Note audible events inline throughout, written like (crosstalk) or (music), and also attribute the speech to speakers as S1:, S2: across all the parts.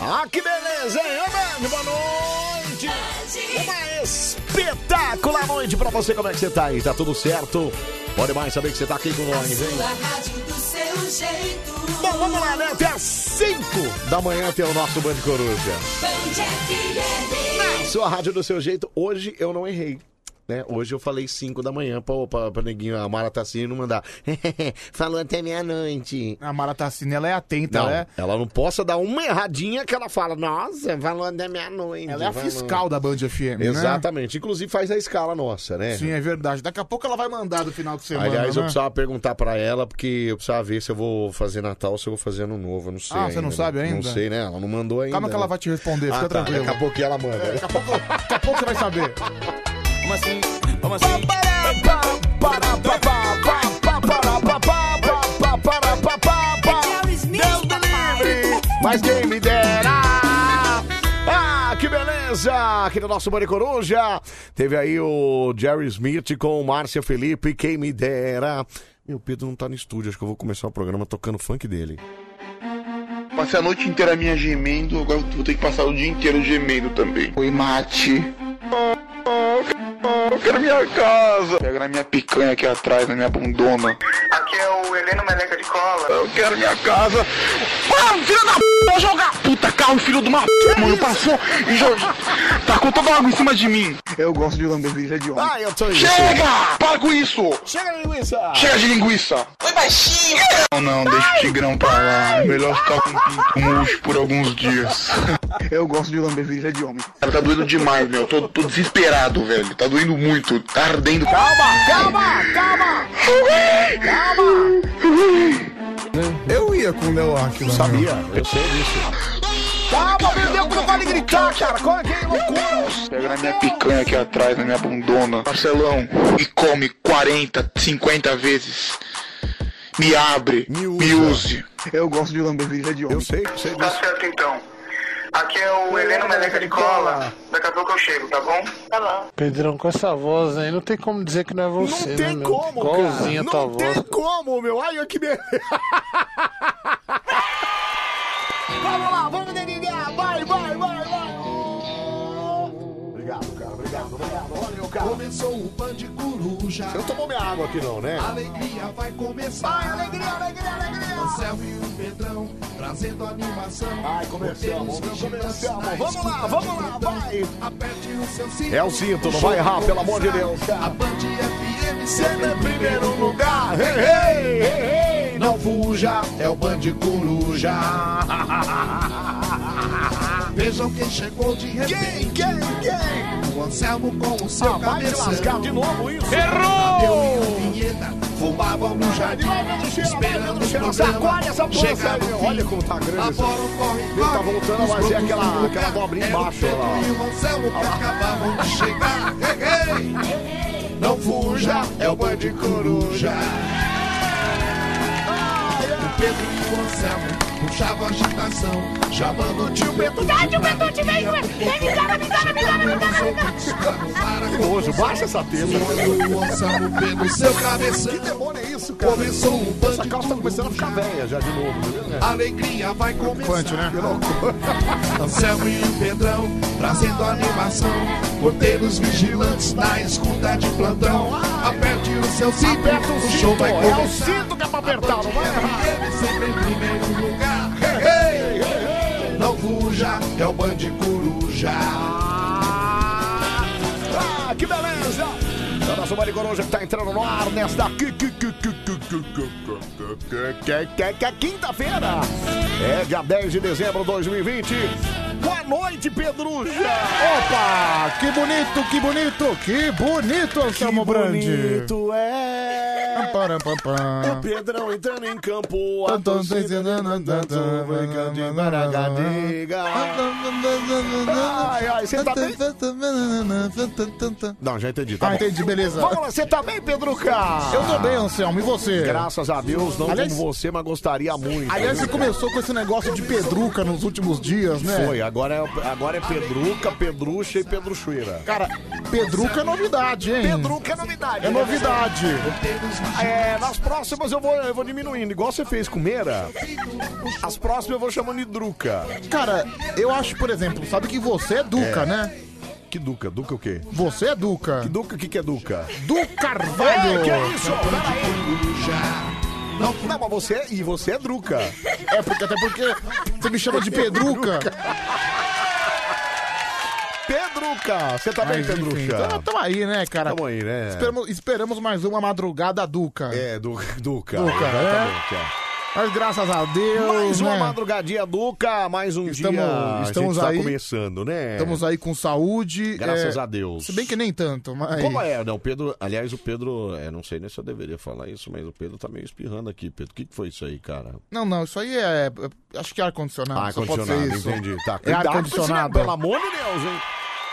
S1: Ah, que beleza, hein? Ô, Band, boa noite! Uma espetacular noite pra você. Como é que você tá aí? Tá tudo certo? Pode mais saber que você tá aqui com nós, hein?
S2: Sua rádio do seu jeito.
S1: Bom, vamos lá, né? Até às 5 da manhã tem o nosso Band Coruja.
S2: Band FM.
S1: Sua rádio do seu jeito, hoje eu não errei. Né? Hoje eu falei 5 da manhã pra, pra, pra neguinho, a Mara Tassini não mandar. (laughs) Falou até meia-noite.
S3: A Mara Tassini, ela é atenta,
S1: Não,
S3: ela é,
S1: ela não possa dar uma erradinha que ela fala, nossa, falou até meia-noite.
S3: ela é a
S1: falou."
S3: fiscal da Band FM, né?
S1: Exatamente. Inclusive faz na escala nossa, né?
S3: Sim, é verdade. Daqui a pouco ela vai mandar do final de semana,
S1: Aliás,
S3: né?
S1: eu precisava perguntar pra ela, porque eu precisava ver se eu vou fazer Natal ou se eu vou fazer Ano Novo, eu não sei
S3: Ah, você não sabe ainda?
S1: Não sei, né? Ela não mandou ainda.
S3: Calma que ela vai te responder,
S1: Ah,
S3: fica
S1: tá.
S3: tranquilo.
S1: Daqui a pouco ela manda.
S3: Daqui a pouco, daqui a pouco você vai saber.
S4: Vamos assim, vamos assim.
S1: Deus me livre, mas quem me dera. Ah, que beleza! Aqui no nosso Bande Coruja, teve aí o Jerry Smith com Márcia Felipe, quem me dera. Meu, Pedro não tá no estúdio, acho que eu vou começar o programa tocando funk dele.
S5: Passei a noite inteira minha gemendo, agora eu vou ter que passar o dia inteiro gemendo também. Oi, mate. Ah, ah, ah, Eu quero minha casa. Pega na minha picanha aqui atrás, na minha bundona.
S6: Aqui é o Heleno Meleca de Cola.
S5: Eu quero minha casa. Ah, filho da p, vou jogar puta carro, filho de uma p, mano. Passou e jogou. Tacou toda a água em cima de mim. Eu gosto de lamber
S3: é
S5: linguiça de homem.
S1: Ah, eu tô isso.
S5: Chega! Para com isso!
S1: Chega, linguiça!
S5: Chega de linguiça!
S6: Foi baixinho.
S5: Não, não, deixa o tigrão pra lá. Melhor ficar com o pinto murcho por alguns dias. Eu gosto de lamber virilha de homem. (laughs) Cara, tá doendo demais, meu. Tô, tô desesperado, velho. Tá doendo muito. Tá ardendo.
S1: Calma, calma, calma! Calma!
S3: Eu ia com o Léo Aquila.
S1: Sabia, eu sei disso. né? Calma, meu Deus, não vale gritar, cara! Corre, que é, loucura!
S5: Pega na minha picanha aqui atrás, na minha bundona. Marcelão, e come 40, 50 vezes. Me abre,
S1: Me
S5: me
S1: usa.
S5: use.
S7: Eu gosto de lamber virilha de homem.
S1: Eu sei, eu sei
S6: Tá
S1: disso.
S6: certo então. Aqui é o Heleno Meleca de Cola. Daqui a pouco eu chego, tá bom? Tá bom.
S8: Pedrão, com essa voz aí, não tem como dizer que não é você, né,
S1: Não tem
S8: meu?
S1: como,
S8: Igualzinha
S1: cara.
S8: a tua
S1: Não
S8: voz.
S1: tem como, meu. Ai, eu que beleza. vamos lá, vamos delinear. Vai, vai, vai, vai. Obrigado, cara. Obrigado, obrigado. Valeu, cara.
S9: Começou o Band Coruja,
S1: Você não tomou minha água aqui, não, né?
S9: a alegria vai
S1: Ai,
S9: começar.
S1: alegria, alegria, alegria.
S9: Anselmo e o Pedrão, trazendo animação.
S1: Ai, começamos,
S9: Roteiros
S1: começamos.
S9: digitais,
S1: Vamos lá, vamos lá,
S9: escuta
S1: vai.
S9: então. Aperte o seu cinto.
S1: É o cinto, não vai errar, pelo amor de Deus, cara.
S9: A Band FM
S1: Sempre
S9: sempre
S1: em primeiro lugar. Ei, ei, ei, ei.
S9: Não fuja, é o Band Coruja. (laughs) Vejam quem chegou de
S1: Quem,
S9: repente.
S1: quem, quem?
S9: O Anselmo com o seu
S1: Ah, vai me
S9: cabeção.
S1: lascar de novo isso.
S9: Eu e o Vinheta fumavam no
S1: De
S9: um jardim.
S1: novo, eu não chego, eu
S9: Esperando
S1: não
S9: o
S1: chego.
S9: programa.
S1: Sacode essa porra
S9: Chegava
S1: aí,
S9: o
S1: meu.
S9: fim.
S1: Olha como tá grande.
S9: A
S1: essa-
S9: bola corre,
S1: Ele tá voltando a fazer aquela, aquela dobrinha embaixo.
S9: Era é o
S1: Lá.
S9: Pedro e o Anselmo que acabavam de chegar. Ei, ei, Não fuja, é o Band Coruja. O Pedro e o Anselmo puxavam a agitação, chamando o tio Beto. é
S2: Ai, tio Betucci, vem, vem, vem, me dá, me dá, me dá, me dá, me dá.
S1: Nojo, baixa essa teta.
S9: O Anselmo Pedro, seu cabeção.
S1: Que demônio é isso, cara?
S9: Começou o Band
S1: Essa calça tá começando a ficar velha já de novo, tá vendo? né?
S9: Alegria vai começar.
S3: né?
S9: Anselmo e o Pedrão trazendo animação. Porteiros vigilantes na escuta de plantão. Aperte o seu cinto,
S1: Aperta o
S9: o
S1: cinto,
S9: show vai
S1: é o
S9: começar.
S1: cinto que é pra apertar, não vai errar.
S9: Ele sempre em primeiro lugar.
S1: Ei, ei, ei.
S9: Não fuja, é o Band Coruja.
S1: Ah, que beleza! É o nosso Mari Coruja que tá entrando no ar nesta qui- qui- qui- qui- qui- qui- qui- qui- qui- quinta-feira. É dia 10 de dezembro de 2020. Boa noite, Pedruja!
S3: Opa, que bonito, que bonito, que bonito, Anselmo Brandi.
S1: bonito é
S3: Pam, pam,
S1: o
S3: pam.
S1: Pedrão entrando em campo. A
S3: Tum, tum,
S1: torcida
S3: tum, tum, tum, tum,
S1: branca de Maragadiga. Ai, ai, você tá bem?
S3: tá,
S1: Não, já entendi, tá
S3: Ah,
S1: bom.
S3: entendi, beleza.
S1: Vamos lá, você tá bem, Pedruca?
S3: Eu tô bem, Anselmo, e você?
S1: Graças a Deus, não
S3: Aliás-
S1: como você, mas gostaria muito.
S3: Aliás, você começou com esse negócio de pedruca nos últimos dias, né?
S1: Foi, agora é, agora é Pedruca, Pedrucha e Pedrucheira.
S3: Cara, pedruca é novidade, hein?
S1: Pedruca é novidade.
S3: É novidade.
S9: Porteiros
S1: É, nas próximas eu vou, eu vou diminuindo, igual você fez com Meira. As próximas eu vou chamando de Druca.
S3: Cara, eu acho, por exemplo, sabe que você é Duca,
S1: É.
S3: né?
S1: Que Duca? Duca o quê?
S3: Você é Duca.
S1: Que Duca, o que, que é Duca?
S3: Du Carvalho!
S1: Ei, que é isso? Peraí. Não, não, mas você é, e você é Druca. é
S3: É, porque até porque você me chama de Pedruca.
S1: Pedruca! Você tá bem,
S3: Mas, enfim,
S1: Pedruca?
S3: Tamo tamo aí, né, cara?
S1: Tamo aí, né?
S3: Esperamos, esperamos mais uma madrugada Duca.
S1: É, Duca. Duca, É,
S3: Duca, é?
S1: exatamente,
S3: Mas graças a Deus.
S1: Mais uma
S3: né?
S1: madrugadinha Duca, mais um
S3: Estamos-
S1: dia.
S3: estamos
S1: a gente
S3: aí.
S1: tá começando, né?
S3: Estamos aí com saúde.
S1: Graças
S3: é,
S1: a Deus.
S3: Se bem que nem tanto, mas.
S1: Como é? Não, o Pedro, aliás, o Pedro, é, não sei nem se eu deveria falar isso, mas o Pedro tá meio espirrando aqui, Pedro. O que, que foi isso aí, cara?
S3: Não, não, isso aí é. é, Acho que é ar-condicionado.
S1: Ah,
S3: só pode
S1: ar-condicionado,
S3: ser isso.
S1: entendi. Tá,
S3: é
S1: cuidado com esse
S3: ar-condicionado.
S1: negócio, pelo amor de Deus, hein?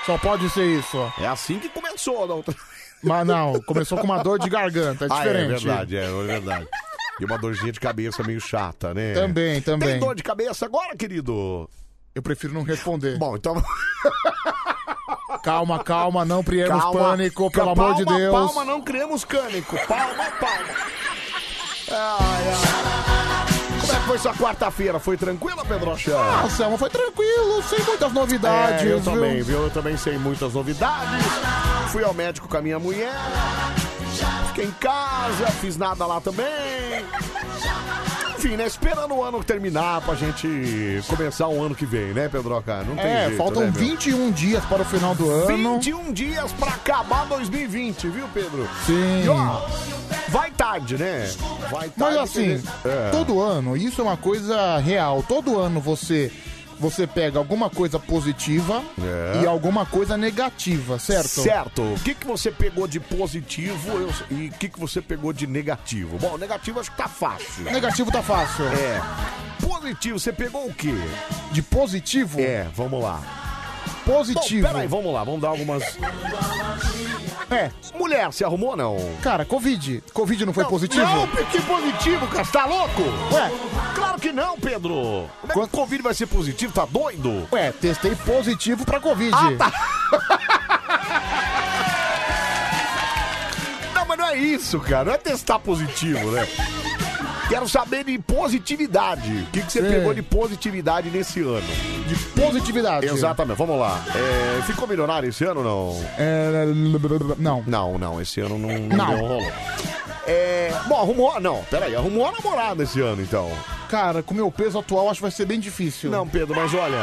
S3: Só pode ser isso. ó.
S1: É assim que começou da outra (laughs)
S3: Mas não, começou com uma dor de garganta, é
S1: Ah,
S3: diferente.
S1: é verdade, é, é verdade. E uma dorzinha de cabeça meio chata, né?
S3: Também, também.
S1: Tem dor de cabeça agora, querido?
S3: Eu prefiro não responder.
S1: Bom, então.
S3: (laughs) Calma, calma, não priemos
S1: Calma.
S3: pânico, pelo amor de
S1: Palma,
S3: Deus.
S1: Palma, não criamos cânico. Palma, palma. Ai, ai. Como é que foi sua quarta-feira? Foi tranquila, Pedro
S3: Ah, Selma, foi tranquilo, sem muitas novidades.
S1: É, eu
S3: viu?
S1: também, viu? Eu também sei muitas novidades. Fui ao médico com a minha mulher.
S3: É,
S1: Fiquei em casa, fiz nada lá também. Enfim, né? Esperando o ano terminar pra gente começar o ano que vem, né, Pedroca? Não tem
S3: É,
S1: jeito,
S3: faltam
S1: né, meu?
S3: 21 dias para o final do ano.
S1: 21 dias pra acabar 2020, viu, Pedro?
S3: Sim.
S1: E ó, vai tarde, né? Vai tarde.
S3: Mas assim,
S1: que- É.
S3: todo ano, isso é uma coisa real. Todo ano você você pega alguma coisa positiva
S1: É.
S3: e alguma coisa negativa, certo?
S1: Certo. O que, que você pegou de positivo eu- e o que, que você pegou de negativo? Bom, negativo acho que tá fácil.
S3: Negativo tá fácil.
S1: É. Positivo, você pegou o quê?
S3: De positivo?
S1: É, vamos lá.
S3: Positivo.
S1: Bom, peraí, vamos lá, vamos dar algumas. É, mulher, se arrumou ou não?
S3: Cara, Covid. Covid não foi positivo?
S1: Não, que positivo, cara, você tá louco?
S3: Ué,
S1: Claro que não, Pedro. Como é que o Covid vai ser positivo? Tá doido?
S3: ué, testei positivo pra Covid.
S1: Ah, tá. Não, mas não é isso, cara. Não é testar positivo, né? Quero saber de positividade. O que, que você
S3: Sim.
S1: pegou de positividade nesse ano?
S3: De positividade.
S1: Exatamente, vamos lá. É, ficou milionário esse ano ou não?
S3: É, não.
S1: Não, não, esse ano não, não,
S3: Não.
S1: deu, rolou. É, bom, arrumou. Não, peraí, arrumou a namorada esse ano então.
S3: Cara, com meu peso atual, acho que vai ser bem difícil.
S1: Não, Pedro, mas olha.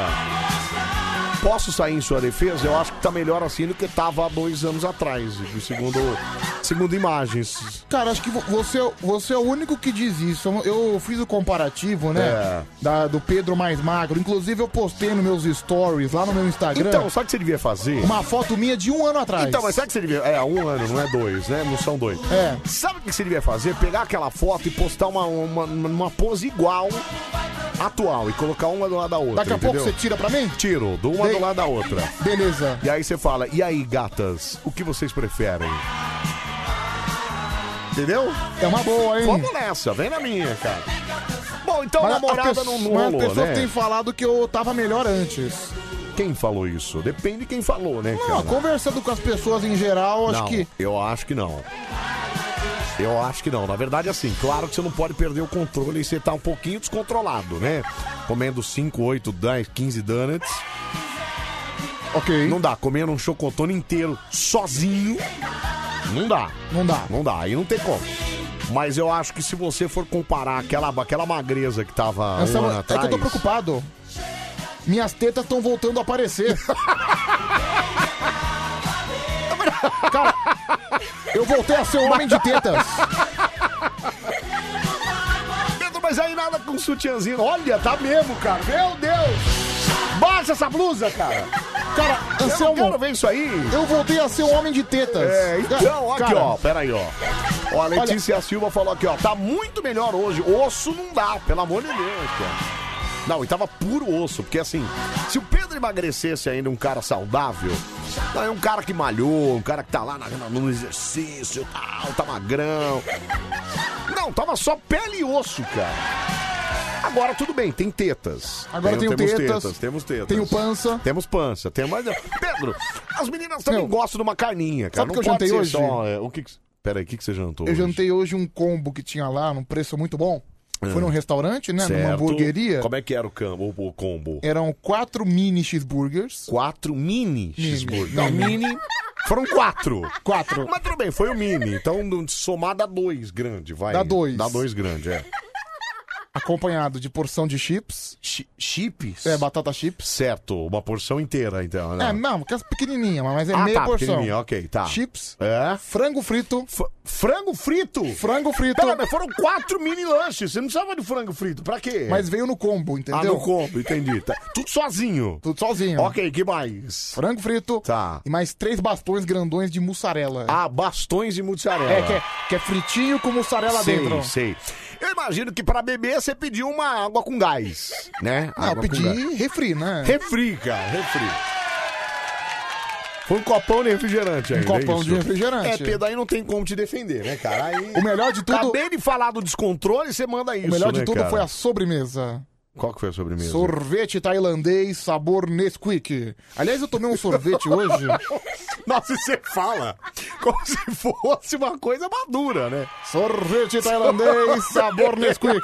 S1: Posso sair em sua defesa? Eu acho que tá melhor assim do que tava há dois anos atrás, de segundo, segundo imagens.
S3: Cara, acho que vo- você, você é o único que diz isso. Eu eu fiz o comparativo, né?
S1: É.
S3: Da- do Pedro mais magro. Inclusive, eu postei nos meus stories, lá no meu Instagram,
S1: Então, sabe o que você devia fazer?
S3: uma foto minha de um ano atrás.
S1: Então, mas sabe o que você devia. É, um ano, não é dois, né? Não são dois.
S3: É.
S1: Sabe o que você devia fazer? Pegar aquela foto e postar uma, uma, uma pose igual atual e colocar uma do lado da outra.
S3: Daqui a pouco
S1: entendeu?
S3: você tira pra mim?
S1: Tiro, do uma
S3: Dei.
S1: do lado da outra.
S3: Beleza.
S1: E aí você fala, e aí, gatas, o que vocês preferem? Entendeu?
S3: É uma boa, hein?
S1: Vamos nessa, vem na minha, cara. Bom, então
S3: Mas,
S1: namorada
S3: as pe-
S1: não, não
S3: mas
S1: rolou,
S3: as pessoas
S1: né?
S3: têm falado que eu tava melhor antes.
S1: Quem falou isso? Depende de quem falou, né,
S3: Não,
S1: cara?
S3: conversando com as pessoas em geral, acho
S1: Não,
S3: que.
S1: eu acho que não. Eu acho que não. Na verdade, assim, claro que você não pode perder o controle e você tá um pouquinho descontrolado, né? Comendo 5, 8, 10, 15 donuts.
S3: Ok.
S1: Não
S3: Não,
S1: dá. Comendo um chocotone inteiro sozinho. Não dá.
S3: dá.
S1: Não dá. Aí não tem como. Mas eu acho que se você for comparar aquela, aquela magreza que tava um
S3: Anselmo,
S1: ano
S3: é
S1: atrás...
S3: que eu tô preocupado. Minhas tetas estão voltando a
S1: (laughs)
S3: aparecer. Cara, eu voltei a ser um homem de tetas.
S1: (laughs) Pedro, mas aí nada com um sutiãzinho. Olha, tá mesmo, cara. Meu Deus! Baixa essa blusa, cara!
S3: Cara,
S1: Eu não quero
S3: Anselmo,
S1: ver isso aí!
S3: eu voltei a ser um homem de tetas.
S1: É, então, aqui,
S3: Cara,
S1: ó. Pera aí, ó. Ó, a Letícia Silva falou aqui, ó. Tá muito melhor hoje. Osso não dá, pelo amor de Deus, cara. Não, e tava puro osso, porque assim, se o Pedro emagrecesse ainda um cara saudável, não, é um cara que malhou, um cara que tá lá na, no exercício e tal, tá magrão. Não, tava só pele e osso, cara. Agora tudo bem, tem tetas.
S3: Agora tem, um
S1: temos
S3: tetas,
S1: temos tetas.
S3: Tenho pança.
S1: Temos pança, temos. Mas, Pedro, as meninas também
S3: Não.
S1: gostam de uma carninha, cara.
S3: Sabe o
S1: Não
S3: que eu
S1: pode
S3: jantei
S1: ser
S3: hoje?
S1: só, é, o que que- Peraí, o que, que você jantou?
S3: Eu
S1: hoje?
S3: jantei hoje um combo que tinha lá, num preço muito bom.
S1: Ah.
S3: Foi num restaurante, né?
S1: Certo.
S3: Numa hamburgueria. É,
S1: Como é que era o, cambo, o combo?
S3: Eram quatro mini cheeseburgers.
S1: Quatro mini cheeseburgers. Não,
S3: Mini.
S1: mini. Foram quatro.
S3: Quatro.
S1: Mas tudo bem, foi o mini. Então, somar dá dois grande, vai.
S3: Dá dois.
S1: Dá dois grande, é.
S3: Acompanhado de porção de chips.
S1: chips?
S3: É, batata chips.
S1: Certo, uma porção inteira, então. né?
S3: É, não, aquelas pequenininha, mas é
S1: ah,
S3: meia
S1: tá,
S3: porção.
S1: pequenininha, ok, tá.
S3: Chips.
S1: É.
S3: Frango frito.
S1: frango frito?
S3: Frango frito.
S1: Pera, mas foram quatro mini lanches, você não precisava de frango frito, pra quê?
S3: Mas veio no combo, entendeu?
S1: É. Ah, no combo, entendi. Tá. Tudo sozinho.
S3: Tudo sozinho.
S1: Ok, que mais?
S3: Frango frito.
S1: Tá.
S3: E mais três bastões grandões de mussarela.
S1: Ah, bastões de mussarela.
S3: É, que é, que é fritinho com mussarela
S1: sei,
S3: dentro.
S1: Sei. Eu imagino que pra beber você pediu uma água com gás, né?
S3: Não, Ah, eu
S1: água com gás.
S3: pedi refri, né?
S1: Refri, cara, refri. Foi um copão de refrigerante aí.
S3: Um copão de refrigerante.
S1: É, Pedro, aí não tem como te defender, né, cara? Aí...
S3: O melhor de tudo-
S1: Acabei de falar do descontrole, você manda isso.
S3: o melhor de
S1: né,
S3: tudo
S1: cara?
S3: foi a sobremesa.
S1: Qual que foi a sobremesa?
S3: Sorvete tailandês, sabor Nesquik. Aliás, eu tomei um
S1: (laughs)
S3: sorvete hoje.
S1: Nossa, e você fala como se fosse uma coisa madura, né?
S3: Sorvete tailandês, sabor Nesquik.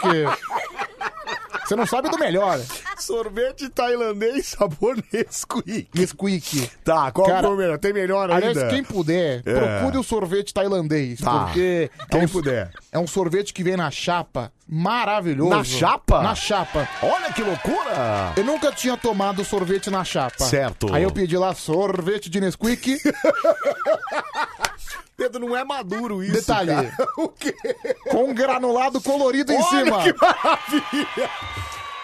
S3: Você não sabe do melhor.
S1: Sorvete tailandês sabor Nesquik.
S3: Nesquik.
S1: Tá, qual
S3: Cara,
S1: foi o melhor? Tem melhor ainda?
S3: Aliás, quem puder,
S1: É.
S3: procure o sorvete tailandês.
S1: Tá.
S3: Porque
S1: Quem
S3: é um,
S1: puder.
S3: é um sorvete que vem na chapa. Maravilhoso.
S1: Na chapa?
S3: Na chapa.
S1: Olha que loucura!
S3: Eu nunca tinha tomado sorvete na chapa.
S1: Certo.
S3: Aí eu pedi lá sorvete de Nesquik.
S1: (laughs) Pedro, não é maduro isso,
S3: Detalhe.
S1: cara. (laughs) O quê?
S3: com granulado colorido em
S1: Olha
S3: cima.
S1: que maravilha!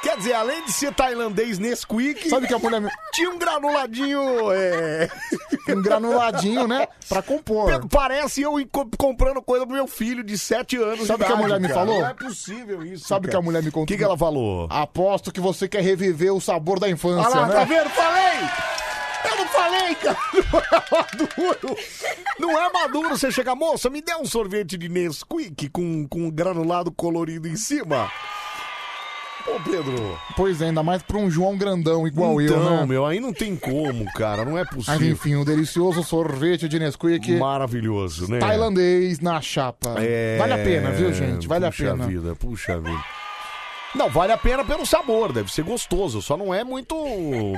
S1: Quer dizer, além de ser tailandês Nesquik,
S3: Sabe que a mulher. me-
S1: tinha um granuladinho... É...
S3: (laughs) Um granuladinho, né? Pra compor.
S1: Pedro, parece eu co- comprando coisa pro meu filho de 7 anos
S3: Sabe o que
S1: de
S3: a
S1: idade,
S3: mulher me
S1: cara.
S3: falou?
S1: Não é possível isso,
S3: Sabe o que a mulher me
S1: O
S3: contou?
S1: que, que ela falou?
S3: Aposto que você quer reviver o sabor da infância,
S1: Olha lá,
S3: né?
S1: tá vendo? Falei! Eu não falei, cara! (laughs) Não é maduro! Não é maduro você chegar, moça, me dê um sorvete de Nesquik com, com um granulado colorido em cima. Ô, Pedro.
S3: Pois é, ainda mais pra um João grandão igual eu,
S1: então,
S3: né?
S1: meu, aí não tem como, cara. Não é
S3: Mas
S1: possível.
S3: enfim, um delicioso sorvete de Nesquik Tá
S1: Maravilhoso, né?
S3: tailandês na chapa.
S1: É,
S3: Vale a pena, viu, gente? Vale a
S1: Puxa
S3: pena.
S1: vida, puxa vida. Não, vale a pena pelo sabor, deve ser gostoso, só não é muito.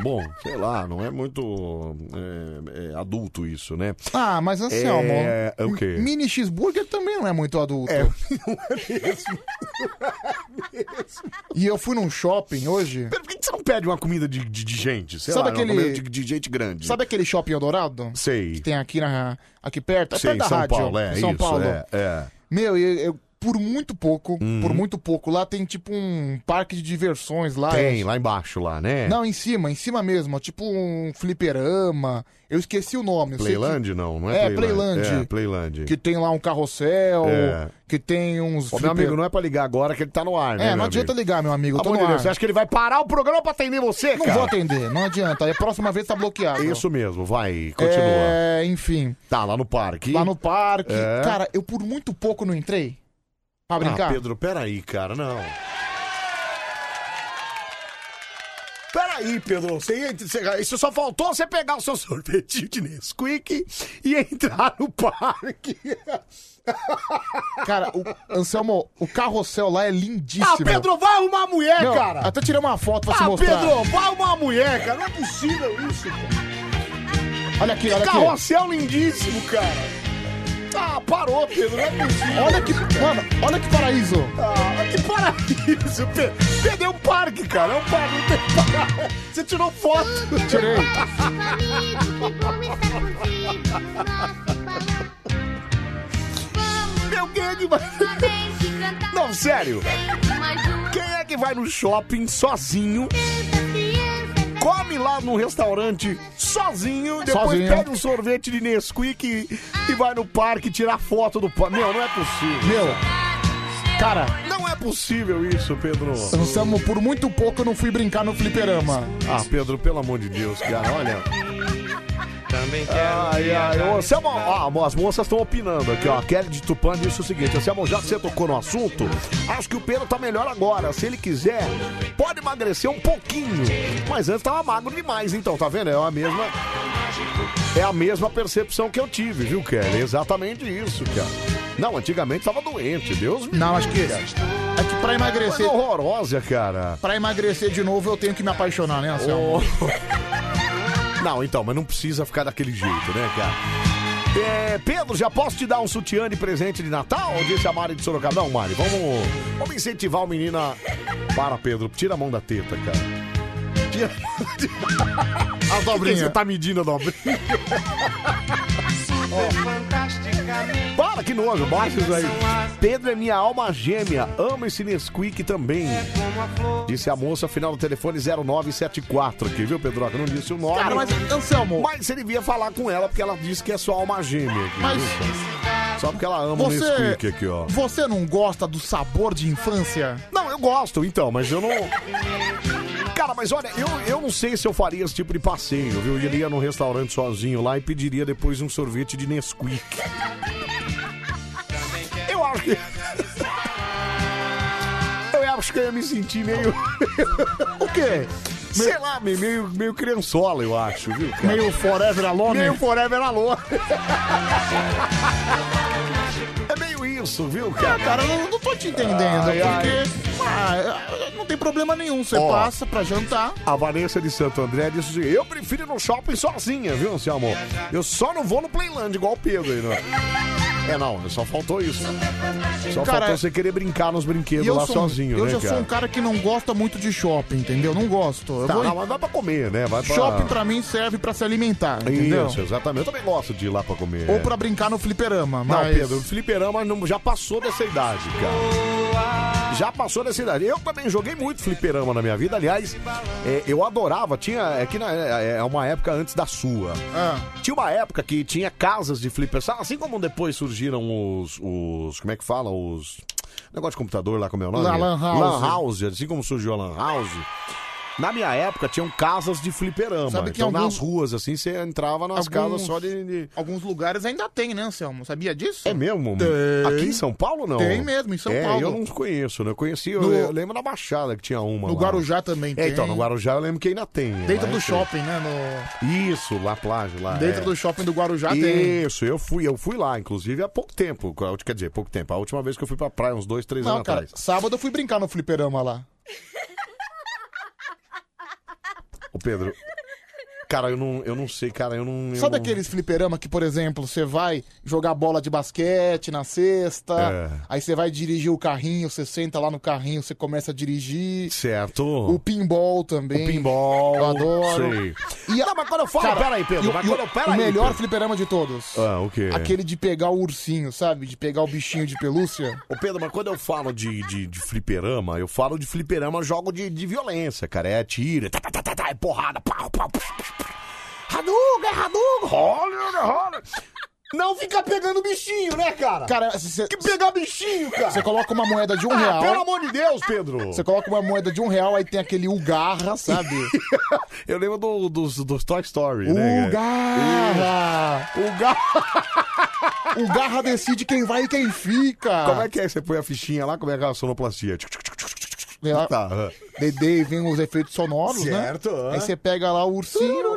S1: Bom, sei lá, não é muito é, é, adulto isso, né?
S3: Ah, mas assim,
S1: É,
S3: ó, amor.
S1: é o quê?
S3: Mini cheeseburger também não é muito adulto.
S1: (laughs)
S3: É, não é mesmo. (laughs) E eu fui num shopping hoje.
S1: Pera, Por que que você não pede uma comida de, de- de gente? Sei
S3: Sabe
S1: lá, uma
S3: aquele-
S1: comida de, de gente grande.
S3: Sabe aquele shopping Eldorado?
S1: Sei.
S3: Que tem aqui, na, aqui perto? É
S1: Sei,
S3: perto da
S1: São
S3: rádio.
S1: Paulo, é.
S3: São
S1: isso,
S3: Paulo.
S1: É, Uhum. é.
S3: Meu, eu, eu- por muito pouco, por muito pouco, lá tem tipo um parque de diversões lá.
S1: Tem,
S3: eu-
S1: lá embaixo, lá, né?
S3: Ah, é Não, em cima, em cima mesmo, ó, tipo um fliperama. Eu esqueci o nome. eu sei que-
S1: Playland não, não é,
S3: É, Playland.
S1: É, Playland.
S3: Que tem lá um carrossel,
S1: É.
S3: que tem uns.
S1: Ô,
S3: fliper-
S1: meu amigo, não é pra ligar agora que ele tá no ar, né?
S3: É,
S1: meu
S3: não adianta
S1: amigo?
S3: ligar, meu amigo. Eu tô
S1: Amor
S3: no
S1: de Deus,
S3: ar.
S1: você acha que ele vai parar o programa pra atender você,
S3: Não
S1: cara?
S3: vou atender, não adianta. Aí a próxima vez tá bloqueado.
S1: Isso mesmo, vai, continua.
S3: É, enfim.
S1: Tá, lá no parque.
S3: Lá no parque.
S1: É.
S3: Cara, eu por muito pouco não entrei. Pra
S1: Ah,
S3: brincar.
S1: Pedro, peraí, cara, não. Peraí, Pedro, você ia, você- isso só faltou você pegar o seu sorvetinho de Nesquik e entrar no parque.
S3: Cara, o, Anselmo, o carrossel lá é lindíssimo.
S1: Ah, Pedro, vai arrumar a mulher,
S3: Não,
S1: cara.
S3: Até tirei uma foto pra te
S1: ah,
S3: mostrar.
S1: Pedro, vai arrumar a mulher, cara. Não é possível isso, cara.
S3: Olha aqui, olha aqui.
S1: Carrossel lindíssimo, cara. Ah, parou, Pedro, não é possível.
S3: Olha que. Mano, olha que paraíso.
S1: Ah, que paraíso, Pedro. Pedro, é um parque, cara. É um parque, não tem parque. Você tirou foto.
S3: Tirei.
S1: Meu grande, mas... Não, sério. Quem é que vai no shopping sozinho, come lá num restaurante sozinho, depois
S3: Sozinho.
S1: pega um sorvete de Nesquik e, e vai no parque tirar foto do parque? Meu, não é possível.
S3: Meu. Cara,
S1: Não é possível isso, Pedro.
S3: Anselmo, por muito pouco eu não fui brincar no fliperama.
S1: Ah, Pedro, pelo amor de Deus, cara, olha.
S4: Também quero.
S1: Ai, ai, ô, Anselmo, ó, as moças estão opinando aqui, ó. Kelly de Tupã disse o seguinte: Anselmo, já que você tocou no assunto, acho que o Pedro tá melhor agora. Se ele quiser, pode emagrecer um pouquinho. Mas antes tava magro demais, então, tá vendo? É a mesma. É a mesma percepção que eu tive, viu, Kelly? É Exatamente isso, cara. Não, antigamente tava doente, Deus me
S3: Não, acho que. É que pra emagrecer.
S1: Coisa horrorosa, cara.
S3: Pra emagrecer de novo eu tenho que me apaixonar, né, Anselmo?
S1: (laughs) Não, então, mas não precisa ficar daquele jeito, né, cara? É, Pedro, já posso te dar um sutiã de presente de Natal? Disse a Mari é de Sorocaba. Não, Mari, vamos, vamos incentivar o menino a... Para, Pedro, tira a mão da teta, cara. Tira... (laughs) A dobrinha. Você tá medindo a dobrinha. Para, que nojo, baixa isso aí. Pedro é minha alma gêmea. Amo esse Nesquik também. Disse a moça, final do telefone 0974 aqui, viu, Pedro? Eu não disse o nome.
S3: Cara, mas, então, Anselmo-
S1: Mas você devia falar com ela, porque ela disse que é sua alma gêmea. Aqui,
S3: Mas-
S1: viu? Só porque ela ama o
S3: Você.
S1: Nesquik aqui, ó.
S3: Você não gosta do sabor de infância?
S1: Não, eu gosto, então, mas eu não. Cara, mas olha, eu, eu não sei se eu faria esse tipo de passeio, viu? Eu iria num restaurante sozinho lá e pediria depois um sorvete de Nesquik. Eu acho que. Eu acho que eu ia me sentir meio. o quê? Sei lá, meio, meio, meio criançola, eu acho, viu? Cara?
S3: Meio forever alone?
S1: Meio forever alone. é meio isso, viu, cara? é
S3: É, cara, eu não, não tô te entendendo.
S1: Ai, ai.
S3: é porque ah, não tem problema nenhum. Você
S1: Ó.
S3: passa pra jantar.
S1: A Vanessa de Santo André disse assim, eu prefiro ir no shopping sozinha, viu, seu amor? Eu só não vou no Playland igual o Pedro aí, né? É, não, só faltou isso. Só
S3: Cara,
S1: faltou você querer brincar nos brinquedos lá
S3: sou, um-
S1: sozinho,
S3: eu
S1: né,
S3: já
S1: cara?
S3: sou um cara que não gosta muito de shopping, entendeu? Não gosto. Eu
S1: Tá,
S3: vou-
S1: não, mas dá pra comer, né? Vai pra...
S3: Shopping pra mim serve pra se alimentar, entendeu?
S1: Isso, exatamente. Eu também gosto de ir lá pra comer.
S3: Ou
S1: é.
S3: pra brincar no fliperama,
S1: Não,
S3: mas...
S1: Pedro, o fliperama não, já passou dessa idade, cara. Já passou dessa idade. Eu também joguei muito fliperama na minha vida. Aliás, é, eu adorava. Tinha. É que na- é é uma época antes da sua.
S3: Ah.
S1: Tinha uma época que tinha casas de flipper. sabe? Assim como depois surgiram os. os como é que fala? Os. Negócio de computador lá, como é o nome?
S3: Lá, lan house.
S1: Lan house, assim como surgiu a Lan House. Na minha época tinham casas de fliperama.
S3: Sabe que
S1: então
S3: alguns-
S1: nas ruas, assim, você entrava nas casas só de.
S3: Alguns lugares ainda tem, né, Anselmo? Sabia disso?
S1: É mesmo? Aqui em São Paulo, não?
S3: Tem mesmo, em São
S1: É,
S3: Paulo.
S1: eu não conheço, né? Eu conheci, eu,
S3: No-
S1: eu lembro na Baixada que tinha uma
S3: No
S1: lá.
S3: Guarujá também
S1: É,
S3: tem.
S1: então, no Guarujá eu lembro que ainda tem.
S3: Dentro
S1: lá,
S3: do
S1: é,
S3: shopping, né? no-
S1: Isso, lá Plage, lá.
S3: Dentro
S1: é.
S3: do shopping do Guarujá tem.
S1: Isso, eu fui, eu fui lá, inclusive, há pouco tempo. Quer dizer, pouco tempo. A última vez que eu fui pra praia, uns dois, três
S3: Não,
S1: anos
S3: cara,
S1: atrás.
S3: sábado eu fui brincar no fliperama lá.
S1: Ô, Pedro. Cara, eu não, eu não sei, cara, eu não. eu
S3: Sabe
S1: não-
S3: aqueles fliperama que, por exemplo, você vai jogar bola de basquete na sexta,
S1: É.
S3: aí você vai dirigir o carrinho, você senta lá no carrinho, você começa a dirigir.
S1: Certo.
S3: O pinball também.
S1: O pinball.
S3: Eu adoro. Ah,
S1: Sei.
S3: E a...
S1: Não, mas quando eu falo.
S3: Cara,
S1: peraí, Pedro.
S3: e o-
S1: mas
S3: e o-
S1: quando eu, peraí,
S3: o melhor
S1: Pedro.
S3: fliperama de todos.
S1: Ah, o quê?
S3: Aquele de pegar o ursinho, sabe? De pegar o bichinho de pelúcia.
S1: Ô Pedro, mas quando eu falo de, de, de fliperama, eu falo de fliperama jogo de, de violência, cara. É tiro, é, tá, tá, tá, tá, tá, é porrada, pau, pau, psh, psh, psh. Hadouken, é Hadouken, rola, rola. Não fica pegando bichinho, né, cara?
S3: Cara, você
S1: que pegar bichinho, cara.
S3: você coloca uma moeda de um
S1: Ah, pelo
S3: real.
S1: amor de Deus, Pedro.
S3: Você coloca uma moeda de um real, aí tem aquele Ugarra,
S1: (laughs)
S3: sabe?
S1: Eu lembro do- dos, dos Toy Story, né? cara?
S3: Ugarra! Ugarra decide quem vai e quem fica.
S1: Como é que é? Você põe a fichinha lá, como é que é a sonoplastia? Tchuc, tchuc, tchuc, tchuc, tchuc.
S3: Vem lá,
S1: Tá. ah.
S3: Dedê, vem os efeitos sonoros,
S1: Certo,
S3: É né?
S1: ah.
S3: Aí você pega lá o ursinho.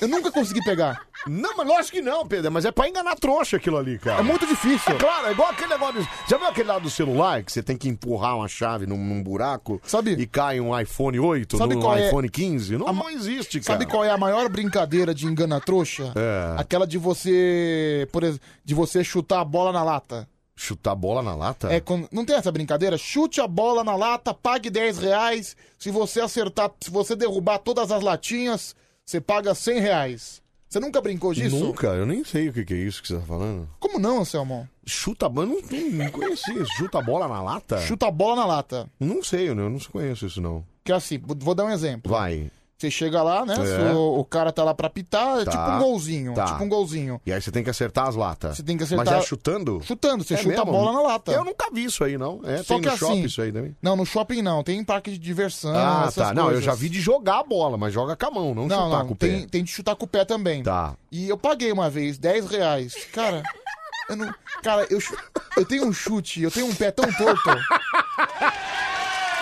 S3: Eu nunca consegui pegar.
S1: Não, mas lógico que não, Pedro. Mas é pra enganar trouxa aquilo ali, cara.
S3: É muito difícil.
S1: É claro, é igual aquele negócio. de- Já viu aquele lado do celular que você tem que empurrar uma chave num, num buraco
S3: Sabe-
S1: e cai um iPhone 8,
S3: Sabe
S1: num
S3: qual é-
S1: iPhone 15? Não, não existe, cara.
S3: Sabe qual é a maior brincadeira de engana trouxa?
S1: É.
S3: Aquela de você, por exemplo, de você chutar a bola na lata.
S1: Chutar bola na lata?
S3: É quando- não tem essa brincadeira? Chute a bola na lata, pague 10 reais. Se você acertar, se você derrubar todas as latinhas, você paga 100 reais. Você nunca brincou é disso?
S1: Nunca, eu nem sei o que, que é isso que você tá falando.
S3: Como não, Anselmo?
S1: Chuta bola, não, não, não conhecia isso. Chuta bola na lata?
S3: Chuta a bola na lata.
S1: Não sei, eu não, eu não conheço isso não.
S3: Que é assim, vou vou dar um exemplo.
S1: Vai.
S3: Você chega lá, né?
S1: É.
S3: se o, o cara tá lá pra pitar, é
S1: Tá.
S3: tipo um golzinho.
S1: Tá.
S3: Tipo um golzinho.
S1: E aí você tem que acertar as latas.
S3: Você tem que
S1: Mas
S3: acertar-
S1: é chutando?
S3: Chutando, você
S1: É
S3: chuta a
S1: mesmo?
S3: bola na lata.
S1: Eu nunca vi isso aí, não. É,
S3: Só
S1: tem
S3: que
S1: no shopping
S3: assim-
S1: isso aí também.
S3: Não, no shopping não. Tem parque de diversão.
S1: Ah,
S3: essas
S1: tá. Não, eu
S3: coisas.
S1: já vi de jogar a bola, mas joga com a mão, não,
S3: Não,
S1: chutar
S3: não.
S1: com o pé.
S3: tem, tem de chutar com o pé também.
S1: Tá.
S3: E eu paguei uma vez, 10 reais. Cara, eu não. Cara, eu, chu- eu tenho um chute, eu tenho um pé tão torto.
S1: (laughs)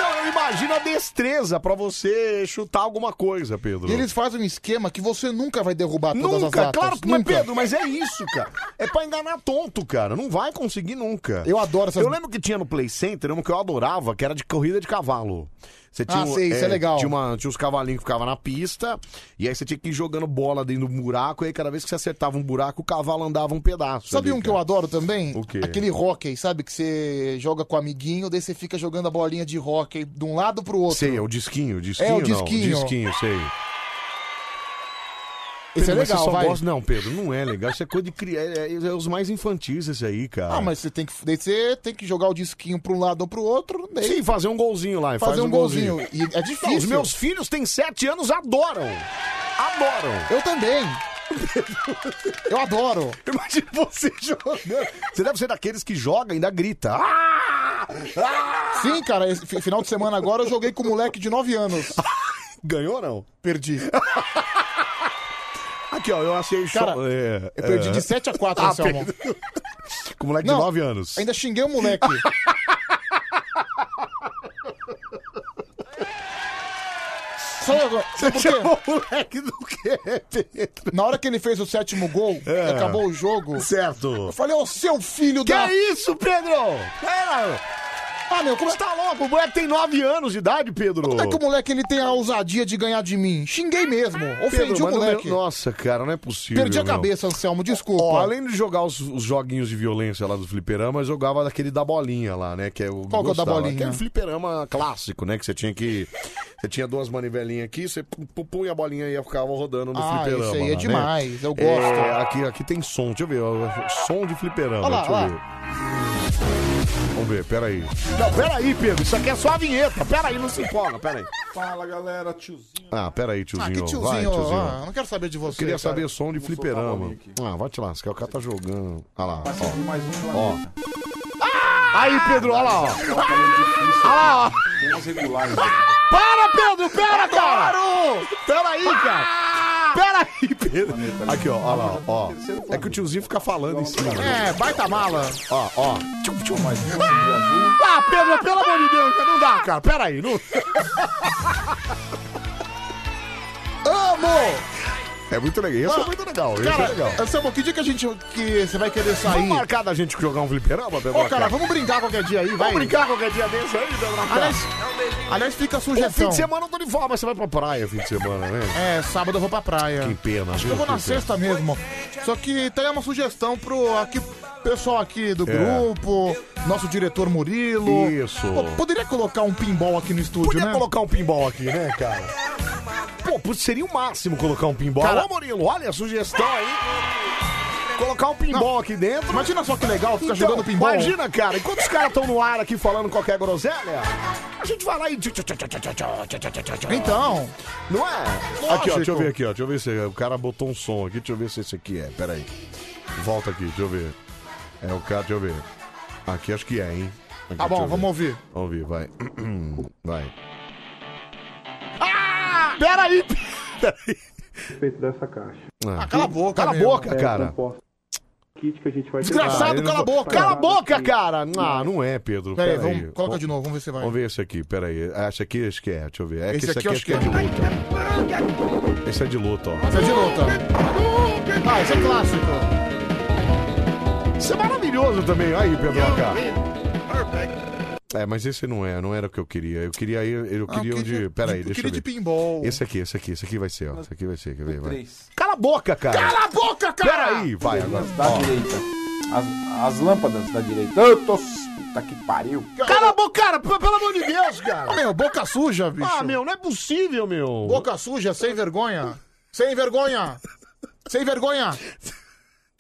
S1: Não, eu imagina a destreza pra você chutar alguma coisa, Pedro.
S3: E eles fazem um esquema que você nunca vai derrubar todas as
S1: Nunca,
S3: latas.
S1: claro que mas
S3: nunca.
S1: Pedro, mas é isso, cara. É pra enganar tonto, cara. Não vai conseguir nunca.
S3: Eu adoro essas-
S1: Eu lembro que tinha no Play Center uma que eu adorava, que era de corrida de cavalo. Você tinha
S3: Ah,
S1: um-
S3: sei, isso é legal.
S1: Tinha, uma- tinha uns cavalinhos que ficavam na pista, e aí você tinha que ir jogando bola dentro do buraco, e aí cada vez que você acertava um buraco, o cavalo andava um pedaço.
S3: Sabe
S1: ali,
S3: um que
S1: cara.
S3: eu adoro também?
S1: O quê?
S3: Aquele hockey, sabe? Que você joga com o amiguinho, daí você fica jogando a bolinha de hockey de um lado pro outro.
S1: Sei, é o disquinho, o disquinho.
S3: É, o
S1: não,
S3: disquinho.
S1: disquinho, sei.
S3: Esse
S1: Pedro,
S3: é
S1: mas
S3: legal,
S1: você só
S3: vai.
S1: gosta- Não, Pedro, não é legal. Isso é coisa de criança. É, é os mais infantis esse aí, cara.
S3: Ah, mas você tem que. Daí você tem que jogar o disquinho pra um lado ou pro outro. Daí
S1: Sim, fazer um golzinho lá. e
S3: fazer
S1: faz
S3: um golzinho. E é
S1: Não,
S3: difícil.
S1: os meus filhos têm sete anos, adoram. Adoram.
S3: Eu
S1: (laughs)
S3: também. Eu adoro.
S1: Imagina você jogando. Você deve ser daqueles que joga e ainda grita. Ah! Ah!
S3: Sim, cara, esse fi- final de semana agora eu joguei com um moleque de 9 anos.
S1: (laughs) Ganhou ou não?
S3: Perdi.
S1: Aqui, ó, eu achei show.
S3: Cara,
S1: é,
S3: Eu perdi
S1: é.
S3: de 7 a né, 4,
S1: Ah,
S3: Anselmo.
S1: perdeu. Com moleque
S3: Não,
S1: de 9 anos.
S3: Ainda xinguei o
S1: (laughs)
S3: moleque. Sabe, agora- sabe por quê?
S1: o moleque do quê, Pedro?
S3: Na hora que ele fez o sétimo gol,
S1: É.
S3: acabou o jogo.
S1: Certo.
S3: Eu falei, ô seu filho
S1: Que é
S3: da.
S1: isso, Pedro? Pera,
S3: Ah, meu, como é...
S1: você tá louco? O moleque tem 9 anos de idade, Pedro.
S3: como é que o moleque ele tem a ousadia de ganhar de mim? Xinguei mesmo. Ofendi
S1: Pedro,
S3: o
S1: mas não-
S3: moleque.
S1: Nossa, cara, não é possível.
S3: Perdi a
S1: meu.
S3: cabeça, Anselmo, desculpa.
S1: Ó, além de jogar os, os joguinhos de violência lá do fliperama, eu jogava daquele da bolinha lá, né? Que é o
S3: Qual que é o da
S1: gostava.
S3: bolinha?
S1: Aquele fliperama clássico, né? Que você tinha que. Você tinha duas manivelinhas aqui, você pu- pu- punha a bolinha e ficava rodando no
S3: Ah,
S1: fliperama.
S3: isso aí é
S1: lá,
S3: demais,
S1: né?
S3: eu gosto.
S1: É, aqui, aqui tem som, deixa eu ver. ó, Som de fliperama,
S3: Olha lá,
S1: deixa eu
S3: olha
S1: ver. Vamos ver, peraí. Não, peraí, Pedro, isso aqui é só a vinheta. Peraí, não se empolga, peraí.
S9: Fala galera, tiozinho.
S1: Ah, peraí, tiozinho.
S3: Ah, que tiozinho,
S1: Vai, tiozinho.
S3: ah, não quero saber de você.
S1: Queria
S3: cara.
S1: saber som de
S9: soltar a
S1: fliperama.
S9: bolinha aqui.
S1: Ah, vai te lascar, o cara tá jogando. Olha lá, ó.
S9: Mais um planeta.
S1: Ó. Aí, Pedro, olha lá, ó.
S9: Tá falando difícil.
S1: Ah, ó.
S9: Tem umas regulares.
S1: Para, Pedro, pera, cara! Pera aí, cara! Pera aí, Pedro! Aqui, ó, olha lá, ó. É que o tiozinho fica falando em cima.
S3: É, baita mala.
S1: Ó, ó. Tchum, tchum. Ah, Pedro, pelo amor de Deus, cara, não dá, cara. Pera aí, não.
S3: Amo!
S1: É muito legal, isso é muito legal, isso é legal.
S3: Cara, Anselmo, que dia que a gente. que você vai querer
S1: Vamos
S3: sair?
S1: marcar da gente jogar um fliperama, Pedro?
S3: Ô, cara, vamos brincar qualquer dia aí, vai.
S1: Vamos brincar qualquer dia desse aí, Pedro?
S3: Aliás, aliás, fica a
S1: O fim
S3: sugestão.
S1: de semana eu tô de volta, mas você vai pra praia fim de semana, né?
S3: É, sábado eu vou pra praia.
S1: Que pena,
S3: Acho
S1: viu?
S3: que eu vou na
S1: Que pena.
S3: sexta mesmo. Só que tem uma sugestão pro aqui, pessoal aqui
S1: É.
S3: do grupo, nosso diretor Murilo.
S1: Isso.
S3: Pô, poderia colocar um pinball aqui no estúdio,
S1: Podia
S3: né?
S1: colocar um pinball aqui, né, cara? Pô, putz, seria o máximo colocar um pinball.
S3: Cara-
S1: Ô, Murilo, olha a sugestão aí. Colocar um pinball aqui dentro.
S3: Imagina só que legal ficar
S1: Então,
S3: jogando pinball.
S1: Imagina, cara, enquanto os caras estão no ar aqui falando qualquer groselha, a gente vai lá e.
S3: Então,
S1: Não é? Aqui, ó,
S3: Lógico.
S1: deixa eu ver aqui, ó. Deixa eu ver se o cara botou um som aqui, deixa eu ver se esse aqui é. Pera aí. Volta aqui, deixa eu ver. É o cara, deixa eu ver. Aqui acho que é, hein? Aqui,
S3: tá
S1: deixa
S3: bom,
S1: eu
S3: vamos
S1: ver.
S3: ouvir.
S1: Vamos ouvir, vai. (clears throat) Vai. Ah! Peraí! Peraí!
S10: respeito dessa caixa.
S1: Ah,
S3: cala a boca,
S1: Cala a
S3: meu.
S1: boca, cara.
S10: Composta. Kit que a gente vai
S1: É, Ah,
S3: Desgraçado,
S1: ele não
S3: cala a
S1: foi-
S3: boca.
S1: Cala a boca, cara! Ah, não é, Pedro.
S3: Pera aí,
S1: Peraí.
S3: vamos, coloca de novo, vamos ver se vai.
S1: Vamos ver esse aqui, peraí. Ah, Esse aqui acho que é, deixa eu ver. É
S3: Esse
S1: que esse
S3: aqui
S1: aqui,
S3: eu
S1: acho que é de luta. Esse é de luta, ó.
S3: Isso é de luta. Ah, isso é clássico.
S1: Isso é maravilhoso também. Aí, Pedro AK. É, mas esse não é, não era o que eu queria. Eu queria eu, eu
S3: Ah,
S1: queria
S3: eu
S1: o de. Peraí,
S3: eu
S1: deixa eu
S3: queria de
S1: ver.
S3: pinball.
S1: Esse aqui, esse aqui, esse aqui vai ser, ó. Esse aqui vai ser, quer ver? Vai.
S9: Três.
S1: Cala a boca, cara!
S3: Cala a boca, cara!
S1: Peraí, vai agora.
S9: Da direita. As, as lâmpadas da direita. Eu tô. Puta que pariu.
S1: Cala a boca, cara! p- Pelo amor de Deus,
S3: Ah,
S1: cara!
S3: meu, boca suja, bicho.
S1: Ah, meu, não é possível, meu!
S3: Boca suja, sem vergonha. Sem vergonha. Sem vergonha.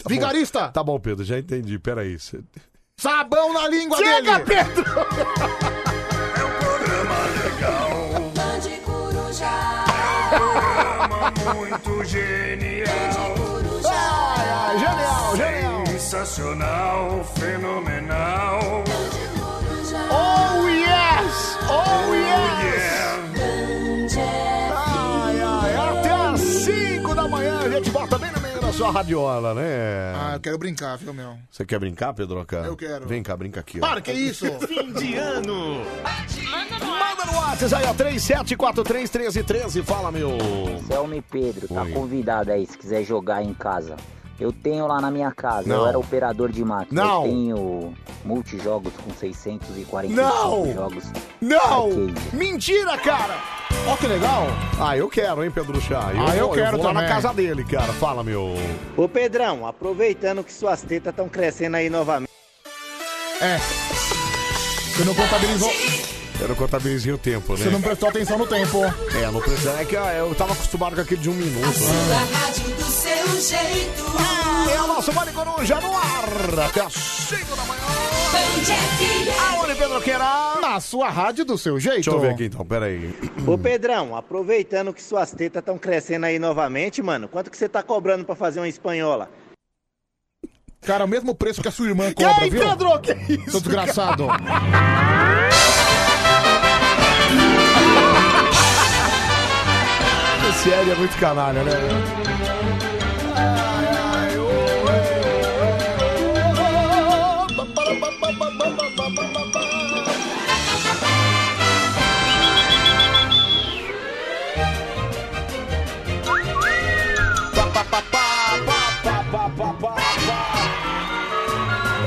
S3: Vigarista.
S1: Tá bom, Pedro, já entendi. Peraí. cê-
S3: Sabão na língua dele.
S1: (laughs) Pedro! É
S9: Muito genial.
S1: Ai, ai, genial, genial!
S9: Sensacional, fenomenal.
S1: Oh yes! Oh yes! Ai, ai, até às 5 da manhã a gente bota bem na meia da a sua radiola, né?
S3: Ah, eu quero brincar, viu, meu?
S1: Você quer brincar, Pedroca?
S3: Eu quero.
S1: Vem cá, brinca aqui. ó.
S3: Para, que é isso?
S1: Fim de ano.
S2: Manda
S1: no WhatsApp. Vocês aí, ó, 37431313, fala, meu.
S11: Selma e Pedro, tá
S1: Oi.
S11: convidado aí se quiser jogar em casa. Eu tenho lá na minha casa,
S1: Não.
S11: eu era operador de máquina.
S1: Não.
S11: Eu tenho multijogos com 645
S1: Não.
S11: jogos.
S1: Não!
S11: Arcade.
S1: Mentira, cara! Ó que legal! Ah, eu quero, hein, Pedro Chá?
S3: Ah, eu quero
S1: vou lá na
S3: também.
S1: casa dele, cara. Fala, meu.
S12: Ô Pedrão, aproveitando que suas tetas estão crescendo aí novamente.
S3: É. Você não contabilizou.
S1: Eu não contabilizei o tempo, né?
S3: Você não prestou atenção no tempo.
S1: É, não precisa. É que ah, eu tava acostumado com aquele de um minuto.
S2: A
S1: Né?
S2: rádio do seu jeito.
S1: É o nosso Vale Coruja no ar. Até as 5 da manhã. Aonde, Pedro Queira?
S3: Na sua rádio do seu jeito.
S1: Deixa eu ver aqui então, peraí.
S12: Ô Pedrão, aproveitando que suas tetas estão crescendo aí novamente, mano, quanto que você tá cobrando pra fazer uma espanhola?
S3: Cara, o mesmo preço que a sua irmã cobra, viu?
S1: Pedro, que isso?
S3: Seu desgraçado.
S1: Esse L é muito canalha, né?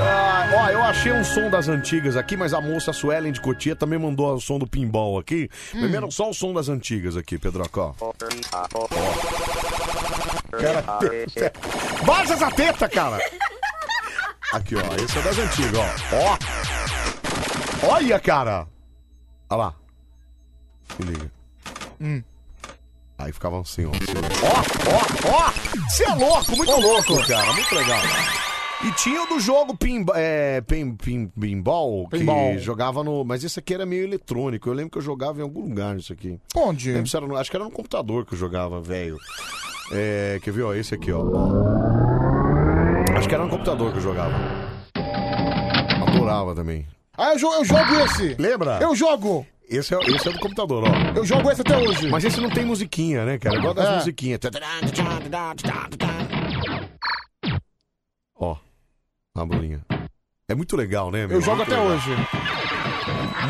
S1: Ah, ó, eu achei um som das antigas aqui, mas a moça Suelen de Cotia também mandou o som do pinball aqui. Primeiro só o som das antigas aqui, Pedrocó. Cara, Vaza essa teta, cara! Aqui, ó. Esse é das antigas, ó. Ó! Olha, cara! Olha lá. Se liga.
S2: Hum.
S1: Aí ficava assim, ó. Ó, ó, ó! Você é louco, muito louco, cara. Muito legal. E tinha o do jogo pin, é, pin, pin, pinball,
S3: Pinball.
S1: que jogava no. Mas esse aqui era meio eletrônico. Eu lembro que eu jogava em algum lugar isso aqui.
S3: Onde?
S1: Lembro se era no- acho que era no computador que eu jogava, velho. É, quer ver, ó, esse aqui, ó. Acho que era no computador que eu jogava. Adorava também.
S3: Ah, eu, jo- eu jogo esse.
S1: Lembra?
S3: Eu jogo.
S1: Esse é, esse é do computador, ó.
S3: Eu jogo esse até hoje.
S1: Mas esse não tem musiquinha, né, cara? Eu gosto das
S3: É.
S1: musiquinhas. tá, Ó, a bolinha. É muito legal, né, meu?
S3: Eu jogo
S1: Muito
S3: até
S1: legal.
S3: hoje.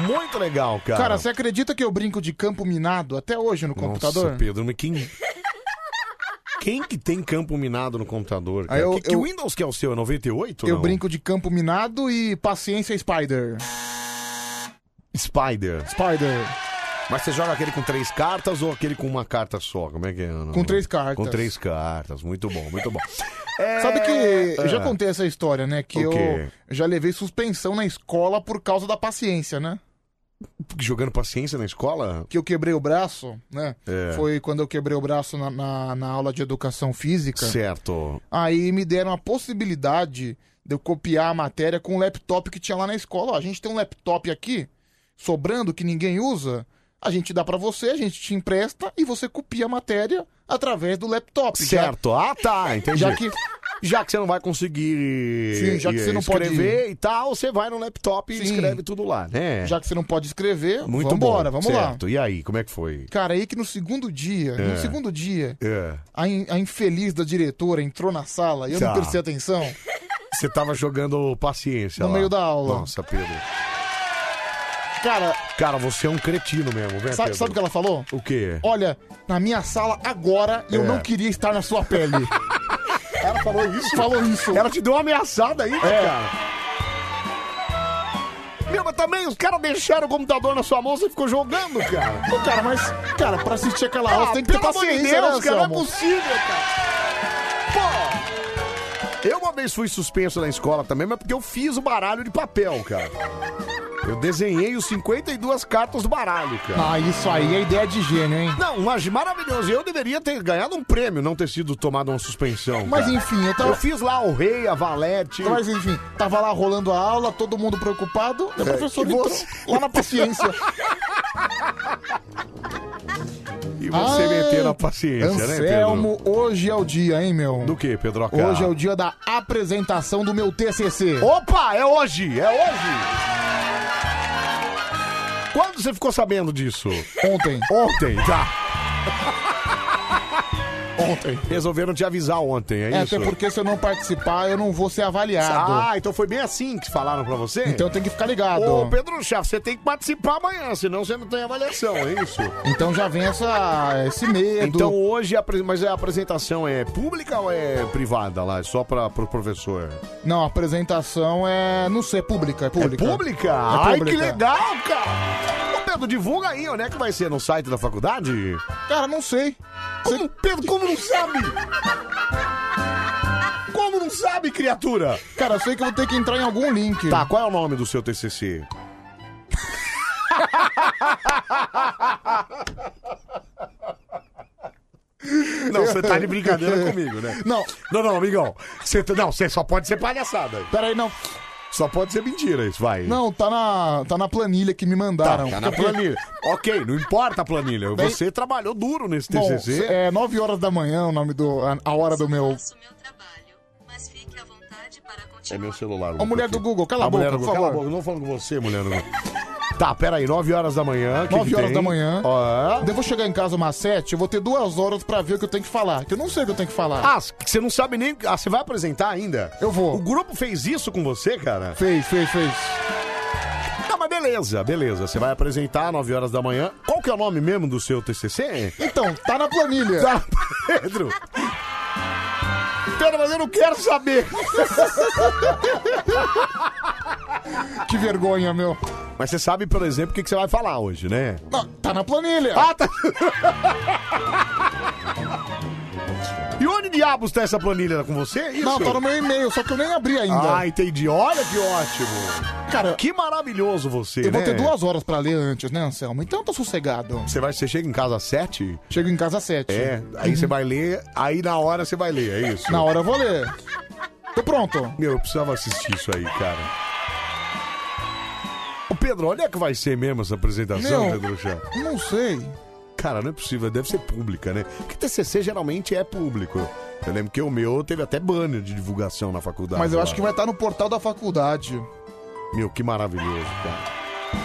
S1: Muito legal, cara.
S3: Cara, você acredita que eu brinco de campo minado até hoje no computador?
S1: Nossa, Pedro, mas quem... Quem que tem campo minado no computador, cara?
S3: Ah, eu-
S1: que, que
S3: eu-
S1: Windows que é o seu? É 98
S3: eu
S1: não?
S3: brinco de campo minado e paciência Spider.
S1: Spider.
S3: Spider.
S1: Mas você joga aquele com três cartas ou aquele com uma carta só? Como é que é? Ana?
S3: Com três cartas.
S1: Com três cartas. Muito bom,
S3: (laughs)
S1: muito bom.
S3: Sabe que eu já
S1: Ah.
S3: contei essa história, né? Que
S1: O
S3: eu
S1: quê?
S3: já levei suspensão na escola por causa da paciência, né?
S1: Jogando paciência na escola?
S3: Que eu quebrei o braço, né?
S1: É.
S3: Foi quando eu quebrei o braço na, na, na aula de educação física.
S1: Certo.
S3: Aí me deram a possibilidade de eu copiar a matéria com o laptop que tinha lá na escola. Ó, a gente tem um laptop aqui, sobrando, que ninguém usa. A gente dá pra você, a gente te empresta e você copia a matéria através do laptop. Já-
S1: Certo. Ah, tá. Entendi.
S3: Já que-
S1: Já que você não vai conseguir
S3: Sim, já que você não pode-
S1: escrever e tal, você vai no laptop e
S3: Sim.
S1: escreve tudo lá, né?
S3: Já que você não pode escrever,
S1: Muito
S3: vamos embora,
S1: bom.
S3: vamos lá.
S1: Certo. E aí, como é que foi?
S3: Cara, aí que no segundo dia,
S1: É.
S3: no segundo dia,
S1: É.
S3: a, in- a infeliz da diretora entrou na sala e eu
S1: Tá.
S3: não prestei atenção.
S1: Você tava jogando paciência
S3: No
S1: lá.
S3: meio da aula.
S1: Nossa, Pedro.
S3: Cara,
S1: Cara, você é um cretino mesmo, né,
S3: sabe,
S1: Pedro?
S3: sabe o que ela falou?
S1: O quê?
S3: Olha, na minha sala agora eu
S1: É.
S3: não queria estar na sua pele.
S1: (laughs) Ela falou isso?
S3: Falou isso.
S1: Ela te deu uma ameaçada aí, né,
S3: É.
S1: cara. Meu, mas também os caras deixaram o computador na sua mão, você ficou jogando, cara.
S3: Pô, cara, mas, cara, pra assistir aquela aula
S1: Ah,
S3: você tem que ter
S1: pelo amor de
S3: paciência,
S1: Deus,
S3: né,
S1: cara, não é
S3: Anselmo?
S1: possível, cara. Pô! Eu uma vez fui suspenso na escola também, mas porque eu fiz o baralho de papel, cara. Eu desenhei os 52 cartas do baralho, cara.
S3: Ah, isso aí é ideia de gênio, hein?
S1: Não, mas maravilhoso. Eu deveria ter ganhado um prêmio, não ter sido tomado uma suspensão.
S3: Mas
S1: cara.
S3: enfim, eu tava-
S1: Tá. Eu fiz lá o rei, a valete.
S3: Mas enfim, tava lá rolando a aula, todo mundo preocupado, e o professor
S1: É. e
S3: entrou
S1: você?
S3: lá na paciência.
S1: E você
S3: Ah,
S1: meter na paciência, né,
S3: Anselmo, hoje é o dia, hein, meu?
S1: Pedro? Do que, Pedro?
S3: Hoje é o dia da apresentação do meu TCC.
S1: Opa, é hoje, é hoje. Quando você ficou sabendo disso?
S3: Ontem.
S1: Ontem, tá.
S3: (laughs) ontem.
S1: Resolveram te avisar ontem, é,
S3: É,
S1: isso?
S3: até porque se eu não participar, eu não vou ser avaliado.
S1: Ah, então foi bem assim que falaram pra você?
S3: Então tem que ficar ligado.
S1: Ô, Pedro Chá, você tem que participar amanhã, senão você não tem avaliação, é isso?
S3: Então já vem (laughs) essa, esse medo.
S1: Então hoje, a apre- mas a apresentação é pública ou é privada lá? É só para pro professor?
S3: Não, a apresentação é. Não sei, é pública. É pública?
S1: Pública?
S3: É
S1: Ai,
S3: pública.
S1: que legal, cara! Ô, Pedro, divulga aí, onde é que vai ser? No site da faculdade?
S3: Cara, não sei.
S1: Como, Pedro, como não sabe? Como não sabe, criatura?
S3: Cara, eu sei que eu vou ter que entrar em algum link.
S1: Tá, qual é o nome do seu TCC? Não, você tá de brincadeira comigo, né?
S3: Não.
S1: Não, não, amigão. Você, tá- não, você só pode ser palhaçada.
S3: Peraí, não.
S1: Só pode ser mentira isso, vai.
S3: Não, tá na, tá na planilha que me
S1: Tá,
S3: mandaram.
S1: tá na planilha. ok, não importa a planilha. Você trabalhou duro nesse
S3: Bom,
S1: TCC.
S3: é 9 horas da manhã o nome do. A, a hora do meu.
S1: É meu celular.
S3: Ô, mulher do Google, cala a boca,
S1: mulher do
S3: por
S1: Google, cala a
S3: favor.
S1: boca, não tô falando com você, mulher do Google. Tá, peraí, 9 horas da manhã. que
S3: 9
S1: que
S3: horas
S1: tem?
S3: da manhã.
S1: Ó.
S3: Daí Eu vou chegar em casa umas 7, eu vou ter duas horas pra ver o que eu tenho que falar. Que eu não sei o que eu tenho que falar.
S1: Ah, você não sabe nem. Ah, você vai apresentar ainda? Eu vou. O grupo fez isso com você, cara?
S3: Fez, fez, fez.
S1: Tá, mas beleza, beleza. Você vai apresentar 9 horas da manhã. Qual que é o nome mesmo do seu TCC?
S3: Então, tá na planilha.
S1: Tá, Pedro. Pedro, mas eu não quero saber.
S3: Que vergonha, meu.
S1: Mas você sabe, por exemplo, o que, que você vai falar hoje, né?
S3: Não, tá na planilha.
S1: Ah, tá. (laughs) E onde diabos tá essa planilha com você? Isso?
S3: Não, tá no meu e-mail, só que eu nem abri ainda.
S1: Ah, entendi. Olha que ótimo.
S3: Cara,
S1: que maravilhoso você,
S3: eu
S1: né?
S3: vou ter duas horas pra ler antes, né, Anselmo? Então eu tô sossegado.
S1: Você, vai, você chega em casa às sete?
S3: Chego em casa às sete.
S1: É, aí você vai ler, aí na hora você vai ler, é isso?
S3: Uhum. Na hora eu vou ler. Tô pronto.
S1: Meu, eu precisava assistir isso aí, cara. Ô Pedro, onde é que vai ser mesmo essa apresentação,
S3: Meu,
S1: Pedro Chá?
S3: Não sei.
S1: Cara, não é possível, deve ser pública, né? Porque TCC geralmente é público. Eu lembro que o meu teve até banner de divulgação na faculdade.
S3: Mas eu
S1: lá.
S3: acho que vai estar no portal da faculdade.
S1: Meu, que maravilhoso, cara.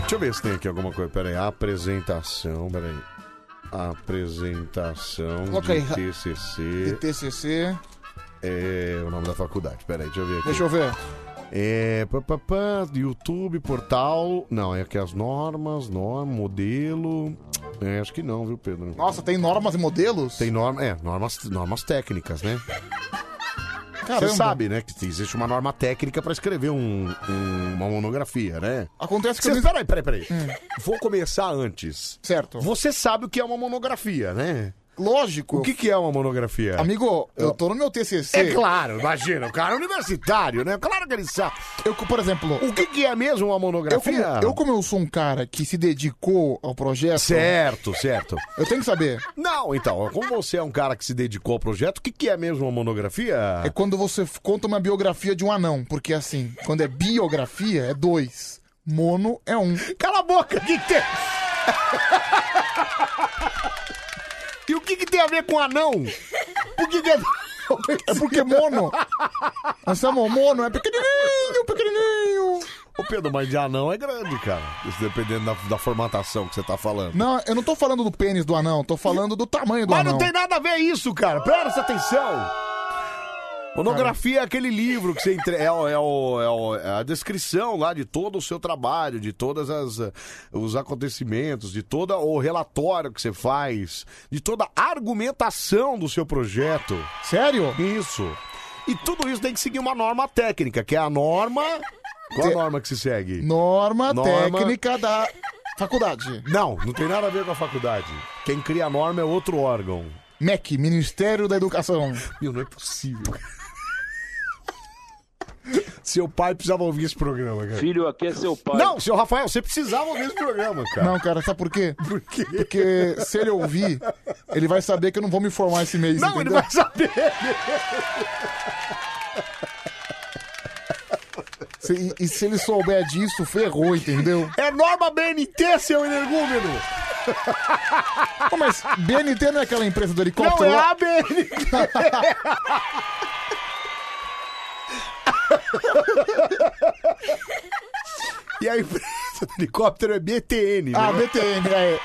S1: Deixa eu ver se tem aqui alguma coisa. Pera aí, apresentação, pera aí. Apresentação
S3: Coloca aí,
S1: de
S3: ra-
S1: TCC.
S3: De TCC.
S1: É o nome da faculdade. Pera aí, deixa eu ver aqui.
S3: Deixa eu ver.
S1: É, pá, pá, pá, YouTube, portal. Não, é aqui as normas, norma, modelo. É, acho que não, viu, Pedro?
S3: Nossa, tem normas e modelos?
S1: Tem norma, é, normas, normas técnicas, né?
S3: Caramba.
S1: Você sabe, né, que existe uma norma técnica pra escrever um- um- uma monografia, né?
S3: Acontece que
S1: Você,
S3: eu não-
S1: peraí, peraí, peraí. Vou começar antes.
S3: Certo.
S1: Você sabe o que é uma monografia, né?
S3: Lógico.
S1: O que, que é uma monografia?
S3: Amigo, eu tô no meu TCC.
S1: É claro, imagina, o cara é universitário, né? Claro que ele sabe.
S3: Eu, por exemplo...
S1: O que, que é mesmo uma
S3: Eu como,
S1: monografia?
S3: eu, como eu sou um cara que se dedicou ao projeto,
S1: Certo, certo.
S3: eu tenho que saber.
S1: Não, então, como você é um cara que se dedicou ao projeto, o que, que é mesmo uma monografia?
S3: É quando você f- conta uma biografia de um anão. Porque assim, quando é biografia, é dois. Mono é um.
S1: Cala a boca, o que, que tem? e o que, que tem a ver com anão? Por que, que é.
S3: É porque mono. Anselmo, mono é pequenininho, pequenininho.
S1: Ô Pedro, mas de anão é grande, cara. Isso dependendo da, da formatação que você tá falando.
S3: Não, eu não tô falando do pênis do anão, tô falando do tamanho do
S1: mas
S3: anão.
S1: não tem nada a ver isso, cara. Presta atenção. Monografia é aquele livro que você entrega. É, o- é o- é o- é a descrição lá de todo o seu trabalho, de todos os acontecimentos, de todo o relatório que você faz, de toda a argumentação do seu projeto.
S3: Sério?
S1: Isso. E tudo isso tem que seguir uma norma técnica, que é a norma. Qual a norma que se segue?
S3: Norma,
S1: Norma-
S3: técnica da faculdade.
S1: Não, não tem nada a ver com a faculdade. Quem cria a norma é outro órgão.
S3: MEC, Ministério da Educação.
S1: Meu, não é possível. Seu pai precisava ouvir esse programa, cara.
S13: Filho, aqui é seu pai.
S1: Não, seu Rafael, você precisava ouvir esse programa, cara.
S3: Não, cara, sabe por quê? Por quê? Porque se ele ouvir, ele vai saber que eu não vou me formar esse mês,
S1: Não, ele
S3: entendeu?
S1: vai saber.
S3: Se- e, e se ele souber disso, ferrou, entendeu?
S1: É norma BNT, seu energúmeno.
S3: Pô, mas BNT não é aquela empresa do
S1: Não
S3: helicóptero
S1: é
S3: lá?
S1: a BNT.
S3: (laughs)
S1: E a empresa do helicóptero é BTN, né?
S3: Ah, BTN, é.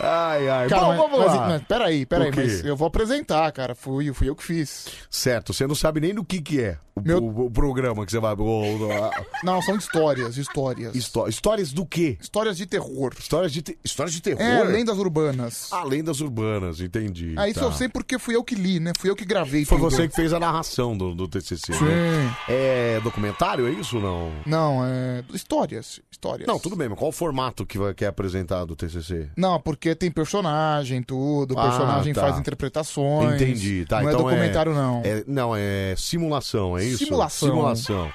S1: Ai, ai.
S3: Cara,
S1: Bom,
S3: mas-
S1: vamos
S3: mas-
S1: lá.
S3: mas peraí, peraí,
S1: O quê?
S3: mas eu vou apresentar, cara. Fui, fui eu que fiz.
S1: Certo, você não sabe nem do que que é o, o- o programa que você vai... o- o- a-
S3: Não, são histórias, histórias.
S1: Histó- histórias do quê?
S3: Histórias de terror.
S1: Histórias de, te- histórias de terror?
S3: É, lendas urbanas.
S1: Ah, lendas urbanas, entendi.
S3: Aí isso
S1: tá.
S3: eu sei porque fui eu que li, né? Fui eu que gravei
S1: Foi
S3: tudo.
S1: você que fez a narração do, do TCC, né? É documentário, é isso ou não?
S3: Não, é... Histórias, histórias.
S1: Não, tudo bem, mas qual o formato que, vai- que é apresentado o TCC?
S3: Não, porque tem personagem, tudo. O
S1: Ah,
S3: personagem
S1: tá.
S3: faz interpretações.
S1: Entendi, tá.
S3: Não
S1: então
S3: é documentário, não.
S1: é- não, é simulação, é isso?
S3: Simulação.
S1: Simulação.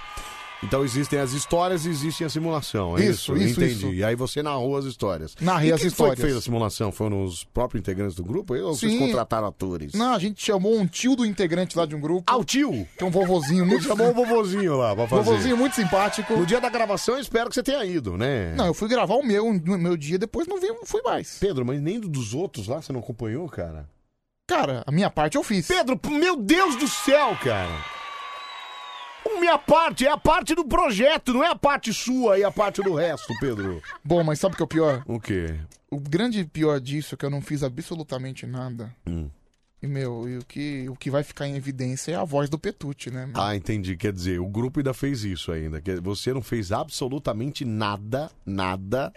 S1: Então existem as histórias e existe a simulação, é isso?
S3: Isso, isso,
S1: Entendi.
S3: isso.
S1: E aí você narrou as histórias.
S3: Narrei
S1: E
S3: as
S1: quem Foi
S3: histórias.
S1: que fez a simulação? Foram os próprios integrantes do grupo? Ou vocês
S3: Sim.
S1: contrataram atores?
S3: Não, a gente chamou um tio do integrante lá de um grupo. Ah,
S1: o tio?
S3: Que é um vovozinho muito...
S1: Ele chamou o vovozinho lá pra fazer.
S3: Vovozinho muito simpático.
S1: No dia da gravação, eu espero que você tenha ido, né?
S3: Não, eu fui gravar o meu, no meu dia, depois não, vi, não fui mais.
S1: Pedro, mas nem dos outros lá você não acompanhou, cara?
S3: Cara, a minha parte eu fiz.
S1: Pedro, meu Deus do céu, cara! O minha parte é a parte do projeto, não é a parte sua e a parte do resto,
S3: (laughs)
S1: Pedro.
S3: Bom, mas sabe o que é o pior?
S1: O quê?
S3: O grande pior disso é que eu não fiz absolutamente nada.
S1: Hum.
S3: E, meu, e o que, o que vai ficar em evidência é a voz do Petute, né? meu?
S1: Ah, entendi. Quer dizer, o grupo ainda fez isso ainda. que Você não fez absolutamente nada, nada.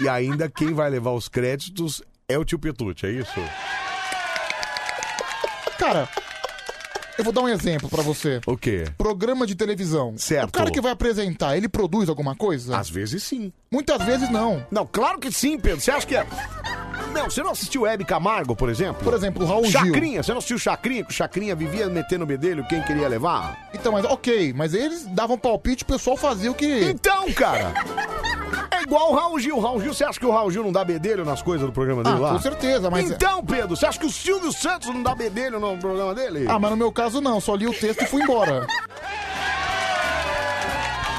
S1: E ainda quem vai levar os créditos é o tio Petute, é isso?
S3: Cara, eu vou dar um exemplo pra você.
S1: O quê?
S3: Programa de televisão. Certo. O cara que vai apresentar, ele produz alguma coisa?
S1: Às vezes sim.
S3: Muitas vezes não.
S1: Não, claro que sim, Pedro. Você acha que é. Não, você não assistiu Hebe Camargo, por exemplo? Por
S3: exemplo, Raul Gil.
S1: Chacrinha, você não assistiu Chacrinha? Que o Chacrinha vivia metendo o bedelho quem queria levar?
S3: Então, mas ok, mas eles davam palpite, o pessoal fazia o que.
S1: Então, cara! É igual o Raul Gil. O Raul Gil, você acha que o Raul Gil não dá bedelho nas coisas do programa dele
S3: Ah,
S1: lá?
S3: com certeza, mas-
S1: Então, Pedro, você acha que o Silvio Santos não dá bedelho no programa dele?
S3: Ah, mas no meu caso não, só li o texto e fui embora.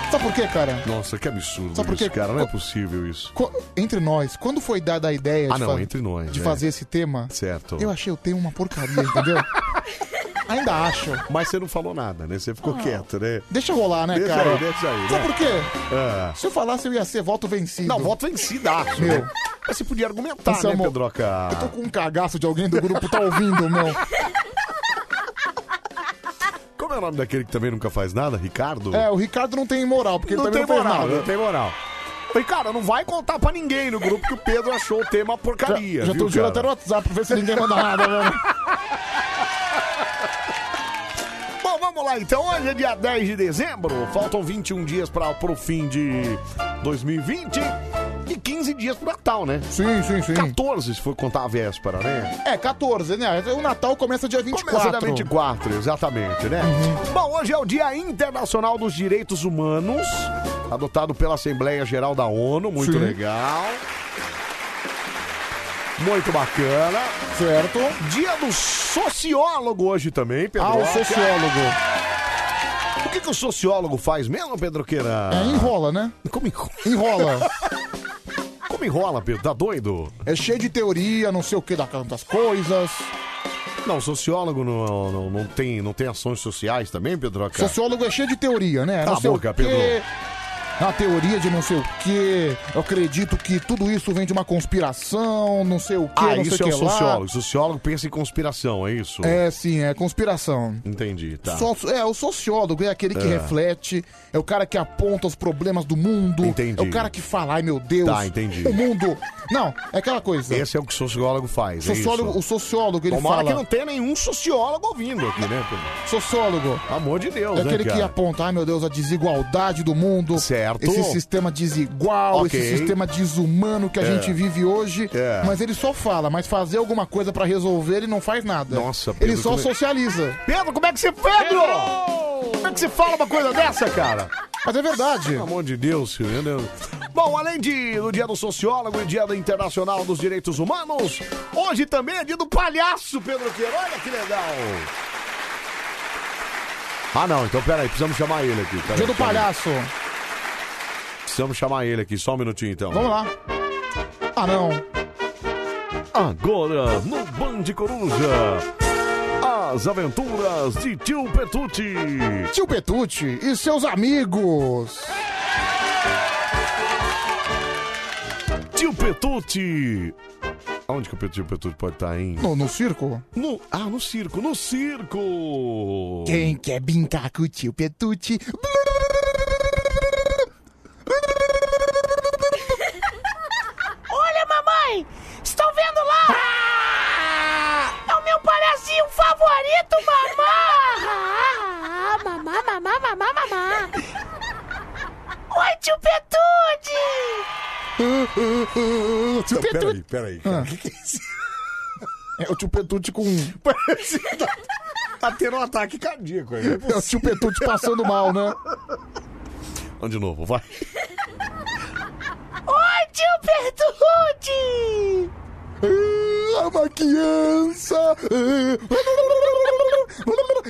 S3: Sabe por quê, cara?
S1: Nossa, que absurdo
S3: Sabe por
S1: isso,
S3: quê?
S1: cara. Não é possível isso.
S3: Co- entre nós, quando foi dada a ideia de,
S1: Ah, não,
S3: fa-
S1: entre nós,
S3: de
S1: é.
S3: fazer esse tema,
S1: Certo.
S3: Ah. eu achei o tema uma porcaria, entendeu? Ainda acho. Ah.
S1: Mas você não falou nada, né? Você ficou quieto, né?
S3: Deixa rolar, né,
S1: Deixa
S3: cara?
S1: aí, deixa aí,
S3: Sabe
S1: né?
S3: por quê?
S1: Ah.
S3: Se eu falasse, eu ia ser voto vencido.
S1: Não, voto vencido, acho,
S3: Meu.
S1: né? Mas você podia argumentar,
S3: Esse é
S1: né,
S3: uma-
S1: Pedroca?
S3: Eu tô com um cagaço de alguém do grupo, tá ouvindo, meu.
S1: Como é o nome daquele que também nunca faz nada? Ricardo?
S3: É, o Ricardo não tem moral, porque
S1: não
S3: ele
S1: tem
S3: também não fez
S1: moral,
S3: nada.
S1: não tem moral. Falei, cara, não vai contar pra ninguém no grupo que o Pedro achou o tema é porcaria.
S3: Já, já tô
S1: viu,
S3: girando
S1: cara?
S3: até no WhatsApp pra ver se ninguém manda nada, né? mano.
S1: (laughs) Bom, vamos lá então. Hoje é dia 10 de dezembro. Faltam 21 dias para pro fim de 2020 e 15 dias pro Natal, né?
S3: Sim, sim, sim.
S1: 14 se for contar a véspera, né?
S3: É, 14, né? O Natal começa dia 24.
S1: Começa dia 24, exatamente, né?
S3: Uhum.
S1: Bom, hoje é o Dia Internacional dos Direitos Humanos, adotado pela Assembleia Geral da ONU, muito
S3: Sim.
S1: legal. Muito bacana.
S3: Certo.
S1: Dia do sociólogo hoje também, Pedro.
S3: Ah, o sociólogo.
S1: O que, que o sociólogo faz mesmo, Pedroqueira?
S3: É, enrola, né?
S1: Como enrola?
S3: Enrola.
S1: Como enrola, Pedro? Tá doido?
S3: É cheio de teoria, não sei o que da- das coisas.
S1: Não, o sociólogo não, não, não tem, não tem ações sociais também, Pedroca?
S3: Sociólogo é cheio de teoria, né?
S1: Cala
S3: não
S1: a
S3: sei o
S1: boca,
S3: quê.
S1: Pedro.
S3: Na teoria de não sei o quê. Eu acredito que tudo isso vem de uma conspiração, não sei o quê,
S1: Ah,
S3: não
S1: isso
S3: sei
S1: é o
S3: que lá.
S1: sociólogo. O sociólogo pensa em conspiração, é isso?
S3: É, sim, é conspiração.
S1: Entendi, tá.
S3: Só- é, o sociólogo é aquele que
S1: É.
S3: reflete, é o cara que aponta os problemas do mundo, é o cara que fala, ai meu Deus,
S1: Tá, entendi.
S3: o mundo. Não, é aquela coisa.
S1: Esse é o que o sociólogo faz,
S3: sociólogo,
S1: é isso?
S3: o sociólogo, ele
S1: Tomara
S3: fala.
S1: que não tenha nenhum sociólogo ouvindo aqui, né, Pedro?
S3: Sociólogo.
S1: Amor de Deus,
S3: É
S1: né,
S3: aquele que
S1: cara?
S3: aponta, ai meu Deus, a desigualdade do mundo.
S1: Certo.
S3: Esse sistema desigual,
S1: Ok.
S3: esse sistema desumano que a
S1: É.
S3: gente vive hoje.
S1: É.
S3: Mas ele só fala, mas fazer alguma coisa pra resolver ele não faz nada.
S1: Nossa, Pedro,
S3: Ele só
S1: como é-
S3: socializa.
S1: Pedro, como é que você... Pedro! Como é que você fala uma coisa dessa, cara?
S3: Mas é verdade.
S1: Pelo amor de Deus, filho, entendeu? Bom, além de, do Dia do Sociólogo e Dia do Internacional dos Direitos Humanos, hoje também é Dia do Palhaço, Pedro Queiro. Olha que legal. Ah, não, então peraí, precisamos chamar ele aqui. peraí,
S3: Dia do
S1: só um
S3: palhaço.
S1: minuto. Precisamos chamar ele aqui, só um minutinho então.
S3: Vamos lá. Ah, não.
S1: Agora, no Band Coruja, as aventuras de Tio Petucci.
S3: Tio Betucci e seus amigos.
S1: Tio Petute! Onde que o Tio Petute pode estar, hein?
S3: No, no circo?
S1: No, ah, no circo, no circo!
S3: Quem quer brincar com o tio Petute?
S2: Olha, mamãe! Estão vendo lá?
S3: Ah!
S2: É o meu palhacinho favorito, mamá! Ah, mamá, mamá, mamá, mamá! Oi, tio Petude!
S1: Tio Não, peraí, Então, peraí. cara. Que que é isso?
S3: É o tio Petute com. (laughs)
S1: Parece que tá, tá tendo um ataque cardíaco aí. não
S3: É o tio Petute passando mal, né?
S1: Vamos de novo, vai.
S2: Oi, tio Petude!
S3: É uma criança!
S1: É.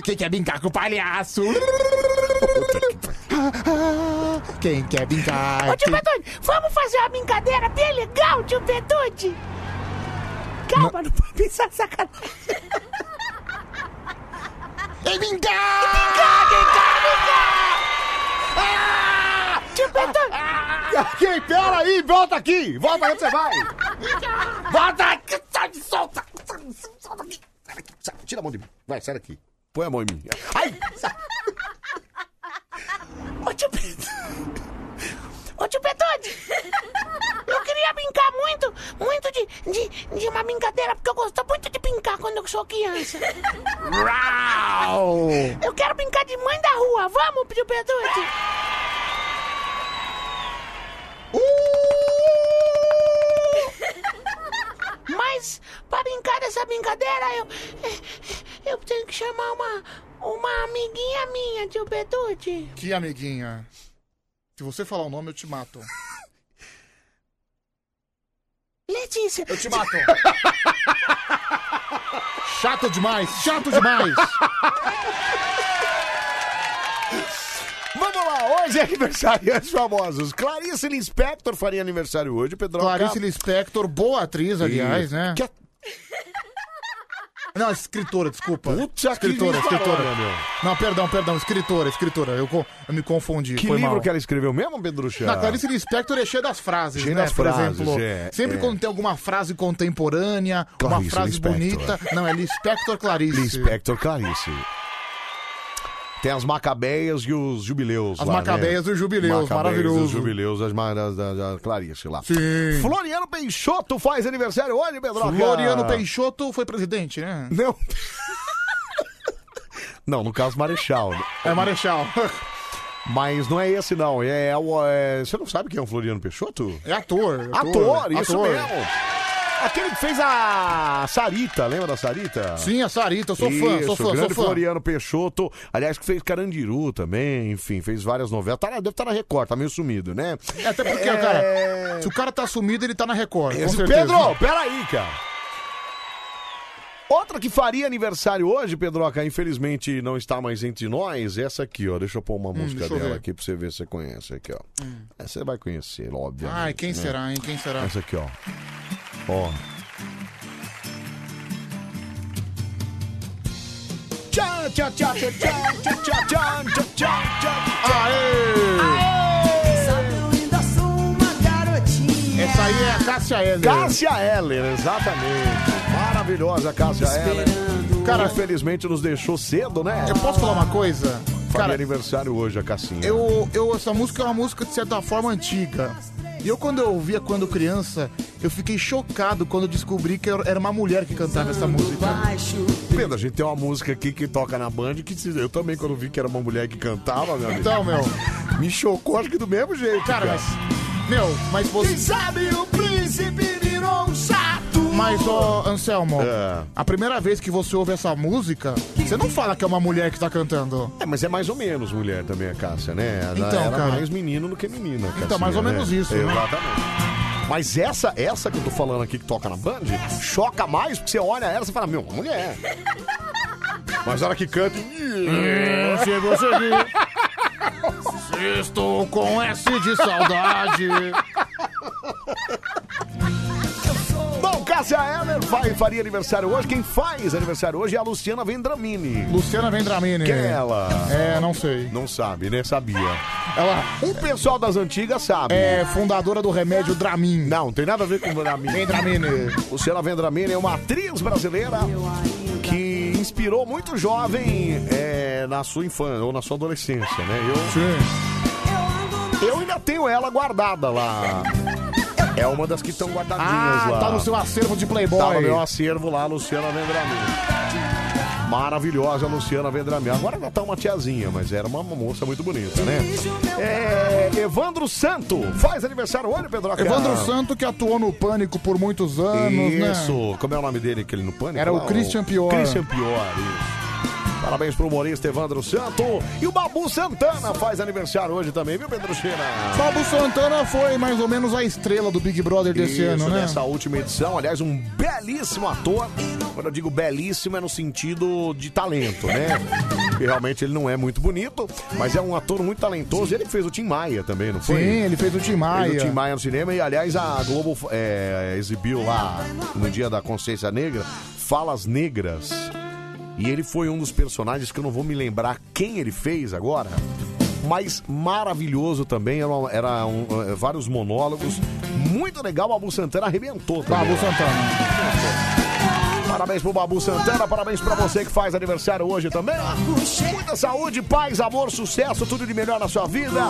S3: Quem
S2: é,
S3: quer brincar com o palhaço? ah. Quem quer brincar?
S2: Ô, tio Petude, vamos fazer uma brincadeira bem legal, tio Petude? Calma, não, pode pensar em sacanagem.
S3: É brincar! É
S2: brincar, brincar, brincar! Tio Petude!
S1: Quem? Pera aí, Ah! volta aqui! Volta aí, onde você vai! Volta aqui! Sai, me solta! Sai, me solta aqui! Sai daqui, sai, Tira a mão de mim. Vai, sai daqui. Põe a mão em mim. Ai! sai.
S2: Ô, tio Petude! Ô, tio Petude! Eu queria brincar Tá muito, muito de, de, de uma brincadeira, porque eu gosto muito de brincar quando eu sou criança.
S1: Rau!
S2: Eu quero brincar de mãe da rua. Vamos, tio Petude! Mas, pra brincar dessa brincadeira, eu, eu tenho que chamar uma, uma amiguinha minha, tio Petude.
S3: Que amiguinha. Se você falar o nome, eu te mato.
S2: Letícia.
S3: Eu te mato. Chato demais, chato demais.
S1: Vamos lá, hoje é aniversariantes famosos. Clarice Lispector faria aniversário hoje, Pedro.
S3: Clarice Lispector, boa atriz, aliás,
S1: Isso.
S3: né?
S1: Que a-
S3: Não, escritora, desculpa.
S1: Putz, que
S3: escritora,
S1: livro
S3: escritora.
S1: agora, meu.
S3: Não, perdão, perdão, escritora, escritora. Eu, co- eu me confundi.
S1: Que
S3: foi
S1: livro
S3: mal.
S1: que ela escreveu mesmo, Pedrucha?
S3: Na Clarice Lispector é cheia das frases,
S1: Tá. Cheia
S3: né?
S1: das
S3: Por
S1: frases,
S3: exemplo,
S1: é,
S3: sempre
S1: é.
S3: quando tem alguma frase contemporânea, uma
S1: Clarice
S3: frase
S1: Lispector.
S3: bonita. Não, é Lispector Clarice.
S1: Lispector Clarice. Tem as macabeias e os jubileus.
S3: As
S1: lá, né?
S3: macabeias e os jubileus,
S1: Macabeias e
S3: maravilhoso.
S1: Os jubileus, as maras da, da Clarice lá.
S3: Sim.
S1: Floriano Peixoto faz aniversário hoje, Pedroca.
S3: Floriano Peixoto foi presidente, né?
S1: Não. Não, no caso, Marechal.
S3: É Marechal.
S1: (laughs) Mas não é esse, não. É, o- é- Você não sabe quem é o Floriano Peixoto?
S3: É ator.
S1: Ator, isso mesmo. Aquele que fez a Sarita, lembra da Sarita?
S3: Sim, a Sarita, eu sou fã, sou
S1: Isso,
S3: fã,
S1: o
S3: sou
S1: grande
S3: fã.
S1: Floriano Peixoto, aliás, que fez Carandiru também, enfim, fez várias novelas. Tá, na- deve estar na Record, tá meio sumido, né?
S3: É, Até porque,
S1: É.
S3: cara, se o cara tá sumido, ele tá na Record. com
S1: Esse-
S3: certeza.
S1: Pedro, peraí, cara. Outra que faria aniversário hoje, Pedroca, infelizmente não está mais entre nós, é essa aqui, ó. Deixa eu pôr uma música
S3: Hum, deixa eu
S1: dela
S3: ver. Hum.
S1: aqui pra você ver se você conhece aqui, ó. Essa você vai conhecer, óbvio.
S3: Ai, quem será, hein? Quem será?
S1: Essa aqui, ó. Ó. Tchau, tchau, tchau, tchau, tchau, tchau, tchau, tchau, tchau, tchau.
S2: Sabe, eu ainda sou uma garotinha.
S3: Essa aí é a Cássia Heller.
S1: Cássia Heller, exatamente. Maravilhosa Cássia Heller. Cara, infelizmente nos deixou cedo, né?
S3: Eu posso falar uma coisa?
S1: Faria
S3: Cara,
S1: aniversário hoje a Cassinha.
S3: eu, eu, essa música é uma música de certa forma antiga. E eu, quando eu ouvia quando criança, eu fiquei chocado quando eu descobri que era uma mulher que cantava essa música.
S1: Pedro, a gente tem uma música aqui que toca na Band que se- eu também, quando vi que era uma mulher que cantava, meu amigo,
S3: Então, meu.
S1: me chocou, acho que do mesmo jeito.
S3: Cara, mas. Meu, mas
S1: Quem
S3: você.
S1: sabe o príncipe virou um chato.
S3: Mas,
S1: (laughs)
S3: ô, Anselmo,
S1: É.
S3: a primeira vez que você ouve essa música, você não fala que é uma mulher que tá cantando.
S1: É, mas é mais ou menos mulher também a Cássia, né? Ela
S3: Então,
S1: era
S3: cara.
S1: mais menino do que menina. a
S3: Então, mais
S1: Cassinha,
S3: ou menos
S1: né?
S3: isso, né?
S1: Exatamente. Mas essa, essa que eu tô falando aqui que toca na Band, choca mais, porque você olha ela e fala, meu, uma mulher. Mas na hora que canta.
S3: Chegou, chegou. Estou com S de saudade.
S1: Bom, Cássia Heller vai, faria aniversário hoje. Quem faz aniversário hoje é a Luciana Vendramini.
S3: Luciana Vendramini.
S1: Quem é ela?
S3: É, não sei.
S1: Não sabe, né? Sabia.
S3: Ela,
S1: o pessoal das antigas sabe.
S3: É fundadora do remédio Dramin.
S1: Não, tem nada a ver com Vendramini.
S3: Vendramini.
S1: Luciana Vendramini é uma atriz brasileira que inspirou muito jovem é, na sua infância ou na sua adolescência, né? Eu, Eu ainda tenho ela guardada lá. É uma das que estão guardadinhas
S3: Ah,
S1: lá.
S3: tá no seu acervo de Playboy.
S1: Tá no meu acervo lá, Luciana Vendramin. Maravilhosa Luciana Vendramin. Agora ela tá uma tiazinha, mas era uma moça muito bonita, né? É, Evandro Santo faz aniversário hoje, Pedro
S3: Evandro Santo, que atuou no Pânico por muitos anos, né?
S1: Isso. Como é o nome dele, aquele no pânico?
S3: Era o
S1: lá?
S3: Christian Pior.
S1: Christian Pior, isso. Parabéns pro humorista Evandro Santo. E o Babu Santana faz aniversário hoje também, viu, Pedro Cheira?
S3: Fábio Santana foi mais ou menos a estrela do Big Brother desse
S1: Isso,
S3: ano, né?
S1: nessa última edição. Aliás, um belíssimo ator. Quando eu digo belíssimo, é no sentido de talento, né? Porque realmente ele não é muito bonito, mas é um ator muito talentoso. Ele que fez o Tim Maia também, não
S3: Sim,
S1: foi?
S3: ele fez o Tim Maia.
S1: Fez o Tim Maia no cinema e, aliás, a Globo é, exibiu lá no Dia da Consciência Negra Falas Negras. E ele foi um dos personagens que eu não vou me lembrar quem ele fez agora, mas maravilhoso também. Era, uma- era um- eh, vários monólogos. Muito legal, o Babu Santana arrebentou também.
S3: Babu Santana.
S1: Parabéns pro Babu Santana, parabéns pra você que faz aniversário hoje também. Muita saúde, paz, amor, sucesso, tudo de melhor na sua vida.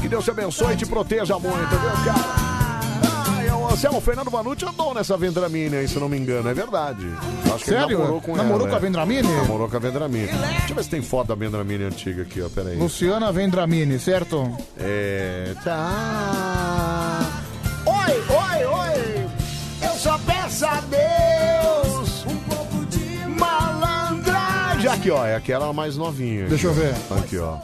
S1: Que Deus te abençoe e te proteja muito, viu, cara? Ai, o Anselmo Fernando Vanucci andou nessa Vendramini aí, se não me engano, é verdade. Acho que ele
S3: Sério?
S1: namorou com ela.
S3: Namorou com a
S1: é.
S3: Vendramini?
S1: Namorou com a Vendramini. Deixa eu ver se tem foto da Vendramini antiga aqui, ó, peraí.
S3: Luciana Vendramini, certo?
S1: É... Tá...
S2: Oi, oi, oi! Eu só peço a Deus um pouco de malandragem.
S1: Já aqui, ó, é aquela mais novinha. aqui,
S3: Deixa eu
S1: ó.
S3: ver.
S1: Aqui, ó.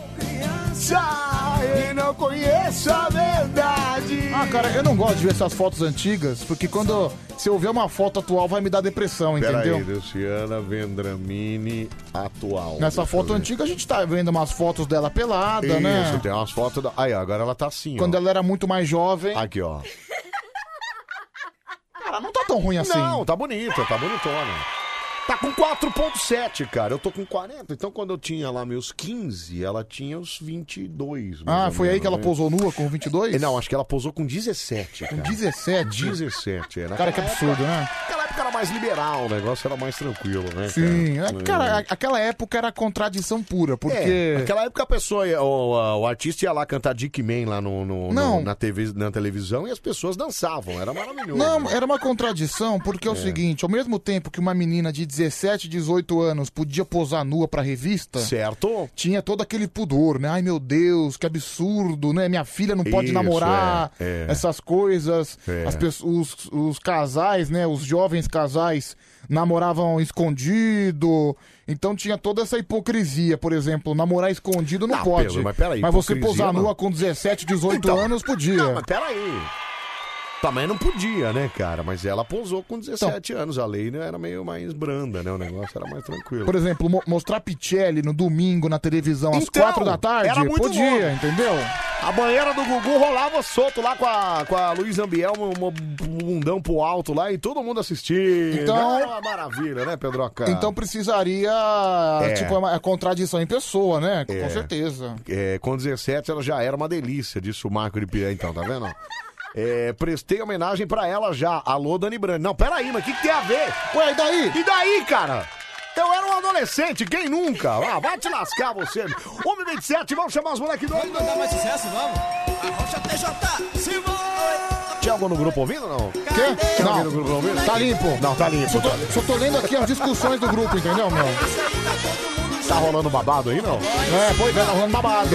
S2: Sai, não conheço
S1: é
S2: a verdade.
S3: Ah, cara, eu não gosto de ver essas fotos antigas, porque quando se eu ver uma foto atual vai me dar depressão,
S1: Peraí,
S3: entendeu?
S1: Luciana Vendramini atual.
S3: Nessa
S1: Deixa
S3: foto
S1: eu ver.
S3: antiga a gente tá vendo umas fotos dela pelada,
S1: Isso,
S3: né?
S1: tem umas fotos da. Aí, ó, agora ela tá assim,
S3: Quando
S1: ó.
S3: ela era muito mais jovem.
S1: Aqui, (laughs) ó.
S3: Cara, não tá tão ruim assim.
S1: Não, tá bonita, tá bonitona. Tá com 4.7, cara. Eu tô com 40. Então, quando eu tinha lá meus 15, ela tinha os 22. mais
S3: Ah,
S1: ou
S3: foi aí
S1: menos,
S3: que ela
S1: né?
S3: posou nua com 22?
S1: Não, acho que ela posou com 17, cara.
S3: Com 17?
S1: 17, era.
S3: Cara, que absurdo, né?
S1: Naquela época era mais liberal, o negócio era mais tranquilo, né?
S3: Sim.
S1: cara?
S3: é, Cara, a- aquela época era contradição pura,
S1: É,
S3: porque.
S1: naquela época a pessoa, ia- o, a- o artista ia lá cantar Dick Man lá no, no- no-
S3: Não.
S1: na, TV, na televisão e as pessoas dançavam, era maravilhoso.
S3: Não, era uma contradição, porque é o seguinte, ao mesmo tempo que uma menina de 17, 18 anos podia posar nua pra revista,
S1: Certo?
S3: tinha todo aquele pudor, né? Ai meu Deus, que absurdo, né? Minha filha não pode
S1: Isso,
S3: namorar,
S1: é, é.
S3: essas coisas.
S1: É.
S3: As pessoas, os, os casais, né? Os jovens casais namoravam escondido. Então tinha toda essa hipocrisia, por exemplo, namorar escondido não,
S1: Ah,
S3: pode.
S1: Pedro, mas peraí,
S3: você
S1: hipocrisia
S3: posar
S1: não.
S3: nua com 17, 18
S1: Então,
S3: anos podia.
S1: Não, mas peraí. Também não podia, né, cara? Mas ela posou com 17
S3: Então.
S1: anos. A lei né, era meio mais branda, né? O negócio era mais tranquilo.
S3: Por exemplo, mo- mostrar Pichelli no domingo na televisão às
S1: Então,
S3: quatro da tarde,
S1: era muito
S3: podia,
S1: bom.
S3: entendeu?
S1: A banheira do Gugu rolava solto lá com a, com a Luiz Ambiel, um, um bundão pro alto lá e todo mundo assistia.
S3: Então-
S1: Era uma maravilha, né, Pedroca?
S3: Então precisaria,
S1: É.
S3: tipo, uma- a contradição em pessoa, né? Com
S1: É.
S3: certeza.
S1: É, com 17 ela já era uma delícia, disse o Marco de Piré, então, tá vendo? É, prestei homenagem pra ela já. Alô, Dani Brandi. Não, peraí, mas o que, que tem a ver?
S3: Ué, e daí?
S1: E daí, cara? Eu era um adolescente, quem nunca? Ah, vai te lascar você. Um Homem 27, vamos chamar os moleque doidos. Vamos mais sucesso, vamos. Tinha algum no grupo ouvindo ou não?
S3: Quê?
S1: alguém no grupo
S3: Não,
S1: ouvindo?
S3: tá limpo.
S1: Não, tá limpo.
S3: Só tô,
S1: tá limpo.
S3: só tô lendo aqui as discussões do grupo, entendeu, meu?
S1: Tá rolando babado aí, não?
S3: É, pois é, tá rolando babado.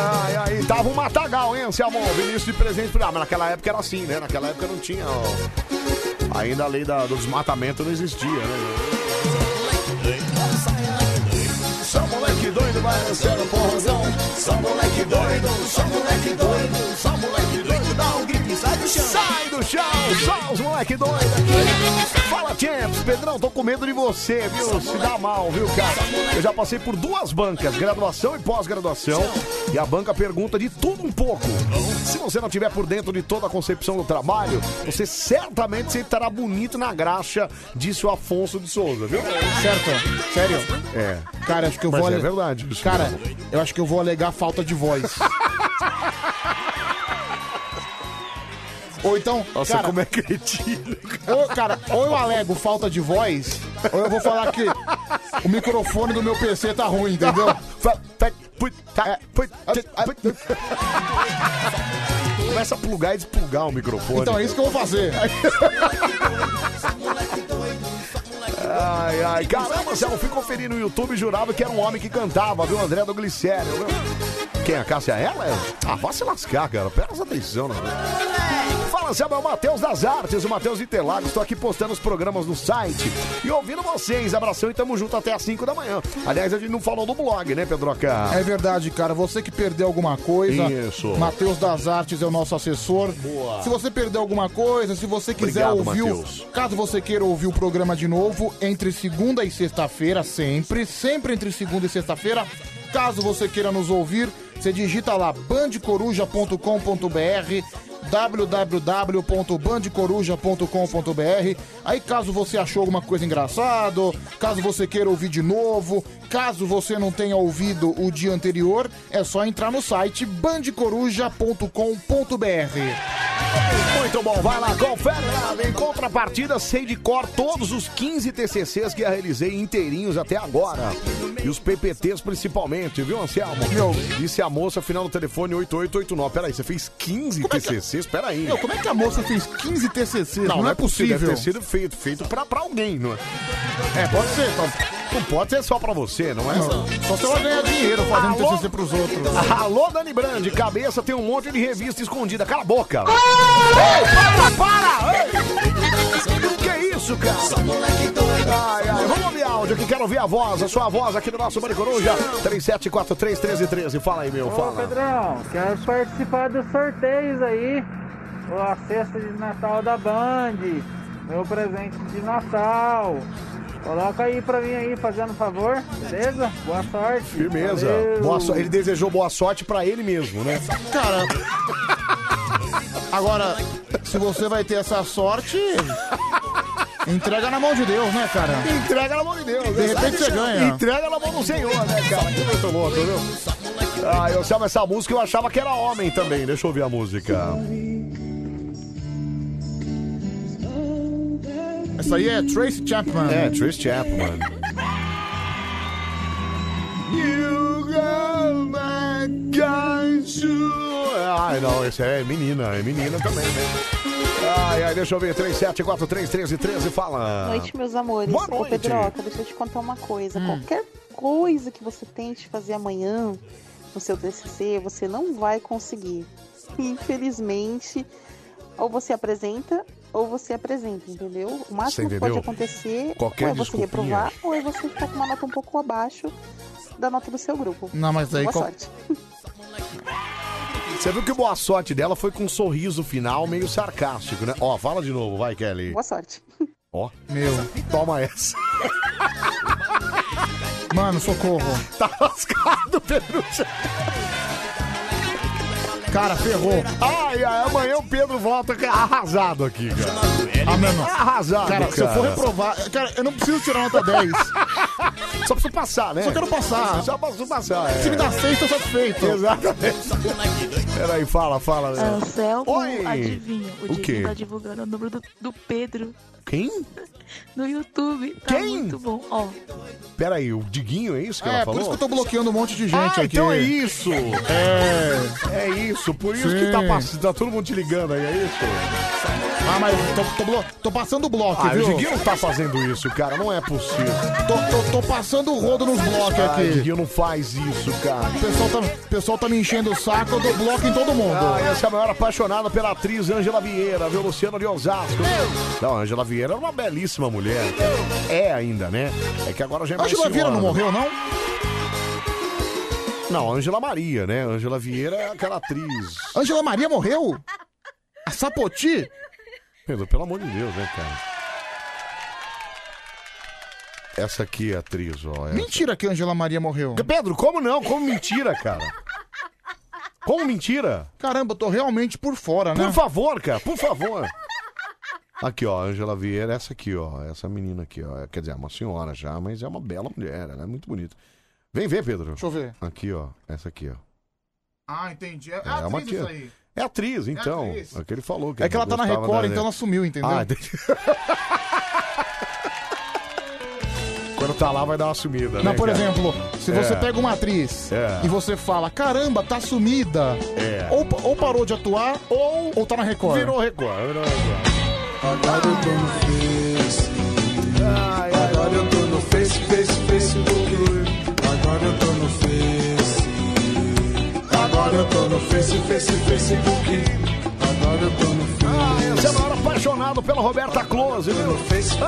S1: Ai, ai, tava um matagal, hein, Anselmo? Vinícius de presente. Ah, mas naquela época era assim, né? Naquela época não tinha. ó, Ainda a lei da- do desmatamento não existia, né? Só moleque doido vai descer o porrozão. Só moleque doido, só moleque doido, só moleque doido dá um gripe, sai do Sai do chão, só os moleque doido. Fala, Champs. Pedrão, tô com medo de você, viu? Se dá mal, viu, cara? Eu já passei por duas bancas, graduação e pós-graduação. E a banca pergunta de tudo um pouco. Se você não tiver por dentro de toda a concepção do trabalho, você certamente se estará bonito na graxa, disse o Afonso de Souza, viu?
S3: Certo? Sério?
S1: É.
S3: Cara, acho que eu
S1: Mas
S3: vou.
S1: é
S3: ale-
S1: verdade isso.
S3: Cara, eu acho que eu vou alegar falta de
S1: (laughs)
S3: voz. Ou então.
S1: Nossa,
S3: cara,
S1: como é cretino.
S3: Ou, cara, ou eu alego falta de voz, ou eu vou falar que o microfone do meu PC tá ruim, entendeu? É.
S1: Começa a plugar e desplugar o microfone.
S3: Então é isso que eu vou fazer.
S1: Ai, ai, caramba, Céu, eu fui conferir no YouTube e jurava que era um homem que cantava, viu? André do Glicério, viu? Quem, é a Cássia ela? Ah, vá se lascar, cara. Presta atenção, né? Fala, Céu, é o Matheus das Artes, o Matheus de Interlagos. Estou aqui postando os programas no site e ouvindo vocês. Abração e tamo junto até às 5 da manhã. Aliás, a gente não falou do blog, né, Pedroca?
S3: É verdade, cara. Você que perdeu alguma coisa.
S1: Isso.
S3: Matheus das Artes é o nosso assessor.
S1: Boa.
S3: Se você perdeu alguma coisa, se você quiser
S1: Obrigado,
S3: ouvir. o-
S1: Matheus.
S3: Caso você queira ouvir o programa de novo, entre segunda e sexta-feira, sempre. Sempre entre segunda e sexta-feira. Caso você queira nos ouvir, você digita lá bandecoruja.com.br www.bandecoruja.com.br Aí caso você achou alguma coisa engraçado, caso você queira ouvir de novo, caso você não tenha ouvido o dia anterior, é só entrar no site bandecoruja.com.br
S1: Muito bom, vai lá, confere lá. Em contrapartida, sei de cor todos os 15 TCCs que já realizei inteirinhos até agora. E os PPTs principalmente, viu, Anselmo? Disse a moça, final do telefone 8889. Peraí, você fez 15 TCCs? Peraí.
S3: é Meu, como é que a moça fez 15 TCCs?
S1: Não, não é possível. Deve ter
S3: possível.
S1: sido feito, feito pra, pra alguém, não é? É, pode ser. Tá... Não pode ser só pra você, não é?
S3: Só se ela ganhar dinheiro fazendo
S1: Alô?
S3: TCC pros outros.
S1: Alô, Dani Brand, cabeça tem um monte de revista escondida. Cala a boca!
S9: Ei,
S1: para, para! Ei! Que isso, cara? Ai, ai, vamos ouvir áudio que quero ouvir a voz, a sua voz aqui no nosso Bande Coruja. 37431313. Fala aí, meu,
S13: Ô,
S1: Então fala.
S13: Pedrão, quero participar dos sorteios aí. Ô, A cesta de Natal da Band. Meu presente de Natal. Coloca aí pra mim aí, fazendo favor. Beleza? Boa sorte.
S1: Firmeza.
S13: Valeu.
S1: Boa so- Ele desejou boa sorte pra ele mesmo, né?
S3: Cara. Agora, se você vai ter essa sorte, entrega na mão de Deus, né, cara?
S1: Entrega na mão de Deus. né?
S3: De repente você ganha.
S1: Entrega na mão do Senhor, né, cara? Que Muito louco, viu? Ah, eu achava essa música, eu achava que era homem também. Deixa eu ouvir a música.
S3: Essa aí é Tracy Chapman.
S1: É, Tracy Chapman. You got my guys Ai, não, esse é menina, é menina também, né? Ai, ai, deixa eu ver. 37431313, fala.
S14: Boa noite, meus amores.
S1: Ah, Boa
S14: Ô,
S1: noite.
S14: Pedroca, deixa eu te contar uma
S3: Hum.
S14: coisa. Qualquer coisa que você tente fazer amanhã no seu TCC, você não vai conseguir. Infelizmente, ou você apresenta, ou você apresenta, entendeu? O
S1: Você
S14: máximo que
S1: entendeu?
S14: pode acontecer
S1: Qualquer
S14: ou é você
S1: desculpinha.
S14: reprovar, ou é você ficar com uma nota um pouco abaixo da nota do seu grupo.
S3: Não, mas aí
S14: Boa
S3: qual-
S14: sorte.
S1: Você viu que boa sorte dela foi com um sorriso final meio sarcástico, né? Ó, fala de novo, vai, Kelly.
S14: Boa sorte.
S1: Ó.
S3: Meu.
S1: Toma essa.
S3: Mano, socorro.
S1: Tá lascado, Pedro.
S3: Cara, ferrou.
S1: Ai, ai, amanhã o Pedro volta arrasado aqui, cara.
S3: Ah, mano.
S1: Arrasado,
S3: Cara, se eu for
S1: cara.
S3: reprovar. Cara, eu não preciso tirar nota 10.
S1: (laughs) Só preciso passar, né?
S3: Só quero passar.
S1: Só posso passar. é.
S3: Se me dá 6, tô satisfeito.
S1: Exatamente. Peraí, fala, fala.
S3: É.
S1: né?
S2: Ah.
S15: Anselmo,
S1: Oi.
S15: adivinha, o,
S1: O quê?
S15: Diguinho tá divulgando o número do, do Pedro
S1: Quem?
S15: no YouTube. Tá muito bom,
S1: (laughs)
S15: ó.
S1: Peraí, o Diguinho é isso que
S3: É,
S1: ela
S3: por
S1: falou?
S3: isso que eu tô bloqueando um monte de gente
S1: ah,
S3: aqui.
S1: então é isso.
S3: É.
S1: É isso, por isso que
S3: Sim.
S1: tá, pass- tá todo mundo te ligando aí, é isso?
S3: Ah, mas tô, tô, blo- tô passando bloco,
S1: Ah,
S3: viu?
S1: o Diguinho tá fazendo isso, cara, não é possível.
S3: Tô, tô, tô passando o rodo nos blocos
S1: Ai,
S3: aqui.
S1: Diguinho, não faz isso, cara.
S3: O pessoal, tá, o pessoal tá me enchendo o saco, eu dou bloco em todo mundo.
S1: Ah, essa é a maior apaixonada pela atriz Angela Vieira, viu? Luciano de Osasco. Não, a Angela Vieira era uma belíssima mulher. É ainda, né? É que agora já é mais
S3: Angela Vieira não
S1: senhora.
S3: morreu, não?
S1: Não, Angela Maria, né? Angela Vieira é aquela atriz.
S3: Angela Maria morreu? A Sapoti?
S1: Pedro, pelo amor de Deus, né, cara? Essa aqui é a atriz, ó. essa.
S3: Mentira que Angela Maria morreu.
S1: Pedro, como não? Como mentira, cara? Como mentira?
S3: Caramba, eu tô realmente por fora, né?
S1: Por favor, cara, por favor. Aqui, ó, Angela Vieira, essa aqui, ó. Essa menina aqui, ó. Quer dizer, é uma senhora já, mas é uma bela mulher, ela é muito bonita. Vem ver, Pedro. Deixa
S3: eu ver.
S1: Aqui, ó. Essa aqui, ó.
S3: Ah, entendi. É, é
S1: É uma
S3: atriz
S1: tia.
S3: isso aí.
S1: É atriz, então. É, que ele falou.
S3: É que ela tá na
S1: gostava
S3: Record,
S1: da-
S3: então ela sumiu, entendeu?
S1: Ah, entendi. (laughs) Quando tá lá, vai dar uma sumida, né?
S3: Não, por
S1: cara?
S3: exemplo, se você
S1: É.
S3: pega uma atriz
S1: É.
S3: e você fala, caramba, tá sumida.
S1: É.
S3: Ou, ou parou de atuar, ou, ou tá na Record.
S1: Virou Record, virou Record.
S9: Agora eu tô no Face. Agora eu tô no Face, Face, Facebook. Agora eu tô no Face. Agora eu tô no Face, Face, Facebook. Agora eu tô no Face.
S1: Você é maior apaixonado pela Roberta Close, viu?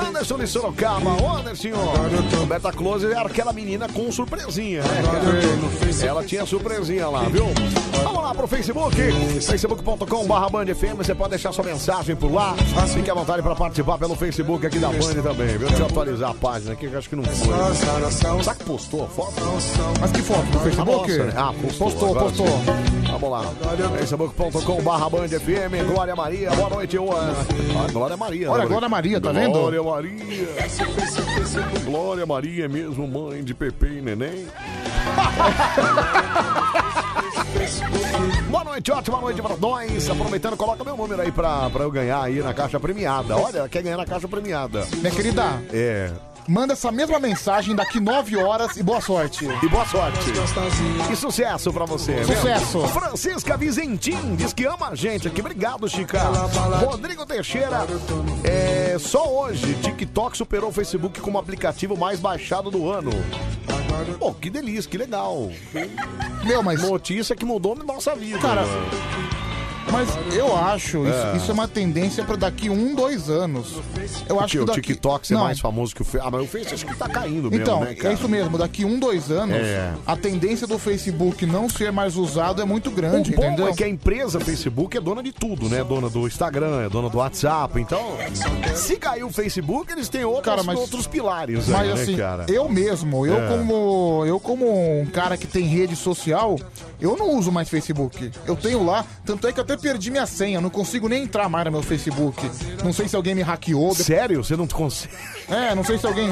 S1: Anderson de Sorocaba, ô Anderson. Roberta Close era aquela menina com surpresinha, né? cara? Ela tinha surpresinha lá, viu? Vamos lá pro Facebook, facebook.com barra bandfm, você pode deixar sua mensagem por lá. Fique à vontade para participar pelo Facebook aqui da Band também, viu? Deixa eu atualizar a página aqui, que eu acho que
S9: É
S1: não foi. Será que postou a foto?
S3: Mas que foto? No Facebook?
S1: Ah, nossa, né? Ah, postou.
S3: Postou,
S1: agora
S3: postou.
S1: sim. Vamos Tá lá. Facebook.com barra Band FM, Glória Maria, boa noite, ô, Ana. Ah, Glória Maria.
S3: Olha,
S1: né,
S3: Glória Maria, tá vendo?
S1: Glória Maria. Glória Maria é mesmo mãe de Pepe e Neném. Ah, Boa noite, ótima noite pra nós. Aproveitando, coloca meu número aí pra, pra eu ganhar aí na caixa premiada. Olha, quer ganhar na caixa premiada.
S3: Minha querida,
S1: É.
S3: manda essa mesma mensagem daqui 9 horas e boa sorte.
S1: E boa sorte. E sucesso pra você. né? viu?
S3: Sucesso.
S1: Francisca Vizentim diz que ama a gente aqui. Obrigado, Chica. Rodrigo Teixeira. É, só hoje, TikTok superou o Facebook como aplicativo mais baixado do ano. Pô, que delícia, que legal.
S3: Meu, mas...
S1: Notícia que mudou nossa vida.
S3: Cara, Mas eu acho, isso,
S1: É.
S3: isso é uma tendência pra daqui um, dois anos. Eu acho
S1: que
S3: que
S1: o
S3: daqui...
S1: TikTok ser
S3: Não.
S1: mais famoso que o Facebook. Ah, mas o Facebook acho que tá caindo mesmo,
S3: Então,
S1: né,
S3: é
S1: cara?
S3: isso mesmo. Daqui um, dois anos,
S1: É.
S3: a tendência do Facebook não ser mais usado é muito grande,
S1: o bom
S3: entendeu?
S1: é que a empresa Facebook é dona de tudo, né? Dona do Instagram, é dona do WhatsApp. Então, se cair o Facebook, eles têm outros,
S3: Cara, mas-
S1: outros pilares
S3: Mas
S1: aí, né,
S3: assim,
S1: cara?
S3: eu mesmo, eu
S1: É.
S3: como eu como um cara que tem rede social, eu não uso mais Facebook. Eu tenho lá, tanto é que eu até perdi minha senha, não consigo nem entrar mais no meu Facebook. Não sei se alguém me hackeou.
S1: Sério? Você não consegue? (laughs)
S3: É, não sei se alguém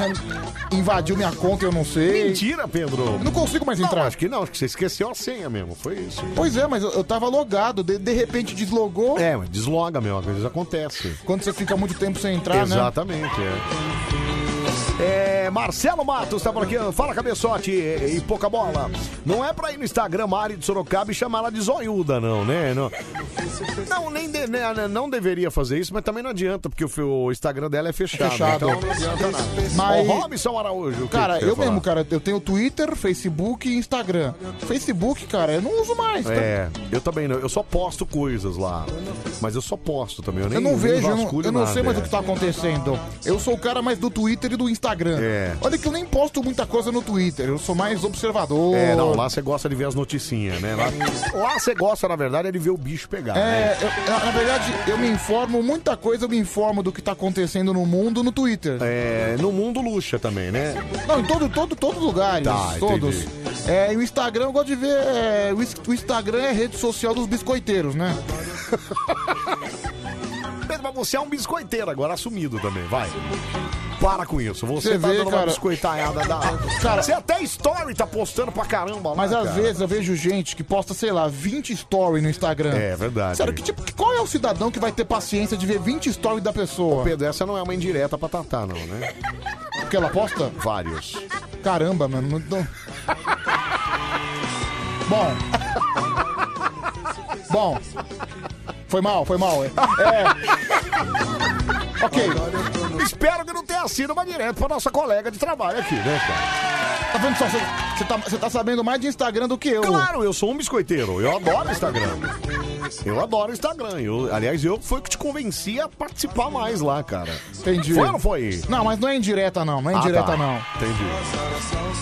S3: invadiu minha conta, eu não sei.
S1: Mentira, Pedro.
S3: Eu não consigo mais entrar.
S1: Não, acho que não, acho que você esqueceu a senha mesmo, foi isso.
S3: Pois é, mas eu, eu tava logado, de, de repente deslogou.
S1: É, mas desloga, meu, às vezes acontece.
S3: Quando você fica muito tempo sem entrar, né?
S1: Exatamente, é. É, Marcelo Matos tá por aqui. Fala, cabeçote e, e pouca bola. Não é pra ir no Instagram Mari de Sorocaba e chamar ela de zoiuda, não, né? Não, não nem de- né, né, não deveria fazer isso, mas também não adianta, porque o, fe- o Instagram dela é fechado.
S3: Fechado.
S1: Então não adianta nada.
S3: Mas-
S1: Ô, Robson Araújo. o que
S3: Cara,
S1: que você
S3: eu
S1: ia
S3: mesmo,
S1: falar?
S3: cara, eu tenho Twitter, Facebook e Instagram. Facebook, cara, eu não uso mais. tá?
S1: É, eu também não. Eu só posto coisas lá. Mas eu só posto também. Eu, nem,
S3: Eu não vejo, eu não,
S1: vasculho
S3: eu não
S1: nada,
S3: sei mais
S1: é.
S3: o que tá acontecendo. Eu sou o cara mais do Twitter e do Instagram.
S1: É.
S3: Olha que eu nem posto muita coisa no Twitter, eu sou mais observador.
S1: É, não, lá você gosta de ver as noticinhas, né? Lá, lá você gosta, na verdade, é de ver o bicho pegar,
S3: É,
S1: né?
S3: eu- na, na verdade, eu me informo muita coisa, eu me informo do que tá acontecendo no mundo no Twitter.
S1: É, no mundo luxa também, né?
S3: Não, em todo, todo, todos lugares,
S1: Tá,
S3: todos.
S1: entendi.
S3: É, e o Instagram, eu gosto de ver. é, o, is- o Instagram é a rede social dos biscoiteiros,
S1: (laughs)
S3: né?
S1: Pedro, mas você é um biscoiteiro agora, assumido também, vai. Para com isso, você,
S3: Você
S1: tá
S3: vê,
S1: dando uma
S3: cara.
S1: biscoitanhada da...
S3: Cara-
S1: você até story tá postando pra caramba lá,
S3: Mas às
S1: cara.
S3: vezes eu vejo gente que posta, sei lá, 20 stories no Instagram.
S1: É, verdade.
S3: Sério, que tipo, que- qual é o cidadão que vai ter paciência de ver 20 stories da pessoa?
S1: Pedro, essa não é uma indireta pra Tatá, não, né?
S3: Porque ela posta?
S1: Vários.
S3: Caramba, mano. não- não- Bom. Bom. Foi mal, foi mal. É. É. Ok.
S1: Espero que não tenha sido uma direta pra nossa colega de trabalho aqui, né, cara?
S3: Tá vendo só? Você tá, cê tá sabendo mais de Instagram do que eu.
S1: Claro, eu sou um biscoiteiro, eu adoro Instagram. Eu adoro Instagram. Eu, aliás, eu foi que te convenci a participar mais lá, cara.
S3: Entendi.
S1: Foi ou não foi?
S3: Não, mas não é indireta, não. Não é indireta,
S1: Ah, tá.
S3: não.
S1: Entendi.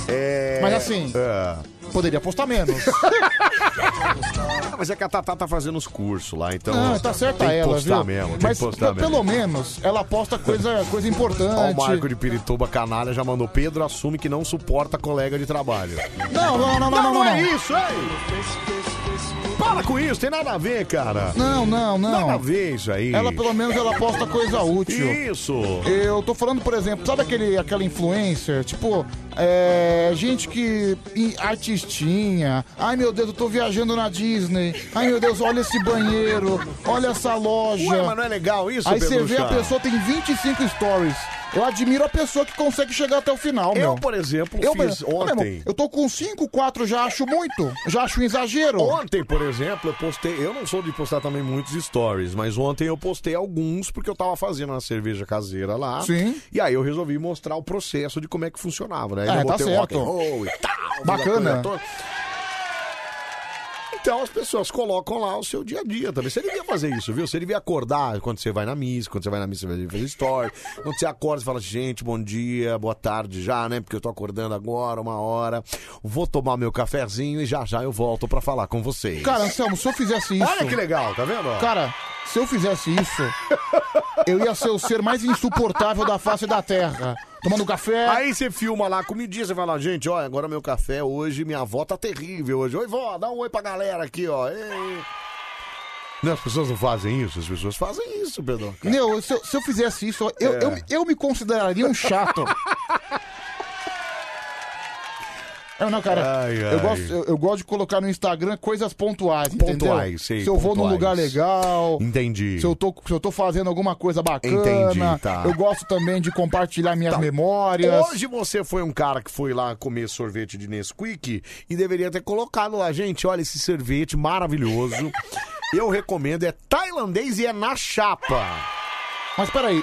S1: É...
S3: Mas assim-
S1: É.
S3: Poderia postar menos.
S1: Ah, (laughs) mas é que a Tatá tá fazendo os cursos lá, então.
S3: Não, tá certa
S1: tem que
S3: ela,
S1: postar
S3: viu?
S1: mesmo, tem
S3: Mas
S1: que postar
S3: pe- pelo
S1: mesmo.
S3: menos ela posta coisa, coisa
S1: (laughs) Ó,
S3: importante.
S1: o Marco de Pirituba, canalha, já mandou. Pedro assume que não suporta colega de trabalho.
S3: Não, não, não, não, não, não,
S1: é
S3: não.
S1: isso, ei! Para com isso, tem nada a ver, cara.
S3: Não, não, não.
S1: Nada a ver isso aí.
S3: Ela pelo menos ela posta coisa útil.
S1: Isso.
S3: Eu tô falando, por exemplo, sabe aquele, aquela influencer? Tipo, é, gente que. e artistinha. Ai meu Deus, eu tô viajando na Disney. Ai meu Deus, olha esse banheiro. Olha essa loja.
S1: Ué, mas não é legal isso,
S3: Aí você
S1: Pedro
S3: vê a
S1: Chá?
S3: pessoa tem 25 stories. Eu admiro a pessoa que consegue chegar até o final,
S1: Eu,
S3: meu.
S1: por exemplo, fiz
S3: meu
S1: ontem.
S3: irmão, eu tô com 5, 4, já acho muito. Já acho um exagero.
S1: Ontem, por exemplo, eu postei. Eu não sou de postar também muitos stories, mas ontem eu postei alguns porque eu tava fazendo uma cerveja caseira lá.
S3: Sim.
S1: E aí eu resolvi mostrar o processo de como é que funcionava, né?
S3: É,
S1: eu
S3: tá
S1: botei
S3: certo.
S1: rock and roll e tal. fiz a
S3: Bacana.
S1: coisa toda. Então as pessoas colocam lá o seu dia a dia também. Você devia fazer isso, viu? Você devia acordar quando você vai na missa, quando você vai na missa, você vai fazer story. Quando você acorda, você fala, gente, bom dia, boa tarde já, né? Porque eu tô acordando agora, uma hora. Vou tomar meu cafezinho e já já eu volto pra falar com vocês.
S3: Cara, Anselmo, se eu fizesse isso.
S1: Olha que legal, tá vendo? ó?
S3: Cara, se eu fizesse isso, eu ia ser o ser mais insuportável da face da terra. tá Tomando café.
S1: Aí você filma lá, comidinha, você fala, gente, olha, agora meu café hoje, minha avó tá terrível hoje. Oi, vó, dá um oi pra galera aqui, ó. Ei. Não, as pessoas não fazem isso, as pessoas fazem isso, Pedro.
S3: Meu, se eu, se eu fizesse isso, eu,
S1: É.
S3: eu, eu me consideraria um chato. Não, não, cara.
S1: Ai,
S3: eu,
S1: ai.
S3: Gosto, eu, eu gosto de colocar no Instagram coisas pontuais, entendeu?
S1: Pontuais, sei,
S3: Se eu vou num
S1: pontuais.
S3: lugar legal,
S1: Entendi.
S3: se eu, tô, se eu tô fazendo alguma coisa bacana.
S1: Entendi, tá.
S3: Eu gosto também de compartilhar minhas memórias.
S1: Hoje você foi um cara que foi lá comer sorvete de Nesquik e deveria ter colocado lá, gente, olha esse sorvete
S3: (laughs)
S1: maravilhoso. Eu recomendo, é tailandês e é na chapa.
S3: Mas peraí,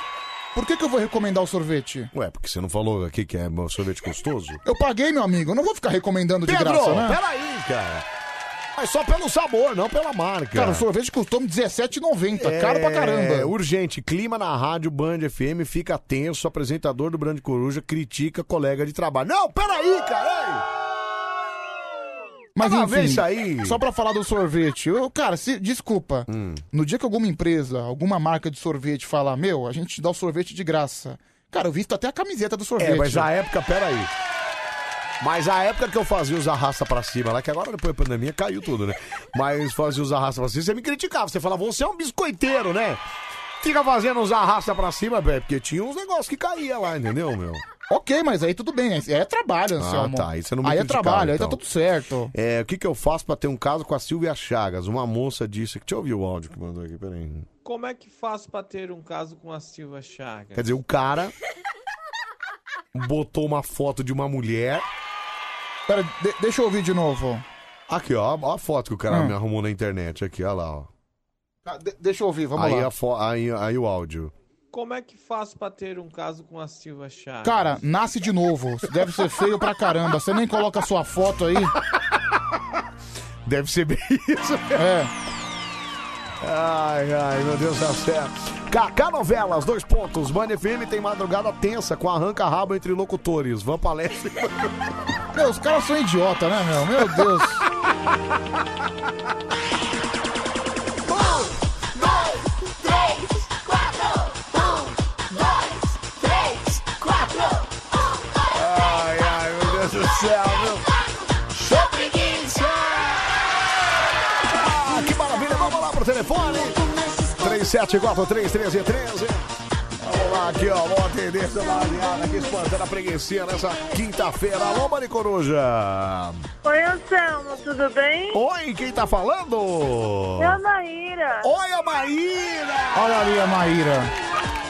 S3: por que, que eu vou recomendar o sorvete?
S1: Ué, porque você não falou aqui que é um sorvete gostoso?
S3: Eu paguei, meu amigo. Eu não vou ficar recomendando de
S1: Pedro,
S3: graça, né?
S1: peraí, cara. Mas só pelo sabor, não pela marca.
S3: Cara, o sorvete custou R$17,90. Caro pra
S1: É,
S3: caramba.
S1: urgente, clima na rádio Band FM, fica tenso, apresentador do Brand Coruja critica colega de trabalho. Não, peraí, cara!
S3: Mas
S1: Cada
S3: enfim,
S1: vez isso aí. Hum.
S3: só pra falar do sorvete. Eu, cara, se- desculpa. No dia que alguma empresa, alguma marca de sorvete falar, meu, a gente dá o sorvete de graça. Cara, eu visto até a camiseta do sorvete.
S1: É, mas na época, peraí. Mas a época que eu fazia os arrasta pra cima, lá que agora depois da pandemia caiu tudo, né? Mas fazia os arrasta pra cima, você me criticava, você falava, você é um biscoiteiro, né? Fica fazendo os arrasta pra cima, velho, porque tinha uns negócios que caía lá, entendeu, meu?
S3: Ok, mas aí tudo bem. Aí é trabalho, Anselmo.
S1: tá, aí você não me
S3: Aí é
S1: criticava,
S3: trabalho, aí
S1: então.
S3: tá tudo certo.
S1: É, o que que eu faço pra ter um caso com a Silvia Chagas? Uma moça disse que. Deixa eu ouvir o áudio que mandou aqui, peraí.
S4: Como é que faço pra ter um caso com a Silva Chagas?
S1: Quer dizer, o cara botou uma foto de uma mulher.
S3: Pera, deixa eu ouvir de novo.
S1: Aqui, ó, ó a foto que o cara
S3: Hum.
S1: me arrumou na internet. Aqui, ó lá, ó.
S3: Ah, de- deixa eu ouvir, vamos
S1: aí, é
S3: lá.
S1: a fo- aí, aí o áudio.
S4: Como é que faço pra ter um caso com a Silva Chagas?
S3: Cara, nasce de novo. Deve ser feio pra caramba. Você nem coloca sua foto aí.
S1: Deve ser bem isso.
S3: É.
S1: Ai, ai, meu Deus do céu. Cacá Novelas, dois pontos. Band FM tem madrugada tensa com arranca-rabo entre locutores. Van (laughs) Palestra e...
S3: Meu, os caras são idiota, né, meu? Meu Deus.
S1: Ai, ai, meu Deus do céu, meu. Sou preguiça! Ah, que maravilha, vamos lá pro telefone. 37431313. Vamos lá, aqui, ó, vou atender essa barriada aqui, espantando a preguiça nessa quinta-feira. Alô, Mari Coruja.
S16: Oi, Anselmo, tudo bem?
S1: Oi, quem tá falando?
S16: É a Maíra.
S1: Oi, a Maíra!
S3: Olha ali a Maíra.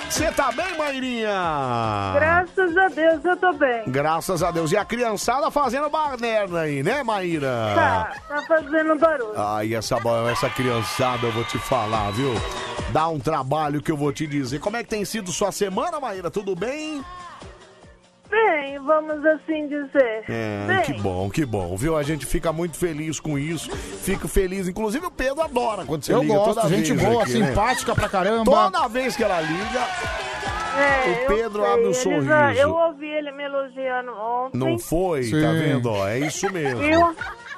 S1: Você tá bem, Mairinha?
S16: Ah. Graças a Deus eu tô bem.
S1: Graças a Deus. E a criançada fazendo baderna aí, né, Maíra?
S16: Tá, tá fazendo barulho.
S1: Ai, essa, ba- essa criançada, eu vou te falar, viu? Dá um trabalho que eu vou te dizer. Como é que tem sido sua semana, Maíra? Tudo bem?
S16: Bem, vamos assim dizer.
S1: É,
S16: bem,
S1: que bom, que bom, viu? A gente fica muito feliz com isso. Fico feliz. Inclusive, o Pedro adora quando você
S3: Eu
S1: liga
S3: gosto,
S1: toda
S3: gente
S1: vez
S3: boa,
S1: aqui, né?
S3: simpática pra caramba.
S1: Toda vez que ela liga,
S16: é,
S1: o
S16: eu
S1: Pedro
S16: sei,
S1: abre um
S16: ele
S1: sorriso.
S16: já- eu ouvi ele me elogiando ontem.
S1: não foi, tá vendo? Ó, é isso mesmo.
S16: Viu?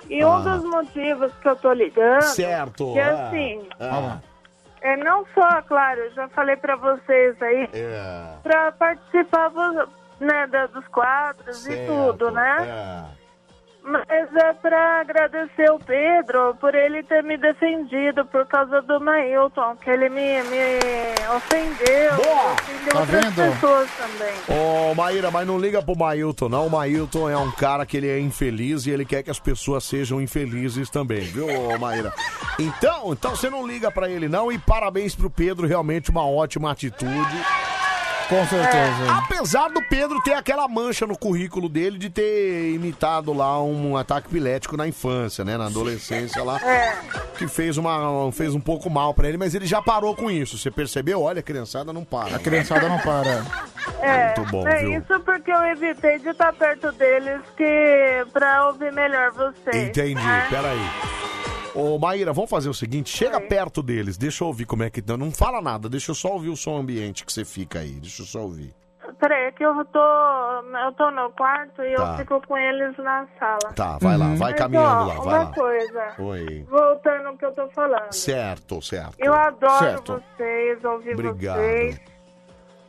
S16: E um
S1: Ah.
S16: dos motivos que eu tô ligando.
S1: Certo.
S16: Que
S1: ah,
S16: assim,
S1: ah,
S16: é não só, claro, eu já falei pra vocês aí,
S1: é.
S16: pra participar vo- né, da- dos quadros e
S1: Certo, é.
S16: tudo, né? Mas é pra agradecer o Pedro por ele ter me defendido por causa do Mailton, que ele me, me ofendeu, ofendeu
S1: Tá
S16: outras
S1: vendo?
S16: pessoas também.
S1: Ô, Maíra, mas não liga pro Mailton, não. O Mailton é um cara que ele é infeliz e ele quer que as pessoas sejam infelizes também, viu, ô, Maíra? Então, então você não liga pra ele, não. E parabéns pro Pedro, realmente uma ótima atitude. É,
S3: Com certeza.
S1: Apesar do Pedro ter aquela mancha no currículo dele de ter imitado lá um ataque pilético na infância, né? Na adolescência lá.
S16: É,
S1: Que fez, uma, fez um pouco mal pra ele, mas ele já parou com isso. Você percebeu? Olha, a criançada não para. A
S3: criançada não para.
S16: É,
S1: Muito bom,
S16: é
S1: viu?
S16: isso porque eu evitei de estar perto deles que pra ouvir melhor vocês. né?
S1: Entendi, peraí. Ô, Maíra, vamos fazer o seguinte: chega perto deles, deixa eu ouvir como é que. Não, não fala nada, deixa eu só ouvir o som ambiente que você fica aí, deixa eu só ouvir.
S16: Peraí, é que eu tô. Eu tô no quarto e
S1: Tá.
S16: eu fico com eles na sala. Uhum.
S1: Tá, vai
S3: Uhum.
S1: lá, vai
S16: Mas,
S1: caminhando
S16: ó,
S1: lá, vai
S16: Uma
S1: lá.
S16: coisa,
S1: Oi.
S16: voltando ao que eu tô falando.
S1: Certo, certo.
S16: Eu adoro
S1: Certo.
S16: vocês, ouvir
S1: Obrigado. É.
S16: vocês,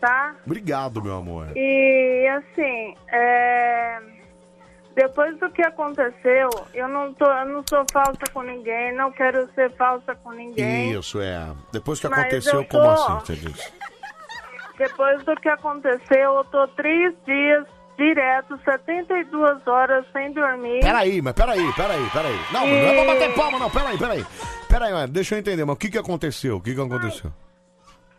S16: tá?
S1: Obrigado, meu amor.
S16: E assim, é, depois do que aconteceu, eu não tô, eu não sou falsa com ninguém, não quero ser falsa com ninguém.
S1: Isso, é. Depois que
S16: Mas
S1: aconteceu,
S16: eu
S1: como
S16: tô-
S1: assim? Você disse?
S16: Depois do que aconteceu, eu tô três dias direto, 72 horas sem dormir.
S1: Peraí, mas peraí, peraí, peraí. Não,
S16: E-
S1: mas não é pra bater palma, não, peraí, peraí. Peraí, mas deixa eu entender, mas o que que aconteceu? O que que aconteceu?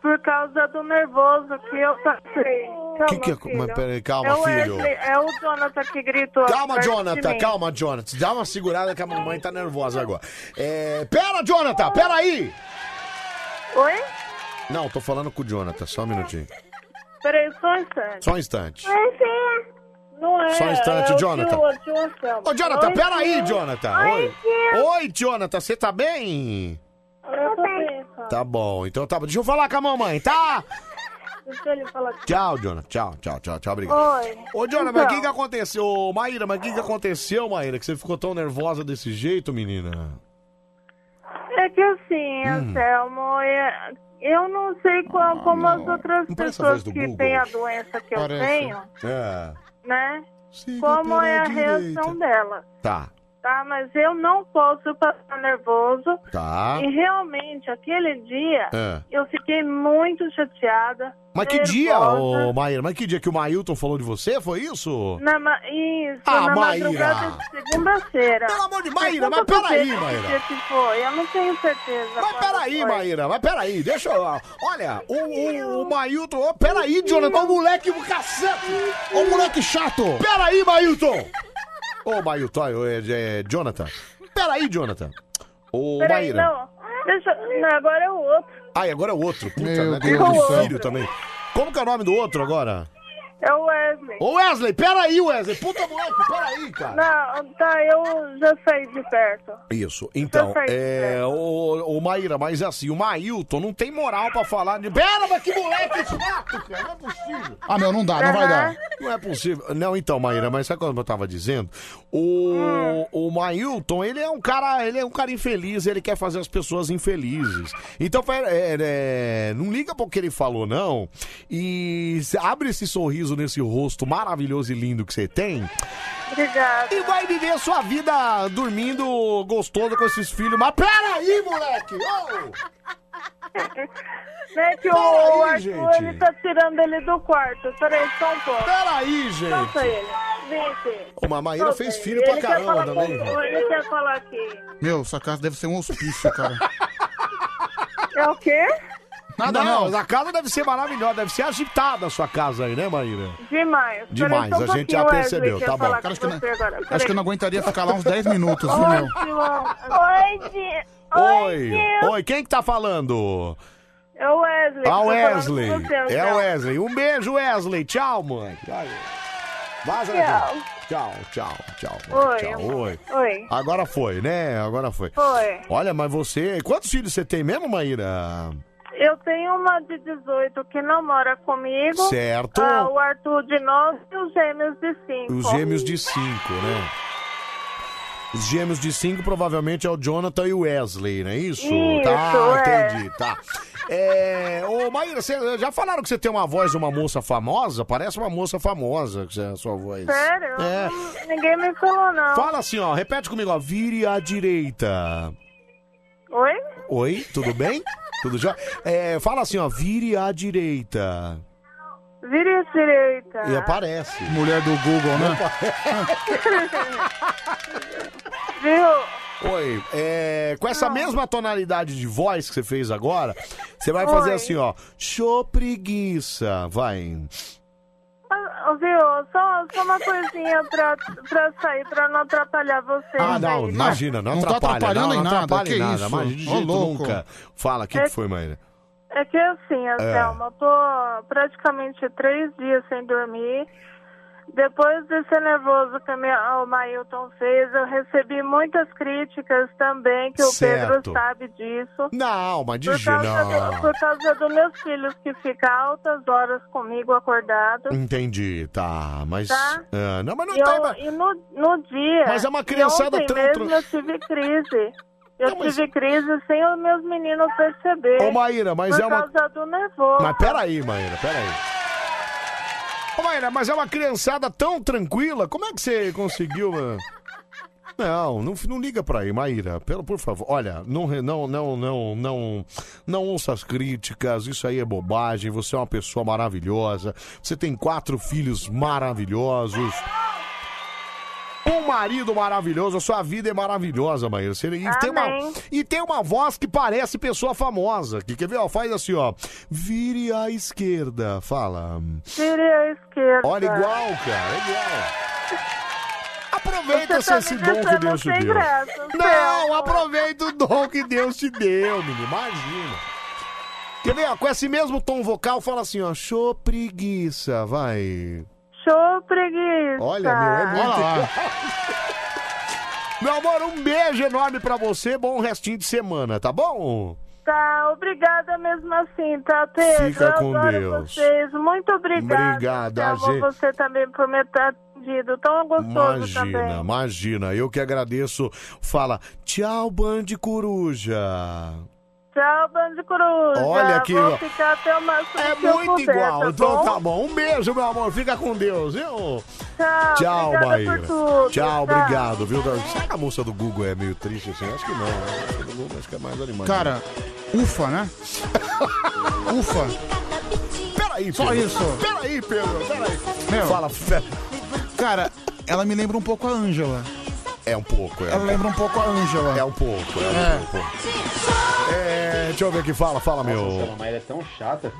S16: Por causa do nervoso que eu passei. Calma,
S1: Que que é-
S16: filho.
S1: mas peraí, calma,
S16: é o
S1: filho.
S16: Wesley- é o Jonathan que gritou.
S1: Calma,
S16: perto de
S1: Jonathan,
S16: mim.
S1: calma, Jonathan. Dá uma segurada que a mamãe tá nervosa agora. É... Pera, Jonathan, pera aí!
S16: Oi?
S1: Não, tô falando com o Jonathan, só um minutinho.
S16: Peraí, só um instante.
S1: Só um instante.
S16: Não é.
S1: Só um instante,
S16: é o
S1: Jonathan.
S16: tio- o tio Anselmo.
S1: Ô, Jonathan,
S16: Oi,
S1: pera aí,
S16: tio.
S1: Jonathan.
S16: Oi,
S1: Oi. Oi, Jonathan, você tá bem?
S16: Eu tô bem, cara.
S1: Tá bom, então tá bom. Deixa eu falar com a mamãe, tá?
S16: Deixa ele falar aqui.
S1: Tchau, Jonathan. Tchau, tchau, tchau, tchau, obrigado.
S16: Oi. Então,
S1: Ô, Jonathan, mas o que, que aconteceu? Ô, Maíra, mas o que, que aconteceu, Maíra? Que você ficou tão nervosa desse jeito, menina?
S16: É que assim,
S1: Hum.
S16: Anselmo, é- eu não sei qual- como as outras
S1: Ah, parece a
S16: pessoas
S1: voz do
S16: que
S1: Google.
S16: têm a doença que eu tenho,
S1: É.
S16: né? como
S2: pela
S16: é a
S2: direita.
S16: reação dela,
S1: Tá,
S16: tá? Mas eu não posso passar nervoso.
S1: tá.
S16: E realmente, aquele dia,
S1: É.
S16: eu fiquei muito chateada.
S1: Mas que
S16: nervosa.
S1: dia, ô, Maíra? Mas que dia que o Mailton falou de você? Foi isso?
S16: Na ma... Isso,
S1: Ah,
S16: na
S1: Maíra.
S16: madrugada de segunda-feira. Pelo amor de
S1: Maíra, mas peraí, Maíra.
S16: Que foi? Eu não tenho certeza. Mas
S1: Peraí, Maíra, mas peraí, deixa eu. Olha, o, o, o Mailton. Ô, peraí, Jonathan, o moleque, o cacete! Ô, moleque chato! Peraí, Mailton!
S16: (laughs)
S1: Ô, Mailton, é, é, Jonathan. Peraí, Jonathan. Ô,
S16: Peraí,
S1: Maíra.
S16: não. Deixa... não. Agora é o outro.
S1: Ai, agora é o outro. Puta,
S16: Meu Deus
S1: né? Tem
S16: do
S1: outro
S16: céu.
S1: filho também. Como que é o nome do outro agora?
S16: É o Wesley.
S1: Ô, Wesley, peraí, Wesley. Puta moleque, peraí, cara.
S16: Não, tá, eu já saí de perto.
S1: Isso. Então,
S16: Perfeito,
S1: é, o, o Maíra, mas assim, o Mailton não tem moral pra falar de. Pera, mas que moleque chato, cara. Não é possível.
S3: Ah, meu, não dá, não vai dar.
S1: Não é possível. Não, então, Maíra, mas sabe como eu tava dizendo? O,
S16: Hum.
S1: o Mailton, ele é um cara, ele é um cara infeliz, ele quer fazer as pessoas infelizes. Então, pera- é, é, não liga pro que ele falou, não. E se- abre esse sorriso nesse rosto maravilhoso e lindo que você tem.
S16: Obrigada.
S1: E vai viver a sua vida dormindo gostoso com esses filhos. Mas peraí, moleque! ô!
S16: É que o,
S1: Peraí,
S16: o Arthur,
S1: gente.
S16: ele tá tirando ele do quarto. Peraí, só um pouco.
S1: Peraí,
S16: Solta
S1: gente!
S16: ele. Vem,
S1: Ô, mas a Maíra
S16: Solta
S1: fez
S16: ele.
S1: filho pra
S16: Ele quer
S1: caramba
S16: falar
S1: também,
S16: com-
S1: velho.
S16: Ele quer falar aqui.
S3: Meu, essa casa deve ser um hospício, cara.
S16: É o quê?
S1: Nada não, mas a casa deve ser maravilhosa, deve ser agitada a sua casa aí, né, Maíra?
S16: Demais.
S1: Demais,
S16: Peraí, só
S1: a
S16: um
S1: gente já
S16: pouquinho, Wesley,
S1: percebeu,
S16: quer
S1: tá bom.
S16: falar
S1: Cara,
S16: com você agora.
S3: Acho que eu não aguentaria ficar lá uns 10 minutos, viu,
S16: Oi,
S3: meu?
S16: Simão. Oi, Gi-
S1: Oi!
S16: Gil.
S1: Oi, quem que tá falando?
S16: É o Wesley.
S1: Ah,
S16: que tá falando
S1: Wesley!
S16: com você,
S1: É
S16: Anselmo.
S1: o Wesley. Um beijo, Wesley. Tchau, mãe. Vaza daqui. Tchau, tchau, tchau. mãe.
S16: Oi.
S1: Tchau, oi.
S16: Oi.
S1: Agora foi, né? Agora foi.
S16: Foi.
S1: Olha, mas você. Quantos filhos você tem mesmo, Maíra?
S16: Eu tenho uma de 18 que não mora comigo.
S1: Certo.
S16: Ah, o Arthur de 9 e os gêmeos de 5.
S1: Os gêmeos de cinco, né? Os gêmeos de cinco provavelmente é o Jonathan e o Wesley, não é isso?
S9: Isso,
S1: tá,
S9: é.
S1: entendi, tá. É, ô Maíra, cê- já falaram que você tem uma voz de uma moça famosa? Parece uma moça famosa que cê- a sua voz.
S16: Sério?
S1: É.
S16: Hum, Ninguém me falou, não.
S1: Fala assim, ó, repete comigo, ó. Vire à direita.
S16: Oi?
S1: Oi, tudo bem? Tudo já? É, fala assim, ó, vire à direita.
S16: Vire à direita.
S1: E aparece.
S3: Mulher do Google, né?
S16: Viu?
S1: Oi, é, com essa mesma tonalidade de voz que você fez agora, você vai fazer
S16: Oi.
S1: assim, ó. Show preguiça, vai.
S16: Ah, Viu? Só, só uma coisinha pra, pra sair, pra não atrapalhar vocês.
S1: Ah, não,
S16: aí.
S1: imagina, não,
S3: Não tá
S1: atrapalha.
S3: atrapalhando
S1: não,
S3: em
S1: não
S3: nada,
S1: atrapalha em
S3: que
S1: nada,
S3: isso?
S1: mas de
S3: Ô,
S1: jeito
S3: louco.
S1: nunca. Fala, o que, que foi, Maíra?
S16: É que assim,
S1: É.
S16: Anselmo, eu tô praticamente três dias sem dormir. Depois desse nervoso que a minha- o Mailton fez, eu recebi muitas críticas também, que o
S1: Certo.
S16: Pedro sabe disso.
S1: Não, mas de
S16: por
S1: jeito-
S16: causa,
S1: não.
S16: do, por causa dos meus filhos que ficam altas horas comigo acordados.
S1: Entendi, tá, mas.
S16: Tá.
S1: Ah, Hum, não, mas não
S16: e
S1: tá.
S16: eu- e no, no dia.
S1: Mas é uma
S16: e
S1: criançada
S16: ontem
S1: tran-
S16: mesmo eu tive crise. Eu tive crise sem os meus meninos perceber.
S1: Ô, Maíra, mas
S16: por
S1: é uma-
S16: causa do nervoso.
S1: Mas peraí, Maíra, peraí. Ô, Maíra, mas é uma criançada tão tranquila, como é que você conseguiu. eh? Não, não, não liga pra aí, Maíra. Pelo, por favor. Olha, não, re- não, não, não, não, não ouça as críticas. Isso aí é bobagem. Você é uma pessoa maravilhosa. Você tem quatro filhos maravilhosos. Um marido maravilhoso. A sua vida é maravilhosa, Maíra. Você, e, tem uma,
S9: Amém.
S1: e tem uma voz que parece pessoa famosa. Que, quer ver? Ó, faz assim, ó. Vire à esquerda. Fala.
S16: Vire à esquerda.
S1: Olha, igual, cara. é Igual. Aproveita
S9: Você tá
S1: esse
S9: me
S1: dom que
S9: deixando
S1: Deus te
S9: sem
S1: deu.
S9: graça,
S1: Não, aproveita o dom que Deus te deu, menino. Imagina. Quer ver? ó, Com esse mesmo tom vocal, fala assim, ó. Show preguiça, vai.
S16: Show preguiça.
S1: Olha, meu, é muito. (laughs) meu amor, um beijo enorme pra você. Bom restinho de semana, tá bom?
S16: Tá, obrigada mesmo assim, tá, Pedro?
S1: Fica
S16: Eu
S1: com
S16: adoro
S1: Deus.
S16: vocês. Muito obrigada.
S1: Obrigada,
S16: Anselmo,
S1: gente.
S16: você também por me ter atendido. Tão gostoso também.
S1: Imagina, imagina. Eu que agradeço. Fala, tchau, Band Coruja.
S16: Tchau, Bande Coruja.
S1: Olha aqui,
S16: Vou
S1: ó.
S16: ficar até o máximo
S1: É
S16: que eu
S1: muito
S16: puder,
S1: igual.
S16: Tá
S1: então
S16: bom?
S1: tá bom. Um beijo, meu amor. Fica com Deus, viu?
S16: Tchau,
S1: Tchau,
S16: obrigada
S1: Maíra.
S16: por tudo.
S1: Tchau,
S16: Tchau.
S1: obrigado, viu? Será que a moça do Google é meio triste assim? Acho que não. né? A moça do Google acho que é mais animada.
S3: Cara, ufa, né? ufa.
S1: Peraí,
S3: Só
S1: Pedro.
S3: isso.
S1: Peraí, Pedro. Peraí.
S3: Meu.
S1: Fala, fe-
S3: Cara, ela me lembra um pouco a Ângela.
S1: É um pouco, é.
S3: Ela lembra um pouco a Ângela.
S1: É um pouco, é um
S3: É.
S1: pouco. É, deixa eu ver aqui. Fala, fala, meu.
S17: Marcela Maia é tão chata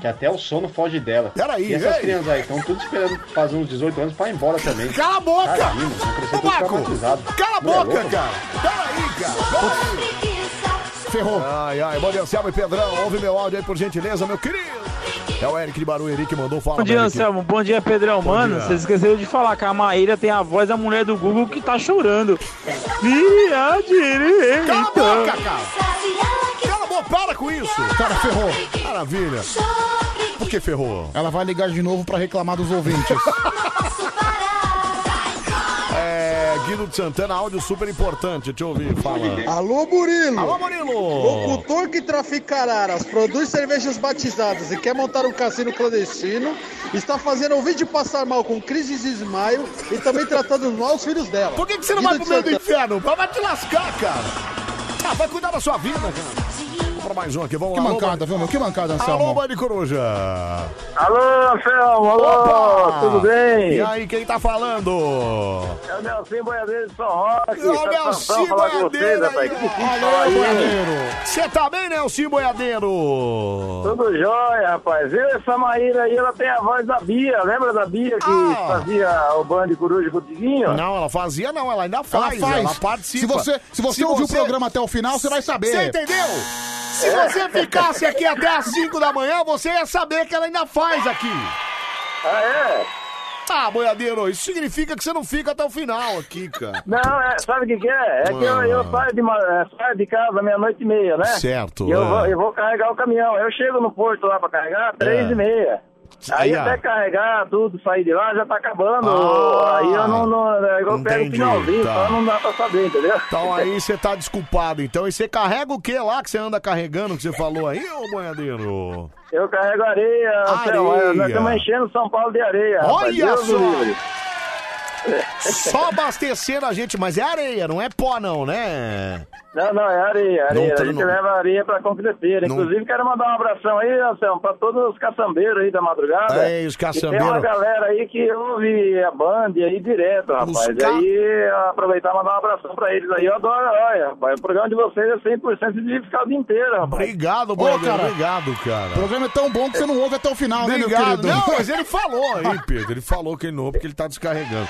S17: que até o sono foge dela.
S1: Peraí,
S17: E essas
S1: ei.
S17: crianças aí estão tudo esperando fazer uns 18 anos pra ir embora também.
S1: Cala a boca!
S17: Tadinho, mano, cresceu tudo traumatizado.
S1: Cala a
S17: Não é
S1: boca,
S17: louco?
S1: cara. Ferrou. Ai, ai, bom dia, Anselmo e Pedrão. Ouve meu áudio aí, por gentileza, meu querido. É o Eric de Barueri que mandou falar.
S13: Bom dia, Anselmo. Bom dia, Pedrão. Mano,
S1: dia.
S13: vocês esqueceram de falar que a Maíra tem a voz da mulher do Google que tá chorando. Vire à direita.
S1: Cala a
S3: Então.
S1: boca, cara. Cala a boca, para com isso.
S3: Cara, ferrou.
S1: Maravilha. Por que ferrou?
S3: Ela vai ligar de novo pra reclamar dos ouvintes.
S1: É, Guido de Santana, áudio super importante. Deixa eu ouvir, fala.
S18: Alô, Murilo!
S1: Alô, Murilo!
S18: Locutor que trafica araras, produz cervejas batizadas e quer montar um cassino clandestino, está fazendo o vídeo passar mal com crises de desmaio e também tratando mal os filhos dela.
S1: Por que, que você não
S18: Guido
S1: vai
S18: de
S1: pro meio do
S18: Santana.
S1: inferno? Vai vai te lascar, cara. Ah, vai cuidar da sua vida, cara. Vamos pra mais um aqui, vamos
S3: Que
S1: lá.
S3: mancada, viu, meu? Que mancada,
S1: Alô,
S3: Anselmo.
S1: Band Coruja.
S19: Alô, Anselmo, alô,
S1: Opa!
S19: tudo bem?
S1: Ah, E aí, quem tá falando?
S19: É o Nelson Boiadeiro de São Roque.
S1: Ô,
S19: satisfação
S1: Nelson
S19: falar com vocês,
S1: Boiadeiro!
S19: rapaz. Que difícil falar
S1: Alô,
S19: aí, né?
S1: Boiadeiro! Você tá bem, Nelson Boiadeiro?
S19: Tudo jóia, rapaz. Eu, essa Maíra aí, ela tem a voz da Bia. Lembra da Bia que
S1: Ah.
S19: fazia o Band Coruja com o Tiguinho?
S1: Não, ela fazia não, ela ainda faz, ela, participa.
S3: Se você, se você ouvir o programa até o final, você vai saber.
S1: Você entendeu? Se
S3: É.
S1: você ficasse aqui até as 5 da manhã, você ia saber que ela ainda faz aqui.
S19: Ah, é?
S1: Ah, boiadeiro, isso significa que você não fica até o final aqui, cara.
S19: Não, é- sabe o que, que é? É que eu,
S1: Ah.
S19: eu saio, de, ma- é, saio de casa meia-noite e meia, né?
S1: Certo,
S19: E eu,
S1: é.
S19: vou, eu vou carregar o caminhão. Eu chego no porto lá pra carregar três
S1: É.
S19: e meia. Aí
S1: Aí, ó.
S19: até carregar tudo, sair de lá, já tá acabando.
S1: Ah,
S19: aí eu não. não é igual eu pego o
S1: entendi,
S19: finalzinho,
S1: tá.
S19: só não dá pra saber, entendeu?
S1: Então aí você tá desculpado, então. E você carrega o que lá que você anda carregando, que você falou aí, ô boiadeiro?
S19: Eu carrego areia, Anselmo,
S1: Areia.
S19: nós estamos enchendo São Paulo de areia. rapaz,
S1: Olha
S19: Deus
S1: só!
S19: do livre.
S1: Só abastecendo a gente, mas é areia, não é pó não, né?
S19: Não, não, é areia, areia.
S1: Não, tá-
S19: a gente
S1: não.
S19: leva areia pra concreteira.
S1: Não.
S19: Inclusive, quero mandar um abração aí, Anselmo, pra todos os caçambeiros aí da madrugada.
S1: É, os
S19: E Tem uma
S1: caçambeiros.
S19: galera aí que ouve a Band aí direto, rapaz.
S1: ca-
S19: Aí, aproveitar e mandar um abração pra eles aí. Eu adoro, olha, rapaz. O programa de vocês é 100% de fiscal o dia inteiro, rapaz.
S1: Obrigado,
S19: Boiadeiro,
S1: Boiadeiro, obrigado, cara.
S3: O programa é tão bom que você não ouve até o final, né, meu
S1: Obrigado.
S3: querido?
S1: Não,
S19: é-
S1: mas ele falou (laughs) aí, Pedro. Ele falou que ele não, porque ele tá descarregando.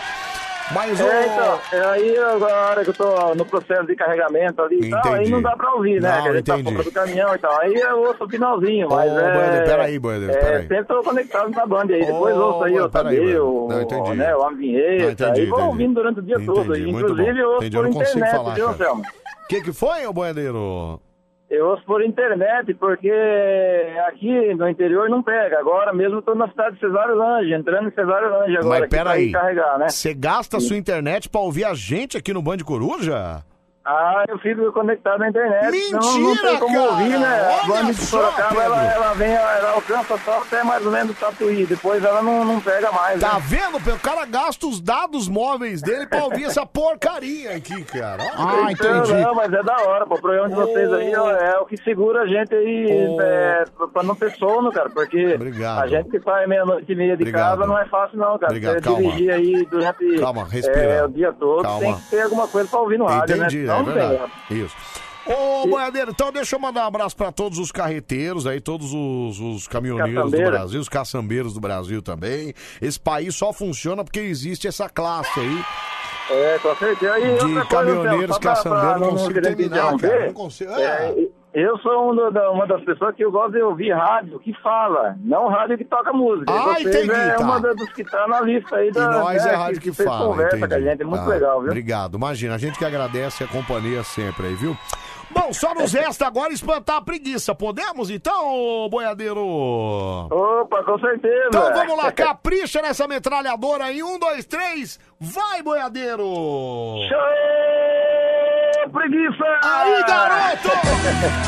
S1: Mas o.
S19: É, então, é aí agora que eu tô no processo de carregamento ali e tal, aí
S1: Entendi.
S19: não dá pra ouvir, né?
S1: Não,
S19: que a gente tá
S1: entendi.
S19: fora do caminhão e tal. Aí eu ouço o finalzinho, mas
S1: Ô,
S19: é...
S1: Boiadeiro, peraí, Boiadeiro,
S19: é,
S1: peraí.
S19: Sempre tô conectado na Band aí, depois ouço aí o
S1: peraí,
S19: Tadeu,
S1: Boiadeiro. Não, entendi.
S19: né, o Homem
S1: Não,
S19: Vinheta,
S1: entendi,
S19: e vou
S1: entendi.
S19: ouvindo durante o dia todo. aí.
S1: Entendi, muito
S19: Inclusive
S1: bom.
S19: eu ouço
S1: Entendi, eu
S19: por
S1: não consigo
S19: internet,
S1: falar,
S19: viu,
S1: cara.
S19: Anselmo?
S1: O que, que foi, ô boiadeiro?
S19: Eu ouço por internet, porque aqui no interior não pega. Agora mesmo eu tô na cidade de Cesário Lange, entrando em Cesário Lange agora
S1: Mas
S19: aqui pra
S1: peraí.
S19: ir carregar, né?
S1: Você gasta a sua internet pra ouvir a gente aqui no Band Coruja?
S19: Ah, eu fico conectado na internet.
S1: Mentira,
S19: não, não tem como
S1: cara!
S19: ouvir, né? A
S1: Olha
S19: banda de
S1: só, Pedro.
S19: Sorocaba, ela, ela vem, ela alcança só até mais ou menos o Tatuí. Depois ela não, não pega mais.
S1: Tá
S19: né?
S1: vendo? Pedro? O cara gasta os dados móveis dele pra ouvir essa porcaria aqui, cara. Olha.
S19: Então, Não, mas é da hora, pô. O programa de vocês aí ó, é o que segura a gente aí é, pra não ter sono, cara. Porque a gente que sai meia-noite e meia de
S1: Obrigado.
S19: casa não é fácil, não, cara.
S1: Obrigado,
S19: Você
S1: calma.
S19: dirigir aí durante
S1: Calma, respira.
S19: é, o dia todo,
S1: Calma.
S19: tem que ter alguma coisa pra ouvir no rádio,
S1: Entendi,
S19: né?
S1: é
S19: Senão não tem,
S1: verdade.
S19: cara.
S1: Isso. Ô, boiadeiro, então deixa eu mandar um abraço pra todos os carreteiros aí, todos os, os caminhoneiros do
S19: Caçambeira.
S1: Brasil, os caçambeiros do Brasil também. Esse país só funciona porque existe essa classe aí.
S19: É, com certeza. E
S1: De
S19: outra coisa,
S1: caminhoneiros,
S19: Anselmo, só pra-
S1: caçambeiros,
S19: pra
S1: não consigo
S19: querer me
S1: terminar, cara,
S19: interromper,
S1: não consigo- Ah.
S19: é, eu sou um do- da- uma das pessoas que eu gosto de ouvir rádio que fala, não rádio que toca música. E
S1: Ah,
S19: você
S1: entendi,
S19: É
S1: tá.
S19: uma da- dos que está na lista aí
S1: E
S19: da.
S1: nós
S19: né,
S1: é rádio que,
S19: fez
S1: fala.
S19: conversa com
S1: entendi.
S19: a gente, é muito
S1: Tá.
S19: legal, viu?
S1: Obrigado. Imagina, a gente que agradece a companhia sempre aí, viu? Bom, só nos resta agora espantar a preguiça. Podemos então, ô boiadeiro?
S19: Opa, com certeza.
S1: Então vamos
S19: (laughs)
S1: lá, capricha nessa metralhadora aí. Um, dois, três. Vai, boiadeiro!
S19: Preguiça!
S1: Aí, garoto!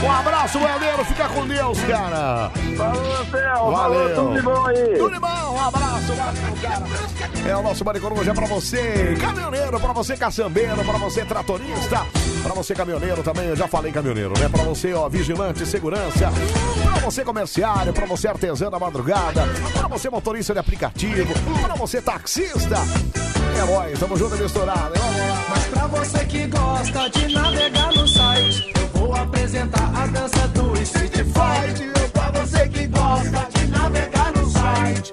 S1: Um abraço, boiadeiro. Fica com Deus, cara.
S19: Falou, Céu.
S1: Valeu.
S19: Falou, tudo de bom aí.
S1: Tudo de bom, um abraço, valeu, cara. É o nosso Bande Coruja pra você, caminhoneiro, pra você caçambeiro, pra você tratorista, pra você caminhoneiro também, eu já falei caminhoneiro, né? Pra você, ó, vigilante, segurança, pra você comerciário, pra você artesã da madrugada, pra você motorista de aplicativo, pra você taxista. É nóis, tamo junto e misturado, hein? Vamos lá.
S9: Mas pra você que gosta de navegar no site, eu vou apresentar a dança do Street Fight. Pra você que gosta de navegar no site,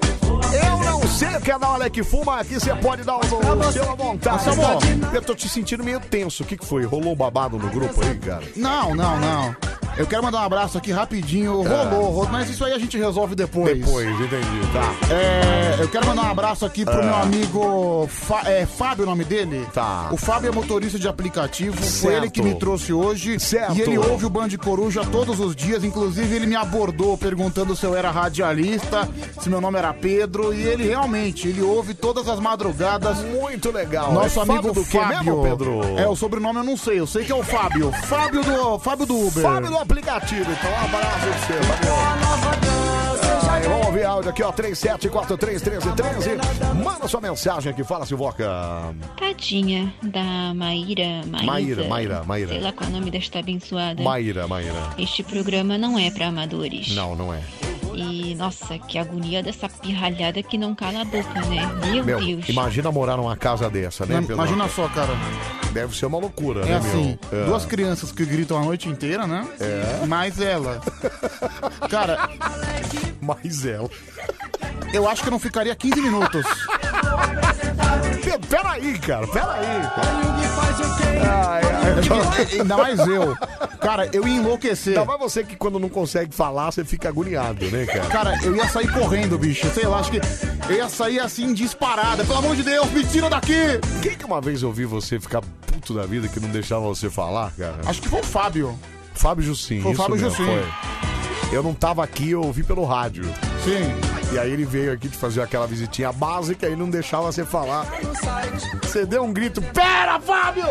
S1: Eu não sei o que é da hora que fuma, aqui você pode dar o, o seu à vontade. Tá bom? Eu tô te sentindo meio tenso. O que, que foi? Rolou um babado no grupo aí, cara?
S3: Não, não, não. Eu quero mandar um abraço aqui rapidinho.
S1: É.
S3: Rolou, rolou, mas isso aí a gente resolve depois.
S1: Depois, entendi, tá.
S3: É, eu quero mandar um abraço aqui pro
S1: É.
S3: meu amigo Fa- é, Fábio, o nome dele.
S1: Tá.
S3: O Fábio é motorista de aplicativo, foi
S1: Certo.
S3: ele que me trouxe hoje.
S1: Certo.
S3: E ele ouve o Band Coruja todos os dias, inclusive ele me abordou perguntando se eu era radialista, se meu nome era Pedro, e ele realmente, ele ouve todas as madrugadas.
S1: Muito legal.
S3: Nosso
S1: É
S3: amigo
S1: Fábio do quê
S3: Fábio.
S1: mesmo, Pedro?
S3: É, o sobrenome eu não sei, eu sei que é o Fábio. Fábio do, Fábio do Uber.
S1: Fábio do aplicativo, então um abraço pra você, valeu. Aí, vamos ouvir áudio aqui, ó, 37431313. Manda sua mensagem aqui, fala, Silvoca.
S20: Tadinha da Maíra, Maísa,
S1: Maíra, Maíra, Maíra.
S20: Sei lá qual é o nome desta abençoada.
S1: Maíra, Maíra.
S20: Este programa não é pra amadores.
S1: Não, não é.
S20: E nossa, que agonia dessa pirralhada que não cala a boca, né? Meu,
S1: Meu,
S20: Deus.
S1: imagina morar numa casa dessa, né,
S3: Ima-
S1: Pedro?
S3: Imagina só, cara.
S1: Deve ser uma loucura,
S3: É
S1: né,
S3: assim,
S1: meu? É. (laughs)
S3: duas crianças que gritam a noite inteira, né?
S1: É.
S3: Mais ela. Cara.
S1: Mais ela.
S3: Eu acho que eu não ficaria 15 minutos.
S1: Peraí, cara, peraí. É,
S3: (laughs) Ainda mais eu. Cara, eu ia enlouquecer.
S1: Ainda mais você que quando não consegue falar, você fica agoniado, né, cara?
S3: Cara, eu ia sair correndo, bicho. Sei lá, acho que eu ia sair assim disparada. Pelo amor de Deus, me tira daqui!
S1: Quem que uma vez eu ouvi você ficar puto da vida que não deixava você falar, cara?
S3: Acho que foi o Fábio.
S1: Fábio Jussim,
S3: Foi o
S1: isso
S3: Fábio
S1: mesmo,
S3: Jussim.
S1: foi. Eu não tava aqui, eu ouvi pelo rádio.
S3: Sim.
S1: E aí ele veio aqui te fazer aquela visitinha básica e não deixava você falar. Você deu um grito, pera, Fábio!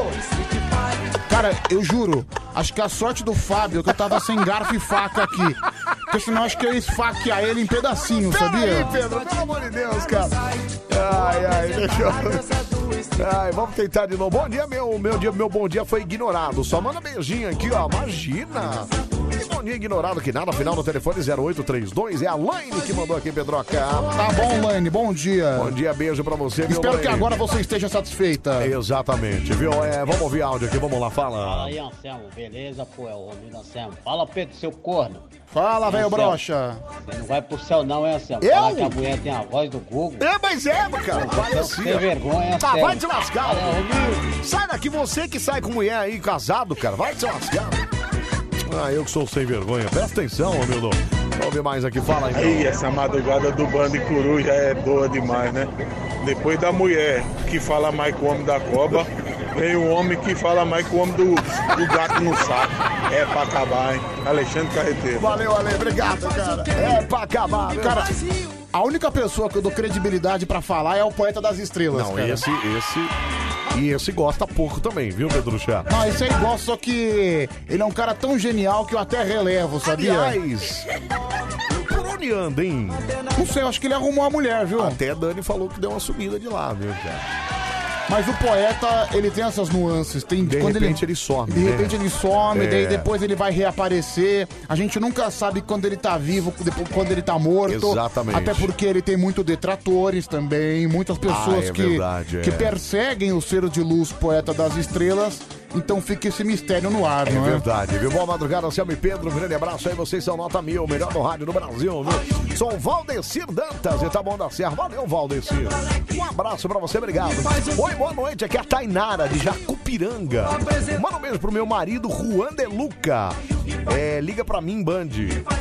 S3: Cara, eu juro, acho que a sorte do Fábio é que eu tava sem garfo e faca aqui. Porque senão acho que eu ia esfaquear ele em pedacinho,
S1: Pera
S3: sabia?
S1: aí, Pedro, pelo amor de Deus, cara. Ai, ai, deixa eu... Ai, vamos tentar de novo. Bom dia, meu, meu dia, meu bom dia foi ignorado. Só manda beijinho aqui, ó. Imagina. Que bom dia ignorado que nada. Final do telefone 0832. É a Laine que mandou aqui, Pedroca.
S3: Tá bom, Laine, bom dia.
S1: Bom dia, beijo pra você, meu
S3: Espero que
S1: Laine.
S3: agora você esteja satisfeita.
S1: Exatamente, viu? É, vamos ouvir áudio aqui, vamos lá,
S21: Fala
S1: fala.
S21: aí, Anselmo. Beleza, pô, é o Romildo Anselmo. Fala, Pedro, seu corno.
S3: Fala, velho
S21: Anselmo,
S3: broxa.
S21: Você não vai pro céu, não, hein, Anselmo?
S3: Eu?
S21: Falar que a mulher tem a voz do Google.
S1: É, mas é, cara.
S21: Você tem vergonha,
S1: Tá,
S21: Anselmo.
S1: vai te lascar.
S21: Fala, Romildo.
S1: Sai daqui, você que sai com mulher aí, casado, cara. Vai te lascar. Ah, eu que sou sem vergonha. Presta atenção, ô meu Vamos ouvir mais aqui, fala então. aí.
S10: Aí, essa madrugada do bando de coruja é boa demais, né? Depois da mulher que fala mais com o homem da cobra, vem o homem que fala mais com o homem do, do gato no saco. É pra acabar, hein? Alexandre Carreteiro.
S1: Valeu, Ale, obrigado, cara. É pra acabar,
S3: Cara, a única pessoa que eu dou credibilidade pra falar é o poeta das estrelas,
S1: Não,
S3: cara.
S1: esse, esse. E esse gosta pouco também, viu, Pedro Chá?
S3: Não, esse é igual, só que ele é um cara tão genial que eu até relevo, sabia?
S1: Aliás, por onde anda, hein?
S3: Não sei, eu acho que ele arrumou a mulher, viu?
S1: Até a Dani falou que deu uma sumida de lá, viu, cara?
S3: Mas o poeta, ele tem essas nuances. Tem,
S1: De
S3: quando
S1: repente ele some,
S3: De
S1: né?
S3: repente ele some,
S1: É.
S3: daí depois ele vai reaparecer. A gente nunca sabe quando ele tá vivo, depois quando ele tá morto.
S1: Exatamente.
S3: Até porque ele tem muito detratores também, muitas pessoas
S1: Ah, é
S3: que,
S1: verdade, é.
S3: que perseguem o ser de luz poeta das estrelas. Então fica esse mistério no ar,
S1: É
S3: não é?
S1: verdade, viu? Boa madrugada, Anselmo e Pedro. Um grande abraço aí, vocês são nota mil, melhor no rádio do Brasil, viu? Sou o Valdecir Dantas, tá Itabão da Serra. Valeu, Valdecir. Um abraço pra você, obrigado. Oi, boa noite, aqui é a Tainara, de Jacupiranga. Manda um beijo pro meu marido, Juan De Luca. É, liga pra mim, Band.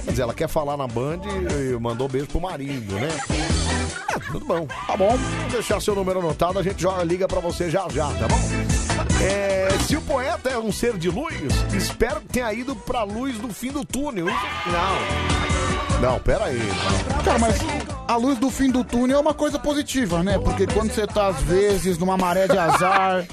S1: Quer dizer, ela quer falar na Band e mandou beijo pro marido, né? É, tudo bom. Tá bom. Vou deixar seu número anotado, a gente joga, liga pra você já já, tá bom? É, se o poeta é um ser de luz, espero que tenha ido pra luz do fim do túnel. Não. Não, peraí. não.
S3: Cara, Tá, mas a luz do fim do túnel é uma coisa positiva, né? Porque quando você tá, às vezes, numa maré de azar,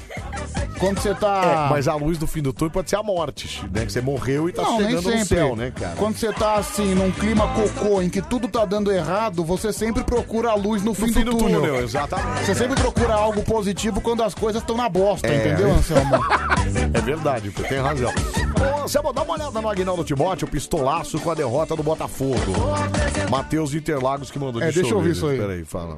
S3: quando você tá.
S1: É, mas a luz do fim do túnel pode ser a morte, né? Que você morreu e tá
S3: Não, nem
S1: chegando
S3: sempre.
S1: no céu, né, cara?
S3: Quando você tá assim, num clima cocô em que tudo tá dando errado, você sempre procura a luz no fim,
S1: fim
S3: do,
S1: do
S3: túnel.
S1: túnel, exatamente. né?
S3: Você sempre procura algo positivo quando as coisas estão na bosta,
S1: É.
S3: entendeu,
S1: (laughs)
S3: Anselmo?
S1: É verdade, você tem razão. Ô, Anselmo, dá uma olhada no Aguinaldo Timóteo, o pistolaço com a derrota do Botafogo. Matheus Interlagos que mandou
S3: É, deixa eu ouvir isso aí.
S1: Peraí, fala.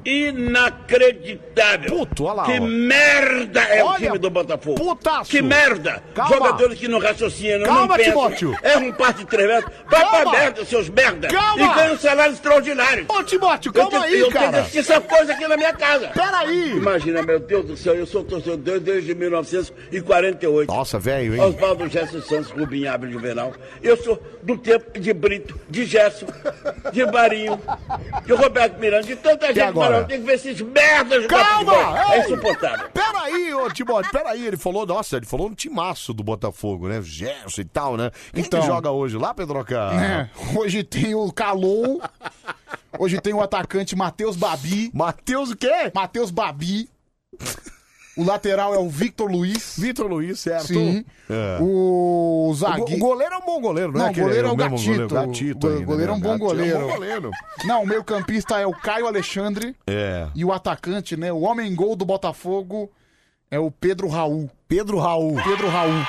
S22: Inacreditável!
S1: Puto, olha lá,
S22: Que
S1: ó.
S22: merda é o
S1: Olha,
S22: time do Botafogo!
S1: putaço.
S22: Que merda!
S1: Calma.
S22: Jogadores que não raciocinam,
S1: Calma,
S22: não pensam.
S1: Timóteo.
S22: É um par de treveto. Vai
S1: Calma.
S22: pra merda, seus merda!
S1: Calma.
S22: E ganha um salário extraordinário!
S1: Ô, Timóteo,
S22: eu
S1: calma
S22: tenho-
S1: aí,
S22: eu
S1: cara.
S22: tenho que assistir essa coisa aqui na minha casa!
S1: Peraí!
S22: Imagina, meu Deus do céu, eu sou torcedor desde 1948.
S1: Nossa, velho, hein?
S22: Oswaldo Gerson Santos, Rubinho Abre Juvenal. Eu sou do tempo de Brito, de Gerson, de Marinho, de Roberto Miranda, de tanta gente.
S1: agora?
S22: mano, eu tenho que ver esses merdas jogar
S1: Calma!
S22: futebol. É
S1: Ei!
S22: insuportável.
S1: Peraí, ô Timóteo, peraí, ele falou, nossa, ele falou um timaço do Botafogo, né? Gerson e tal, né? Quem
S3: Então.
S1: que joga hoje lá, Pedroca?
S3: É. Hoje tem o Calou. Hoje tem o atacante Matheus Babi.
S1: Matheus o quê?
S3: Matheus Babi. O lateral é o Victor Luiz.
S1: Vitor Luiz, certo?
S3: Sim.
S1: É.
S3: O zagueiro.
S1: O goleiro é um bom goleiro, não é
S3: Não, o
S1: aquele-
S3: goleiro é
S1: o
S3: o
S1: mesmo
S3: Gatito.
S1: goleiro, Gatito
S3: O go-
S1: ainda,
S3: goleiro é um
S1: né?
S3: bom
S1: Gatito é um
S3: goleiro.
S1: bom goleiro.
S3: Não, o meio-campista é o Caio Alexandre.
S1: É.
S3: E o atacante, né? O homem-gol do Botafogo é o Pedro Raul.
S1: Pedro Raul.
S3: Pedro Raul.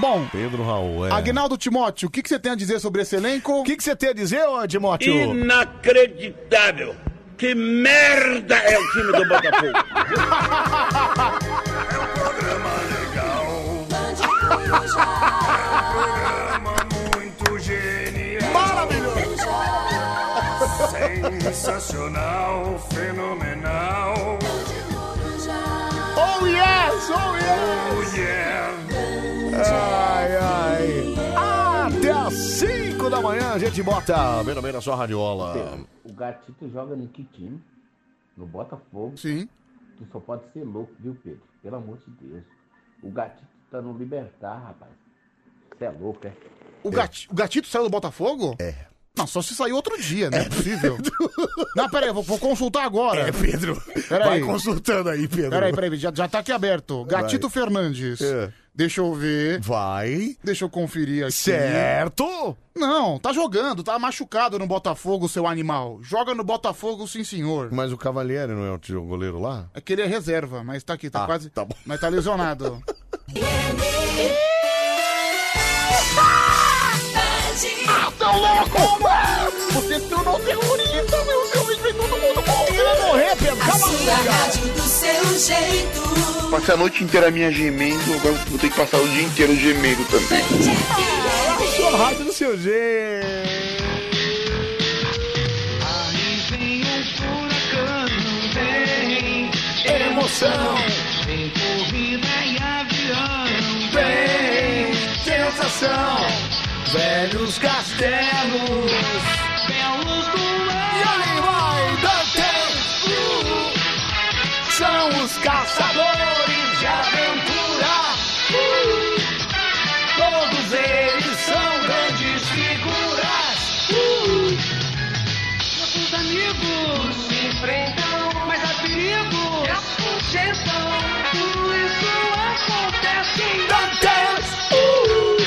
S3: Bom,
S1: Pedro Raul, é.
S3: Agnaldo Timóteo, o que, que você tem a dizer sobre esse elenco? O
S1: que, que você tem a dizer, ô, Timóteo?
S22: Inacreditável. Que merda é o time do Botafogo.
S1: Maravilhoso!
S9: Sensacional, fenomenal.
S1: Oh yes, oh yes! Ai, ai. Até às 5 da manhã a gente bota bem no meio da sua radiola.
S11: O Gatito joga no que time? No Botafogo.
S3: Sim.
S11: Tu só pode ser louco, viu, Pedro? Pelo amor de Deus. O Gatito tá no Libertar, rapaz. Você é louco, é?
S3: O, Gati- o Gatito saiu do Botafogo? É. Não, só se sair outro dia, né? É
S1: (laughs)
S3: possível. Não, peraí, eu vou, vou consultar agora.
S1: É, Pedro.
S3: Peraí.
S1: Vai consultando aí, Pedro.
S3: Peraí, peraí, já, já tá aqui aberto. Gatito
S1: Vai.
S3: Fernandes.
S1: É.
S3: Deixa eu ver.
S1: Vai.
S3: Deixa eu conferir aqui.
S1: Certo.
S3: Não, tá jogando, tá machucado no Botafogo, seu animal. Joga no Botafogo, sim, senhor.
S1: Mas o Cavalieri não é o goleiro lá?
S3: É que ele é reserva, mas tá aqui, tá
S1: Ah,
S3: quase.
S1: tá bom.
S3: Mas tá lesionado.
S2: Ah, seu louco, mano! Você se tornou terrorista, meu Deus, isso fez todo mundo morrer! Você vai morrer, Pedro, calma! do seu jeito
S6: Passei a noite inteira minha gemendo, agora vou ter que passar o dia inteiro gemendo também.
S1: Sua rádio do seu jeito.
S2: Emoção Tem corrida e avião Tem sensação Velhos castelos Belos do E ali vai Dantes São os caçadores de aventura Uh! Todos eles são grandes figuras Uh! nossos amigos se enfrentam, mas há perigo. É projeção. Tudo isso acontece em Dantes. Uh!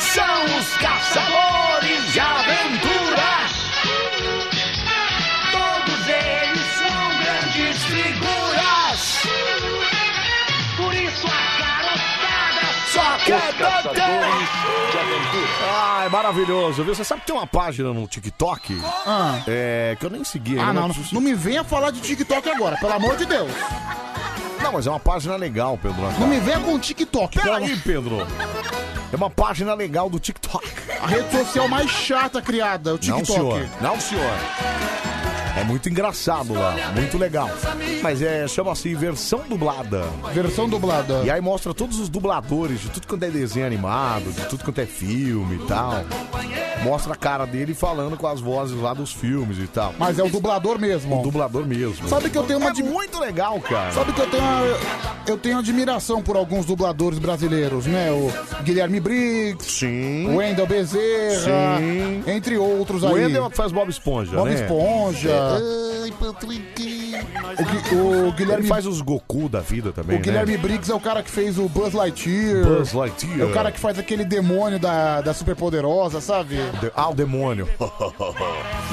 S2: São os caçadores de aventura. Todos eles são grandes figuras. Por isso a garotada só quer Dantes.
S1: Ah, é maravilhoso, viu? Você sabe que tem uma página no TikTok é, que eu nem segui.
S3: Ah,
S1: ainda,
S3: não,
S1: mas-
S3: não, não me venha falar de TikTok agora, pelo amor de Deus.
S1: Não, mas é uma página legal, Pedro.
S3: Não me venha com TikTok, pelo
S1: Peraí, Pedro. É uma página legal do TikTok.
S3: A rede social mais chata criada, o TikTok.
S1: Não, senhor. Não, senhor. É muito engraçado lá, muito legal. Mas é, chama assim, versão dublada.
S3: Versão dublada.
S1: E aí mostra todos os dubladores de tudo quanto é desenho animado, de tudo quanto é filme e tal. Mostra a cara dele falando com as vozes lá dos filmes e tal.
S3: Mas é o dublador mesmo.
S1: O dublador mesmo.
S3: Sabe que eu tenho uma
S1: É muito legal, cara.
S3: Sabe que eu tenho uma- eu tenho admiração por alguns dubladores brasileiros, né? O Guilherme Briggs,
S1: Sim.
S3: o Wendel Bezerra,
S1: Sim.
S3: entre outros
S1: O
S3: aí.
S1: Wendel é o que faz Bob Esponja,
S3: Bob
S1: né?
S3: Esponja.
S1: É.
S3: O, Gui- o Guilherme
S1: Ele faz os Goku da vida também,
S3: O Guilherme
S1: né?
S3: Briggs é o cara que fez o Buzz Lightyear.
S1: Buzz Lightyear.
S3: É o cara que faz aquele demônio da, da Superpoderosa, sabe?
S1: De- Ah, o demônio. (laughs) Como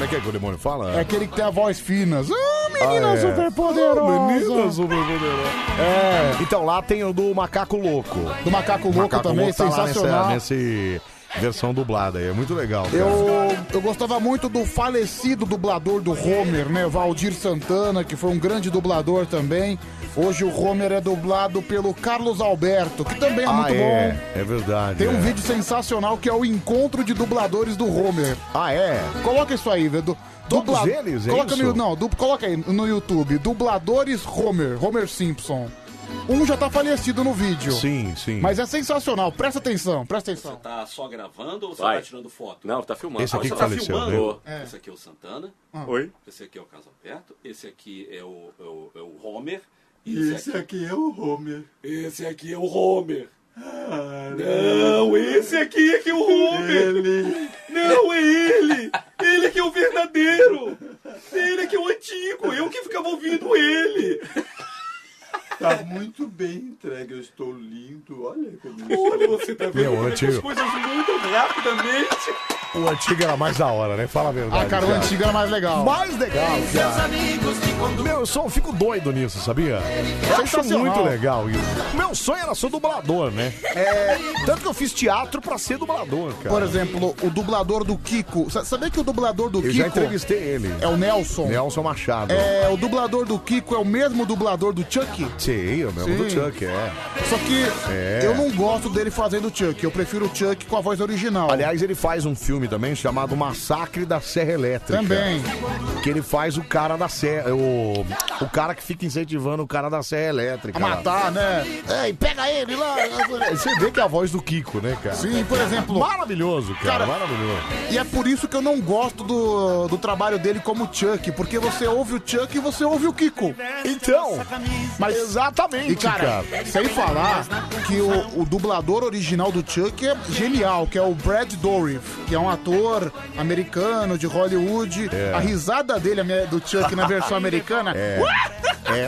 S1: é que é que o demônio fala?
S3: É aquele que tem a voz fina. Ah, menina
S1: Ah, é.
S3: superpoderosa.
S1: Ah, menina superpoderosa. É. Então lá tem o do Macaco Louco.
S3: Do Macaco Louco também,
S1: tá lá
S3: sensacional.
S1: Nessa, nesse versão dublada aí. É muito legal. cara.
S3: Eu, eu gostava muito do falecido dublador do Homer, né? Valdir Santana, que foi um grande dublador também. Hoje o Homer é dublado pelo Carlos Alberto, que também é
S1: ah,
S3: muito
S1: é.
S3: bom.
S1: É verdade.
S3: Tem um
S1: é.
S3: vídeo sensacional que é o encontro de dubladores do Homer.
S1: Ah, é?
S3: Coloca isso aí, velho.
S1: Todos eles, é
S3: coloca
S1: isso?
S3: No, não, du- coloca aí no YouTube. Dubladores Homer, Homer Simpson. Um já tá falecido no vídeo.
S1: Sim, sim.
S3: Mas é sensacional, presta atenção, presta atenção.
S5: Tá só gravando ou você
S7: Vai.
S5: tá tirando foto?
S7: Não, tá filmando.
S1: Esse aqui
S7: Ah, você
S1: que
S7: tá
S1: faleceu,
S7: filmando.
S1: né?
S5: Esse aqui é o Santana.
S7: Ah. Oi.
S5: Esse aqui é o Carlos Alberto. Esse aqui é o, é o, é o Homer.
S7: E esse aqui é o Homer.
S5: Esse aqui é o Homer.
S7: Ah, né?
S5: Não, esse aqui é que é o Homer. Não, é ele. Ele que é o verdadeiro. Ele que é o antigo. Eu que ficava ouvindo ele.
S7: Tá muito bem entregue, eu estou lindo. Olha como
S5: Olha, você tá vendo
S1: Meu,
S5: como é que as
S1: antigo.
S5: coisas mudam rapidamente.
S1: O antigo era mais da hora, né? Fala a verdade.
S3: Ah, cara, o antigo era mais legal.
S1: Mais legal, cara. Meu, eu só fico doido nisso, sabia? Eu acho
S3: Sensacional.
S1: muito legal isso. Meu É um sonho era ser dublador, né? É, tanto que eu fiz teatro pra ser dublador, cara.
S3: Por exemplo, o dublador do Kiko. Sa- Sabia que o dublador do
S1: eu
S3: Kiko
S1: já entrevistei ele.
S3: é o Nelson?
S1: Nelson Machado.
S3: É, o dublador do Kiko é o mesmo dublador do Chuck?
S1: Sei, o mesmo do Chuck, é.
S3: Só que
S1: É.
S3: eu não gosto dele fazendo o Chuck, eu prefiro o Chuck com a voz original.
S1: Aliás, ele faz um filme também chamado Massacre da Serra Elétrica.
S3: Também.
S1: Que ele faz o cara da serra, o, O cara que fica incentivando o cara da serra elétrica.
S3: A
S1: lá.
S3: matar, né?
S1: É, e pega ele lá. Você vê que é a voz do Kiko, né, cara?
S3: Sim, por exemplo-
S1: Maravilhoso, cara.
S3: Cara,
S1: maravilhoso.
S3: E é por isso que eu não gosto do, do trabalho dele como Chuck, porque você ouve o Chuck e você ouve o Kiko.
S1: Então,
S3: mas
S1: exatamente,
S3: e, cara,
S1: cara.
S3: Sem falar que o, o dublador original do Chuck é genial, que é o Brad Dourif, que é um ator americano de Hollywood. A risada dele a minha- do Chuck na versão americana.
S1: É. É.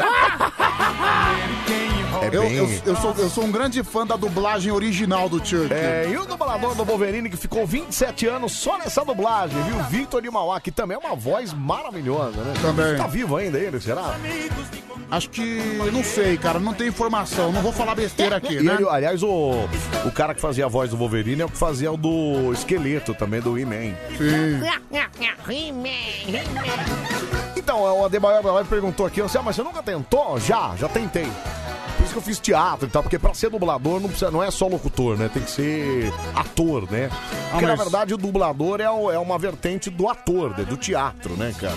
S1: É
S3: Eu,
S1: bem-
S3: eu, eu sou, eu sou um grande fã da dublagem original do Chuck.
S1: É, e o dublador do Wolverine que ficou 27 anos só nessa dublagem, viu? Victor de Mauá, que também é uma voz maravilhosa, né?
S3: Também.
S1: Tá vivo ainda ele, será?
S3: Acho que. Não sei, cara, não tem informação. Não vou falar besteira aqui,
S1: E
S3: né?
S1: ele, aliás, o, o cara que fazia a voz do Wolverine é o que fazia o do esqueleto também, do He-Man. Então, o Ademar Ademar perguntou aqui, assim, ah, mas você nunca tentou? Já, já tentei. Por isso que eu fiz teatro e tal, porque pra ser dublador não, precisa, não é só locutor, né? Tem que ser ator, né? Porque, na
S3: mas-
S1: verdade, o dublador é, o- é uma vertente do ator, né? do teatro, né, cara?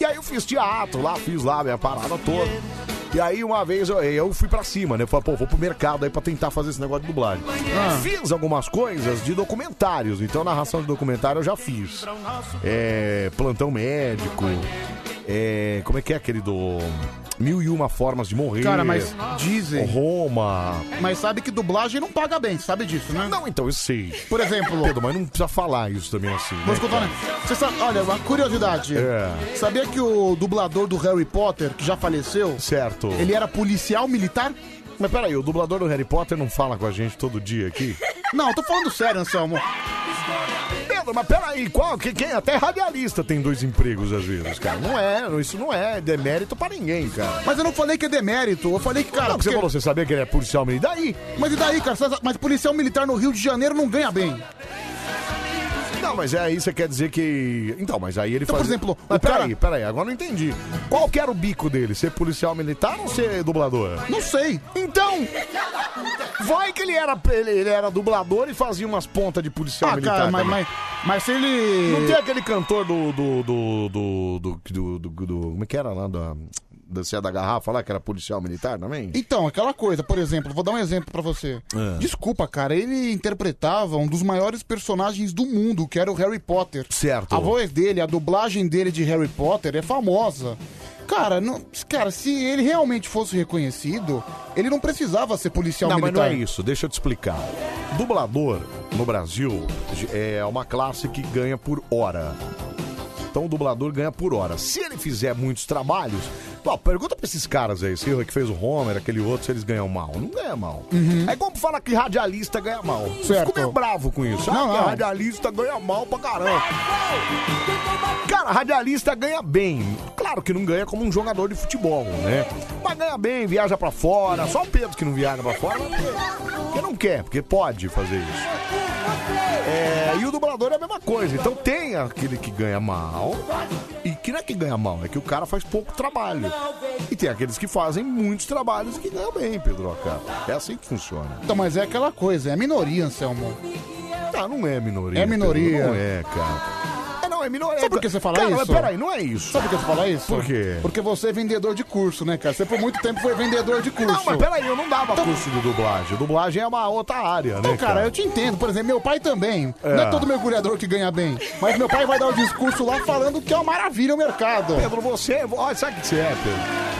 S1: E aí eu fiz teatro lá, fiz lá a minha parada toda. E aí uma vez eu, eu fui pra cima, né? Eu falei, pô, vou pro mercado aí pra tentar fazer esse negócio de dublagem. Fiz algumas coisas de documentários, então narração de documentário eu já fiz. É, plantão médico. é, como é que é aquele do. Mil e uma formas de morrer.
S3: Cara, mas dizem-
S1: Roma.
S3: Mas sabe que dublagem não paga bem, sabe disso, né?
S1: Não, então eu sei.
S3: Por exemplo.
S1: Pedro, mas não precisa falar isso também assim.
S3: Vou
S1: né,
S3: escutar,
S1: cara?
S3: né? Você sabe, olha, uma curiosidade.
S1: É.
S3: Sabia que o dublador do Harry Potter, que já faleceu,
S1: Certo.
S3: ele era policial militar?
S1: Mas peraí, o dublador do Harry Potter não fala com a gente todo dia aqui?
S3: (laughs) Não, eu tô falando sério, Anselmo.
S1: Pedro, mas peraí, qual? Que, quem? Até radialista tem dois empregos às vezes, cara. Não é, isso não é demérito pra ninguém, cara.
S3: Mas eu não falei que é demérito, eu falei que, cara.
S1: Não, porque você falou, você sabia que ele é policial militar? E daí?
S3: Mas e daí, cara? Sabe- Mas policial militar no Rio de Janeiro não ganha bem.
S1: Não, mas é aí você quer dizer que. Então, mas aí ele
S3: Então,
S1: faz.
S3: por exemplo,
S1: mas
S3: o cara-
S1: peraí, peraí, agora eu não entendi. Qual que era o bico dele? Ser policial militar ou ser dublador?
S3: Não sei.
S1: Então, vai que ele era, ele, ele era dublador e fazia umas pontas de policial
S3: Ah,
S1: é militar.
S3: cara, mas,
S1: também.
S3: mas, mas se ele.
S1: Não tem aquele cantor do. do. do. do. do. do- do- do- como é que era lá? Da, da Cia da Garrafa lá, que era policial militar também?
S3: Então, aquela coisa, por exemplo, vou dar um exemplo pra você.
S1: É.
S3: Desculpa, cara, ele interpretava um dos maiores personagens do mundo, que era o Harry Potter.
S1: Certo.
S3: A voz dele, a dublagem dele de Harry Potter é famosa. Cara, não, cara, se ele realmente fosse reconhecido, ele não precisava ser policial
S1: não, mas
S3: militar.
S1: não é isso, deixa eu te explicar. Dublador no Brasil é uma classe que ganha por hora. Então o dublador ganha por hora. Se ele fizer muitos trabalhos, ó, pergunta pra esses caras aí, esse que fez o Homer, aquele outro, se eles ganham mal. Não ganha mal. É como falar que radialista ganha mal.
S3: Certo.
S1: Fico meio bravo com isso.
S3: Não,
S1: ah, que
S3: não.
S1: radialista ganha mal pra caramba. Cara, radialista ganha bem. Claro que não ganha como um jogador de futebol, né? Mas ganha bem, viaja pra fora. Só o Pedro que não viaja pra fora. Porque não quer, É, porque pode fazer isso. É, e o dublador é a mesma coisa. Então tem aquele que ganha mal. E que não é que ganha mal, é que o cara faz pouco trabalho. E tem aqueles que fazem muitos trabalhos e que ganham bem, Pedro. Cara. É assim que funciona.
S3: Então, mas é aquela coisa, é minoria, Anselmo.
S1: Ah, não é minoria.
S3: É minoria.
S1: Pedro, Não é, cara. É, não, é minoria.
S3: Sabe por que você fala
S1: Cara,
S3: isso?
S1: mas peraí, não é isso.
S3: Sabe por que você fala isso?
S1: Por quê?
S3: Porque você é vendedor de curso, né, cara? Você por muito tempo foi vendedor de curso.
S1: Não, mas peraí, eu não dava curso né, de dublagem. Dublagem é uma outra área, né?
S3: Então, cara, eu te entendo. Por exemplo, meu pai também.
S1: É.
S3: Não é todo mergulhador que ganha bem. Mas meu pai vai dar o discurso lá falando que é uma maravilha o mercado.
S1: Pedro, você. Olha, sabe o que você é, Pedro?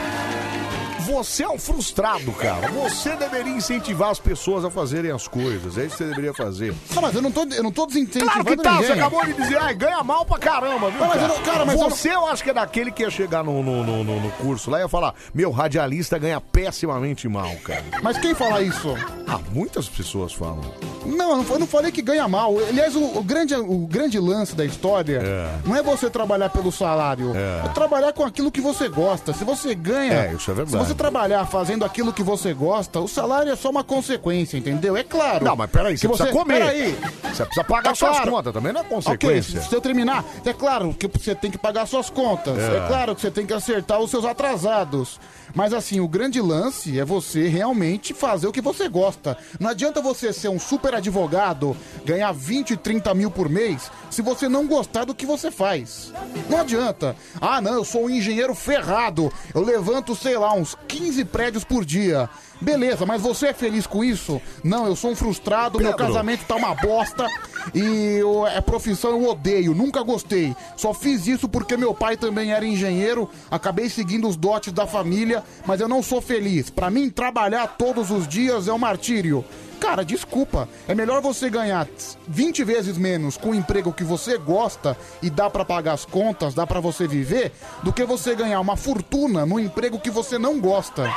S1: Você é um frustrado, cara. Você deveria incentivar as pessoas a fazerem as coisas. É isso que você deveria fazer.
S3: Não, mas eu não tô, eu não tô desincentivando
S1: Claro que tá,
S3: ninguém.
S1: você acabou de dizer, ai, ganha mal pra caramba, viu?
S3: Não, mas
S1: cara?
S3: eu não- cara, mas eu não-
S1: você eu, acho que é daquele que ia chegar no, no, no, no- no curso lá e ia falar: meu radialista ganha pessimamente mal, cara.
S3: Mas quem fala isso?
S1: Ah, muitas pessoas falam.
S3: Não, eu não fa- eu não falei que ganha mal. Aliás, o, o grande, o grande lance da história não é você trabalhar pelo salário, é. trabalhar com aquilo que você gosta. Se você ganha.
S1: É, isso é
S3: Se
S1: verdade.
S3: você trabalhar fazendo aquilo que você gosta, o salário é só uma consequência, entendeu? É claro.
S1: Não, mas peraí,
S3: que
S1: você precisa comer.
S3: Peraí.
S1: Você precisa pagar
S3: Tá
S1: suas
S3: claro.
S1: contas também, não é
S3: Ok,
S1: consequência.
S3: se se eu terminar, é claro que você tem que pagar suas contas.
S1: É.
S3: É. claro que você tem que acertar os seus atrasados. Mas assim, o grande lance é você realmente fazer o que você gosta. Não adianta você ser um super advogado, ganhar 20, 30 mil por mês, se você não gostar do que você faz. Não adianta. Ah, não, eu sou um engenheiro ferrado. Eu levanto, sei lá, uns 15 prédios por dia. Beleza, mas você é feliz com isso? Não, eu sou um frustrado, meu
S1: Pedro.
S3: casamento tá uma bosta e eu- é profissão eu odeio, nunca gostei. Só fiz isso porque meu pai também era engenheiro, acabei seguindo os dotes da família, mas eu não sou feliz. Pra mim, trabalhar todos os dias é um martírio. Cara, desculpa, é melhor você ganhar 20 vezes menos com um emprego que você gosta e dá pra pagar as contas, dá pra você viver, do que você ganhar uma fortuna num emprego que você não gosta.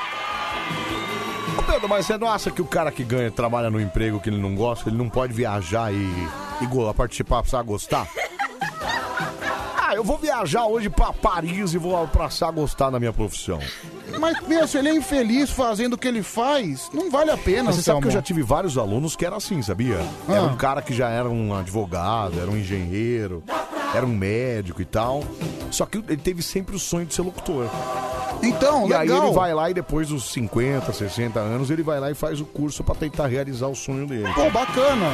S1: Ô, Pedro, mas você não acha que o cara que ganha, trabalha num emprego que ele não gosta, ele não pode viajar e, e go- participar, precisar gostar? Ah, eu vou viajar hoje pra Paris e vou passar a gostar da minha profissão.
S3: Mas, meu, se ele é infeliz fazendo o que ele faz, não vale a pena,
S1: Mas você sabe que eu
S3: Anselmo.
S1: já tive vários alunos que era assim, sabia?
S3: Ah.
S1: Era um cara que já era um advogado, era um engenheiro, era um médico e tal. Só que ele teve sempre o sonho de ser locutor.
S3: Então,
S1: e aí
S3: legal.
S1: ele vai lá e depois dos 50, 60 anos, ele vai lá e faz o curso pra tentar realizar o sonho dele.
S3: Pô, bacana.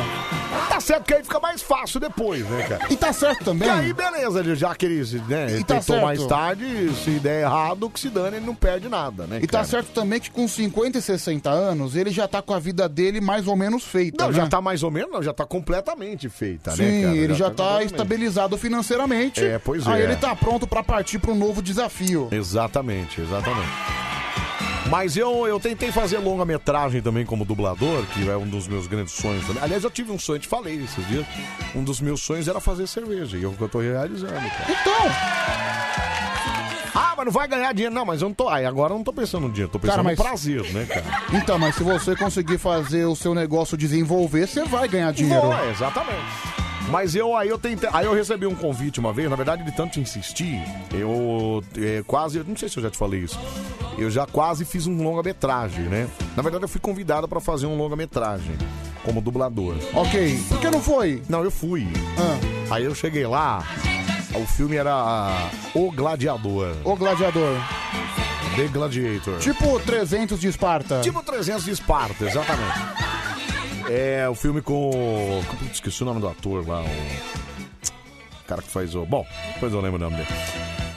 S1: Tá certo que aí fica mais fácil depois, né, cara?
S3: E tá certo também.
S1: E aí, beleza, já que ele, se, né,
S3: E tá
S1: tentou
S3: certo.
S1: mais tarde, se der errado, que se dane, ele não perde nada, né?
S3: E tá
S1: cara?
S3: certo também que com 50 e 60 anos, ele já tá com a vida dele mais ou menos feita.
S1: Não,
S3: né?
S1: já tá mais ou menos, não, já tá completamente feita,
S3: Sim,
S1: né, cara?
S3: ele já, tá,
S1: completamente.
S3: estabilizado financeiramente.
S1: É, pois
S3: Aí
S1: é.
S3: ele tá pronto pra partir pra um novo desafio.
S1: Exatamente, exatamente. Mas eu, eu tentei fazer longa-metragem também como dublador, que é um dos meus grandes sonhos também. Aliás, eu tive um sonho, te falei esses dias. Um dos meus sonhos era fazer cerveja, e é o que eu tô realizando.
S3: Então!
S1: Ah, mas não vai ganhar dinheiro. Não, mas eu não tô. Aí agora eu não tô pensando no dinheiro, tô pensando
S3: Cara, mas-
S1: no prazer, né, cara?
S3: Então, mas se você conseguir fazer o seu negócio desenvolver, você vai ganhar dinheiro.
S1: Vou, é, exatamente. Mas eu aí eu tentei, aí eu recebi um convite uma vez, na verdade de tanto insistir, eu eh, quase, eu não sei se eu já te falei isso. Eu já quase fiz um longa-metragem, né? Na verdade eu fui convidado pra fazer um longa-metragem como dublador.
S3: OK. Por que não foi? Ah.
S1: Não, eu fui. Aí eu cheguei lá, o filme era ah, O Gladiador,
S3: Ô gladiador.
S1: The Gladiator.
S3: Tipo 300 de Esparta.
S1: Tipo 300 de Esparta, exatamente. É o filme com. Putz, Esqueci o nome do ator lá. O cara que faz o. Bom, depois eu lembro o nome dele.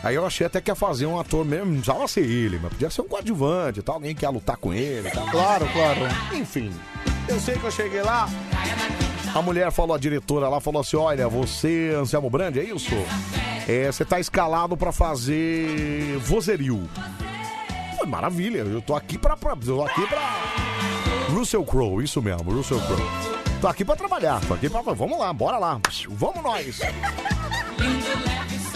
S1: Aí eu achei até que ia fazer um ator mesmo, não precisava ser ele, mas podia ser um coadjuvante e tal, alguém que ia lutar com ele e tal.
S3: Claro, claro.
S1: Enfim, eu sei que eu cheguei lá. A mulher falou, a diretora lá falou assim: olha, você, Anselmo Brandi, é isso? É, você tá escalado pra fazer vozerio. Pô, maravilha, eu tô aqui pra. pra- eu tô aqui pra. Russell Crowe, isso mesmo, Russell Crowe. Tô aqui pra trabalhar, tô aqui pra. Vamos lá, bora lá. Vamos nós.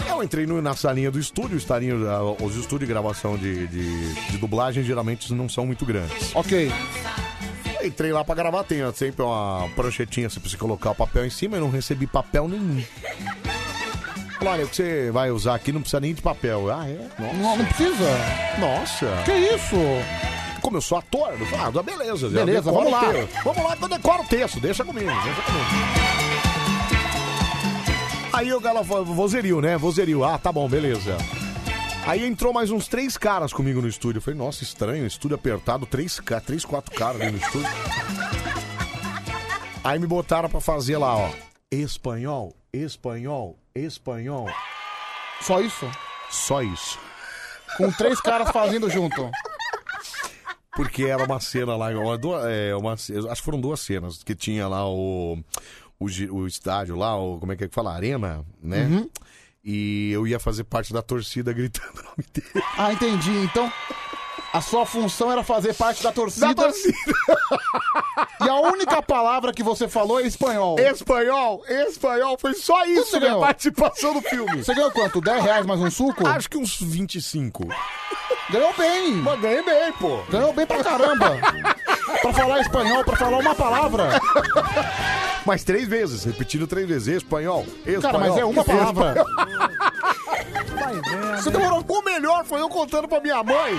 S1: Eu entrei no- na salinha do estúdio, estarinho, os estúdios de gravação de, de, de dublagem geralmente não são muito grandes.
S3: Ok.
S1: Entrei lá pra gravar, tem sempre uma pranchetinha assim, pra você colocar o papel em cima, eu não recebi papel nenhum. Falaram, Olha, o que você vai usar aqui não precisa nem de papel. Eu, Ah, é? Nossa.
S3: Não, não precisa.
S1: Nossa.
S3: Que isso?
S1: Como eu sou ator, eu falo, ah, tá, beleza. já
S3: Beleza, vamos
S1: decoro o
S3: lá.
S1: texto. Vamos lá, eu decoro o texto, deixa comigo, deixa comigo. Aí o cara falou, vozerio, né? Vozerio. Ah, tá bom, beleza. Aí entrou mais uns três caras comigo no estúdio. Eu falei, nossa, estranho, estúdio apertado, três, ca- três quatro caras ali no estúdio. Aí me botaram pra fazer lá, ó. Espanhol, espanhol, espanhol.
S3: Só isso?
S1: Só isso.
S3: Com três caras fazendo junto.
S1: Porque era uma cena lá, uma, du- é, uma ce- acho que foram duas cenas, que tinha lá o, o, gi- o estádio lá, o, como é que é que fala? Arena, né?
S3: Uhum.
S1: E eu ia fazer parte da torcida gritando o nome dele.
S3: Ah, entendi. Então, a sua função era fazer parte da torcida. e a única palavra que você falou é espanhol.
S1: Espanhol, espanhol, foi só isso,
S3: Você
S1: minha
S3: ganhou.
S1: participação no filme.
S3: Você ganhou quanto? 10 reais mais um suco?
S1: Acho que uns 25.
S3: Ganhou bem.
S1: Mas ganhei bem, pô.
S3: Ganhou bem pra caramba. pra falar espanhol, pra falar uma palavra.
S1: Mas três vezes, repetindo três vezes, espanhol, espanhol.
S3: Cara, mas é uma palavra.
S1: espanhol.
S3: Você demorou
S1: O melhor um melhor foi eu contando pra minha mãe.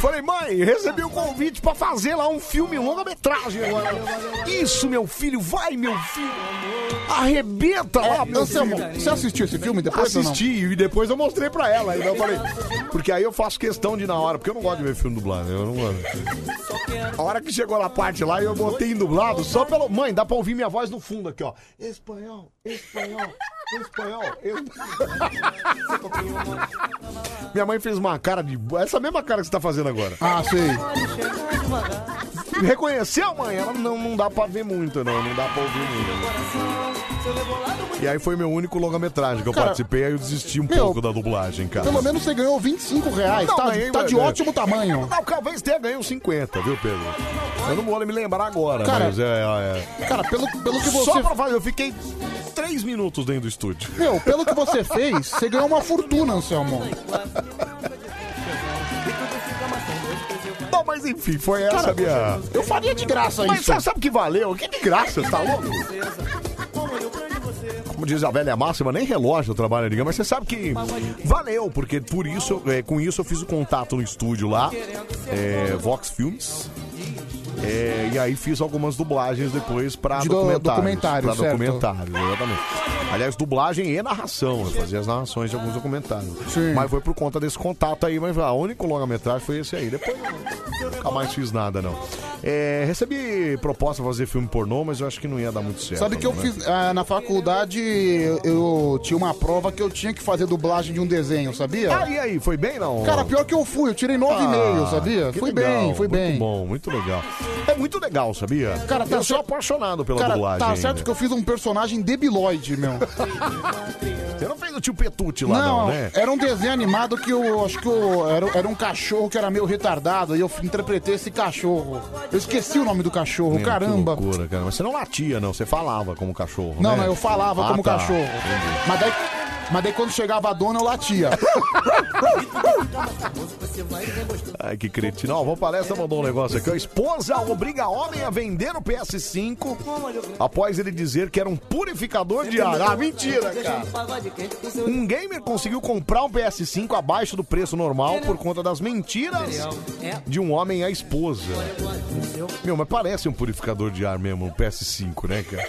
S1: Falei, mãe, recebi um convite pra fazer lá um filme, um longa-metragem agora. Isso, meu filho, vai, meu filho. Arrebenta lá, meu
S3: Anselmo,
S1: filho.
S3: você assistiu esse filme depois ou não?
S1: Assisti e depois eu mostrei pra ela. Então eu falei, porque aí eu faço questão de ir na hora, porque eu não gosto de ver filme dublado. Eu não gosto. A hora que chegou na parte lá, eu botei em dublado só pelo. Mãe, dá pra ouvir minha voz no fundo aqui, ó. Espanhol, espanhol, espanhol, Minha mãe fez uma cara de. Essa mesma cara que você tá fazendo agora.
S3: Ah, sei.
S1: Reconheceu, mãe? Ela não, não dá pra ver muito, não. Não dá pra ouvir muito. E aí foi meu único longa-metragem que eu
S3: Cara,
S1: participei, aí eu desisti um
S3: meu,
S1: pouco da dublagem, cara.
S3: Pelo menos você ganhou 25 reais.
S1: Não,
S3: tá,
S1: ganhei,
S3: tá de
S1: mas, é.
S3: ótimo tamanho.
S1: Não, talvez tenha ganho uns 50, viu, Pedro? Eu não vou me lembrar agora,
S3: Cara,
S1: mas é, é- é.
S3: Cara, pelo, pelo que
S1: Só
S3: você.
S1: pra fazer, eu fiquei três minutos dentro do estúdio.
S3: Meu, pelo que você fez, você ganhou uma fortuna, Anselmo.
S1: (laughs) Não, mas enfim, foi essa a
S3: Cara,
S1: minha.
S3: eu faria de graça
S1: mas
S3: isso.
S1: Mas sabe o que valeu? Que de graça, você tá louco? Como diz a velha máxima, nem relógio trabalha, diga, mas você sabe que valeu, porque por isso, é, com isso eu fiz o contato no estúdio lá, é, Vox Filmes. É, e aí fiz algumas dublagens depois pra
S3: De do-
S1: Ah, documentários.
S3: documentários,
S1: pra
S3: certo.
S1: documentários, exatamente. Aliás, dublagem e narração. Eu fazia as narrações de alguns documentários. Mas foi por conta desse contato aí, mas a única longa-metragem foi esse aí. Depois eu nunca mais fiz nada, não. É, recebi proposta pra fazer filme pornô, mas eu acho que não ia dar muito certo.
S3: Sabe que eu
S1: não, né?
S3: fiz ah, na faculdade, eu, eu tinha uma prova que eu tinha que fazer dublagem de um desenho, sabia?
S1: Ah, e aí, foi bem não?
S3: Cara, pior que eu fui, eu tirei 9,5,
S1: Ah,
S3: sabia?
S1: que
S3: Fui
S1: legal,
S3: bem, fui
S1: muito
S3: bem.
S1: bom, muito legal. É muito legal, sabia?
S3: Cara, tá
S1: eu sou
S3: cer-
S1: apaixonado pela
S3: Cara,
S1: dublagem.
S3: tá certo que eu fiz um personagem debiloide, meu.
S1: (laughs) Você não fez o tio Petute lá, não, né?
S3: era um desenho animado que eu acho que eu, era, era um cachorro que era meio retardado e eu interpretei esse cachorro. Eu esqueci o nome do cachorro,
S1: Meu,
S3: caramba.
S1: Que loucura, cara. Mas você não latia, não. Você falava como cachorro,
S3: Não,
S1: né?
S3: não, eu falava
S1: Ah,
S3: como
S1: tá.
S3: cachorro. Mas daí, mas daí quando chegava a dona, eu latia.
S1: (laughs) Ai, que cretino. Ó, o Vão Palestra mandou um negócio aqui. ó. esposa obriga homem a vender o PS5 após ele dizer que era um purificador de ar. Ah, mentira, cara.
S5: Hum.
S1: Um gamer conseguiu comprar um PS5 abaixo do preço normal por conta das mentiras de um homem à esposa. Meu, mas parece um purificador de ar mesmo, um PS5, né, cara?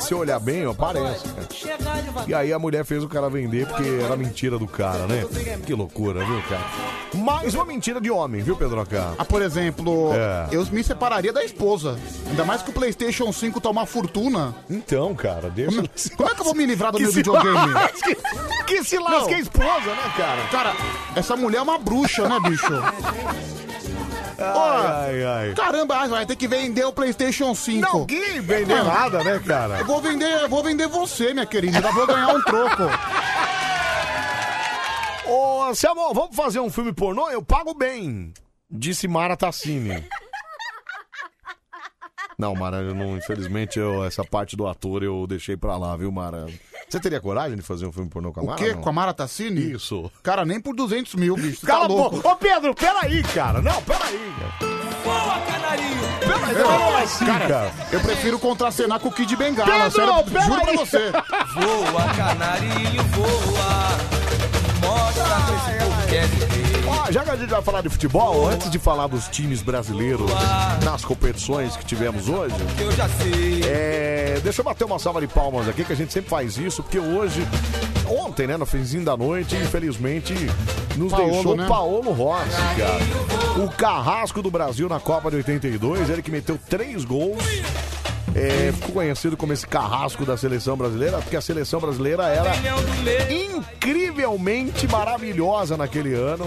S1: Se olhar bem, ó, parece, cara. E aí a mulher fez o cara vender porque era mentira do cara, né? Que loucura, viu, cara? Mais uma mentira de homem, viu, Pedro Acá?
S3: Ah, por exemplo,
S1: É.
S3: eu me separaria da esposa. Ainda mais que o PlayStation 5 tá uma fortuna.
S1: Então, cara, deixa.
S3: Como é que eu vou me livrar do
S1: Que
S3: meu
S1: se (laughs)
S3: videogame?
S1: lasque- que se lasque
S3: Não.
S1: a esposa, né, cara?
S3: Cara, essa mulher é uma bruxa, né,
S1: (laughs)
S3: (laughs) bicho? Ó,
S1: Ai, ai.
S3: Caramba, ai, vai ter que vender o PlayStation 5.
S1: Não, que vender
S3: Ah,
S1: nada, né, cara?
S3: Eu vou vender, eu vou vender você, minha querida. Ainda vou ganhar um troco.
S1: Ô, Anselmo, vamos fazer um filme pornô? Eu pago bem, disse Mara Tassini. Não, Mara, eu não, infelizmente eu- essa parte do ator eu deixei pra lá, viu, Mara? Você teria coragem de fazer um filme pornô com a
S3: O
S1: Mara?
S3: quê?
S1: não?
S3: Com a Mara Tassini?
S1: Isso.
S3: Cara, nem por 200 mil, bicho.
S1: Cala
S3: Cala
S1: a
S3: tá louco.
S1: boca. Ô, Pedro, peraí, cara. Não, peraí.
S5: Boa, canarinho!
S1: Peraí,
S3: Eu-
S1: como assim,
S3: cara,
S1: cara?
S3: eu prefiro contracenar com o Kid Bengala,
S5: Pedro,
S3: sério,
S5: pera
S3: juro pra
S5: aí.
S3: você.
S5: Voa, canarinho, voa! Mostra pra esse povo que é viver.
S1: Ó, Ah, já que a gente vai falar de futebol, antes de falar dos times brasileiros nas competições que tivemos hoje,
S5: Eu já sei.
S1: é, deixa eu bater uma salva de palmas aqui, que a gente sempre faz isso, porque hoje, ontem, né, no finzinho da noite, infelizmente, nos
S3: Paolo,
S1: deixou
S3: né?
S1: Paolo Rossi, cara. O carrasco do Brasil na Copa de 82, ele que meteu três gols. É, ficou conhecido como esse carrasco da seleção brasileira, porque a seleção brasileira era incrivelmente maravilhosa naquele ano.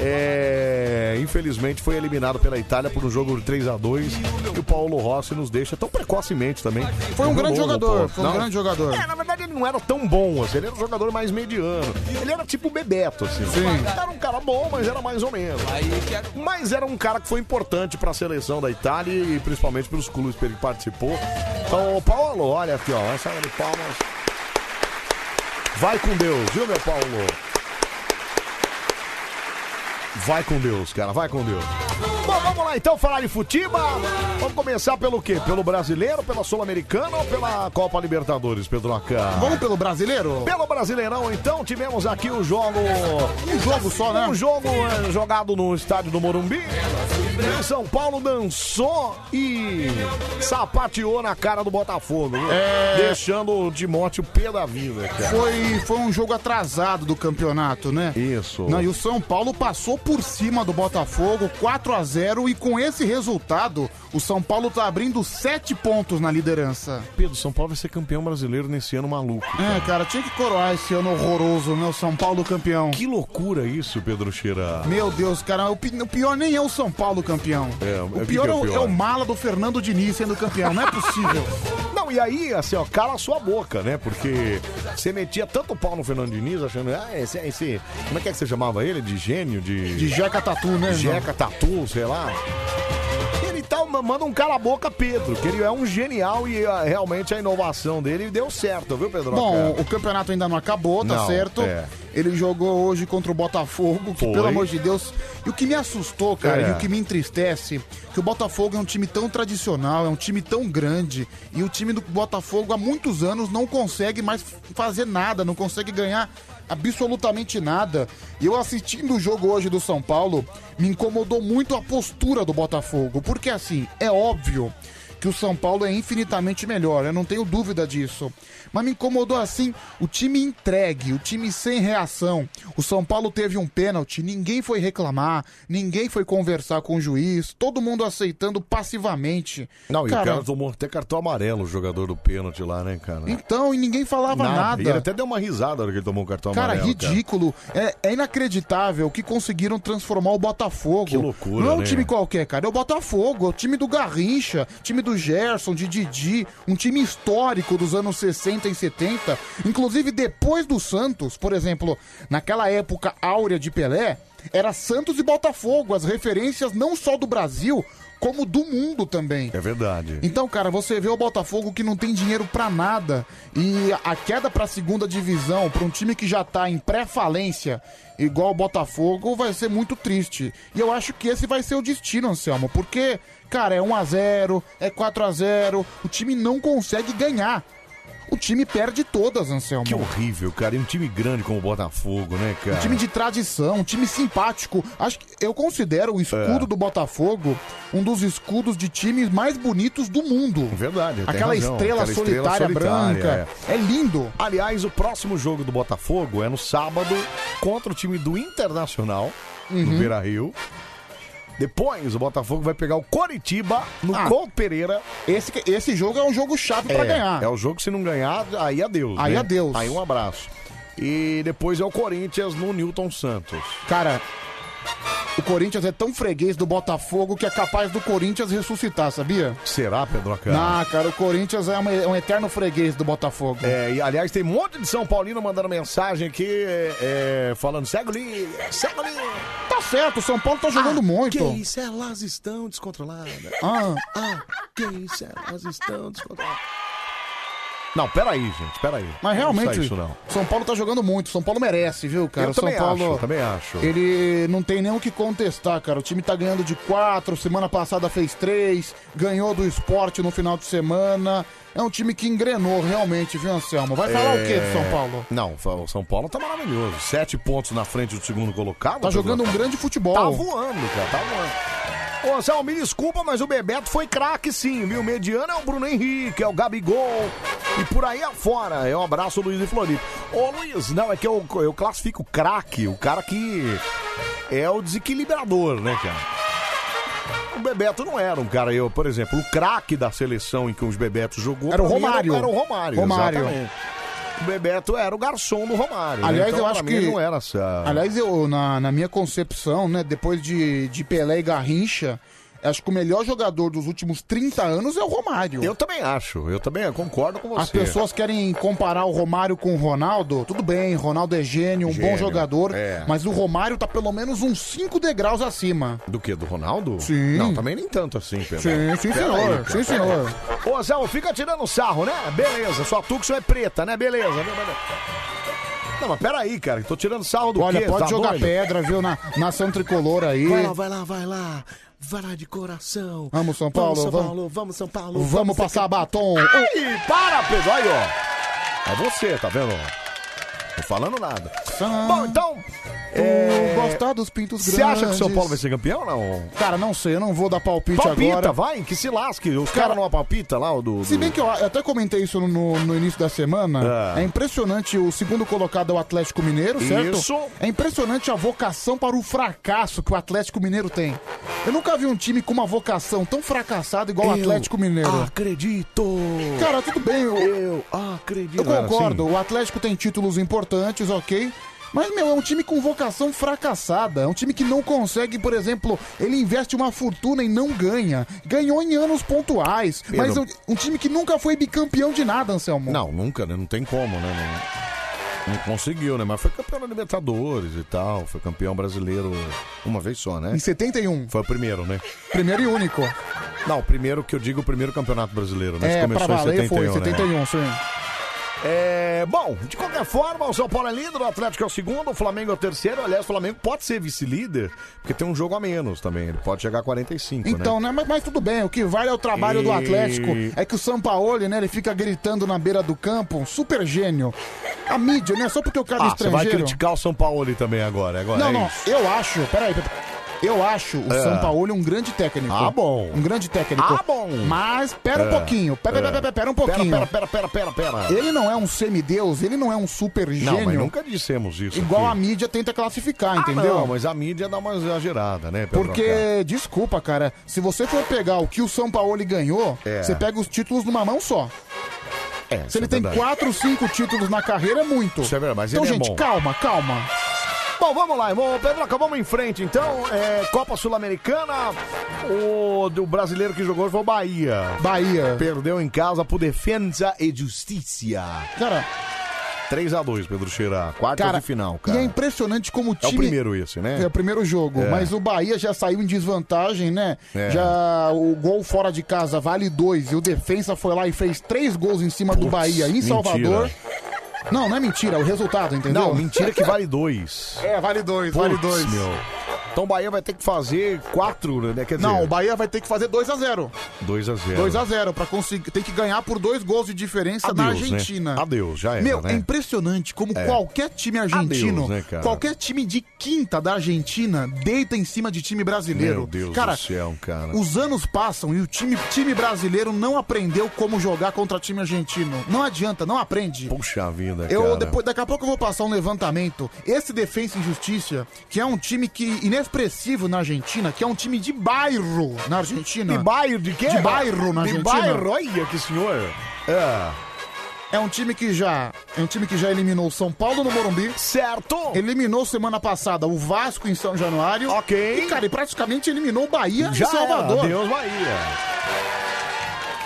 S1: É, infelizmente foi eliminado pela Itália por um jogo de 3 a 2 e o Paulo Rossi nos deixa tão precocemente também.
S3: Foi um
S1: Não
S3: grande
S1: jogou,
S3: jogador,
S1: pô.
S3: foi um
S1: Não.
S3: grande jogador.
S1: É, na verdade ele não era tão bom, assim, ele era um jogador mais mediano. Ele era tipo o Bebeto, assim.
S3: Sim.
S1: Era um cara bom, mas era mais ou menos. Mas era um cara que foi importante para a seleção da Itália e principalmente para os clubes que ele participou. Então, Paulo, olha aqui, ó, essa de palmas. Vai com Deus, viu, meu Paulo? Vai com Deus, cara, vai com Deus. Bom, vamos lá então falar de futiba. Vamos começar pelo quê? Pelo brasileiro, pela Sul-Americana ou pela Copa Libertadores, Pedroca?
S3: Vamos pelo brasileiro?
S1: Pelo Brasileirão, então, tivemos aqui o jogo.
S3: Um jogo só, né?
S1: Um jogo eh, jogado no estádio do Morumbi. E São Paulo dançou e sapateou na cara do Botafogo, viu? deixando o Timóteo pé da vida, cara.
S3: Foi, foi um jogo atrasado do campeonato, né?
S1: Isso.
S3: Não, e o São Paulo passou por cima do Botafogo 4 a 0 e com esse resultado, o São Paulo tá abrindo 7 pontos na liderança.
S1: Pedro, São Paulo vai ser campeão brasileiro nesse ano maluco.
S3: É, cara, tinha que coroar esse ano horroroso, né? O São Paulo campeão.
S1: Que loucura isso, Pedro Cheira.
S3: Meu Deus, cara, o, pi- o pior nem é o São Paulo campeão.
S1: É,
S3: O pior é o, é o mala do Fernando Diniz sendo campeão, não é possível.
S1: (laughs) Não, e aí, assim, ó, cala a sua boca, né? Porque você metia tanto pau no Fernando Diniz, achando, ah, esse, esse. Como é que, é que você chamava ele? De gênio? De.
S3: De Jeca Tatu, né?
S1: Jeca Tatu, sei lá. Ele tá, manda um cala a boca, Pedro, que ele é um genial e ah, realmente a inovação dele deu certo, viu, Pedro?
S3: Bom, o campeonato ainda não acabou, tá
S1: Não,
S3: certo?
S1: é.
S3: Ele jogou hoje contra o Botafogo, que,
S1: Foi.
S3: pelo amor de Deus. E o que me assustou, cara,
S1: É.
S3: e o que me entristece, que o Botafogo é um time tão tradicional, é um time tão grande, e o time do Botafogo há muitos anos não consegue mais fazer nada, não consegue ganhar absolutamente nada. E eu assistindo o jogo hoje do São Paulo, me incomodou muito a postura do Botafogo, porque assim, é óbvio que o São Paulo é infinitamente melhor, eu não tenho dúvida disso. Mas me incomodou assim o time entregue, o time sem reação. O São Paulo teve um pênalti, ninguém foi reclamar, ninguém foi conversar com o juiz, todo mundo aceitando passivamente.
S1: Não, e o cara tomou até cartão amarelo, o jogador do pênalti lá, né, cara?
S3: Então, e ninguém falava nada.
S1: E ele até deu uma risada na hora que ele tomou o cartão
S3: Cara,
S1: amarelo.
S3: ridículo. É, é inacreditável que conseguiram transformar o Botafogo. Que
S1: loucura,
S3: Não é um
S1: né?
S3: time qualquer, cara. É o Botafogo. É o time do Garrincha, time do Gerson, de Didi. Um time histórico dos anos 60 e 70. Inclusive, depois do Santos, por exemplo, naquela época áurea de Pelé, era Santos e Botafogo. As referências não só do Brasil, como do mundo também.
S1: É verdade.
S3: Então, cara, você vê o Botafogo que não tem dinheiro pra nada e a queda pra segunda divisão pra um time que já tá em pré-falência, igual o Botafogo, vai ser muito triste. E eu acho que esse vai ser o destino, Anselmo, porque, cara, é 1 a 0, é 4 a 0, o time não consegue ganhar. O time perde todas, Anselmo.
S1: Que horrível, cara. E um time grande como o Botafogo, né, cara?
S3: Um time de tradição, um time simpático. Acho que eu considero o
S1: É.
S3: escudo do Botafogo um dos escudos de times mais bonitos do mundo.
S1: Verdade. tem
S3: Aquela
S1: razão.
S3: estrela
S1: Aquela estrela
S3: solitária
S1: solitária,
S3: branca. É. lindo.
S1: Aliás, o próximo jogo do Botafogo é no sábado contra o time do Internacional, no
S3: Uhum.
S1: Beira Rio. Depois o Botafogo vai pegar o Coritiba no
S3: Ah,
S1: Couto Pereira.
S3: Esse, esse jogo é um jogo chave pra
S1: é,
S3: ganhar.
S1: É o jogo que se não ganhar, aí adeus.
S3: Aí
S1: né?
S3: adeus.
S1: Aí um abraço. E depois é o Corinthians no Newton Santos.
S3: Cara, o Corinthians é tão freguês do Botafogo que é capaz do Corinthians ressuscitar, sabia?
S1: Será, Pedro
S3: Ah, cara, o Corinthians é um, é um eterno freguês do Botafogo.
S1: É, e aliás, tem um monte de São Paulino mandando mensagem aqui, é, é, falando, segue o líder, segue o líder.
S3: Tá certo, o São Paulo tá jogando muito.
S1: Ah, Que isso, elas estão descontroladas.
S3: Ah.
S1: que isso, elas estão descontroladas. Não, peraí, gente, peraí.
S3: Mas realmente,
S1: Não sai isso não.
S3: São Paulo tá jogando muito. São Paulo merece, viu, cara?
S1: Eu
S3: São
S1: também
S3: Paulo,
S1: acho, também acho.
S3: Ele não tem nem o que contestar, cara. O time tá ganhando de quatro. Semana passada fez três. Ganhou do esporte no final de semana. É um time que engrenou realmente, viu, Anselmo? Vai falar o quê do
S1: É,
S3: São Paulo?
S1: Não, fa- o São Paulo tá maravilhoso. Sete pontos na frente do segundo colocado.
S3: Tá
S1: Pedro.
S3: jogando um grande futebol.
S1: Tá voando, cara, tá voando. Ô, Anselmo, me desculpa, mas o Bebeto foi craque sim, viu? Mediano é o Bruno Henrique, é o Gabigol e por aí afora. É um abraço, Luiz e Floripa. Ô, Luiz, não, é que eu, eu classifico craque, o cara que é o desequilibrador, né, cara? O Bebeto não era um cara, eu, por exemplo, o craque da seleção em que os Bebetos jogou.
S3: Era o
S1: pra mim,
S3: Romário.
S1: Era, o Romário,
S3: Romário.
S1: exatamente. O Bebeto era o garçom do Romário. né?
S3: Aliás,
S1: Então,
S3: eu
S1: pra
S3: acho
S1: mim,
S3: que.
S1: ele não era essa.
S3: Aliás, eu, na, na minha concepção, né? Depois de, de Pelé e Garrincha, acho que o melhor jogador dos últimos 30 anos é o Romário.
S1: Eu também acho, eu também concordo com você.
S3: As pessoas querem comparar o Romário com o Ronaldo. Tudo bem, Ronaldo é gênio, um bom
S1: Gênio,
S3: jogador.
S1: é.
S3: Mas o Romário tá pelo menos uns 5 degraus acima.
S1: Do que? Do Ronaldo?
S3: Sim.
S1: Não, também nem tanto assim, Pedro.
S3: Sim, sim,
S1: Pera
S3: senhor,
S1: cara,
S3: sim,
S1: pera
S3: senhor.
S1: aí. Ô, Zé, fica tirando sarro, né? Beleza, sua Tuxo é preta, né? Beleza. né? Não, mas peraí, cara, tô tirando sarro do
S3: Olha,
S1: quê?
S3: pode
S1: Tá
S3: jogar
S1: doido?
S3: pedra, viu, na nação tricolor aí.
S1: Vai lá, vai lá, vai lá.
S2: Vai lá de coração.
S3: Vamos, São Paulo,
S2: Vamos, São
S3: vamos.
S2: Paulo. Vamos, São Paulo.
S3: Vamos, passar batom.
S1: Ai, para, Pedro. Aí, ó. É você, tá vendo? Tô falando nada. Bom, então. é,
S3: Gostar dos pintos grandes.
S1: Você acha que o São Paulo vai ser campeão ou não?
S3: Cara, não sei, eu não vou dar palpite
S1: Palpita,
S3: agora.
S1: vai, que se lasque. Os
S3: Cara-
S1: caras não palpita lá, o do.
S3: Se
S1: do-
S3: bem que eu, eu até comentei isso no, no início da semana.
S1: É.
S3: É. impressionante o segundo colocado é o Atlético Mineiro, certo?
S1: Isso.
S3: É impressionante a vocação para o fracasso que o Atlético Mineiro tem. Eu nunca vi um time com uma vocação tão fracassada igual o
S2: Eu
S3: Atlético Mineiro.
S1: Acredito!
S3: Cara, tudo bem. Eu,
S1: acredito.
S3: Eu concordo, o Atlético tem títulos importantes, ok. Mas, meu, é um time com vocação fracassada. É um time que não consegue, por exemplo, ele investe uma fortuna e não ganha. Ganhou em anos pontuais.
S1: Pedro.
S3: Mas é um, um time que nunca foi bicampeão de nada, Anselmo.
S1: Não, nunca, né? Não tem como, né? Não, não conseguiu, né? Mas foi campeão da Libertadores e tal. Foi campeão brasileiro uma vez só, né?
S3: Em 71.
S1: Foi o primeiro, né?
S3: Primeiro e único.
S1: Não, o primeiro que eu digo, o primeiro campeonato brasileiro, né? Isso
S3: É, pra valer foi, 71,
S1: né?
S3: sim.
S1: É, bom, de qualquer forma, o São Paulo é líder, o Atlético é o segundo, o Flamengo é o terceiro. Aliás, o Flamengo pode ser vice-líder, porque tem um jogo a menos também. Ele pode chegar a 45, né?
S3: Então, né? Mas, mas tudo bem, o que vale é o trabalho do
S1: E-
S3: Atlético. É que o Sampaoli, né, ele fica gritando na beira do campo, um super gênio. A mídia, né? Só porque o cara é
S1: Ah, você vai
S3: estrangeiro.
S1: criticar o São Paulo também agora. agora
S3: Não,
S1: é
S3: não,
S1: isso.
S3: eu acho, peraí, peraí. eu acho o
S1: É.
S3: Sampaoli um grande técnico.
S1: Ah, bom.
S3: Um grande técnico.
S1: Ah, bom.
S3: Mas pera um
S1: É.
S3: pouquinho, pera,
S1: É.
S3: pera, pera, pera um pouquinho.
S1: Pera, pera, pera, pera, pera.
S3: Ele não é um semideus, ele não é um super gênio.
S1: Não, mas nunca dissemos isso.
S3: Igual
S1: aqui.
S3: a mídia tenta classificar,
S1: Ah,
S3: entendeu?
S1: Não, mas a mídia dá uma exagerada, né? Pedro?
S3: Porque, desculpa, cara, se você for pegar o que o Sampaoli ganhou,
S1: É.
S3: você pega os títulos numa mão só.
S1: É, isso
S3: Se ele
S1: é
S3: tem
S1: verdade.
S3: 4, 5 títulos na carreira, é muito.
S1: Isso é verdade, mas
S3: então,
S1: ele é
S3: gente,
S1: bom.
S3: calma, calma.
S1: Bom, vamos lá, irmão. Pedro, vamos em frente, então. É, Copa Sul-Americana, o do brasileiro que jogou foi o Bahia.
S3: Bahia.
S1: Perdeu em casa por Defensa e Justiça.
S3: Cara...
S1: 3x2, Pedro Cheira. Quartas
S3: Cara,
S1: de final,
S3: E
S1: cara.
S3: é impressionante como o
S1: É o
S3: time.
S1: primeiro esse, né?
S3: É o primeiro jogo,
S1: É.
S3: mas o Bahia já saiu em desvantagem, né?
S1: É.
S3: Já o gol fora de casa vale dois e o defensa foi lá e fez três gols em cima do
S1: Putz,
S3: Bahia em
S1: mentira.
S3: Salvador. Não, não é mentira, é o resultado, entendeu?
S1: Não, (laughs) mentira que vale dois.
S3: (laughs) É, vale dois,
S1: Putz,
S3: vale dois.
S1: meu. Então o Bahia vai ter que fazer quatro, né? Quer dizer,
S3: Não, o Bahia vai ter que fazer 2 a 0
S1: 2 a 0
S3: 2 a 0 para conseguir, tem que ganhar por dois gols de diferença na
S1: Adeus, né?
S3: Argentina.
S1: Adeus, já era,
S3: Meu,
S1: né?
S3: é impressionante como
S1: É.
S3: qualquer time argentino,
S1: Adeus, né, cara?
S3: qualquer time de quinta da Argentina deita em cima de time brasileiro.
S1: Meu Deus
S3: cara,
S1: do céu, cara.
S3: os anos passam e o time, time brasileiro não aprendeu como jogar contra time argentino. Não adianta, não aprende.
S1: Puxa vida,
S3: Eu
S1: cara.
S3: depois, daqui a pouco eu vou passar um levantamento. Esse Defensa e Justiça, que é um time que inexpressivo na Argentina, que é um time de bairro na Argentina.
S1: De bairro de quê?
S3: Ah. De bairro na
S1: De
S3: Argentina.
S1: bairro, olha que senhor. É.
S3: É um time que já, é um time que já eliminou o São Paulo no Morumbi.
S1: Certo.
S3: Eliminou semana passada o Vasco em São Januário.
S1: OK.
S3: E cara, e praticamente eliminou o Bahia
S1: Já
S3: em Salvador.
S1: era, Adeus, Bahia.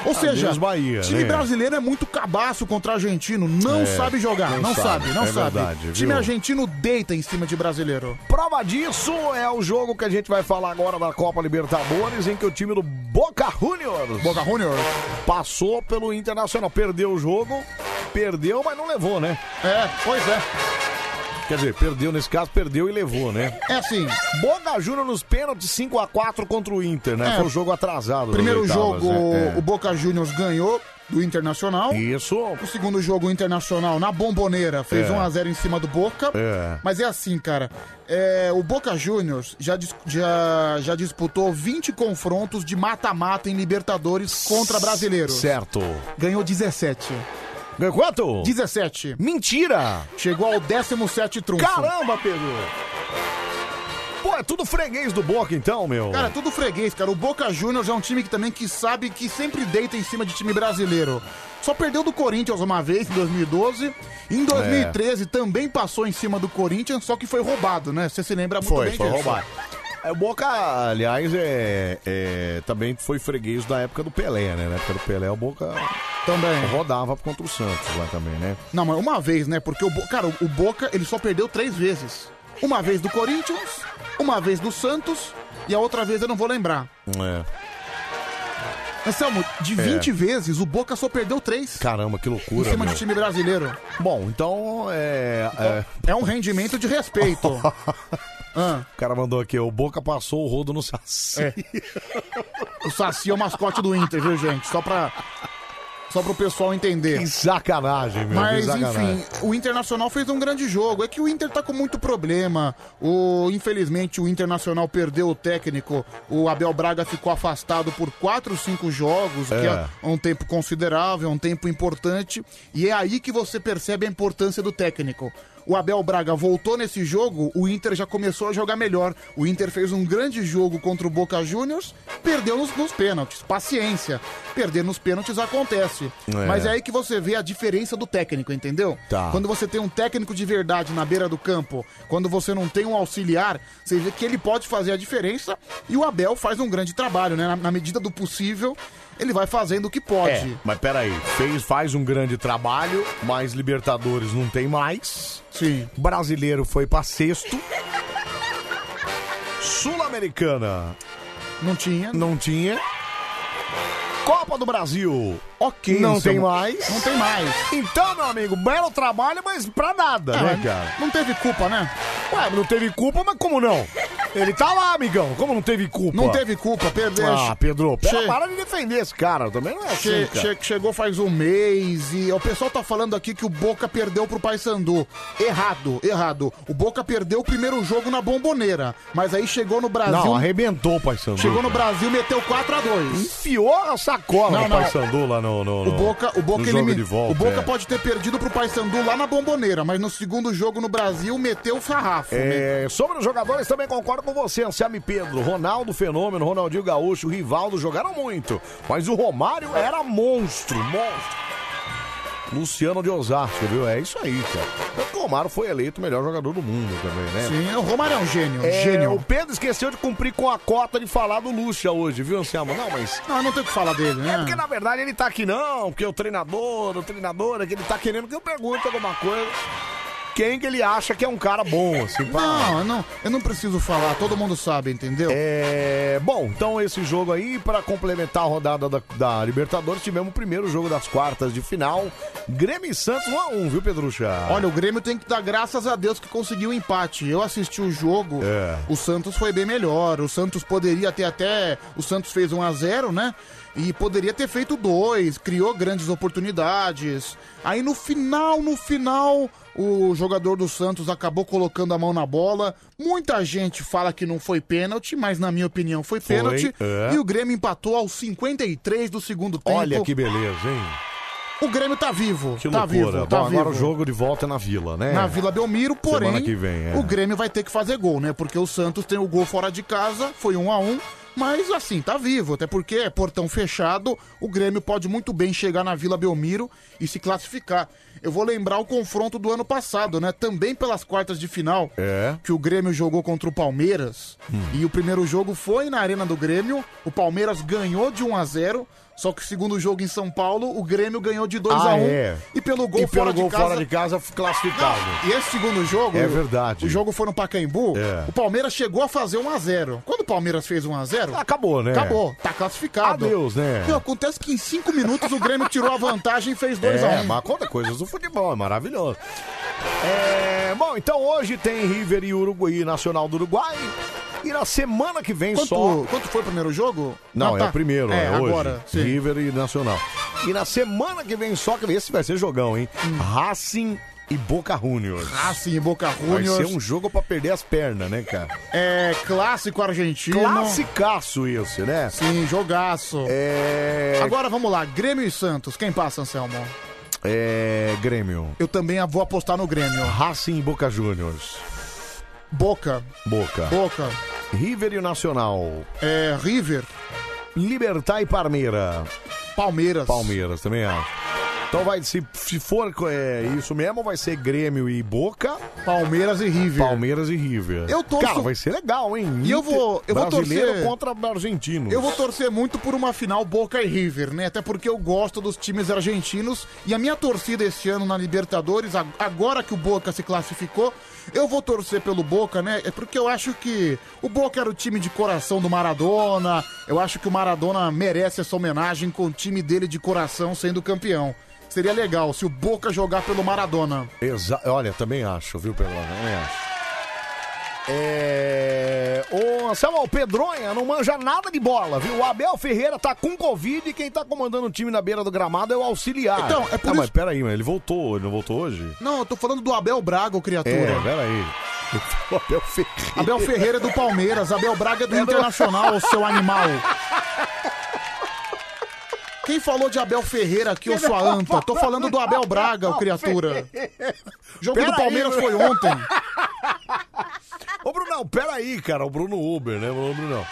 S3: Ou seja,
S1: Adeus, Bahia,
S3: time
S1: né?
S3: brasileiro é muito cabaço contra argentino, não
S1: É,
S3: sabe jogar,
S1: não
S3: não,
S1: sabe,
S3: sabe, não
S1: é
S3: sabe.
S1: verdade, viu?
S3: time argentino deita em cima de brasileiro.
S1: Prova disso é o jogo que a gente vai falar agora da Copa Libertadores, em que o time do Boca Juniors.
S3: Boca Juniors.
S1: Passou pelo Internacional. Perdeu o jogo, perdeu, mas não levou, né?
S3: É, pois é.
S1: Quer dizer, perdeu nesse caso, perdeu e levou, né?
S3: É assim.
S1: Boca Juniors nos pênaltis 5x4 contra o Inter, né?
S3: É.
S1: Foi o jogo atrasado. das
S3: Primeiro
S1: oitavas,
S3: jogo,
S1: né? É.
S3: o Boca Juniors ganhou do Internacional.
S1: Isso.
S3: O segundo jogo, o Internacional, na Bomboneira, fez
S1: É.
S3: 1x0 em cima do Boca.
S1: É.
S3: Mas é assim, cara. é, o Boca Juniors já, dis- já, já disputou 20 confrontos de mata-mata em Libertadores contra brasileiros.
S1: Certo.
S3: Ganhou 17.
S1: Ganhou quanto?
S3: 17.
S1: Mentira!
S3: Chegou ao 17 trunfo.
S1: Caramba, Pedro! Pô, é tudo freguês do Boca, então, meu.
S3: Cara, tudo freguês, cara. O Boca Juniors é um time que também que sabe que sempre deita em cima de time brasileiro. Só perdeu do Corinthians uma vez em 2012. Em 2013 também passou em cima do Corinthians, só que foi roubado, né? Você se lembra muito
S1: Foi,
S3: bem
S1: foi
S3: disso.
S1: roubado. É, O Boca, aliás, é, é, também foi freguês da época do Pelé, né? Na época do Pelé, o Boca
S3: também
S1: rodava contra o Santos lá também, né?
S3: Não, mas uma vez, né? Porque o Bo- cara, o Boca ele só perdeu três vezes. Uma vez do Corinthians, uma vez do Santos e a outra vez eu não vou lembrar.
S1: É.
S3: Anselmo, de
S1: É.
S3: 20 vezes o Boca só perdeu três
S1: Caramba, que
S3: em
S1: loucura,
S3: cima
S1: meu.
S3: de time brasileiro.
S1: Bom, então é... é... (laughs)
S3: É um rendimento de respeito.
S1: O cara mandou aqui, o Boca passou o rodo no Saci.
S3: É. (laughs) O Saci é o mascote do Inter, viu, gente? Só pra. Só pro pessoal entender. Que
S1: sacanagem, meu, que
S3: Mas,
S1: sacanagem.
S3: enfim, o Internacional fez um grande jogo. É que o Inter tá com muito problema. O, infelizmente, o Internacional perdeu o técnico. O Abel Braga ficou afastado por 4, 5 jogos, que
S1: É.
S3: é um tempo considerável, é um tempo importante. E é aí que você percebe a importância do técnico. O Abel Braga voltou nesse jogo, o Inter já começou a jogar melhor. O Inter fez um grande jogo contra o Boca Juniors, perdeu nos, nos pênaltis. Paciência. Perder nos pênaltis acontece.
S1: É.
S3: Mas é aí que você vê a diferença do técnico, entendeu?
S1: Tá.
S3: Quando você tem um técnico de verdade na beira do campo, quando você não tem um auxiliar, você vê que ele pode fazer a diferença e o Abel faz um grande trabalho, né? Na, na medida do possível, ele vai fazendo o que pode.
S1: É, mas peraí, fez, faz um grande trabalho, mas Libertadores não tem mais.
S3: Sim.
S1: Brasileiro foi pra sexto. Sul-Americana.
S3: Não tinha.
S1: Não tinha. Copa do Brasil.
S3: Ok.
S1: Não
S3: seu
S1: tem
S3: mo-
S1: mais.
S3: Não tem mais.
S1: Então, meu amigo, belo trabalho, mas pra nada,
S3: É,
S1: né, cara?
S3: Não teve culpa, né?
S1: Ué, não teve culpa, mas como não? Ele tá lá, amigão. Como não teve culpa?
S3: Não teve culpa, perdeu.
S1: Ah, Pedro, pera,
S3: Che-
S1: para de defender esse cara. Também não é assim,
S3: Che-
S1: cara.
S3: che- chegou faz um mês e o pessoal tá falando aqui que o Boca perdeu pro Paysandu. Errado, errado. O Boca perdeu o primeiro jogo na Bomboneira, mas aí chegou no Brasil.
S1: Não, arrebentou o Paysandu.
S3: Chegou no
S1: cara.
S3: Brasil, meteu 4 a 2.
S1: Enfiou a sacola no né, Paysandu lá no, no,
S3: O
S1: no-
S3: Boca, o Boca,
S1: no
S3: ele
S1: jogo
S3: me-
S1: de volta.
S3: o Boca
S1: é.
S3: pode ter perdido pro Paysandu lá na Bomboneira, mas no segundo jogo no Brasil meteu o farrafo.
S1: É, sobre os jogadores, também concordo com você, Anselmo e Pedro. Ronaldo Fenômeno, Ronaldinho Gaúcho, Rivaldo jogaram muito. Mas o Romário era monstro, monstro. Luciano de Osasco, viu? É isso aí, cara. Tanto que O Romário foi eleito o melhor jogador do mundo também, né?
S3: Sim, o Romário é um gênio,
S1: É,
S3: gênio.
S1: O Pedro esqueceu de cumprir com a cota de falar do Lucha hoje, viu, Anselmo? Não, mas.
S3: Não, não tem o que falar dele, né?
S1: É porque, na verdade, ele tá aqui não, porque o treinador, o treinador, é que ele tá querendo que eu pergunte alguma coisa. Quem que ele acha que é um cara bom, assim, pra...
S3: Não, eu não, eu não preciso falar, todo mundo sabe, entendeu?
S1: É. Bom, então esse jogo aí, pra complementar a rodada da, da Libertadores, tivemos o primeiro jogo das quartas de final. Grêmio e Santos 1x1, viu, Pedrucha?
S3: Olha, o Grêmio tem que dar graças a Deus que conseguiu o empate. Eu assisti o jogo,
S1: É.
S3: o Santos foi bem melhor. O Santos poderia ter até. O Santos fez 1 a 0 né? E poderia ter feito dois, criou grandes oportunidades. Aí no final, no final, o jogador do Santos acabou colocando a mão na bola. Muita gente fala que não foi pênalti, mas na minha opinião foi
S1: Foi,
S3: pênalti.
S1: é.
S3: E o Grêmio empatou aos 53 do segundo tempo.
S1: Olha que beleza, hein?
S3: O Grêmio tá vivo.
S1: Que
S3: tá
S1: loucura.
S3: vivo,
S1: Bom,
S3: tá
S1: agora
S3: vivo.
S1: o jogo de volta é na Vila, né?
S3: Na Vila Belmiro, porém,
S1: Semana que vem, é.
S3: o Grêmio vai ter que fazer gol, né? Porque o Santos tem o gol fora de casa, foi um a um, mas assim, tá vivo, até porque é portão fechado, o Grêmio pode muito bem chegar na Vila Belmiro e se classificar. Eu vou lembrar o confronto do ano passado, né? Também pelas quartas de final,
S1: É.
S3: que o Grêmio jogou contra o Palmeiras,
S1: Hum.
S3: e o primeiro jogo foi na Arena do Grêmio, o Palmeiras ganhou de 1 a 0 só que o segundo jogo em São Paulo, o Grêmio ganhou de 2
S1: Ah,
S3: a 1
S1: é.
S3: e pelo gol,
S1: E pelo
S3: fora,
S1: gol
S3: de casa,
S1: fora de casa classificado.
S3: e esse segundo jogo.
S1: É verdade. É.
S3: O jogo foi no Pacaembu. O Palmeiras chegou a fazer 1x0. Quando o Palmeiras fez 1x0.
S1: Acabou, né?
S3: Acabou. Tá classificado.
S1: Adeus, né?
S3: Não, acontece que em 5 minutos o Grêmio tirou a vantagem e fez 2x1.
S1: É, mas conta coisas do futebol, é maravilhoso. É, bom, então hoje tem River e Uruguai e Nacional do Uruguai. E na semana que vem
S3: Quanto,
S1: só.
S3: quanto foi o primeiro jogo?
S1: Não,
S3: Ah,
S1: é
S3: tá.
S1: o primeiro, é, hoje.
S3: agora. sim.
S1: River e Nacional. E na semana que vem só, que esse vai ser jogão, hein? Racing e Boca Juniors.
S3: Hum. Racing e Assim, Boca
S1: Vai
S3: Juniors.
S1: ser um jogo pra perder as pernas, né, cara?
S3: É clássico argentino.
S1: Classicaço isso, né?
S3: Sim, jogaço.
S1: É.
S3: Agora vamos lá. Grêmio e Santos. Quem passa, Anselmo?
S1: É. Grêmio.
S3: Eu também vou apostar no Grêmio.
S1: Racing e Boca Juniors.
S3: Boca.
S1: Boca.
S3: Boca.
S1: River e o Nacional.
S3: É. River.
S1: Libertar e Parmeira.
S3: Palmeiras.
S1: Palmeiras, também acho. Então vai, se, se for é, isso mesmo, vai ser Grêmio e Boca.
S3: Palmeiras e River.
S1: Palmeiras e River.
S3: Eu torço-
S1: Cara, vai ser legal, hein?
S3: E eu
S1: Inter-
S3: vou- eu vou
S1: brasileiro
S3: torcer-
S1: contra argentino.
S3: Eu vou torcer muito por uma final Boca e River, né? Até porque eu gosto dos times argentinos e a minha torcida esse ano na Libertadores, a- agora que o Boca se classificou, eu vou torcer pelo Boca, né? É porque eu acho que o Boca era o time de coração do Maradona. Eu acho que o Maradona merece essa homenagem com o time dele de coração sendo campeão. Seria legal se o Boca jogar pelo Maradona.
S1: Exa- Olha, também acho, viu, Pedro? Também acho. É... O Anselmo o Pedronha não manja nada de bola, viu? O Abel Ferreira tá com Covid e quem tá comandando o time na beira do gramado é o auxiliar.
S3: Então, é por
S1: Ah,
S3: isso-
S1: mas peraí, mas ele voltou, ele não voltou hoje?
S3: Não, eu tô falando do Abel Braga, o criatura.
S1: É, peraí. O (laughs) Abel Ferreira.
S3: Abel Ferreira é do Palmeiras, Abel Braga é do
S1: (laughs)
S3: Internacional, seu animal. Quem falou de Abel Ferreira aqui, ô
S1: (laughs)
S3: sua anta? Tô falando do Abel Braga, ô criatura. O jogo do
S1: Peraí,
S3: Palmeiras
S1: Bruno.
S3: foi ontem.
S1: (laughs) Ô, Brunão, peraí, cara. O Bruno Uber, né, Bruno Brunão?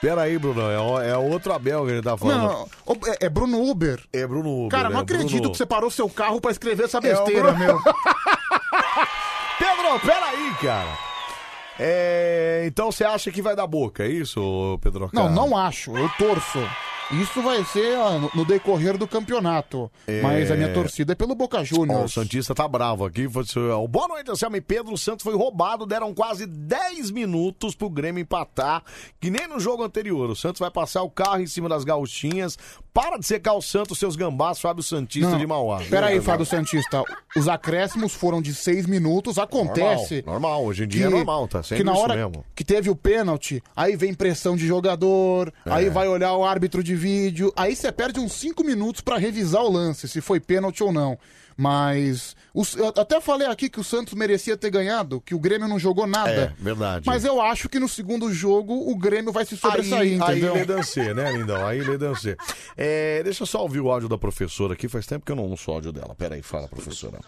S1: Peraí, Brunão. É, o- é outro Abel que ele tá falando.
S3: Não, ô, é, é Bruno Uber.
S1: É Bruno Uber.
S3: Cara, não
S1: é Bruno-
S3: acredito que você parou seu carro pra escrever essa
S1: É o
S3: besteira,
S1: Bruno-
S3: meu.
S1: (laughs) Pedro, peraí, cara. É, então você acha que vai dar boca, é isso, Pedro?
S3: Não, não acho. Eu torço. Isso vai ser ó, no- no decorrer do campeonato.
S1: É.
S3: Mas a minha torcida é pelo Boca
S1: Ó, o
S3: Juniors.
S1: Santista tá bravo aqui. falou assim, ó, Boa noite, Anselmo e Pedro. O Santos foi roubado. Deram quase 10 minutos pro Grêmio empatar. Que nem no jogo anterior. O Santos vai passar o carro em cima das gauchinhas. Para de secar o Santos, seus gambás, Fábio Santista de Mauá.
S3: Pera aí,
S1: Viu, É
S3: Fábio Santista. Os acréscimos foram de seis minutos. Acontece.
S1: Normal, normal. Hoje em dia é normal, tá sendo
S3: que na
S1: isso
S3: hora
S1: mesmo.
S3: que teve o pênalti, aí vem pressão de jogador,
S1: É.
S3: aí vai olhar o árbitro de vídeo, aí você perde uns cinco minutos pra revisar o lance, se foi pênalti ou não. Mas os- eu até falei aqui que o Santos merecia ter ganhado, que o Grêmio não jogou
S1: É,
S3: nada.
S1: verdade.
S3: Mas eu acho que no segundo jogo o Grêmio vai se sobressair,
S1: Aí, aí
S3: entendeu?
S1: lê dancê, né, lindão? Aí lê dancê. É, deixa eu só ouvir o áudio da professora aqui. Faz tempo que eu não ouço o áudio dela. Pera aí, fala, professora.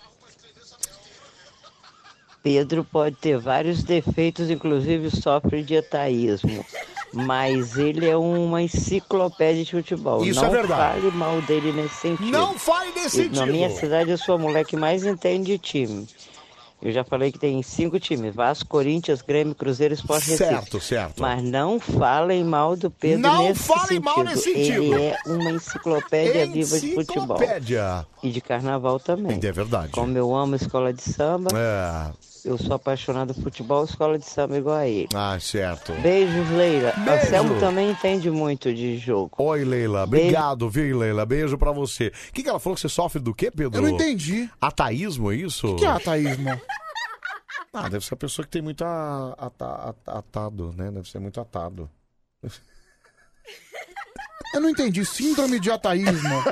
S2: Pedro pode ter vários defeitos, inclusive sofre de etaísmo. Mas ele é uma enciclopédia de futebol.
S1: Isso
S2: não
S1: é verdade.
S2: fale mal dele nesse sentido.
S1: Não fale nesse
S2: E Na
S1: sentido.
S2: minha cidade, eu sou a mulher que mais entende de time. Eu já falei que tem cinco times: Vasco, Corinthians, Grêmio, Cruzeiro, Sport Recife.
S1: Certo, certo.
S2: Mas não falem mal do Pedro
S1: Não
S2: nesse
S1: fale
S2: sentido.
S1: mal nesse sentido.
S2: Ele é uma
S1: (laughs)
S2: enciclopédia, viva de futebol.
S1: Enciclopédia.
S2: E de carnaval também.
S1: É verdade.
S2: Como eu amo escola de samba.
S1: É.
S2: Eu sou apaixonado por futebol, escola de samba igual a ele.
S1: Ah, certo.
S2: Beijos, Leila.
S1: Beijo.
S2: Anselmo é um também entende muito de jogo.
S1: Oi, Leila. Obrigado, viu, Leila? Beijo pra você. O que, que ela falou que você sofre do quê, Pedro?
S3: Eu não entendi.
S1: Ataísmo, é isso?
S3: O que é ataísmo?
S1: Ah, deve ser a pessoa que tem muito a- ata- ata- atado, né? Deve ser muito
S3: (laughs)
S1: atado.
S3: Eu não entendi. Síndrome de
S1: (laughs)
S3: ataísmo.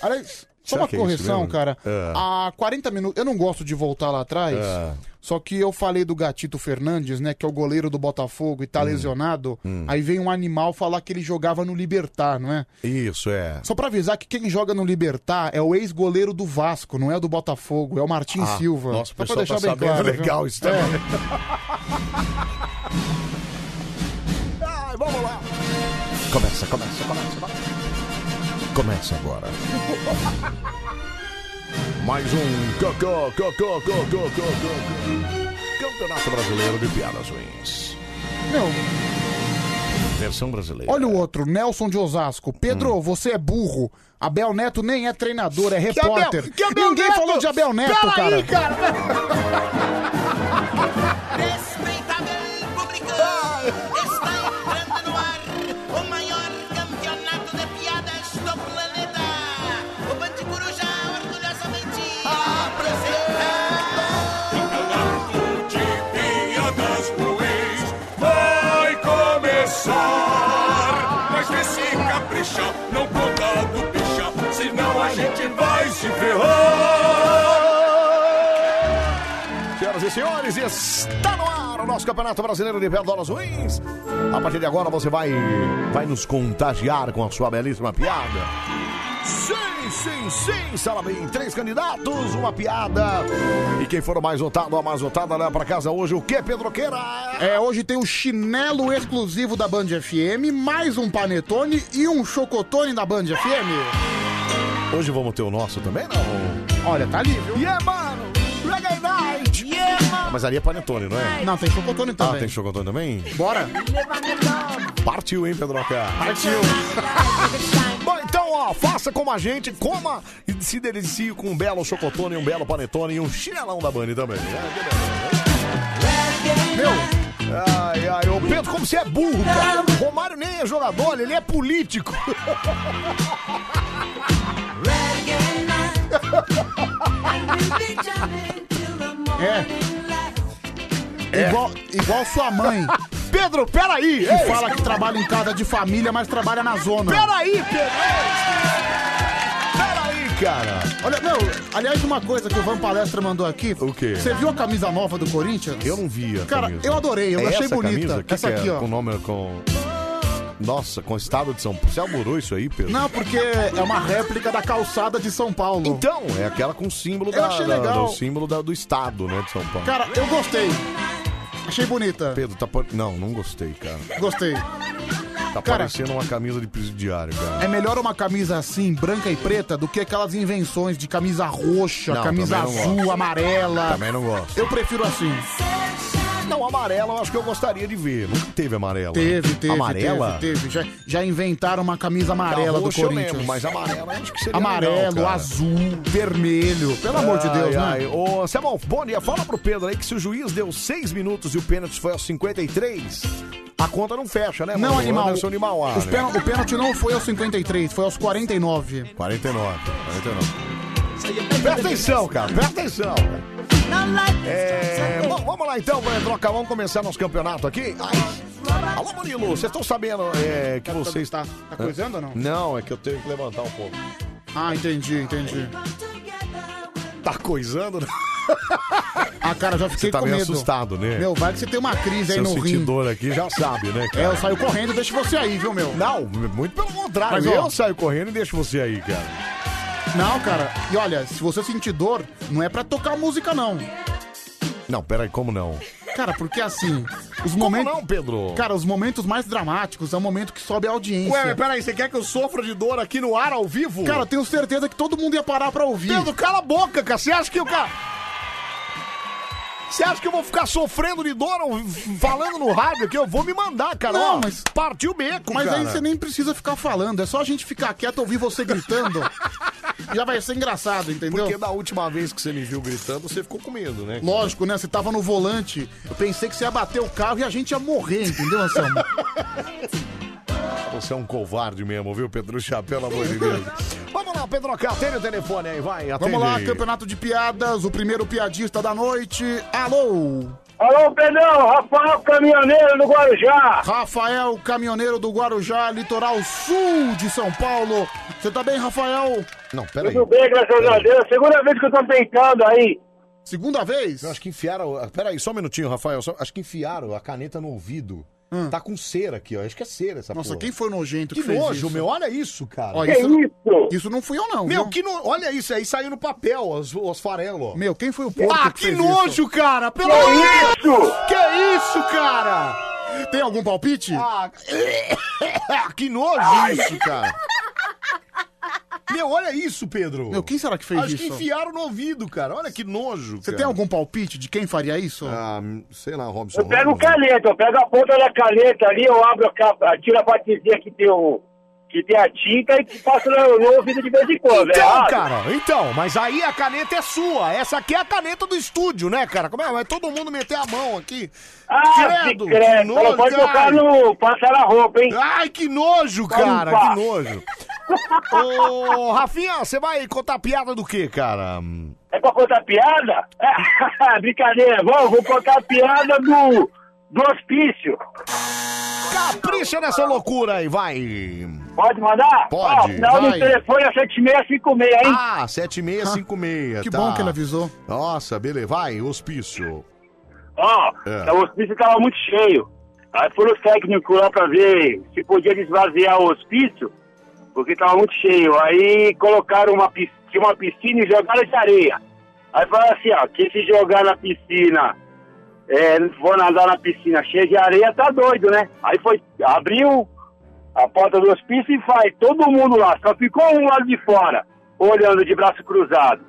S3: Aliás, só
S1: Será
S3: uma
S1: que é isso
S3: correção,
S1: mesmo?
S3: cara.
S1: É.
S3: Há 40 minutos. Eu não gosto de voltar lá atrás.
S1: É.
S3: Só que eu falei do Gatito Fernandes, né? Que é o goleiro do Botafogo e
S1: Hum.
S3: tá lesionado. Aí vem um animal falar que ele jogava no Libertar, não é?
S1: Isso, é.
S3: Só pra avisar que quem joga no Libertar é o ex-goleiro do Vasco, não é o do Botafogo, é o Martim
S1: Ah,
S3: Silva.
S1: Nossa, o
S3: Só pra
S1: pessoal tá
S3: viu?
S1: sabendo (laughs) legal isso
S3: É.
S1: também.
S3: É.
S1: Ai, vamos lá. Começa, começa, começa, começa. Começa agora. (laughs) Mais um Cocô, Cocô, Cocô, Cocô, Cocô. Campeonato Brasileiro de Piadas Ruins.
S3: Meu,
S1: Versão brasileira.
S3: olha o outro, Nelson de Osasco. Pedro, você é burro. Abel Neto nem é treinador, é repórter.
S23: Abel- Hum. que Abel
S3: Ninguém
S23: Neto?
S3: falou de Abel Neto,
S23: Pera aí,
S9: Respeitável público, está entrando no ar o maior campeonato de piadas do planeta. O Bande Coruja orgulhosamente apresenta. Campeonato de piadas ruins vai começar. Mas vê se caprichar, não conta do pichar, senão a gente vai se ferrar.
S1: Senhoras e senhores, está no ar o nosso Campeonato Brasileiro de Piadas Ruins. A partir de agora você vai, vai nos contagiar com a sua belíssima piada. Sim, sim, sim, sala bem. Três candidatos, uma piada. E quem for o mais votado ou a mais votada leva né, pra casa hoje o quê, Pedroqueira?
S3: É, hoje tem o chinelo exclusivo da Band FM, mais um panetone e um chocotone da Band FM.
S1: Hoje vamos ter o nosso também, não?
S3: Olha, tá ali, viu?
S1: Yeah, é, mano! Reggae Night!
S9: Yeah, mano!
S1: Mas ali é panetone, não é?
S3: Não, tem chocotone
S1: Ah,
S3: também.
S1: tem chocotone também?
S3: Bora!
S1: Partiu, hein, Pedroca?
S3: Partiu!
S1: Bom, então, ó, faça como a gente, coma e se delicie com um belo chocotone, um belo panetone e um chinelão da Bani também. né? Meu! Ai, ai, ô Pedro, como você é burro, cara. O Romário nem é jogador, ele é político.
S23: cara.
S3: É. Igual, igual sua mãe.
S1: (laughs) Pedro, peraí!
S3: Que fala que trabalha em casa de família, mas trabalha na zona.
S1: Peraí, Pedro! Peraí, cara!
S3: Olha, meu, aliás, uma coisa que o Van Palestra mandou aqui. O
S1: quê?
S3: Você viu a camisa nova do Corinthians?
S1: Eu não via.
S3: Cara, eu adorei,
S1: É
S3: eu achei bonita. Essa aqui, ó.
S1: Com nome, é com... Nossa, com o estado de São Paulo. Você alvorou isso aí, Pedro?
S3: Não, porque é uma réplica da calçada de São Paulo.
S1: Então, é aquela com o símbolo,
S3: Eu
S1: da,
S3: achei
S1: da-
S3: legal.
S1: do, símbolo da- do estado, né, de São Paulo.
S3: Cara, eu gostei. Achei bonita.
S1: Pedro, tá... pa- Não, não gostei, cara.
S3: Gostei.
S1: Tá
S3: Cara-
S1: parecendo uma camisa de presidiário, cara.
S3: É melhor uma camisa assim, branca e preta, do que aquelas invenções de camisa roxa,
S1: Não,
S3: camisa
S1: também não
S3: azul,
S1: gosto.
S3: amarela.
S1: Também não gosto.
S3: Eu prefiro assim.
S1: Não, amarela eu acho que eu gostaria de ver. Nunca teve amarela.
S3: Teve, teve,
S1: Tá né? amarela?
S3: teve, teve. Já, já inventaram uma camisa amarela
S1: Tá,
S3: do
S1: roxa eu
S3: Corinthians.
S1: lembro, mas amarela acho que seria
S3: Amarelo,
S1: legal, cara.
S3: azul, vermelho. Pelo amor de Deus, né?
S1: ai. Ô, Samuel, bom dia. Fala pro Pedro aí que se o juiz deu 6 minutos e o pênalti foi aos 53, a conta não fecha, né?
S3: Não,
S1: mano?
S3: animal.
S1: Anderson animal ah,
S3: Os
S1: né?
S3: pênal- o pênalti não foi aos 53, foi aos 49.
S1: 49, 49. Presta atenção, cara, presta atenção. É, bom, vamos lá então, vai trocar, vamos começar nosso campeonato aqui. Ai. Alô, Murilo, vocês estão sabendo é, que vocês... Tá,
S3: tá coisando ou não?
S1: Não, é que eu tenho que levantar um pouco.
S3: Ah, entendi, entendi.
S1: Tá coisando?
S3: Ah, cara, já fiquei
S1: Você tá
S3: com
S1: meio
S3: medo.
S1: assustado, né?
S3: Meu, vai que você tem uma crise
S1: Se
S3: aí
S1: eu
S3: no
S1: sentir
S3: rim.
S1: dor aqui, já sabe, né, cara?
S3: É, eu saio correndo, deixa você aí, viu, meu?
S1: Não, muito pelo contrário.
S3: Mas,
S1: eu
S3: ó.
S1: saio correndo e deixo você aí, cara.
S3: Não, cara. E olha, se você sentir dor, não é pra tocar música, não.
S1: Não, peraí, como não?
S3: Cara, porque assim, os
S1: Como
S3: momentos.
S1: não, Pedro?
S3: Cara, os momentos mais dramáticos é o momento que sobe a audiência.
S1: Ué, mas peraí, você quer que eu sofra de dor aqui no ar, ao vivo?
S3: Cara, eu tenho certeza que todo mundo ia parar pra ouvir.
S1: Pedro, cala a boca, cara. Você acha que eu. Cara... Você acha que eu vou ficar Tá sofrendo de dor ou falando no rádio aqui? Eu vou me mandar, cara.
S3: Não,
S1: Ó,
S3: mas-
S1: Partiu o beco,
S3: Mas
S1: cara.
S3: aí você nem precisa ficar falando, é só a gente ficar quieto ouvir você
S1: (laughs)
S3: gritando. Já vai ser engraçado, entendeu?
S1: Porque da última vez que você me viu gritando, você ficou com medo, né?
S3: Lógico, né? Você tava no volante. Eu pensei que você ia bater o carro e a gente ia morrer, entendeu,
S1: (laughs)
S3: Anselmo?
S1: Você é um covarde mesmo, viu, Pedro Chá? Pelo amor
S3: (laughs)
S1: de Deus. Vamos lá, Pedro Chá, atende o telefone aí, vai. Atende.
S3: Vamos lá, campeonato de piadas, o primeiro piadista da noite. Alô!
S22: Alô, Pedrão, Rafael Caminhoneiro do Guarujá.
S3: Rafael Caminhoneiro do Guarujá, litoral sul de São Paulo. Você tá bem, Rafael?
S1: Não, peraí.
S22: Tudo bem, graças a Deus. Segunda vez que eu tô tentando aí.
S3: Segunda vez?
S1: Eu acho que enfiaram. Peraí, só um minutinho, Rafael. só- Acho que enfiaram a caneta no ouvido. Tá com cera aqui, ó. Acho que é cera essa
S3: Hum. Nossa,
S1: porra.
S3: quem foi nojento
S1: Que
S3: que fez
S1: nojo,
S3: isso? é
S1: meu. Olha isso, cara.
S3: Ó, isso, isso? não fui eu, não.
S1: Meu,
S3: viu?
S1: que no... olha isso aí, saiu no papel os, os farelos. ó.
S3: Meu, quem foi o porco
S1: Ah,
S3: que
S1: que
S3: fez
S1: nojo,
S3: isso?
S1: cara! Pelo
S3: Que
S1: amor-
S3: isso?
S1: Que isso, cara!
S3: Tem algum palpite?
S1: Ah, (laughs) que nojo isso, cara! Meu, olha isso, Pedro!
S3: Meu, quem será que fez
S1: Acho
S3: isso?
S1: que enfiaram no ouvido, cara. Olha que nojo,
S3: Você
S1: cara.
S3: tem algum palpite de quem faria isso?
S1: Ah, sei lá, Robson.
S22: Eu pego caneta, eu pego a ponta da caneta ali, eu abro a capa, tiro a partezinha que tem o... Que tem a tinta e passo no, no ouvido de vez em quando, é
S1: Então,
S22: errado?
S1: cara, então, mas aí a caneta é sua. Essa aqui é a caneta do estúdio, né, cara? Como é? Vai todo mundo meter a mão aqui.
S22: Ah, se
S1: que
S22: credo, só não pode tocar no- passar na roupa, hein?
S1: Ai, que nojo, cara,
S22: Opa.
S1: que nojo. Ô, Rafinha, você vai contar piada do quê, cara?
S22: É pra contar piada? (laughs) Brincadeira, vamos, vou contar a piada do, do hospício.
S1: Capricha nessa loucura aí, vai.
S22: Pode mandar?
S1: Pode,
S22: Ó, final do
S1: vai.
S22: telefone é 7656, hein?
S1: Ah, 7656,
S22: Que
S1: tá.
S22: bom que ele
S3: avisou.
S1: Nossa, beleza, vai, hospício.
S22: Ó,
S1: É.
S22: o hospício tava muito cheio. Aí foram os técnicos lá pra ver se podia desvaziar o hospício, porque tava muito cheio. Aí colocaram uma piscina, uma piscina e jogaram de areia. Aí falaram assim, ó, quem se jogar na piscina, é, for nadar na piscina cheia de areia, tá doido, né? Aí foi, abriu a porta do hospício e vai, todo mundo lá, só ficou um lado de fora, olhando de braço cruzado.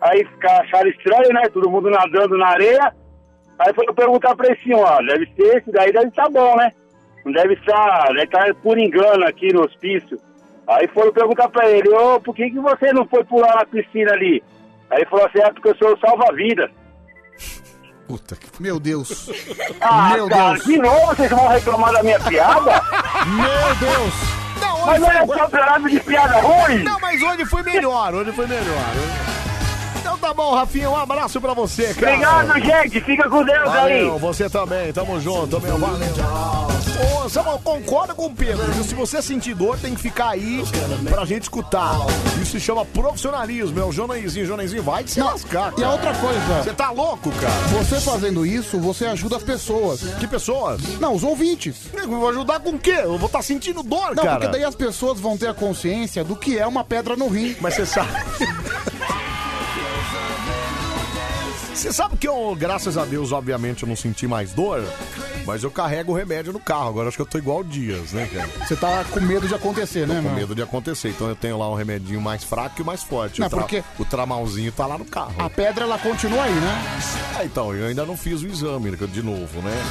S22: Aí fica- acharam estranho, né? Todo mundo nadando na areia. Aí foi perguntar pra esse senhor, ó, deve ser esse daí, deve estar bom, né? Não deve estar, deve estar por engano aqui no hospício. Aí foram perguntar pra ele, ô, por que, que você não foi pular na piscina ali? Aí ele falou assim, é porque eu sou o salva-vidas.
S3: Meu Deus.
S22: Ah,
S3: Meu
S22: cara,
S3: Deus.
S22: de novo vocês vão reclamar da minha
S1: (laughs)
S22: piada?
S3: Meu Deus.
S1: Não,
S22: Mas não é campeonato de piada ruim?
S1: Não, mas hoje foi melhor, hoje foi melhor. Então tá Tá bom, Rafinha, um abraço pra você, cara.
S12: Obrigado, gente. Fica com Deus aí.
S1: Valeu, você também. Tamo junto, meu. Valeu. Ô, Samuel, concordo com o Pedro. viu? Se você sentir dor, tem que ficar aí pra gente escutar. Isso se chama profissionalismo. É o Jonazinho. Jonazinho vai te se
S3: E a
S1: lascar, cara.
S3: outra coisa.
S1: Você tá louco, cara?
S3: Você fazendo isso, você ajuda as pessoas.
S1: Que pessoas?
S3: Não, os ouvintes.
S1: Eu vou ajudar com o quê? Eu vou estar sentindo dor,
S3: Não,
S1: cara.
S3: porque daí as pessoas vão ter a consciência do que é uma pedra no rim.
S1: Mas você sabe. Você sabe que eu, graças a Deus, obviamente, eu não senti mais dor, mas eu carrego o remédio no carro. Agora acho que eu tô igual o Dias, né, cara?
S3: Você tá com medo de acontecer, né,
S1: Tô com
S3: mano?
S1: medo de acontecer. Então eu tenho lá um remedinho mais fraco e o mais forte.
S3: Não,
S1: o, tra-
S3: porque-
S1: o tramalzinho tá lá no carro.
S3: A pedra, ela continua aí, né?
S1: Ah, então, eu ainda não fiz o exame né, de novo, né?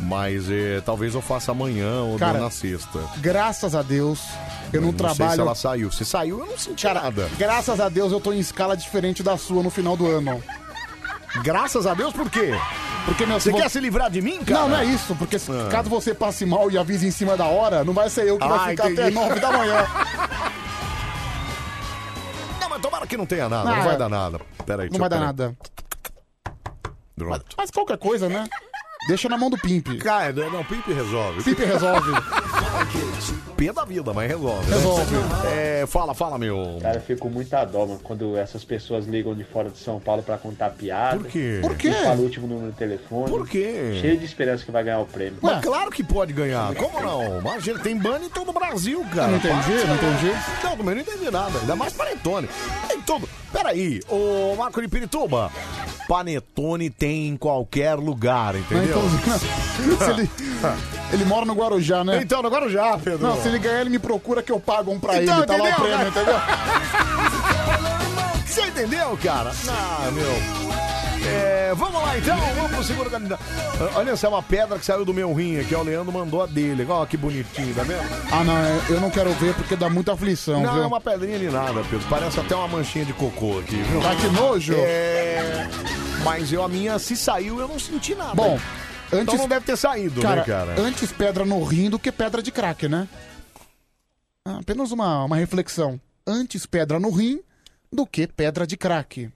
S1: Mas eh, talvez eu faça amanhã ou
S3: Cara,
S1: na sexta.
S3: Graças a Deus, eu não,
S1: não Sei se
S3: trabalho.
S1: ela saiu. Se saiu, eu não senti nada.
S3: Graças a Deus, eu tô em escala diferente da sua no final do ano.
S1: Graças a Deus, por quê?
S3: Porque, meu,
S1: Você
S3: vo-
S1: quer se livrar de mim, cara?
S3: Não, não é isso, porque se-
S1: Ah.
S3: caso você passe mal e avise em cima da hora, não vai ser eu que
S1: Ah,
S3: vai ficar até
S1: entendi.
S3: 9 da
S1: (laughs)
S3: manhã.
S1: Não, mas tomara que não tenha nada. Não,
S3: Ah,
S1: vai dar nada. Pera aí,
S3: Não vai dar nada.
S1: Pronto.
S3: Mas qualquer coisa, né?
S1: (laughs)
S3: Deixa na mão do Pimp.
S1: Cara, né? não, não, Pimp resolve.
S3: Pimp
S1: (laughs)
S3: resolve.
S1: Pia da vida, mas resolve. né?
S3: Resolve.
S1: É, fala, fala, meu.
S17: Cara, eu fico com muita dó, mano, quando essas pessoas ligam de fora de São Paulo pra contar piada.
S1: Por quê?
S17: Por
S1: quê?
S17: Fala o último número do telefone.
S1: Por quê?
S17: Cheio de esperança que vai ganhar o prêmio.
S1: Mas
S9: Ah.
S1: claro que pode ganhar. Como não? Imagina, tem ban em todo o Brasil, cara.
S17: Não entendi,
S1: não entendi. Não, também não entendi nada. Ainda mais panetone. Tem tudo. Peraí, ô Marco de Pirituba. Panetone tem em qualquer lugar, entendeu?
S3: então,
S1: Ah.
S3: Se ele, ele mora no Guarujá, né?
S1: Então, no Guarujá, Pedro.
S3: Não, se ele ganhar, ele me procura que eu pago um pra
S1: Então,
S3: ele. Tá lá o
S1: entendeu,
S3: prêmio,
S1: né?
S3: entendeu?
S1: Você entendeu, cara? Ah, meu. É, vamos lá então, vamos pro segundo candidato. Olha, essa é uma pedra que saiu do meu rim aqui, ó, o Leandro mandou a dele. Ó, que bonitinho, tá vendo?
S3: Ah, não, é- eu não quero ver porque dá muita aflição,
S1: Não,
S3: viu?
S1: é uma pedrinha de nada, Pedro. Parece até uma manchinha de cocô aqui, viu?
S3: Tá que nojo.
S1: É. Mas eu, a minha, se saiu, eu não senti nada.
S3: Bom,
S1: antes... então
S3: antes-
S1: não deve ter saído, né, cara?
S3: Antes pedra no rim do que pedra de crack, né? Ah, apenas uma, uma reflexão. Antes pedra no rim do que pedra de crack.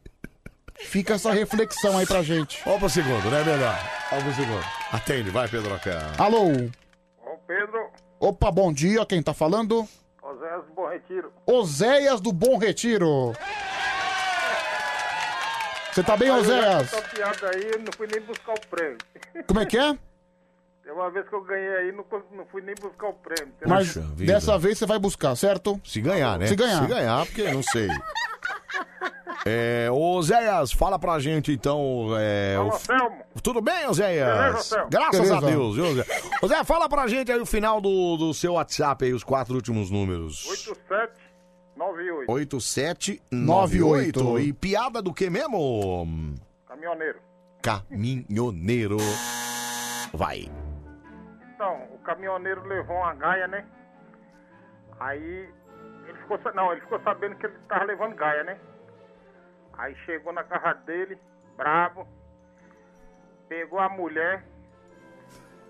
S3: Fica essa reflexão aí pra gente.
S1: Ó pro segundo, né, melhor? Ó pro segundo. Atende, vai, Pedro. Cara.
S3: Alô?
S14: Ô Pedro,
S3: Opa, bom dia, quem tá falando?
S14: Oséias Bom Retiro.
S3: Oséias do Bom Retiro. Você tá bem,
S14: Aí eu
S3: Oséias?
S14: já fiz essa piada aí, eu não fui nem buscar o prêmio.
S3: Como é que é?
S14: Tem uma vez que eu ganhei aí, não, cons- não fui nem buscar o prêmio. entendeu?
S3: Mas
S1: vida.
S3: dessa vez você vai buscar, certo?
S1: Se ganhar, né?
S3: Se ganhar.
S1: Se ganhar, porque não sei. É, ô Zéias, fala pra gente então. É,
S14: Fala,
S1: o-
S14: Selmo.
S1: Tudo bem,
S14: Beleza,
S1: ô Zéias?
S14: Selmo?
S1: Graças a
S14: Beleza.
S1: Deus, viu, Zé? Ô Zé, fala pra gente aí o final do, do seu WhatsApp aí, os quatro últimos números.
S14: 8798,
S1: 8798. E piada do que mesmo?
S14: caminhoneiro.
S1: Caminhoneiro. Vai.
S14: Então, o caminhoneiro levou uma gaia, né? Aí ele ficou, sa- não, ele ficou sabendo que ele tava levando gaia, né? Aí chegou na casa dele, brabo, pegou a mulher,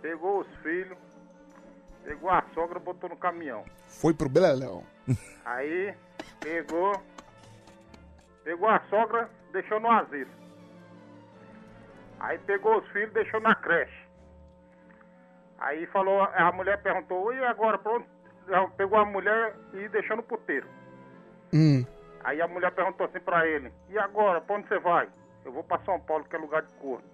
S14: pegou os filhos, pegou a sogra, botou no caminhão.
S3: Foi pro (laughs) Beleléu.
S14: Aí pegou, pegou a sogra, deixou no asilo. Aí pegou os filhos, deixou na creche. Aí falou, a mulher perguntou, e agora pronto? Pegou a mulher e deixou no puteiro.
S3: Hum.
S14: Aí a mulher perguntou assim pra ele, e agora, pra onde você vai? Eu vou pra São Paulo, que é lugar de corno.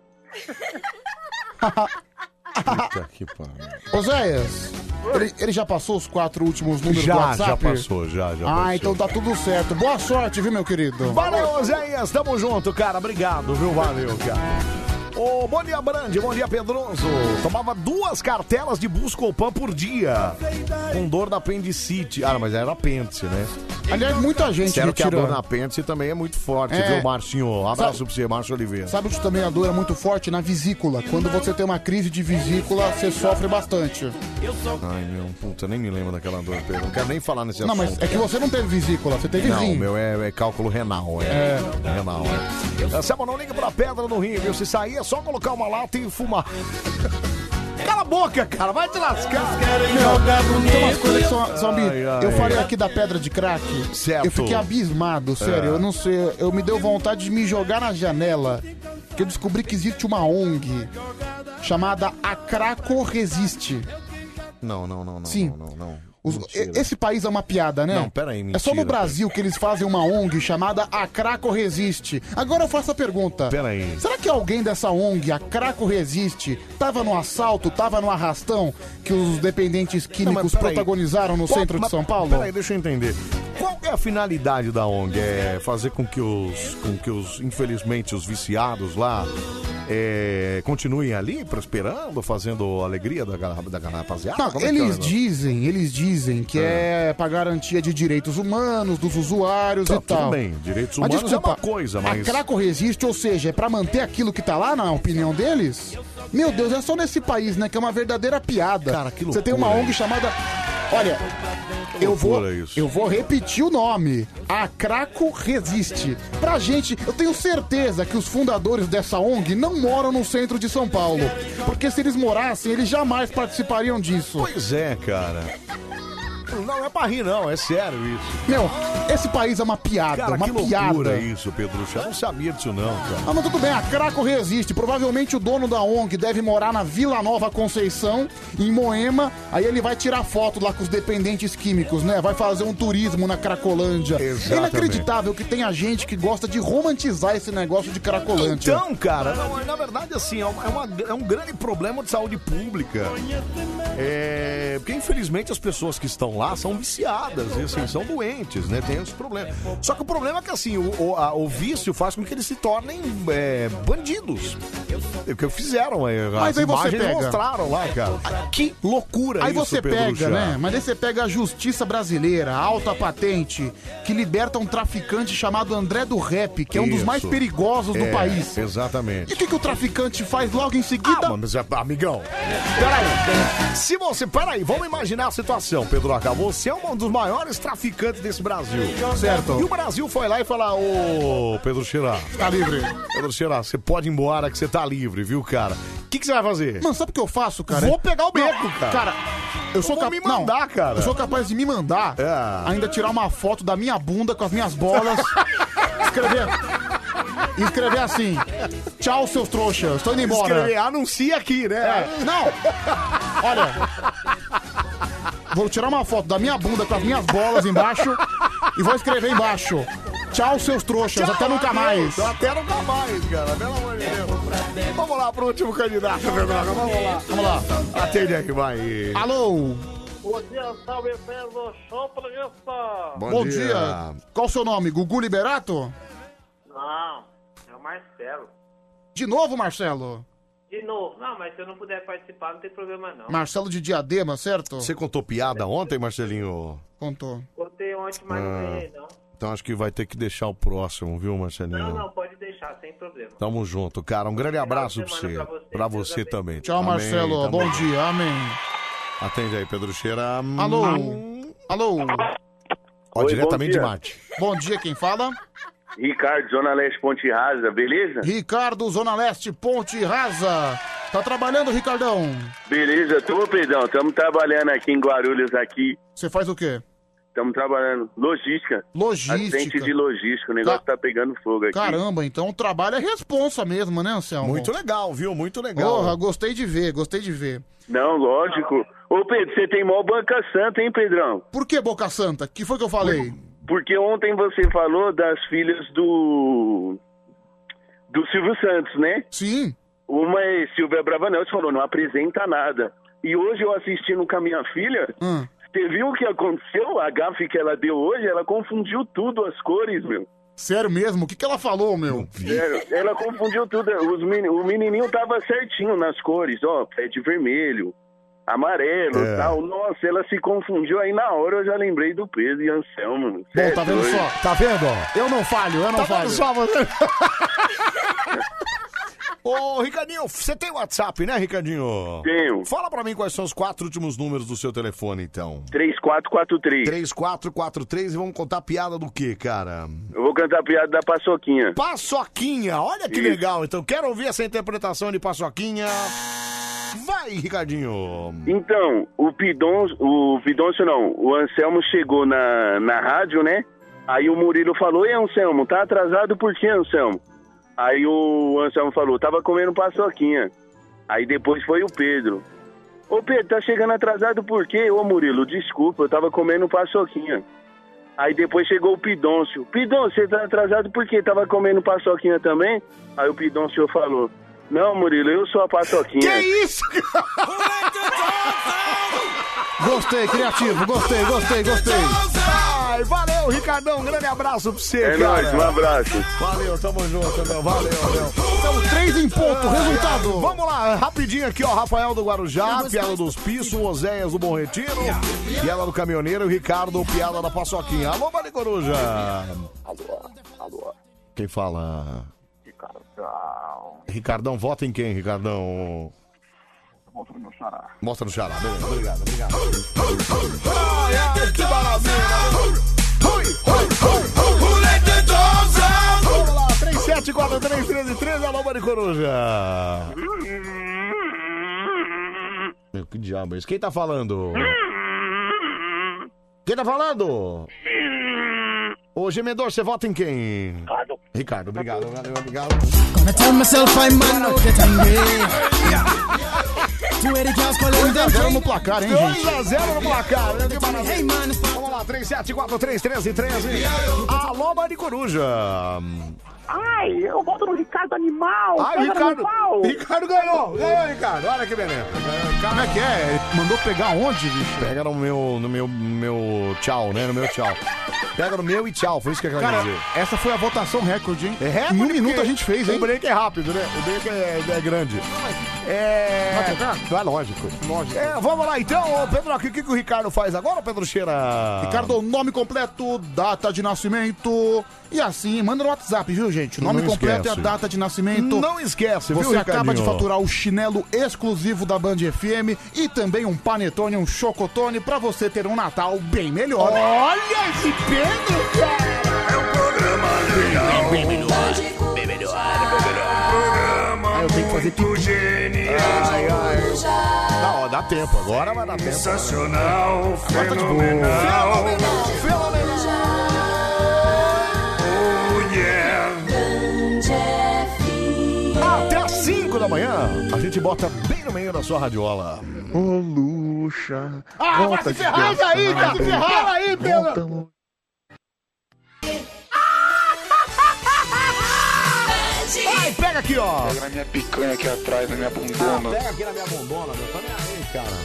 S1: Puta que pariu.
S3: Oséias, ele, ele já passou os quatro últimos números
S1: Já,
S3: do WhatsApp?
S1: já passou, já, já
S3: ah,
S1: passou.
S3: então tá tudo certo. Boa sorte, viu, meu querido?
S1: Valeu, Zéias. Tamo junto, cara. Obrigado, viu? Valeu, cara. Ô, bom dia, Brande. Bom dia, Pedroso. Tomava duas cartelas de Buscopan por dia. Com dor da apendicite. Ah, mas era apêndice, né?
S3: Aliás, muita gente
S1: Espero que a
S3: retira.
S1: dor na apêndice também é muito forte,
S3: É.
S1: viu, Marcinho? Abraço
S3: Sabe-
S1: pra você, Márcio Oliveira.
S3: Sabe que também a dor é muito forte na vesícula. Quando você tem uma crise de vesícula, você sofre bastante.
S1: Ai, meu, puta, nem me lembro daquela dor, Pedro. Não quero nem falar nesse
S3: não,
S1: assunto.
S3: mas é que você não teve vesícula, você teve
S1: Não,
S3: rim.
S1: meu, é, é cálculo renal, é. é. Renal, é. Ah, Samuel, não liga pra pedra no rim, viu? Se sair, é só colocar uma lata e fumar. (laughs) Cala a boca, cara. Vai te lascar.
S3: Tem umas coisas que são, são bi-
S1: Ai, ai.
S3: eu falei aqui da pedra de crack.
S1: Certo.
S3: Eu fiquei abismado, sério.
S1: É.
S3: Eu não sei. Eu me deu vontade de me jogar na janela. Que eu descobri que existe uma ONG chamada A Craco Resiste.
S1: Não, não, não, não.
S3: Sim.
S1: Não, não, não.
S3: Os- e- esse país é uma piada, né?
S1: Não, peraí,
S3: É só
S1: mentira,
S3: no Brasil que eles fazem uma ONG chamada A Craco Resiste. Agora eu faço a pergunta.
S1: Peraí.
S3: Será que alguém dessa ONG, a Craco Resiste, tava no assalto, tava no arrastão que os dependentes
S1: Não, mas
S3: químicos
S1: peraí.
S3: protagonizaram no
S1: Qual-
S3: centro de
S1: mas
S3: São Paulo?
S1: Peraí, deixa eu entender. Qual é a finalidade da ONG? É fazer com que os, com que os infelizmente, os viciados lá é, continuem ali, prosperando, fazendo a alegria da, gal- da gal- rapaziada?
S3: Não,
S1: Como é que é o
S3: eles
S1: negócio?
S3: dizem, eles dizem
S1: Ah.
S3: que é. pra garantia de direitos humanos, dos usuários
S1: Tá,
S3: e
S1: tudo
S3: tal.
S1: bem, direitos humanos é uma coisa, mas-
S3: A Craco resiste, ou seja, é pra manter aquilo que tá lá, na opinião deles? Meu Deus, é só nesse país, né? Que é uma verdadeira piada. Cara, que Você tem uma
S1: loucura,
S3: ONG chamada. Olha, eu vou,
S1: loucura isso.
S3: eu vou repetir o nome. A Craco Resiste. Pra gente, eu tenho certeza que os fundadores dessa ONG não moram no centro de São Paulo. Porque se eles morassem, eles jamais participariam disso.
S1: Pois é, cara. Não é pra rir, não, é sério isso.
S3: Meu, esse país é uma piada,
S1: Cara,
S3: uma
S1: que
S3: piada.
S1: loucura isso, Pedro. Eu não sabia disso, não, cara.
S3: Ah, mas tudo bem, a Craco resiste. Provavelmente o dono da ONG deve morar na Vila Nova Conceição, em Moema. Aí ele vai tirar foto lá com os dependentes químicos, né? Vai fazer um turismo na Cracolândia. É
S1: Exatamente.
S3: inacreditável que tenha gente que gosta de romantizar esse negócio de Cracolândia.
S1: Então, cara, não, na verdade, assim, é, uma- é uma- é um grande problema de saúde pública. É, porque, infelizmente, as pessoas que estão lá são viciadas, e assim, são doentes, né? Tem os problemas. Só que o problema é que, assim, o, o- a- o vício faz com que eles se tornem é, bandidos. É O que fizeram, é,
S3: Mas
S1: as
S3: aí você
S1: imagens
S3: pega.
S1: mostraram lá, cara. Que loucura
S3: Aí
S1: isso,
S3: você
S1: Pedro
S3: pega,
S1: Chá.
S3: né? Mas aí você pega a justiça brasileira, a alta patente, que liberta um traficante chamado André do Rap, que é um dos
S1: Isso.
S3: mais perigosos do
S1: É,
S3: país.
S1: Exatamente.
S3: E o que, que o traficante faz logo em seguida?
S1: Ah, mas, amigão, peraí. Se você. Peraí, vamos imaginar a situação, Pedro Acá. Você é um dos maiores traficantes desse Brasil.
S3: Certo.
S1: E o Brasil foi lá e falou: Ô, Pedro Xirá.
S3: Tá livre.
S1: Pedro Xirá, você pode ir embora que você tá livre, viu, cara? O que, que você vai fazer?
S3: Mano, sabe o que eu faço, cara?
S1: Vou pegar o beco,
S3: Não,
S1: cara.
S3: Cara, eu sou
S1: vou
S3: capaz
S1: me mandar, cara. É.
S3: Eu sou capaz de me mandar, ainda tirar uma foto da minha bunda com as minhas bolas, (laughs) escrever. e Escrever assim: Tchau, seus trouxas, estou indo embora.
S1: Escrever, anuncia aqui, né?
S3: É, Não! Olha. Vou tirar uma foto da minha bunda com as minhas bolas embaixo e vou escrever embaixo. Tchau, seus trouxas, até nunca mais.
S1: Até nunca mais, cara. Pelo amor de Deus. Vamos lá pro último candidato, Pedro Acá. Vamos lá.
S3: Vamos lá.
S1: Atende aí, vai.
S3: Alô?
S4: Bom dia, salve Pedro, show progressão.
S1: Bom
S3: Bom
S1: dia.
S3: dia. Qual o seu nome? Gugu Liberato?
S4: Não, é o Marcelo.
S3: De novo, Marcelo?
S4: De novo, não, mas se eu não puder participar, não tem problema não.
S3: Marcelo de Diadema, certo?
S1: Você contou piada ontem, Marcelinho?
S3: Contou.
S4: Contei ontem, mas não
S1: Ah.
S4: ganhei não.
S1: Então acho que vai ter que deixar o próximo, viu, Marcelinho?
S4: Não, não, pode deixar, sem problema.
S1: Tamo junto, cara. Um grande abraço pra você.
S4: semana
S1: Pra você também.
S3: Tchau,
S1: Amém,
S3: Marcelo.
S1: tamo
S3: Bom
S1: junto.
S3: dia, amém.
S1: Atende aí, Pedro Cheira.
S3: Alô? Hum. Alô?
S1: Ó, diretamente de Marte.
S3: Bom dia, quem fala?
S15: Ricardo, Zona Leste Ponte Rasa, beleza?
S3: Ricardo, Zona Leste, Ponte Rasa. Tá trabalhando, Ricardão?
S15: Beleza, tô, Pedrão. Estamos trabalhando aqui em Guarulhos, aqui.
S3: Você faz o quê?
S15: Estamos trabalhando. Logística.
S3: Logística.
S15: Assistente de logística. O negócio tá, pegando fogo aqui.
S3: Caramba, então o trabalho é responsa mesmo, né, Anselmo?
S15: Muito
S1: legal, viu? Muito
S15: legal.
S3: Porra, gostei de ver, gostei de ver.
S15: Não, lógico. Ô, Pedro, você tem mó banca santa, hein, Pedrão?
S3: Por que Boca Santa? Que foi que eu falei?
S15: Porque ontem você falou das filhas do. do Silvio Santos, né?
S3: Sim.
S15: Uma é Silvia Bravanel, você falou, não apresenta nada. E hoje eu assistindo com a minha filha,
S3: Ah.
S15: você viu o que aconteceu? A gafe que ela deu hoje, ela confundiu tudo, as cores, meu.
S3: Sério mesmo? O que, que ela falou, meu?
S15: Sério, ela confundiu tudo. Os meni- o menininho tava certinho nas cores, ó, é de vermelho, amarelo
S3: É.
S15: tal. Nossa, ela se confundiu. Aí na hora eu já lembrei do Pedro e Anselmo. é Bom,
S3: Bom, tá vendo só?
S1: Tá vendo, ó?
S3: Eu não falho, eu não
S1: Tá
S3: falho.
S1: vendo só, mano? Ô, Ricardinho, você tem WhatsApp, né, Ricardinho?
S15: Tenho.
S1: Fala pra mim quais são os quatro últimos números do seu telefone, então.
S15: 3443.
S1: 3443 e vamos contar a piada do quê, cara?
S15: Eu vou cantar a piada da Paçoquinha.
S1: Paçoquinha, olha que
S15: Isso.
S1: legal. Então, quero ouvir essa interpretação de Paçoquinha. Vai, Ricardinho.
S15: Então, o Pidoncio, o Pidoncio não, o Anselmo chegou na, na rádio, né? Aí o Murilo falou, e Anselmo, tá atrasado por quê, Anselmo? Aí o Anselmo falou, tava comendo paçoquinha. Aí depois foi o Pedro. Ô Pedro, tá chegando atrasado por quê? Ô Murilo, desculpa, eu tava comendo um paçoquinha. Aí depois chegou o Pidoncio. Pidoncio, você tá atrasado por quê? Tava comendo paçoquinha também? Aí o Pidoncio falou, não, Murilo, eu sou a paçoquinha.
S1: Que isso,
S3: Gostei, criativo, gostei, gostei, gostei.
S1: Ai, valeu, Ricardão. Um grande abraço pra você,
S15: É
S1: cara.
S15: nóis, um abraço.
S1: Valeu, tamo junto, meu. Valeu, meu. São três em ponto, resultado. Vamos lá, rapidinho aqui, ó. Rafael do Guarujá, Piada dos Pisos, o Oséias do Bom Retiro, Piada do Caminhoneiro e o Ricardo, Piada da Paçoquinha. Alô, Vale Coruja.
S13: Alô, alô.
S1: Quem fala? Ricardão. Ricardão, vota em quem, Ricardão?
S13: Volta pro meu xará.
S1: Mostra no xará, beleza, obrigado, obrigado.
S13: Ai, ai, que
S1: Vamos lá, 37431313, alô, Mari Coruja. Meu, que diabo é isso? Quem tá falando? Quem tá falando? Ô, Gemedor, você vota em quem? Ricardo. Ricardo, obrigado, valeu, obrigado.
S9: I tell myself I might not get
S1: no placar,
S9: hein, gente?
S1: 2x0 no placar, né? Que maravilha. Vamos lá, 37431313. Alô, Mari Coruja.
S13: Ai, eu volto no Ricardo Animal.
S1: Ai,
S13: pega no
S1: Ricardo.
S13: pau.
S1: Ricardo ganhou, ganhou, Ricardo. Olha que beleza. Como é que é? Mandou pegar onde, bicho? Pega no meu, no meu, meu tchau, né? No meu tchau. Pega no meu e tchau, foi isso que eu quero
S3: Cara,
S1: dizer.
S3: essa foi a votação recorde, hein?
S1: É recorde,
S3: em um
S1: porque
S3: minuto a gente fez, hein?
S1: O break é rápido, né? O break é, é grande. É.
S3: Vai tocar?
S1: Vai, lógico. Lógico. É, vamos lá então, ô, Pedro, o que, que o Ricardo faz agora, Pedro Cheira?
S3: Ricardo, nome completo, data de nascimento. E assim, manda no WhatsApp, viu, gente? O nome
S1: Não
S3: completo
S1: esquece.
S3: é a data de nascimento.
S1: Não esquece, viu,
S3: Você acaba de
S1: Ricardinho?
S3: faturar o chinelo exclusivo da Band FM e também um panetone, um chocotone pra você ter um Natal bem melhor.
S1: Olha esse Pedro,
S13: Bem melhor, bem melhor,
S1: Ai, eu tenho que fazer tudo. Ai, ai. Dá, ó, dá tempo, agora vai dar tempo. tá Sensacional, fenomenal. Até às 5 da manhã, a gente bota bem no meio da sua radiola.
S9: Ô, Luxa.
S1: Ah,
S9: volta
S1: vai se
S9: de
S1: ferrar isso aí,
S9: graça,
S1: vai se ferrar aí,
S9: volta,
S1: Pedro.
S9: Lu-
S1: Ai, pega aqui, ó.
S9: Pega na minha picanha aqui atrás, na minha bundona.
S1: Pega aqui na minha bombona, meu. Tá nem aí, cara.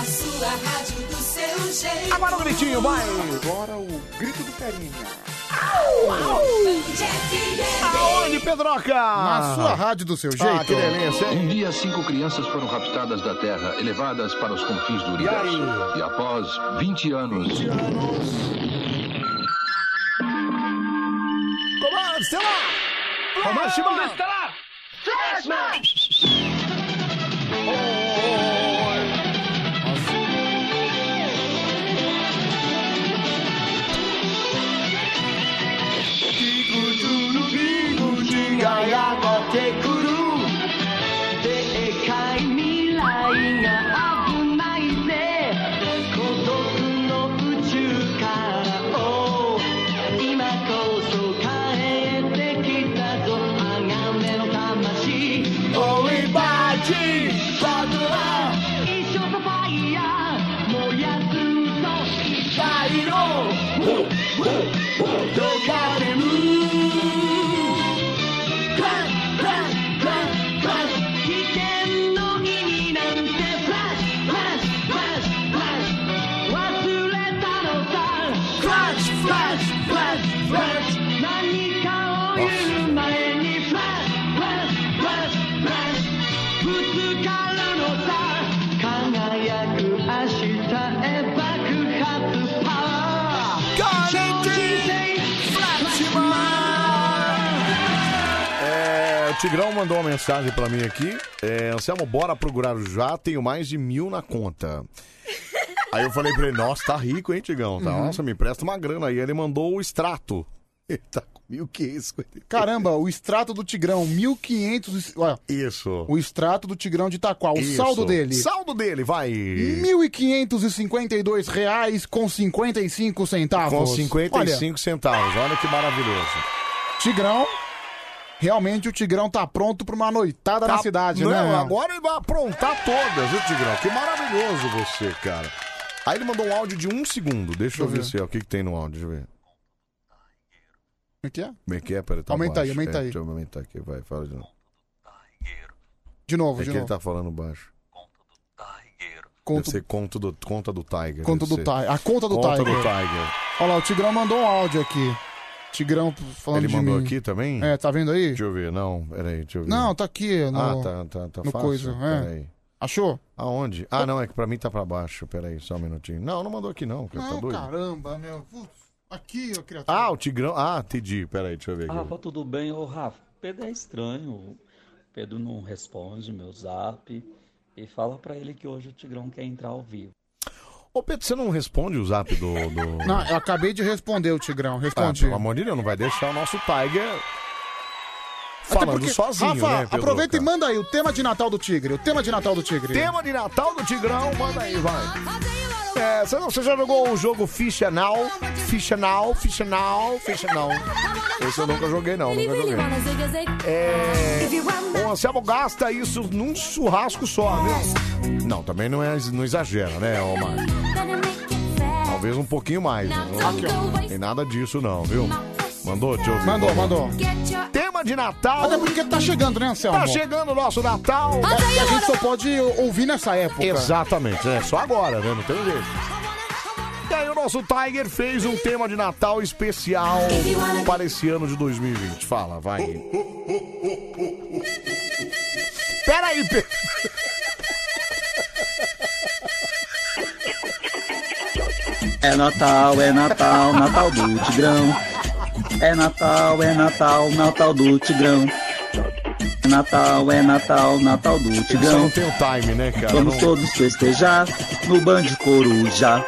S16: A sua rádio do seu jeito.
S1: Agora o gritinho, vai.
S9: Agora o grito do carinha.
S1: Aonde, Pedroca?
S3: Na sua rádio do seu jeito.
S1: Ah, que delícia, hein?
S24: Um dia, cinco crianças foram raptadas da Terra, elevadas para os confins do universo. E, após 20 anos.
S1: Comando estelar! Comando estelar! Flashman! É, o Tigrão mandou uma mensagem pra mim aqui. É, Anselmo, bora pro Guarujá, tenho mais de mil na conta. Aí eu falei pra ele, nossa, tá rico, hein, Tigrão? Tá,
S3: Uhum.
S1: Nossa, me empresta uma grana. Aí (laughs) ele mandou o extrato. Ele tá com 1550.
S3: Caramba, o extrato do Tigrão, 1500. e- Olha,
S1: Isso.
S3: o extrato do Tigrão de Itaquá, o saldo dele.
S1: Saldo dele, vai.
S3: R$ 1.552 reais com 55 centavos.
S1: Com 55
S3: Olha,
S1: centavos. Olha que maravilhoso.
S3: Tigrão, realmente o Tigrão tá pronto pra uma noitada na
S1: Tá-
S3: cidade,
S1: não,
S3: né? meu?
S1: agora ele vai aprontar todas, viu, Tigrão? Que maravilhoso você, cara. Aí ele mandou um áudio de um segundo. Deixa, eu
S3: eu
S1: ver
S3: ver.
S1: se é o que, que tem no áudio. Deixa eu ver.
S3: Como é que é?
S1: Como é que é? Pera, tá
S3: Aumenta aí,
S1: baixo.
S3: aumenta
S1: É,
S3: aí.
S1: Deixa eu aumentar aqui, vai, fala de novo.
S3: De novo,
S1: é
S3: de
S1: que
S3: novo.
S1: ele tá falando baixo.
S3: Conto-
S1: Deve ser conto do, conta do Tiger.
S3: Conta
S1: tá- deve
S3: do
S1: ser.
S3: Tiger. A conta do Tiger.
S1: Conta do Tiger.
S3: Olha lá, o Tigrão mandou um áudio aqui. Tigrão falando
S1: Ele
S3: de
S1: mandou
S3: mim.
S1: aqui também?
S3: É, tá vendo aí?
S1: Deixa eu ver, não, peraí, deixa eu ver.
S3: Não, tá aqui. No,
S1: Ah, tá, tá, tá
S3: no
S1: fácil.
S3: coisa, é.
S1: Peraí.
S3: Achou?
S1: Aonde? Ah, não, é que pra mim tá pra baixo. Peraí, só um minutinho. Não, não mandou aqui não, cara, tá
S3: Não,
S1: doido?
S3: caramba, meu. Putz, Aqui, ô criatura.
S1: Ah, o Tigrão. Ah, entendi. Peraí, deixa eu ver aqui.
S18: Ah, Rafa, tudo bem? Ô, Rafa, Pedro é estranho. O Pedro não responde meu zap. E fala pra ele que hoje o Tigrão quer entrar ao vivo.
S1: Ô, Pedro, você não responde o zap do.
S3: (laughs)
S1: do...
S3: Não, eu acabei de responder o Tigrão.
S1: ah,
S3: Respondi.
S1: pelo amor de Deus, não vai deixar o nosso Tiger
S3: Até
S1: falando
S3: porque-
S1: sozinho,
S3: Rafa,
S1: né, Pedro?
S3: aproveita e manda aí o tema de Natal do Tigre. O tema de Natal do Tigre.
S1: Tema de Natal do Tigrão, tá. manda aí, vai. É, você, não- você já jogou o jogo Ficha Now? Ficha Now, Ficha Now, Ficha Now. Esse eu nunca joguei, não, nunca joguei. É, o Anselmo gasta isso num churrasco só, viu? Não, também não, é, não exagera, né, Omar? Talvez um pouquinho mais. né? Não tem nada disso, não, viu? Mandou, deixa eu ouvir.
S3: Mandou,
S1: Vamos lá.
S3: mandou.
S1: Tema de Natal.
S3: Até porque tá chegando, né, Anselmo?
S1: Tá chegando o nosso Natal.
S3: É, e a gente só pode ouvir nessa época.
S1: Exatamente, é só agora, né? Não tem jeito. E aí, o nosso Tiger fez um tema de Natal especial para esse ano de 2020. Fala, vai. Peraí, Pedro.
S19: É Natal, é Natal, Natal do Tigrão. É Natal, é Natal, Natal do Tigrão. É Natal, é Natal, Natal do
S1: Você não
S19: Tigrão.
S1: tem o time, né, cara?
S19: Vamos
S1: Não-
S19: todos festejar no Band Coruja.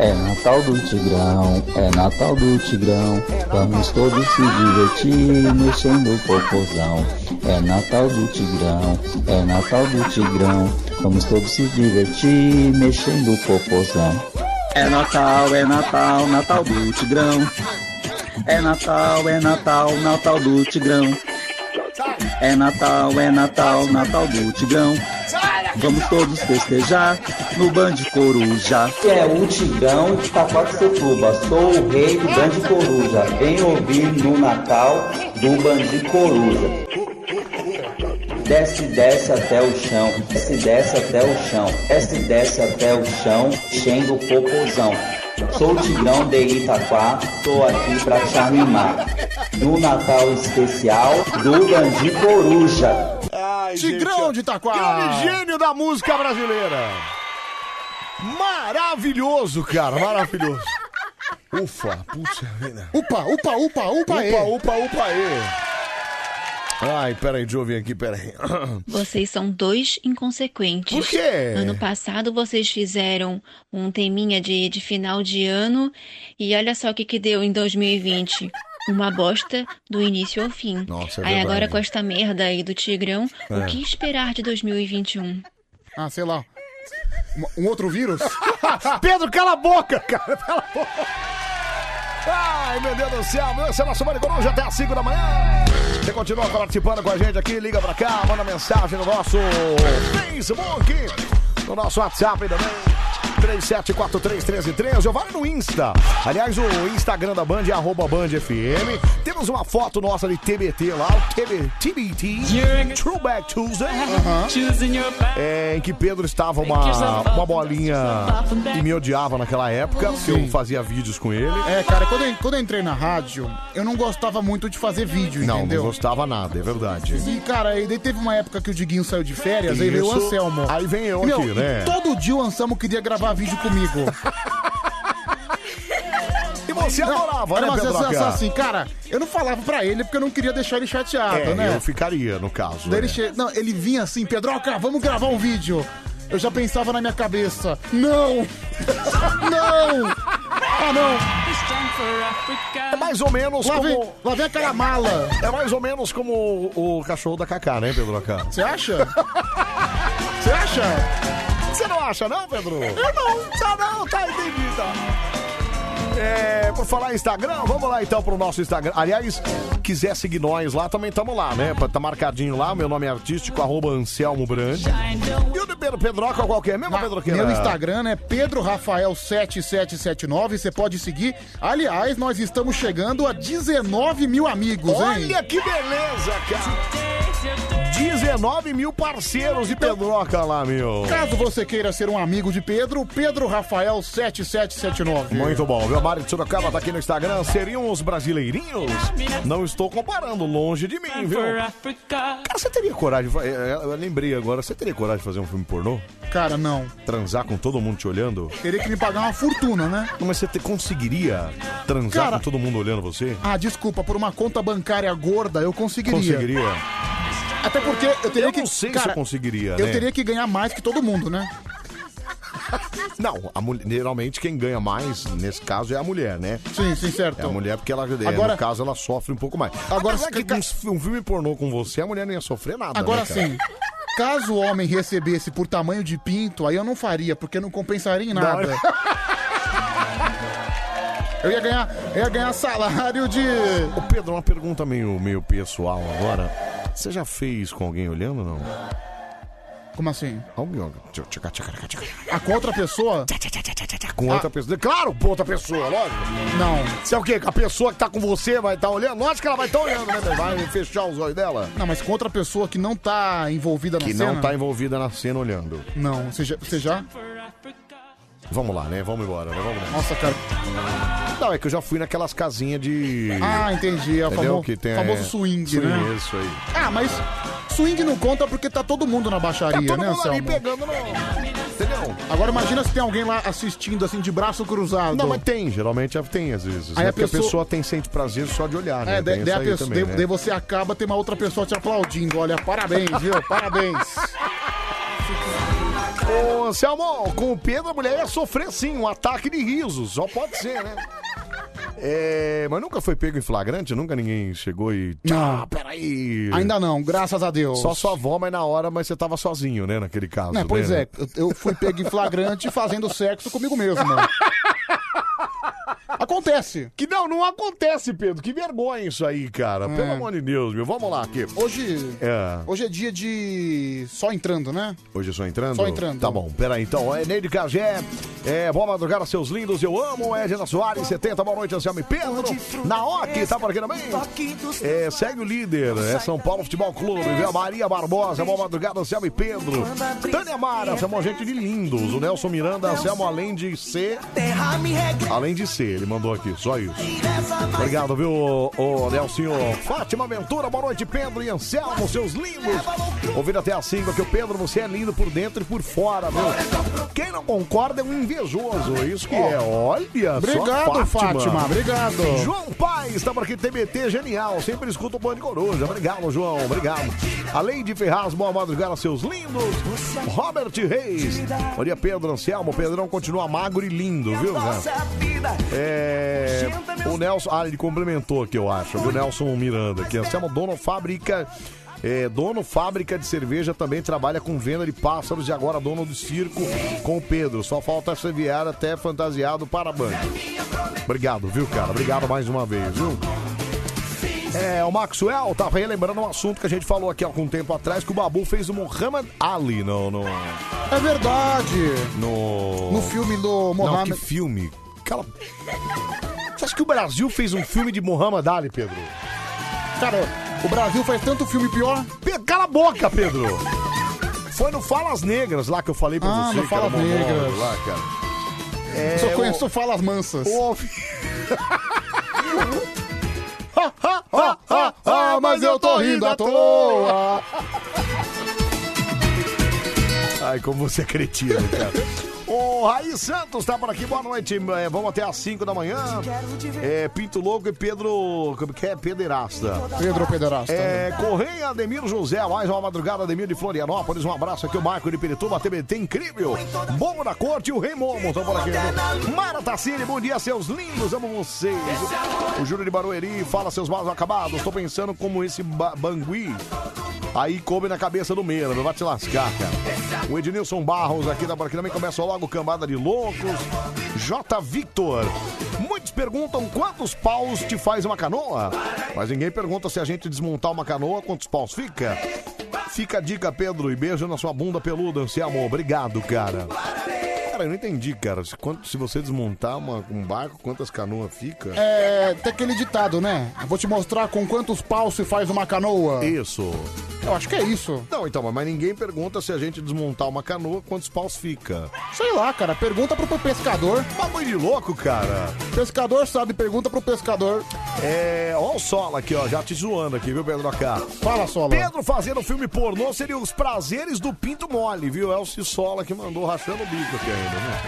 S18: É Natal do Tigrão, é Natal do Tigrão. Vamos todos se divertir mexendo o popozão. É Natal do Tigrão, é Natal do Tigrão. Vamos todos se divertir mexendo o popozão.
S19: É Natal, é Natal, Natal do Tigrão. É Natal, é Natal, Natal do Tigrão. É Natal, é Natal, Natal do Tigrão. Vamos todos festejar no Band Coruja.
S18: É o Tigrão de Taquacetuba, sou o rei do Bande Coruja. Vem ouvir no Natal do Bande Coruja. Desce, desce até o chão, desce, desce até o chão, desce, desce até o chão, enchendo o popozão. Sou o Tigrão de Itaquá, tô aqui pra te animar. Do Natal especial do Bandi Coruja.
S3: Tigrão de Itaquá.
S1: Grande gênio da música brasileira. Maravilhoso, cara, maravilhoso. Ufa, puxa vida.
S3: Upa, upa, upa, é. upa,
S1: Upa,
S3: aí.
S1: upa, upa é. aí. Ai, peraí, deixa eu ouvir aqui, peraí.
S20: Vocês são dois inconsequentes.
S1: Por quê?
S20: Ano passado vocês fizeram um teminha de, de final de ano e olha só o que, que deu em 2020. Uma bosta do início ao fim.
S1: Nossa, é
S20: aí
S1: verdade.
S20: agora com esta merda aí do Tigrão,
S1: É.
S20: o que esperar de 2021?
S3: Ah, sei lá. Um, um outro vírus?
S1: (laughs) Pedro, cala a boca, cara. Cala a boca. Ai, meu Deus do céu. Esse é o nosso Mari Coruja até às 5 da manhã. Você continua participando com a gente aqui. (coughs) Liga pra cá, manda mensagem no nosso Facebook, no nosso WhatsApp também. 37431313 ou vai no Insta. Aliás, o Instagram da Band é arroba Band FM. Temos uma foto nossa de TBT lá, o TB, TBT, Throwback Tuesday, é, em que Pedro estava uma, uma bolinha e me odiava naquela época, porque eu fazia vídeos com ele.
S3: É, cara, quando eu, quando eu entrei na rádio, eu não gostava muito de fazer vídeo,
S1: Não, não
S3: entendeu?
S1: gostava nada, é verdade.
S3: E, cara, e daí teve uma época que o Diguinho saiu de férias, aí veio o
S1: Isso.
S3: Anselmo.
S1: Aí vem eu
S3: E, meu,
S1: aqui,
S3: e
S1: né?
S3: Todo dia o Anselmo queria gravar vídeo comigo.
S1: E você adorava,
S3: era
S1: né,
S3: uma
S1: Pedro
S3: sensação
S1: Lacan?
S3: assim, cara, eu não falava pra ele porque eu não queria deixar ele chateado,
S1: É,
S3: né?
S1: eu ficaria, no caso.
S3: Daí
S1: é.
S3: ele, che... não, ele vinha assim, Pedroca, vamos gravar um vídeo. Eu (laughs) já pensava na minha cabeça, não! não! Ah, não!
S1: É mais ou menos
S3: Lá
S1: como.
S3: vem- lá vem aquela mala.
S1: É mais ou menos como o, o cachorro da Cacá, né, Pedro Acá?
S3: Você acha?
S1: Você acha? Você não acha, não, Pedro? Eu não, tá não, tá entendida. É, por falar em Instagram, vamos lá então pro nosso Instagram. Aliás, quiser seguir nós lá, também estamos lá, né? Tá marcadinho lá, meu nome é artístico, arroba Anselmo Brandi. E o de Pedro Pedroca qual que é mesmo, Pedro Queira?
S3: Meu Instagram é Pedro Rafael 7779 você pode seguir. Aliás, nós estamos chegando a 19 mil amigos, hein?
S1: Olha que beleza, cara! 19 mil parceiros de Pedroca lá, meu.
S3: Caso você queira ser um amigo de Pedro, Pedro Rafael 7779.
S1: Muito bom, viu? A Mari de Sorocaba tá aqui no Instagram. Seriam os brasileirinhos? Não estou comparando, longe de mim, viu? Cara, você teria coragem? de fa- é, Eu eu lembrei agora, você teria coragem de fazer um filme pornô?
S3: Cara, não.
S1: Transar com todo mundo te olhando?
S3: Teria que me pagar uma fortuna, né?
S1: Não, Mas você te- conseguiria transar
S3: Cara-
S1: com todo mundo olhando você?
S3: Ah, desculpa, por uma conta bancária gorda eu conseguiria.
S1: Conseguiria?
S3: Até porque eu teria que.
S1: Não sei se
S3: cara,
S1: eu conseguiria,
S3: eu
S1: né?
S3: teria que ganhar mais que todo mundo, né?
S1: Não, a mulher, geralmente quem ganha mais, nesse caso, é a mulher, né?
S3: Sim, sim, certo.
S1: É a mulher porque ela, é,
S3: Agora-
S1: no caso, ela sofre um pouco mais.
S3: Agora,
S1: Agora, Apesar que um, um filme pornô com você, a mulher não ia sofrer nada,
S3: Agora
S1: né, cara?
S3: sim. Caso o homem recebesse por tamanho de pinto, aí eu não faria, porque não compensaria em
S1: Não.
S3: nada. Eu ia ganhar, eu ia É ganhar salário de.
S1: Ô Pedro, uma pergunta meio, meio pessoal agora. Você já fez com alguém olhando ou não?
S3: Como assim?
S1: Alguém olha- tchaca, tchaca, tchaca, tchaca,
S3: A com outra pessoa? Ah.
S1: tchaca, Com outra pessoa. Claro, com outra pessoa, lógico.
S3: Não.
S1: Você é o quê? A pessoa que tá com você vai estar olhando? Lógico que ela vai estar olhando, né? Pedro? Vai fechar os olhos dela.
S3: Não, mas com outra pessoa que não tá envolvida na
S1: Que
S3: cena.
S1: não tá envolvida na cena olhando.
S3: Não, você já, você já?
S1: Vamos lá, né? Vamos embora, né? Vamos lá.
S3: Nossa, cara.
S1: Não, é que eu já fui naquelas casinhas de.
S3: Ah, entendi. É o
S1: Entendeu?
S3: famo-
S1: Que tem,
S3: famoso
S1: é,
S3: swing,
S1: swing,
S3: né?
S1: Isso aí.
S3: Ah, mas swing não conta porque tá todo mundo na baixaria,
S1: Todo
S3: né,
S1: mundo ali
S3: Anselmo?
S1: Tá pegando no. Entendeu?
S3: Agora imagina se tem alguém lá assistindo assim de braço cruzado.
S1: Não, mas tem, geralmente já tem às vezes.
S3: Aí
S1: né?
S3: a
S1: Porque
S3: pessoa-
S1: a pessoa tem sente prazer só de olhar, né?
S3: É, daí,
S1: Tem
S3: daí a
S1: isso aí
S3: pessoa-
S1: também,
S3: daí-
S1: né?
S3: daí você acaba, tem uma outra pessoa te aplaudindo. Olha, parabéns, viu?
S1: (laughs)
S3: Parabéns.
S1: Ô, Anselmo, com o Pedro a mulher ia sofrer sim, um ataque de risos, só pode ser, né? É, mas nunca foi pego em flagrante? Nunca ninguém chegou e. Ah, peraí!
S3: Ainda não, graças a Deus.
S1: Só sua avó, mas na hora, mas você tava sozinho, né? Naquele caso.
S3: Né, pois
S1: né?
S3: é, eu- eu fui pego em flagrante fazendo sexo comigo mesmo. né?
S1: (laughs)
S3: Acontece.
S1: Que não, não acontece, Pedro. Que vergonha isso aí, cara. Pelo amor de Deus, meu. Vamos lá aqui.
S3: É. Hoje.
S1: É.
S3: Hoje é dia de. só entrando, né?
S1: Hoje é só entrando?
S3: Só entrando.
S1: Tá bom, peraí então. É Neide Cagé, é, boa madrugada, seus lindos, eu amo. É Gena Soares, 70, boa noite, Anselmo e Pedro. Na OC, tá por aqui também? É, segue o líder, é São Paulo Futebol Clube, viu? Maria Barbosa, boa madrugada, Anselmo e Pedro. Tânia Mara, essa é uma gente de lindos. O Nelson Miranda, Anselmo, além de ser. Além de ser, ele mandou aqui, só isso. Obrigado, viu, ô, ô Nelsinho? Fátima Ventura, boa noite, Pedro e Anselmo, seus lindos. Ouvindo até a sigla que o Pedro, você é lindo por dentro e por fora, viu? Quem não concorda é um invejoso, isso que é. Olha,
S3: Obrigado,
S1: só
S3: Fátima, obrigado.
S1: João Paz, estava aqui, TBT, genial. Sempre escuta o Band Coruja. Obrigado, João, obrigado. Além de Ferraz, boa madrugada, seus lindos. Robert Reis. Olha, Pedro Anselmo, Pedrão continua magro e lindo, viu? né? cara? É, o Nelson, ah, ele complementou aqui, eu acho. O Nelson Miranda, que chama dono fábrica. É, dono fábrica de cerveja também trabalha com venda de pássaros e agora dono do circo com o Pedro. Só falta se vier até fantasiado para a banca. Obrigado, viu, cara? Obrigado mais uma vez, viu? É, o Maxwell tá relembrando um assunto que a gente falou aqui há algum tempo atrás, que o Babu fez o Muhammad Ali no... no...
S3: É verdade.
S1: No,
S3: No filme do Mohamed-
S1: Não, que filme? Cala... Você acha que o Brasil fez um filme de Muhammad Ali, Pedro?
S3: Cara, o Brasil faz tanto filme pior.
S1: Pe- Cala a boca, Pedro! Foi no Falas Negras lá que eu falei pra
S3: Ah,
S1: você.
S3: no
S1: que
S3: Falas
S1: era monólogo
S3: Negras.
S1: Lá, cara. É,
S3: só
S1: o-
S3: conheço falas mansas.
S1: o-
S3: (laughs)
S1: ah, mas eu tô rindo à toa. Ai, como você é cretino, cara. (laughs) O Raí Santos tá por aqui, boa noite. É, vamos até às 5 da manhã. É, Pinto Louco e Pedro. Como que é? Pederasta.
S3: Pedro Pederasta.
S1: É, Correia, Ademir José, mais uma madrugada, Ademir de Florianópolis. Um abraço aqui, o Marco de Pirituba, TBT incrível. Bobo da Corte e o Rei Momo estão por aqui. Mara Tassini, bom dia, seus lindos, amo vocês. O Júlio de Barueri, fala seus malos acabados. Tô pensando como esse ba bangui aí come na cabeça do Meira, vai te lascar, cara. O Ednilson Barros aqui da Barquinha também começa logo cambada de loucos. J. Victor. Muitos perguntam quantos paus te faz uma canoa, mas ninguém pergunta se a gente desmontar uma canoa, quantos paus fica. Fica a dica, Pedro, e beijo na sua bunda peluda, Anselmo. Obrigado, cara. Cara, eu não entendi, cara. Se, quanto- se você desmontar uma- um barco, quantas canoas fica?
S3: É, tem aquele ditado, né? Vou te mostrar com quantos paus se faz uma canoa.
S1: Isso.
S3: Eu acho que é isso.
S1: Não, então, mas ninguém pergunta se a gente desmontar uma canoa, quantos paus fica.
S3: Sei lá, cara. Pergunta pro pro pescador.
S1: Bagulho de louco, cara.
S3: Pescador sabe, pergunta pro pescador.
S1: É, ó o Sola aqui, ó, já te zoando aqui, viu, Pedro Acá?
S3: Fala, Sola.
S1: Pedro fazendo filme pornô seria os prazeres do Pinto Mole, viu? É Elcio Sola que mandou rachando o bico aqui ainda, né?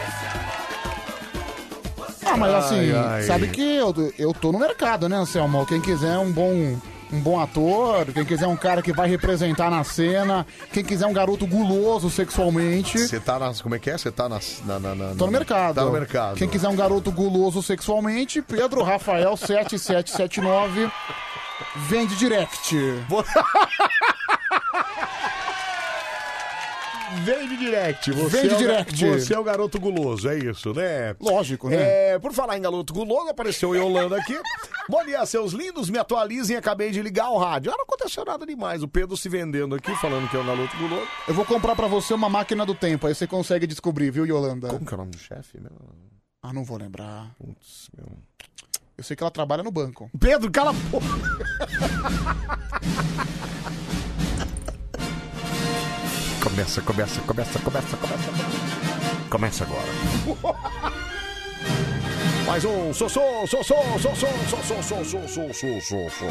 S3: Ah, mas
S1: Ai,
S3: assim,
S1: ai.
S3: sabe que eu, eu tô no mercado, né, Anselmo? Quem quiser um bom, um bom ator, quem quiser um cara que vai representar na cena, quem quiser um garoto guloso sexualmente.
S1: Você tá nas. Como é que é? Você tá nas, na, na, na-
S3: Tô no mercado.
S1: Tá no mercado.
S3: Quem quiser um garoto guloso sexualmente, Pedro
S1: (laughs)
S3: Rafael 7779 vende direct.
S1: Vende direct, você.
S3: Vende
S1: é o ga-
S3: direct.
S1: Você é o garoto guloso, é isso, né?
S3: Lógico, né?
S1: É, por falar em garoto guloso, apareceu o
S3: (laughs)
S1: Yolanda aqui. Bom dia, seus lindos, me atualizem, acabei de ligar o rádio. Ah, não aconteceu nada demais. O Pedro se vendendo aqui, falando que é o garoto guloso.
S3: Eu vou comprar pra você uma máquina do tempo, aí você consegue descobrir, viu, Yolanda?
S1: Como que é o nome do chefe mesmo?
S3: Ah, não vou lembrar.
S1: Putz, meu.
S3: Eu sei que ela trabalha no banco.
S1: Pedro, cala a boca! Começa, começa, começa, começa, começa. Começa agora. (laughs) Mais um, sou, sou, sou, sou, sou, sou, sou, sou, sou, sou, sou, sou, sou, sou.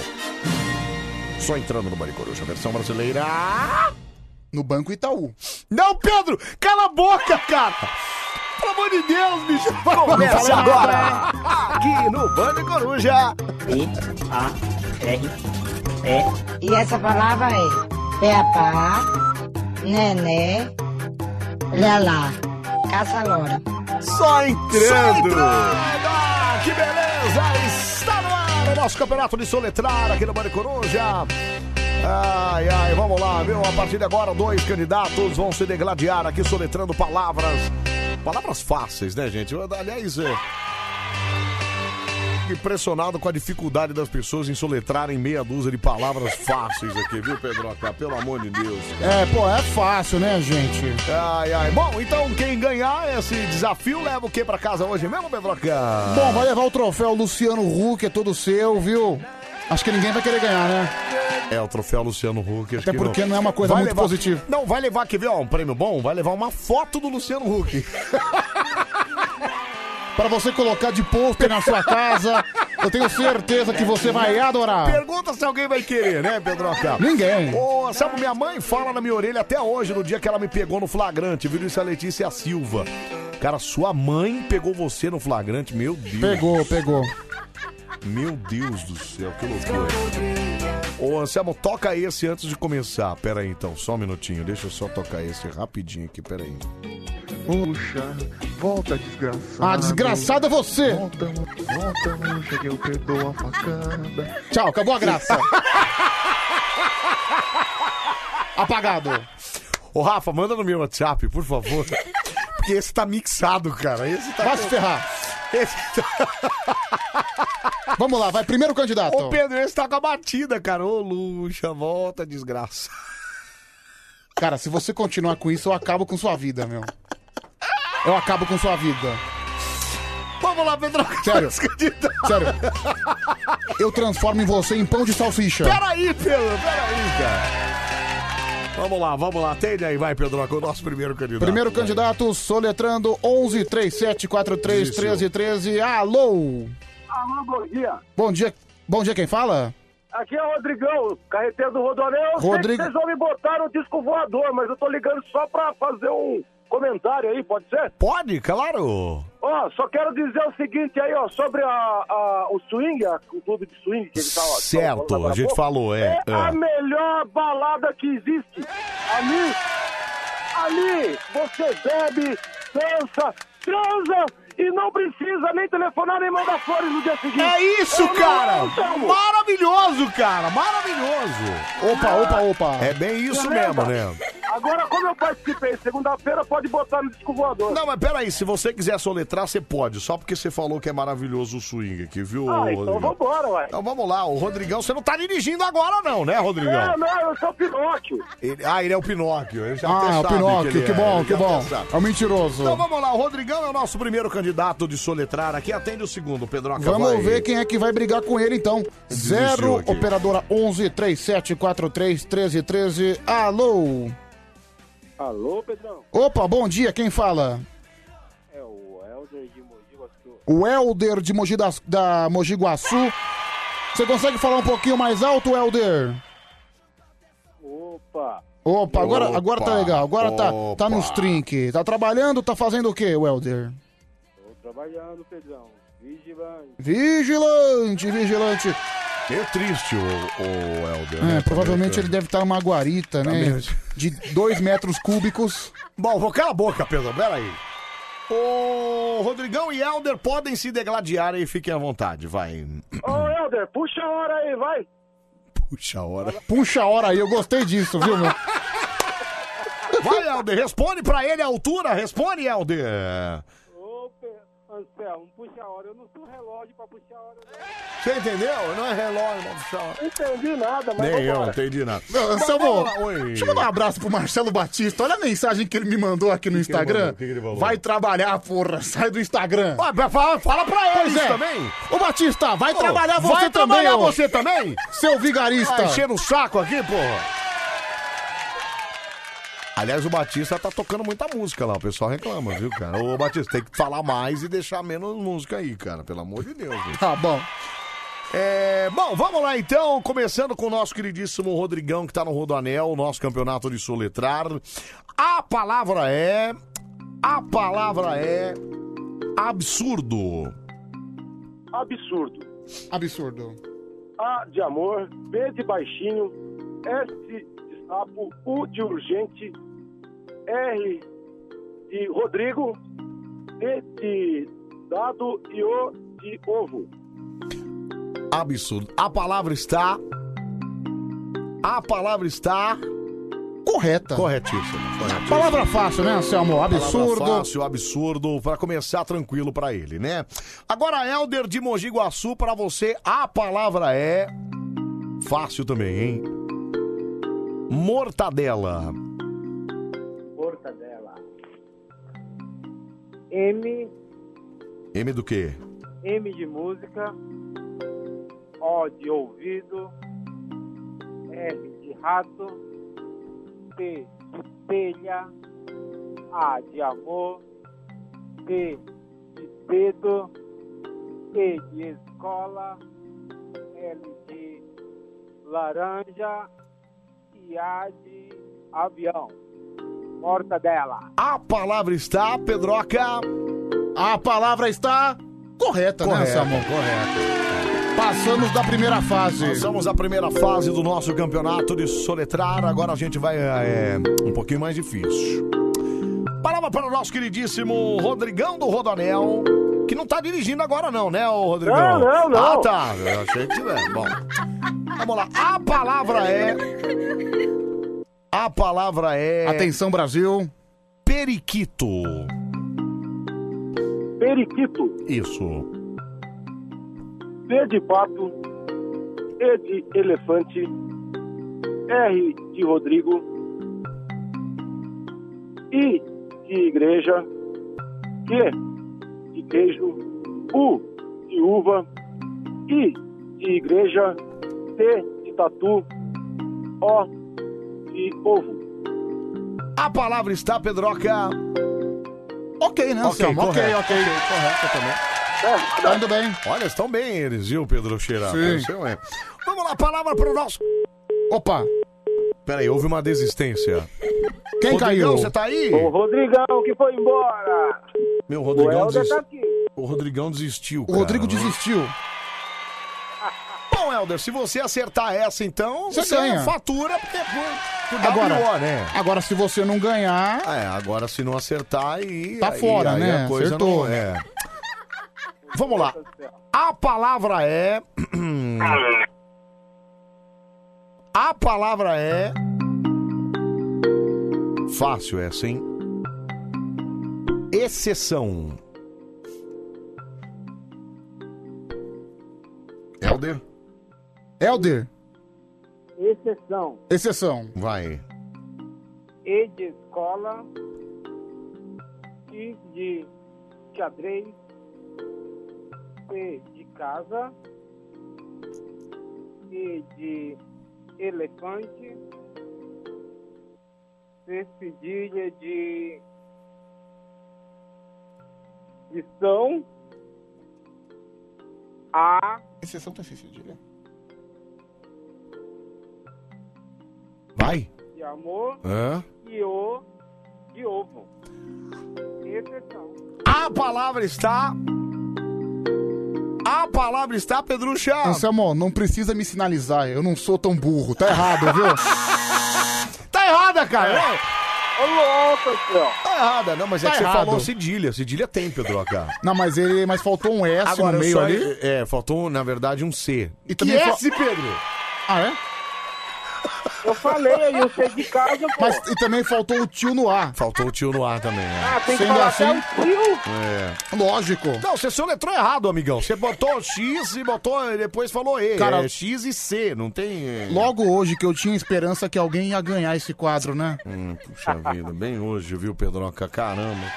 S1: Só entrando no Maricoruja, versão brasileira.
S3: No Banco Itaú.
S1: Não, Pedro, cala a boca, cara! Pelo amor de Deus, bicho!
S2: Começa agora,
S1: aqui no Bande Coruja.
S10: E essa palavra é Peapá, Nené, Lelá, Caça-Lora.
S1: Só entrando! Ah, que beleza! Está no ar o nosso campeonato de soletrar aqui no Bande Coruja. Ai, ai, vamos lá, viu? A partir de agora, dois candidatos vão se degladiar aqui soletrando palavras. Palavras fáceis, né, gente? Eu, Aliás, é... fico impressionado com a dificuldade das pessoas em soletrarem meia dúzia de palavras fáceis aqui, viu, Pedro? Pelo amor de Deus.
S3: É, pô, é fácil, né, gente?
S1: Ai, ai. Bom, então quem ganhar esse desafio leva o que pra casa hoje mesmo, Pedroca?
S3: (laughs) Bom, vai levar o troféu Luciano Huck, é todo seu, viu? Acho que ninguém vai querer ganhar, né?
S1: É o troféu Luciano Huck. acho
S3: Até
S1: que
S3: porque não é uma coisa muito
S1: levar...
S3: positiva.
S1: Não, vai levar, quer ver, ó, um prêmio bom? Vai levar uma foto do Luciano Huck.
S3: (laughs) Pra você colocar de pôster na sua casa, eu tenho certeza que você vai adorar.
S1: Pergunta se alguém vai querer, né, Pedroca?
S3: Ninguém.
S1: Ô, sabe, minha mãe fala na minha orelha até hoje, no dia que ela me pegou no flagrante, viu isso é a Letícia Silva. Cara, sua mãe pegou você no flagrante, meu Deus.
S3: Pegou, pegou.
S1: Meu Deus do céu, que loucura. Ô, Anselmo, toca esse antes de começar. Pera aí, então, só um minutinho. Deixa eu só tocar esse rapidinho aqui, pera aí. É,
S21: Puxa, volta desgraçado.
S3: Ah, desgraçado é você!
S21: Volta, volta, murcha, que eu perdoo a facada.
S3: Tchau, acabou a graça. Apagado.
S1: Ô, Rafa, manda no meu WhatsApp, por favor. Porque esse tá mixado, cara. Esse tá...
S3: Vai se ferrar.
S1: Esse
S3: Vamos lá, vai primeiro candidato.
S1: Ô, Pedro, esse tá com a batida, cara. Ô, Luxa, volta, desgraça.
S3: Cara, se você continuar com isso, eu acabo com sua vida, meu. Eu acabo com sua vida.
S1: Vamos lá, Pedro. (laughs)
S3: Sério. Sério. Eu transformo em você em pão de salsicha.
S1: Peraí, Pedro, peraí, cara. Vamos lá, vamos lá. Atende aí, vai, Pedro, com o nosso primeiro candidato.
S3: Primeiro candidato, soletrando 11 37 43 13 13. Alô!
S22: Alô, bom dia.
S3: Bom dia, bom dia quem fala?
S22: Aqui é o Rodrigão, carreteiro do Rodoanel. Eu sei
S3: Rodrigo-
S22: que Vocês vão me botar no disco voador, mas eu tô ligando só pra fazer um, comentário aí, pode ser?
S1: Pode, claro.
S22: Ó, só quero dizer o seguinte aí, ó, sobre a, a- o swing, a- o clube de swing que ele tá, ó,
S1: Certo,
S22: falando agora
S1: a
S22: há
S1: gente
S22: pouco,
S1: falou, é, é.
S22: a melhor balada que existe. Ali, ali, você bebe, dança, transa e não precisa nem telefonar nem mandar flores no dia seguinte.
S1: É isso,
S22: Eu não
S1: cara!
S22: amo, Anselmo.
S1: Maravilhoso, cara! Maravilhoso!
S3: Opa, opa, opa.
S1: É bem isso
S22: Beleza?
S1: mesmo, né?
S22: Agora, como eu participei segunda-feira, pode botar no disco voador.
S1: Não, mas peraí, se você quiser soletrar, você pode, só porque você falou que é maravilhoso o swing aqui, viu,
S22: Ah, então
S1: Rodrigão?
S22: vambora, uai.
S1: Então vamos lá, o Rodrigão, você não tá dirigindo agora não, né, Rodrigão?
S22: Não, É, não, eu sou Pinóquio.
S1: Ele- ah, ele é o Pinóquio. ele já até
S3: Ah, o
S1: sabe
S3: Pinóquio, que,
S1: ele é,
S3: bom,
S1: ele
S3: que
S1: já
S3: bom.
S1: até sabe.
S3: É um mentiroso.
S1: Então vamos lá, o Rodrigão é o nosso primeiro candidato de soletrar aqui, atende o segundo, Pedroca.
S3: Vamos
S1: vai.
S3: ver quem é que vai brigar com ele, então.
S1: Desistiu
S3: Zero,
S1: aqui.
S3: operadora 11 3743 1313. Alô.
S6: Alô, Pedrão?
S3: Opa, bom dia, quem fala?
S6: É o Helder de Mogi Guaçu.
S3: O Helder de Mogi das- da Mogi Guaçu. Você consegue falar um pouquinho mais alto, Helder?
S6: Opa!
S3: Opa, agora, agora tá
S6: Opa,
S3: legal, agora tá, tá
S6: opa.
S3: nos trinques. Tá trabalhando, tá fazendo o quê, Helder?
S6: Tô trabalhando, Pedrão. Vigilante.
S3: Vigilante, vigilante.
S1: Meio triste o, o Helder. né,
S3: É, provavelmente ele deve estar numa guarita,
S1: Tá
S3: né?
S1: mesmo.
S3: De 2 metros cúbicos.
S1: Bom, vou calar a boca, Pedro, peraí. O Rodrigão e Helder podem se degladiar e fiquem à vontade, vai.
S22: Ô, Helder, puxa a hora aí, vai.
S1: Puxa a hora.
S3: Puxa a hora aí, eu gostei disso, viu, meu?
S1: Vai, Helder, responde pra ele a altura, responde, Helder.
S6: Ô, Pe- Anselmo, puxa a hora. Eu não sou relógio pra puxar a hora.
S1: Você entendeu? Não é relógio, não puxa a hora.
S6: Não entendi nada,
S1: Nem eu, não entendi nada.
S3: Meu,
S1: Mas
S3: Anselmo,
S1: vamos lá, oi.
S3: deixa eu mandar um abraço pro Marcelo Batista. Olha a mensagem que ele me mandou aqui no
S1: que ele
S3: Instagram.
S1: mandou? Que que ele falou?
S3: vai trabalhar, porra. Sai do Instagram.
S1: fala, fala pra ele
S3: Pois
S1: isso
S3: é.
S1: também.
S3: Ô, Batista, vai trabalhar você
S1: vai
S3: também,
S1: trabalhar
S3: ô.
S1: você também?
S3: Seu vigarista.
S1: Vai encher o saco aqui, porra. Aliás, o Batista tá tocando muita música lá, o pessoal reclama, viu, cara? Ô, Batista, tem que falar mais e deixar menos música aí, cara, pelo amor de Deus. Gente.
S3: Tá bom.
S1: É, bom, vamos lá então, começando com o nosso queridíssimo Rodrigão, que tá no Rodoanel, o nosso campeonato de soletrar. A palavra é... A palavra é... Absurdo.
S22: Absurdo.
S3: Absurdo.
S22: A de amor, B de baixinho, S de sapo, U de urgente, R de Rodrigo, D de dado e O de ovo.
S1: Absurdo. A palavra está. A palavra está.
S3: Correta.
S1: Corretíssima. corretíssima.
S3: Palavra fácil, né, Anselmo? Absurdo.
S1: Palavra fácil, absurdo, pra começar tranquilo pra ele, né? Agora, Helder de Mogi Guaçu, pra você, a palavra é. Fácil também, hein? Mortadela.
S6: Porta dela. M,
S1: M do quê?
S6: M de música. O de ouvido. R de rato. P de telha. A de amor. P de dedo. T de escola. L de laranja. E A de avião. Porta dela.
S1: A palavra está, Pedroca.
S3: A palavra está correta, né,
S1: Correto,
S3: Anselmo? Passamos da primeira fase.
S1: Passamos a primeira fase do nosso campeonato de soletrar. Agora a gente vai é, um pouquinho mais difícil. Palavra para o nosso queridíssimo Rodrigão do Rodanel, que não tá dirigindo agora não, né, ô Rodrigão?
S22: Não, não, não.
S1: Ah, tá. Eu achei que tivesse. Bom, é, vamos lá. A palavra é... A palavra é...
S3: Atenção, Brasil.
S1: Periquito.
S22: Periquito,
S1: Isso.
S22: D de pato, E de elefante, R de Rodrigo, I de igreja, Q de queijo, U de uva, I de igreja, T de tatu, O de ovo.
S1: A palavra está, Pedroca.
S3: Ok, né, Anselmo? Ok,
S1: correto,
S3: ok.
S1: Correto também.
S3: Tá indo bem.
S1: Olha, estão bem eles, viu, Pedro Cheira?
S3: Sim.
S1: Apareceu, é. Vamos lá, palavra pro nosso.
S3: Opa!
S1: Peraí, houve uma desistência.
S3: Quem
S1: Rodrigão,
S3: caiu?
S1: você tá aí?
S22: O Rodrigão que foi embora.
S1: Meu, o Rodrigão,
S22: O Helder
S1: desist-
S22: tá aqui.
S1: o Rodrigão desistiu.
S3: O
S22: (laughs)
S3: Rodrigo
S1: desistiu. Bom, Helder, se você acertar essa, então,
S3: Você
S1: você,
S3: ganha.
S1: fatura, porque é foi por
S3: Agora,
S1: WO, né?
S3: agora, se você não ganhar.
S1: É, agora se não acertar, aí.
S3: Tá
S1: aí-
S3: fora,
S1: aí
S3: né?
S1: a coisa
S3: Acertou.
S1: não- é. (clears throat) Vamos lá. A palavra é. A palavra é. Fácil essa, hein? Exceção. Helder?
S3: Helder,
S6: Exceção.
S3: exceção.
S1: Vai.
S6: E de escola. I de xadrez. C de casa. E de elefante. C cedilha de. De São. A.
S3: Exceção tem cedilha?
S1: Vai.
S6: de amor
S1: Hã?
S6: e o de ovo. Exceção.
S1: A palavra está. A palavra está, Pedrucha.
S3: Anselmo, não precisa me sinalizar. Eu não sou tão burro. Tá errado, viu?
S1: (laughs)
S3: É.
S1: Tá errada, cara.
S6: Ô, louco, senhor.
S1: Tá errada, não, mas é
S3: Tá
S1: que você
S3: errado.
S1: falou cedilha. Cedilha tem, Pedroca. (laughs)
S3: não, mas ele. Mas faltou um S no
S1: eu
S3: meio
S1: só-
S3: ali.
S1: É, faltou, na verdade, um C.
S3: E
S1: também
S3: que
S1: fa-
S3: S,
S1: Pedro?
S3: Ah, é?
S6: Eu falei (laughs) aí, eu sei de casa, pô.
S3: Mas e também faltou o tio no ar.
S1: é?
S3: assim-
S1: Faltou o tio no ar também, né?
S6: Ah, tem que falar até o tio.
S1: É.
S3: Lógico.
S1: Não, você soletrou errado, amigão. Você botou X e botou, e depois falou E.
S3: Cara-
S1: é X e C, não tem...
S3: Logo hoje que eu tinha esperança que alguém ia ganhar esse quadro, né?
S1: Hum, puxa vida, bem hoje, viu, Pedroca? Caramba.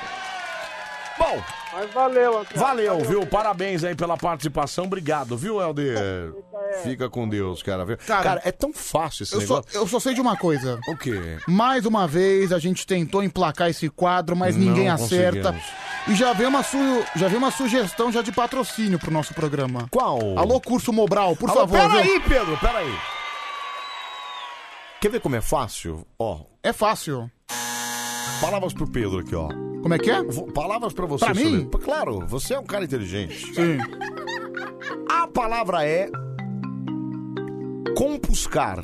S1: Bom.
S6: Mas valeu, Antônio.
S1: Valeu, viu? Parabéns aí pela participação. Obrigado, viu, Helder? Fica com Deus, cara. Viu? Cara, é tão fácil esse
S3: Eu só,
S1: negócio.
S3: eu só sei de uma coisa.
S1: O quê?
S3: Mais uma vez a gente tentou emplacar esse quadro, mas
S1: Não
S3: ninguém acerta.
S1: conseguimos.
S3: E já vem, uma su... já vem uma sugestão já de patrocínio pro nosso programa.
S1: Qual?
S3: Alô, Curso Mobral, por
S1: Alô,
S3: favor.
S1: Peraí,
S3: viu?
S1: Pedro, peraí. Quer ver como é fácil? Ó,
S3: É fácil.
S1: palavras pro Pedro aqui, ó.
S3: Como é que é?
S1: Vou- Palavras pra você.
S3: Pra mim?
S1: Soletra. Claro, você é um cara inteligente.
S3: Sim.
S1: A palavra é compuscar.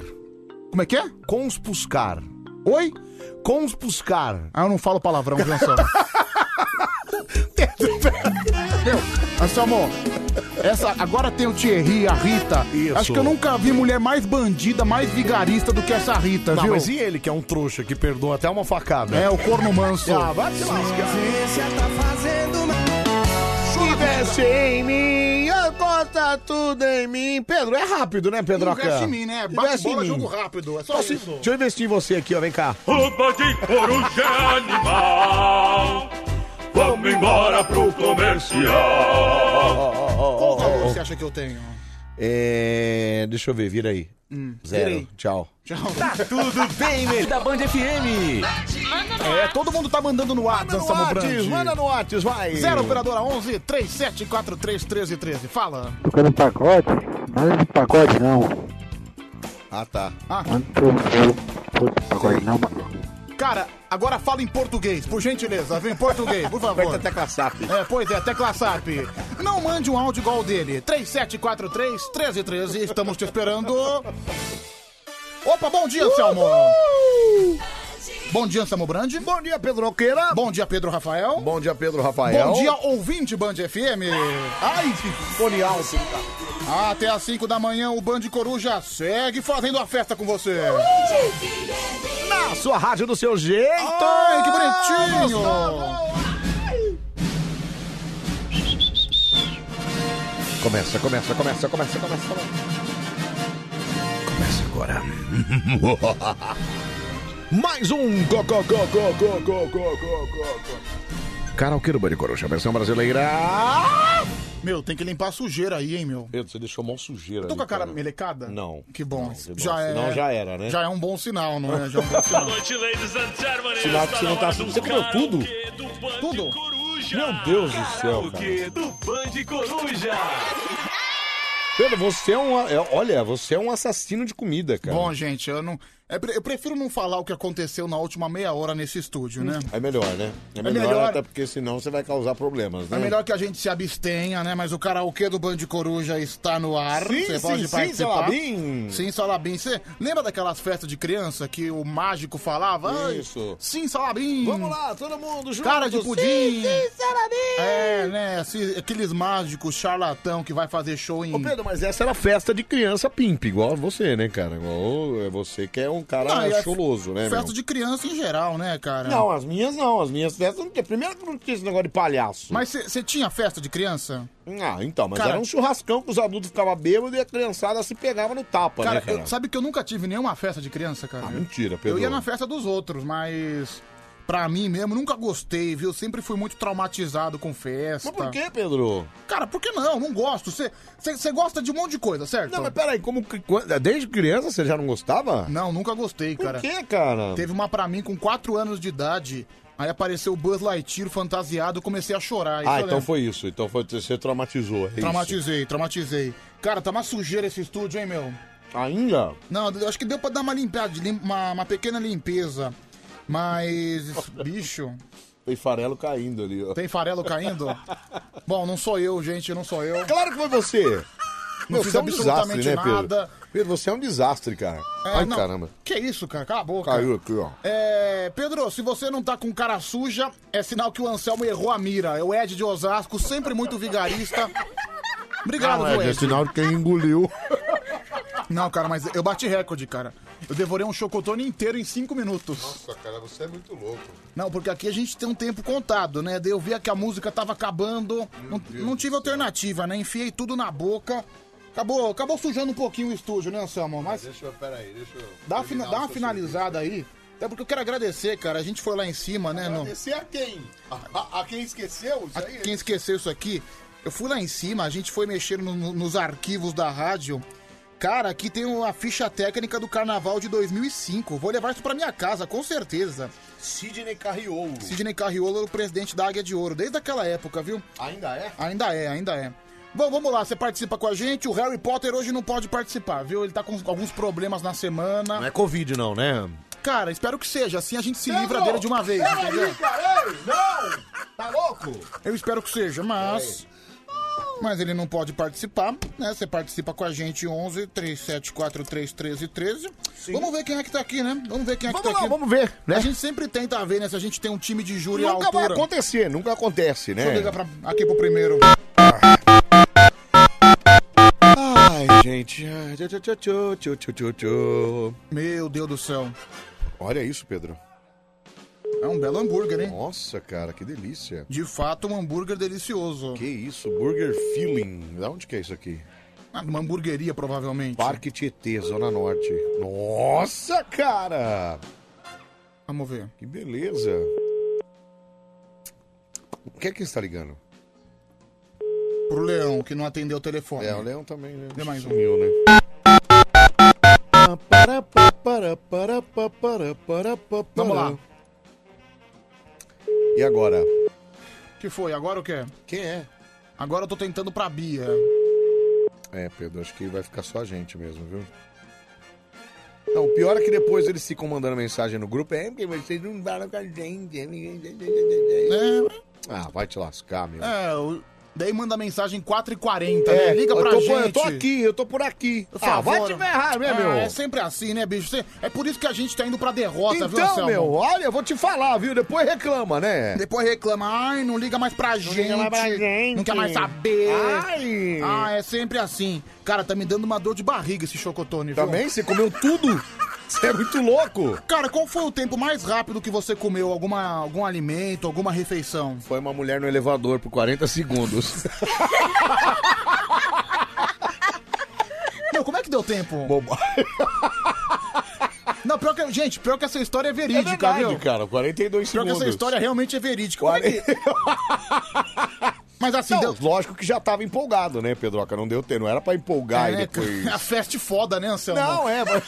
S3: Como é que é?
S1: Conspuscar.
S3: Oi?
S1: Conspuscar.
S3: Ah, eu não falo palavrão, viu,
S1: (laughs)
S3: Anselmo? Meu, Anselmo, Assim, essa, agora tem o Thierry, a Rita. Acho que eu nunca vi mulher mais bandida, mais vigarista do que essa Tá Rita,
S1: Não,
S3: viu?
S1: mas e ele que é um trouxa que perdoa até uma facada?
S3: É, o corno manso.
S1: Ah, vai te lascar.
S2: Se
S1: desce em mim, conta tudo em mim. Pedro, é rápido, né, Pedro?
S3: Investe em mim, né? Bate bola, jogo rápido. É só isso.
S1: Deixa eu investir em você aqui, ó. Vem cá.
S5: Roupa de coruja animal. Vamos embora pro comercial.
S3: Qual valor você acha que eu tenho?
S1: É... Deixa eu ver, vira aí.
S3: Hum,
S1: Zero.
S3: virei.
S1: Tchau.
S3: Tchau.
S1: Tá tudo bem, meu. Da Band FM.
S3: É, todo mundo tá mandando no WhatsApp,
S1: Manda no
S3: Anselmo
S1: Whats,
S3: Brandi.
S1: manda no Whats, vai.
S3: Zero operadora 11 3743 1313. Fala.
S7: Tocando pacote? Nada de pacote não.
S1: Ah, tá.
S3: Ah.
S7: Manda pro meu. Puta, pacote não, mano.
S3: Cara, agora fala em português, por gentileza, viu? Em português, por favor.
S7: Aperta a tecla SAP.
S3: É, pois é, tecla SAP. Não mande um áudio igual o dele. 3743-1313, estamos te esperando. Opa, bom dia, Anselmo. Bom dia, Anselmo Brandi.
S1: Bom dia, Pedro Alqueira.
S3: Bom dia, Pedro Rafael.
S1: Bom dia, Pedro Rafael.
S3: Bom dia, ouvinte Band FM. Ai, fone alto. Até às 5 da manhã, o Band Coruja segue fazendo a festa com você.
S1: Na sua rádio do seu jeito.
S3: Ai, que bonitinho.
S1: Começa, começa, começa, começa, começa, começa. Começa agora. (laughs) Mais um go, go, go, go, go, go, go, go, go, go. Karaokê Band Coruja, versão brasileira.
S3: Meu, tem que limpar a sujeira aí, hein, meu.
S1: Pedro, você deixou mó sujeira.
S3: Tô com a
S1: ali,
S3: cara
S1: cara.
S3: melecada?
S1: Não.
S3: Que bom.
S1: bom,
S3: já é...
S1: senão já era, né?
S3: Já é um bom sinal, não é? Já é um bom sinal.
S16: (laughs)
S5: noite, ladies and gentlemen.
S1: Sinal que você não tá assistindo. Você comeu tudo?
S3: Tudo.
S1: Meu Deus do céu, cara.
S5: Karaokê do Band Coruja.
S1: Pedro, você é um. é- Olha, você é um assassino de comida, cara.
S3: Bom, gente, eu não... É, pre- eu prefiro não falar o que aconteceu na última meia hora nesse estúdio, né?
S1: É melhor, né? É
S3: É
S1: melhor,
S3: melhor.
S1: até porque senão você vai causar problemas, né?
S3: É melhor que a gente se abstenha, né? Mas o karaokê do Band Coruja está no ar.
S1: Sim,
S3: Você
S1: sim,
S3: pode
S1: sim,
S3: participar.
S1: Salabim.
S3: Sim, Salabim. Você lembra daquelas festas de criança que o mágico falava? Ai,
S1: Isso.
S3: Sim, Salabim.
S1: Vamos lá, todo mundo junto.
S3: Cara de pudim.
S1: Sim, sim,
S3: Salabim. É, né? assim, Aqueles mágicos charlatão que vai fazer show em...
S1: Ô Pedro, mas essa era festa de criança pimp, igual a você, né, cara? Igual é você que é um cara
S3: Não, e é
S1: choloso, né?
S3: Festa
S1: meu?
S3: de criança em geral, né, cara?
S1: Não, as minhas não, as minhas festas não tinha. Primeiro que não tinha esse negócio de palhaço.
S3: Mas você tinha festa de criança?
S1: Ah, então, mas
S3: Cara-
S1: era um churrascão que os adultos ficavam bêbados e a criançada se pegava no tapa,
S3: Cara,
S1: né, cara? Ah,
S3: eu- sabe que eu nunca tive nenhuma festa de criança, cara?
S1: mentira, Pedro.
S3: Eu ia na festa dos outros, mas pra mim mesmo nunca gostei, viu? Sempre fui muito traumatizado com festa.
S1: Mas por que, Pedro?
S3: Cara, por que não? Não gosto. Você gosta de um monte de coisa, certo?
S1: Não, mas peraí, como que- quando- desde criança você já não gostava?
S3: Não, nunca gostei, cara.
S1: Por que, cara?
S3: Teve uma pra mim com 4 anos de idade, aí apareceu o Buzz Lightyear fantasiado, eu comecei a chorar. isso eu
S1: Ah, então
S3: lembro.
S1: foi isso. Então foi, você traumatizou. é isso.
S3: Traumatizei, traumatizei. Cara, tá uma sujeira esse estúdio, hein, meu?
S1: Ainda?
S3: Não, eu acho que deu pra dar uma limpada, lim- uma, uma pequena limpeza. Mas,
S1: (laughs)
S3: bicho,
S1: Tem farelo caindo ali, ó.
S3: tem farelo caindo?
S1: (laughs)
S3: Bom, não sou eu, gente, não sou eu.
S1: É Claro que foi você!
S3: Não
S1: Meu,
S3: fiz
S1: você é um
S3: absolutamente
S1: desastre, né, Pedro?
S3: nada.
S1: Pedro, você é um desastre, cara.
S3: É,
S1: Ai,
S3: não.
S1: caramba.
S3: Que isso, cara? Cala a boca.
S1: Caiu aqui, ó.
S3: É, Pedro, se você não tá com cara suja, é sinal que o Anselmo errou a mira. É o Ed de Osasco, sempre muito vigarista. Obrigado,
S1: Não,
S3: viu,
S1: Ed, é
S3: Ed.
S1: sinal de quem engoliu.
S3: Não, cara, mas eu bati recorde, cara. Eu devorei um chocotone inteiro em cinco minutos. Nossa,
S1: cara, você é muito louco.
S3: Não, porque aqui a gente tem um tempo contado, né? Daí eu via que a música tava acabando, não, não tive alternativa, né? Enfiei tudo na boca. Acabou, acabou sujando um pouquinho o estúdio, né, Anselmo? Mas
S1: Deixa eu, peraí, deixa eu.
S3: dá, uma fina- dá uma finalizada aí. Até porque eu quero agradecer, cara. A gente foi lá em cima, né? No...
S9: Agradecer a quem? A, a- a quem esqueceu isso aí?
S3: Quem esqueceu isso aqui, eu fui lá em cima, a gente foi mexer no- no- nos arquivos da rádio. Cara, aqui tem uma ficha técnica do carnaval de 2005. Vou levar isso pra minha casa, com certeza.
S9: Sidney Carriolo.
S3: Sidney Carriolo era o presidente da Águia de Ouro, desde aquela época, viu?
S9: Ainda é?
S3: Ainda é, ainda é. Bom, vamos lá, você participa com a gente. O Harry Potter hoje não pode participar, viu? Ele tá com alguns problemas na semana.
S1: Não é Covid, não, né?
S3: Cara, espero que seja, assim a gente se
S9: Pedro,
S3: livra dele de uma vez,
S9: peraí,
S3: entendeu?
S9: cara, ei, não! Tá louco?
S3: Eu espero que seja, mas. Mas ele não pode participar, né? Você participa com a gente 11 37431313. Vamos ver quem é que tá aqui, né? Vamos ver quem é que
S1: Vamos
S3: tá
S1: lá,
S3: aqui.
S1: vamos ver, né?
S3: A gente sempre tenta ver, né? Se a gente tem um time de júri à
S1: Nunca vai
S3: altura.
S1: acontecer, nunca acontece, né?
S3: Deixa eu ligar pra, aqui pro primeiro.
S1: Ai, gente. ai, tchô, tchô, tchô, tchô, tchô, tchô, tchô.
S3: Meu Deus do céu.
S1: Olha isso, Pedro.
S3: É um belo hambúrguer, hein?
S1: Nossa, cara, que delícia.
S3: De fato, um hambúrguer delicioso.
S1: Que isso, Burger Feeling. Da onde que é isso aqui?
S3: Ah, Uma hamburgueria, provavelmente.
S1: Parque Tietê, Zona Norte. Nossa, cara!
S3: Vamos ver.
S1: Que beleza. Quem é que está ligando?
S3: Pro Leão, que não atendeu o telefone. É, o
S1: Leão também, né?
S3: Dê mais um.
S1: Sumiu, né?
S3: Vamos lá.
S1: E agora?
S3: que foi? Agora o quê?
S1: Quem é?
S3: Agora eu tô tentando pra Bia.
S1: É, Pedro, acho que vai ficar só a gente mesmo, viu? Não, o pior é que depois eles ficam mandando mensagem no grupo. É, porque vocês não falam com a gente.
S3: né?
S1: Ah, vai te lascar, meu.
S3: É, o... daí manda mensagem 4h40, né? Liga
S1: É, eu
S3: pra
S1: tô,
S3: gente.
S1: por- Eu tô aqui, eu tô por aqui.
S3: Por
S1: ah,
S3: favor.
S1: vai te ferrar, né,
S3: Ah,
S1: meu?
S3: É sempre assim, né, bicho? Você- É por isso que a gente tá indo pra derrota, viu,
S1: Então,
S3: Anselmo?
S1: meu, olha, eu vou te falar, viu? Depois reclama, né?
S3: Depois reclama, ai, não liga mais pra gente.
S1: liga mais pra gente.
S3: Não quer mais saber.
S1: Ai.
S3: Ah, é sempre assim. Cara, tá me dando uma dor de barriga esse chocotone, viu?
S1: Também? Você comeu
S3: (laughs)
S1: tudo? Você é muito louco.
S3: Cara, qual foi o tempo mais rápido que você comeu alguma, algum alimento, alguma refeição?
S1: Foi uma mulher
S3: (laughs)
S1: no elevador por 40 segundos.
S3: Meu, como é que deu tempo? Não, pior que, gente, pior que essa história é verídica,
S1: é verdade,
S3: viu?
S1: cara. 42
S3: Pior que
S1: segundos.
S3: essa história realmente é verídica. Como é que- Mas assim,
S1: Não, Lógico que já tava empolgado, né, Pedroca? Não deu tempo. Não era pra empolgar
S3: É,
S1: e
S3: né, (laughs)
S1: depois...
S3: A festa é foda, né, Anselmo?
S1: Não, é, mas...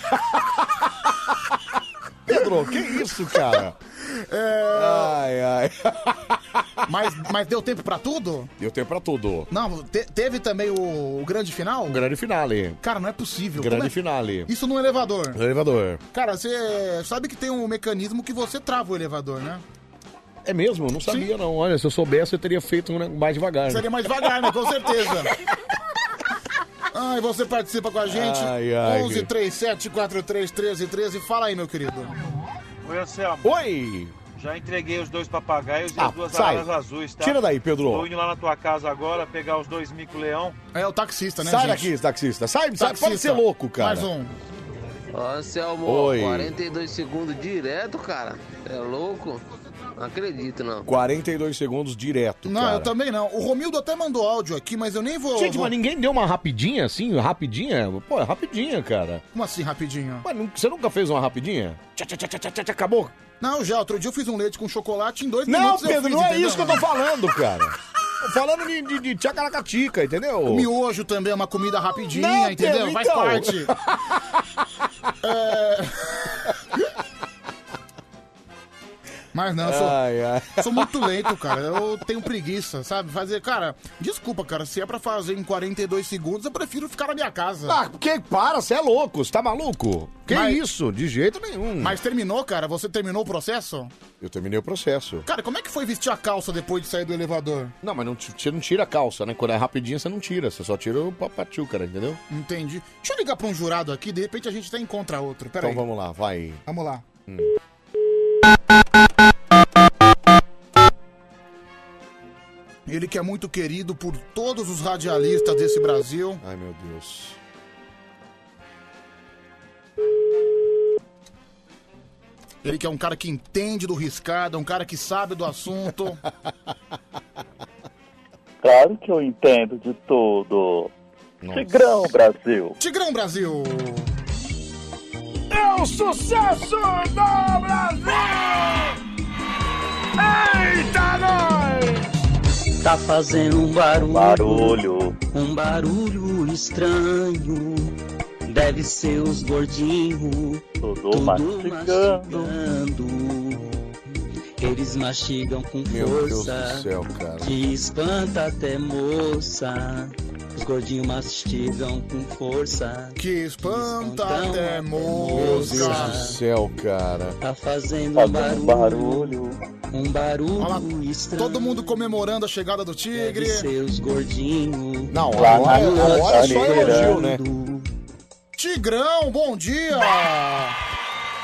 S1: Pedro, que isso, cara? Ai, ai.
S3: É. Mas, mas deu tempo pra tudo?
S1: Deu tempo pra tudo.
S3: Não, te- teve também o, o grande final?
S1: Grande finale.
S3: Cara, não é possível. Como
S1: Grande
S3: é-
S1: finale.
S3: Isso num elevador.
S1: Elevador.
S3: Cara, você sabe que tem um mecanismo que você trava o elevador, né?
S1: É mesmo? Eu Não sabia, não. Olha, se eu soubesse, eu teria feito né, mais devagar.
S3: Seria mais devagar, né? Com certeza. Ah, e você participa com a gente.
S1: Ai, ai.
S3: 11 37 43 13 13. Fala aí, meu querido.
S11: Oi, Anselmo.
S1: Oi!
S11: Já entreguei os dois papagaios e
S1: Ah,
S11: as duas
S1: sai.
S11: araras azuis, tá?
S1: Tira daí, Pedro.
S11: Tô indo lá na tua casa agora pegar os dois mico-leão.
S3: É o taxista,
S1: Sai daqui, taxista. Sai, sai. Pode ser louco, cara.
S3: um.
S12: Anselmo,
S1: Oi.
S12: 42 segundos direto, cara. É louco? Não acredito,
S1: (laughs)
S12: não.
S1: 42 segundos direto,
S12: Não,
S1: cara.
S3: Eu também não. O Romildo até mandou áudio aqui, mas eu nem vou.
S1: Gente,
S3: vou...
S1: mas ninguém deu uma rapidinha assim? Rapidinha? Pô, é rapidinha, cara.
S3: Como assim, rapidinho?
S1: Mas nu- você nunca fez uma rapidinha? Tchá, tchá, tchá, tchá, tchá, tchá, acabou?
S3: Não, já, outro dia eu fiz um leite com chocolate em dois
S1: Não,
S3: minutos. eu
S1: Pedro,
S3: fiz,
S1: não é
S3: entendeu?
S1: isso que eu tô falando, cara. Tô falando de, de, de tchacaracatica, entendeu?
S3: O miojo também é uma comida rapidinha,
S1: Não,
S3: entendeu?
S1: Pedro,
S3: Faz
S1: então. (laughs)
S3: parte. É. Mas não, eu sou,
S1: Ai, ai.
S3: sou muito lento, cara. Eu tenho preguiça, sabe? Fazer, cara, desculpa, cara, se é pra fazer em 42 segundos, eu prefiro ficar na minha casa.
S1: Ah, que para, você é louco, você tá maluco? Que
S3: Mas-
S1: isso? De jeito nenhum.
S3: Mas terminou, cara? Você terminou o processo?
S1: Eu terminei o processo.
S3: Cara, como é que foi vestir a calça depois de sair do elevador?
S1: Não, mas não, t- você não tira a calça, né? Quando é rapidinho, você não tira. Você só tira o papatiu, cara, entendeu?
S3: Entendi. Deixa eu ligar pra um jurado aqui, de repente a gente até encontra outro. Pera
S1: então
S3: aí.
S1: vamos lá, vai. Hum.
S3: Vamos lá. Ele que é muito querido por todos os radialistas desse Brasil.
S1: Ai, meu Deus.
S3: Ele que é um cara que entende do riscado, é um cara que sabe do assunto.
S17: Claro que eu entendo de tudo. Tigrão, Brasil.
S3: Tigrão Brasil!
S16: É o sucesso do Brasil! Eita, nós!
S12: Tá fazendo um barulho.
S17: Barulho.
S12: Um barulho estranho. Deve ser os gordinhos.
S17: Tudo mastigando.
S12: Eles mastigam com
S17: Meu Deus
S12: força.
S17: do céu,
S1: cara.
S12: Que espanta até moça. Os gordinhos mastigam com força.
S3: Que espanta
S12: Espantam
S3: até
S1: Meu Deus
S12: moça.
S1: do céu, cara.
S12: Tá fazendo um
S17: Fazendo
S12: barulho.
S17: barulho.
S12: Um barulho
S3: Olha lá,
S12: estranho.
S3: todo mundo comemorando a chegada do Tigre.
S12: Seus gordinhos.
S1: Não,
S17: Lá na Cantareira.
S3: é um
S1: né?
S3: Tigrão, bom dia!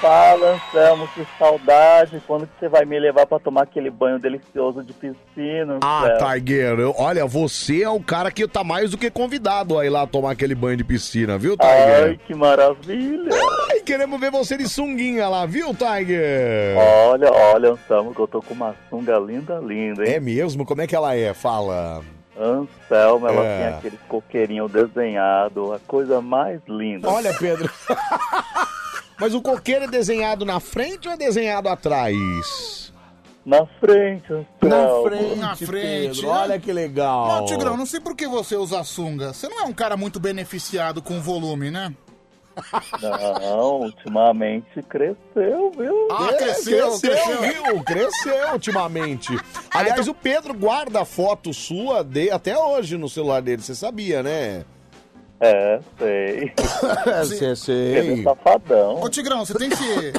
S17: Fala, Anselmo, que saudade. Quando que você vai me levar pra tomar aquele banho delicioso de piscina?
S1: Ah,
S17: Anselmo?
S1: Tiger, eu- olha, você é o cara que tá mais do que convidado a ir lá tomar aquele banho de piscina, viu, Tiger?
S17: Ai, que maravilha.
S1: Ai, queremos ver você de sunguinha lá, viu, Tiger?
S17: Olha, olha, Anselmo, que eu tô com uma sunga linda, linda, hein?
S1: É mesmo? Como é que ela é? Fala.
S17: Anselmo, ela
S1: É.
S17: tem aquele coqueirinho desenhado, a coisa mais linda.
S1: Olha, Pedro. Mas o coqueiro é desenhado na frente ou é desenhado atrás?
S17: Na frente, então.
S1: Na
S17: Anselmo.
S1: frente,
S3: Na frente,
S1: Pedro.
S3: né?
S1: Olha que legal.
S3: Não, Tigrão, não sei por que você usa sunga. Você não é um cara muito beneficiado com volume, né?
S17: Não, ultimamente cresceu, viu?
S3: Ah,
S1: É,
S3: cresceu, cresceu.
S1: viu? Cresceu ultimamente. Aliás, o Pedro guarda a foto sua de, até hoje no celular dele, você sabia, né?
S17: É, sei.
S1: (laughs) Você
S17: Ele é
S1: sei.
S17: safadão.
S3: Ô, Tigrão, você tem que.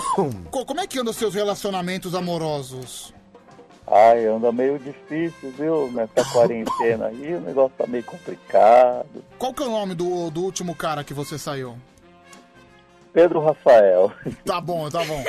S3: Co- como é que andam os seus relacionamentos amorosos?
S17: (coughs) Ai, anda meio difícil, viu? Nessa quarentena aí, o negócio tá meio complicado.
S3: Qual que é o nome do, do último cara que você saiu?
S17: Pedro Rafael.
S3: Tá bom, tá bom.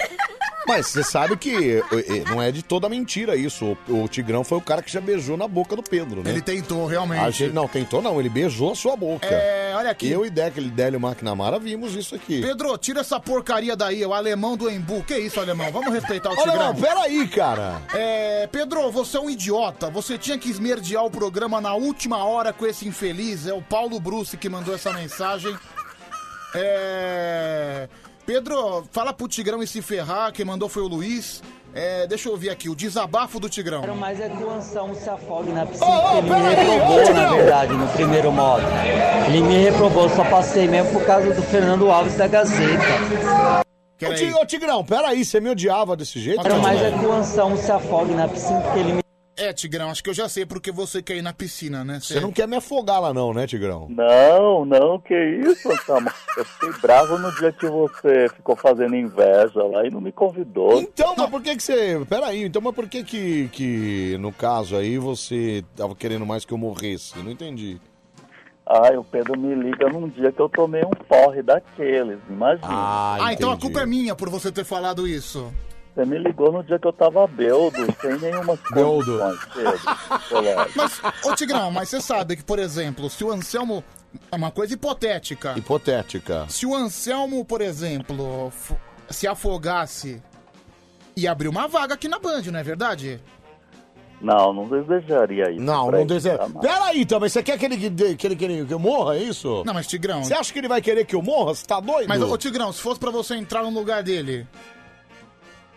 S1: Mas você sabe que eh, eh, não é de toda mentira isso. O, o Tigrão foi o cara que já beijou na boca do Pedro, né?
S3: Ele tentou, realmente.
S1: A gente, não, tentou não, ele beijou a sua boca.
S3: É, olha aqui.
S1: Eu e Délio Délio McNamara vimos isso aqui.
S3: Pedro, tira essa porcaria daí, é o alemão do Embu. Que isso, alemão? Vamos respeitar o
S1: Olha,
S3: Tigrão.
S1: não, peraí, cara.
S3: É, Pedro, você é um idiota. Você tinha que esmerdear o programa na última hora com esse infeliz. É o Paulo Bruce que mandou essa mensagem. É. Pedro, fala pro Tigrão e se ferrar. Quem mandou foi o Luiz. É, deixa eu ouvir aqui, o desabafo do Tigrão.
S25: Mas é que o Anselmo se afogue na piscina.
S3: Ô, ô,
S25: ele me
S3: peraí, ô,
S25: reprovou, na
S3: Tigrão!
S25: verdade, no primeiro modo. Ele me reprovou, só passei mesmo por causa do Fernando Alves da Gazeta.
S1: Ô, Ti- ô, Tigrão, peraí, você me odiava desse jeito?
S25: Mas é
S1: Tigrão?
S25: que o Anselmo se afogue na piscina porque ele me.
S3: É, Tigrão, acho que eu já sei porque você quer ir na piscina, né?
S1: Você não quer me afogar lá não, né, Tigrão?
S17: Não, não, que isso, Anselmo. Eu fiquei bravo no dia que você ficou fazendo inveja lá e não me convidou.
S1: Então, mas por que que você... Peraí, então, mas por que que, que no caso aí você tava querendo mais que eu morresse? Não entendi.
S17: Ai, o Pedro me liga num dia que eu tomei um porre daqueles, imagina.
S3: Ah, então a culpa é minha por você ter falado isso.
S17: Você me ligou no dia que eu tava beldo, sem nenhuma
S1: Beldo.
S17: condições, Pedro, colega.
S3: Ah, Mas, ô Tigrão, mas você sabe que, por exemplo, se o Anselmo. É uma coisa hipotética.
S1: Hipotética.
S3: Se o Anselmo, por exemplo, fo- se afogasse e abrir uma vaga aqui na Band, não é verdade?
S17: Não, não desejaria isso.
S1: Não,
S17: pra
S1: não
S17: ele,
S1: deseja.
S17: jamais.
S1: Peraí, também, então, você quer que ele, que, ele, que, ele, que eu morra, é isso?
S3: Não, mas Tigrão.
S1: Você acha que ele vai querer que eu morra? Você tá doido?
S3: Mas, ô Tigrão, se fosse pra você entrar no lugar dele.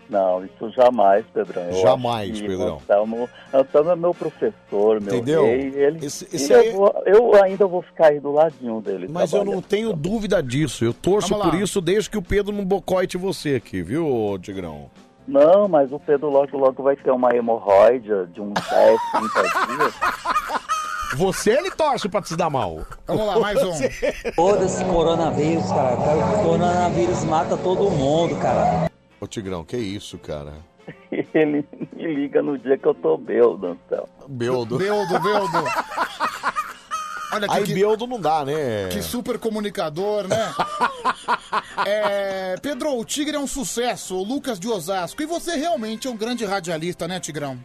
S17: Não, isso jamais, Pedrão. Eu
S1: Jamais,
S17: acho que
S1: Pedrão.
S17: Anselmo, Anselmo é meu professor, meu
S1: Entendeu?
S17: rei. Ele,
S1: Esse-
S17: e
S1: esse aí-
S17: eu, vou- eu ainda vou ficar aí do ladinho dele.
S1: Mas eu não tenho dúvida disso. Eu torço
S17: Vamos lá.
S1: por isso desde que o Pedro não bocoite você aqui, viu, Tigrão?
S17: Não, mas o Pedro logo, logo vai ter uma hemorroida de
S1: (laughs)
S17: uns 10, 30 dias.
S1: Você ele torce pra se dar mal. um.
S26: Foda-se, coronavírus, cara.
S25: tá-
S26: O coronavírus mata todo mundo, cara.
S1: Ô, Tigrão, que isso, cara?
S17: Ele me liga no dia que eu tô beldo, Anselmo.
S1: Beldo.
S3: Beldo, Beldo. Olha que,
S1: Aí
S3: que-
S1: Beldo não dá, né?
S3: que super comunicador, né? É, Pedro, o Tigre é um sucesso, o Lucas de Osasco. E você realmente é um grande radialista, né, Tigrão?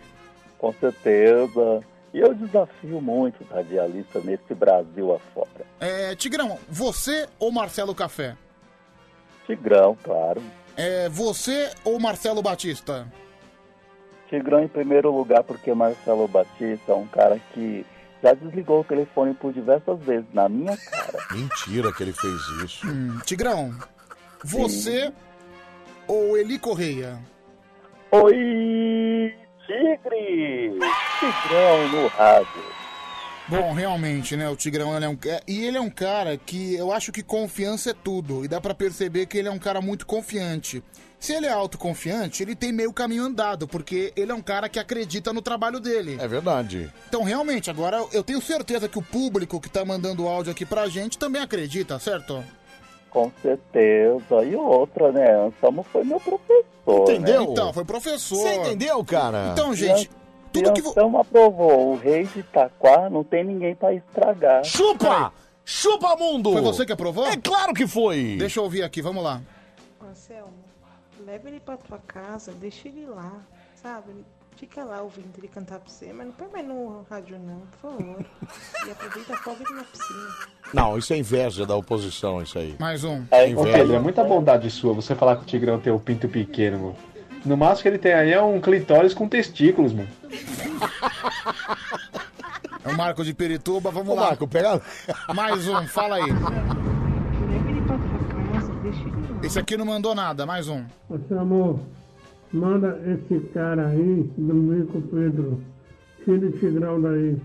S17: Com certeza. E eu desafio muito os radialistas nesse Brasil afora.
S3: É, Tigrão, você ou Marcelo Café?
S17: Tigrão, claro.
S3: É, você ou Marcelo Batista?
S17: Tigrão em primeiro lugar porque Marcelo Batista é um cara que já desligou o telefone por diversas vezes na minha cara.
S1: Mentira que ele fez isso.
S3: Hum, Tigrão, você ou Eli Correia?
S17: Oi, Tigre! Tigrão no rádio.
S3: Bom, realmente, né? O Tigrão ele é um. é- E ele é um cara que eu acho que confiança é tudo. E dá pra perceber que ele é um cara muito confiante. Se ele é autoconfiante, ele tem meio caminho andado, porque ele é um cara que acredita no trabalho dele.
S1: É verdade.
S3: Então, realmente, agora eu tenho certeza que o público que tá mandando áudio aqui pra gente também acredita, certo?
S17: Com certeza. E outra, né? Anselmo foi meu professor.
S3: Entendeu?
S17: Né?
S3: Então, foi professor.
S1: Você entendeu, cara?
S3: Então, gente,
S17: tudo que Anselmo aprovou. O rei de Itaquá não tem ninguém pra estragar.
S1: Chupa! Chupa, mundo!
S3: Foi você que aprovou? É
S1: claro que foi!
S3: Deixa eu ouvir aqui, vamos lá.
S16: Anselmo, leva ele pra tua casa, deixa ele lá, sabe? Fica lá ouvindo ele cantar pra você, mas não põe mais no rádio não, por favor. E aproveita a folga dele na piscina.
S1: Não, isso é inveja da oposição, isso aí.
S3: Mais um.
S27: Ô Pedro,
S1: (laughs)
S27: é muita bondade sua você falar que o Tigrão tem o pinto pequeno, mano. No máximo que ele tem aí é um clitóris com testículos, mano.
S3: É o Marco de Pirituba, vamos lá.
S1: Marco, pega.
S3: Mais um, fala aí.
S16: Leva ele pra tua casa, deixa ele lá.
S3: Esse aqui não mandou nada, mais um.
S24: Você, amor, manda esse cara aí, Domingos Pedro. Tira o Tigrão daí.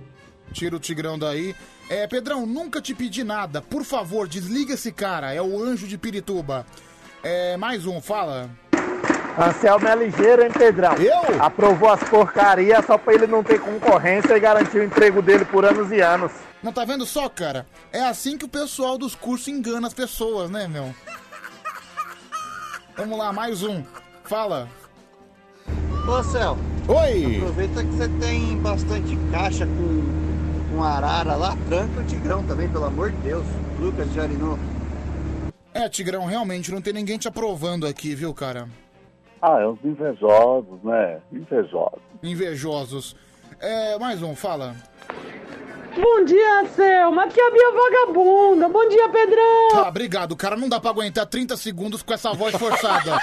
S3: Tira o Tigrão daí. É, Pedrão, nunca te pedi nada. Por favor, desliga esse cara. É o anjo de Pirituba. É, mais um, fala.
S9: Anselmo é ligeiro, hein, Pedrão?
S1: Eu?
S9: Aprovou as porcarias só pra ele não ter concorrência e garantir o emprego dele por anos e anos.
S3: Não tá vendo só, cara? É assim que o pessoal dos cursos engana as pessoas, né, meu? Vamos lá, mais um. Fala.
S28: Ô Cel,
S1: Oi!
S28: aproveita que você tem bastante caixa com, com arara lá, tranca o Tigrão também, pelo amor de Deus. Lucas de Arinô.
S3: É, Tigrão, realmente não tem ninguém te aprovando aqui, viu, cara?
S17: Ah, é uns invejosos, né? Invejosos.
S3: Invejosos. É, mais um, fala.
S29: Bom dia, Selma, que é a minha vagabunda. Bom dia, Pedrão.
S3: Tá, obrigado, cara. Não dá pra aguentar 30 segundos com essa voz
S1: (laughs)
S3: forçada.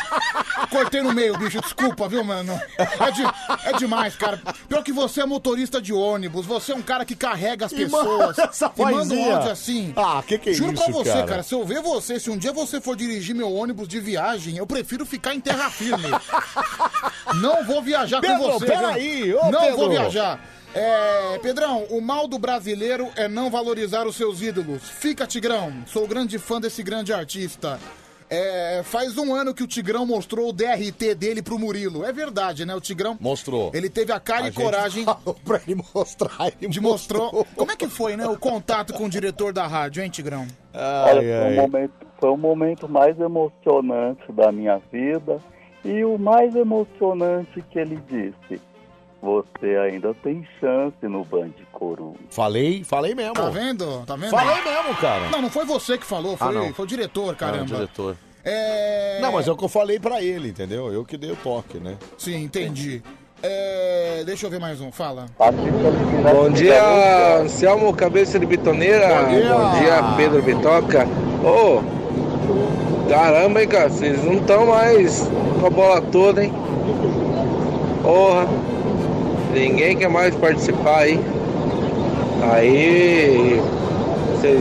S3: Cortei no meio, bicho. Desculpa, viu, mano? É, de- é demais, cara. Pior que você é motorista de ônibus. Você é um cara que carrega as
S1: E
S3: pessoas.
S1: manda essa
S3: e manda um
S1: vozinha.
S3: áudio assim.
S1: Ah, que que é
S3: Juro
S1: isso,
S3: pra você, cara.
S1: cara?
S3: Se eu ver você, se um dia você for dirigir meu ônibus de viagem, eu prefiro ficar em terra
S1: (laughs)
S3: firme. Não vou viajar
S1: Pedro,
S3: com você.
S1: peraí,
S3: viu?
S1: ô,
S3: Não vou
S1: Pedro.
S3: viajar. É, Pedrão, o mal do brasileiro é não valorizar os seus ídolos. Fica, Tigrão. Sou grande fã desse grande artista. É, faz um ano que o Tigrão mostrou o DRT dele pro Murilo. É verdade, né? O Tigrão.
S1: Mostrou.
S3: Ele teve a cara
S1: A
S3: e
S1: gente
S3: coragem.
S1: pra ele mostrar. Ele
S3: de mostrou. Como é que foi, né? O contato com o diretor da rádio, hein, Tigrão?
S17: Olha, foi, um momento, foi o momento mais emocionante da minha vida. E o mais emocionante que ele disse: Você ainda tem chance no Band Coruja.
S1: Falei, falei mesmo.
S3: Tá vendo? Tá vendo?
S1: Falei mesmo, cara.
S3: Não, não foi você que falou,
S1: Ah,
S3: foi,
S1: não.
S3: foi o diretor,
S1: Ah,
S3: caramba.
S1: diretor.
S3: É...
S1: Não, mas é o que eu falei pra ele, entendeu? Eu que dei o toque, né?
S3: Sim, entendi. É, Deixa eu ver mais um, fala.
S24: Bom dia, Anselmo Cabeça de Bitoneira. Bom dia, Pedro Bitoca. Ô, caramba, hein, cara, vocês não estão mais com a bola toda, hein? Porra, ninguém quer mais participar aí. Aí, vocês,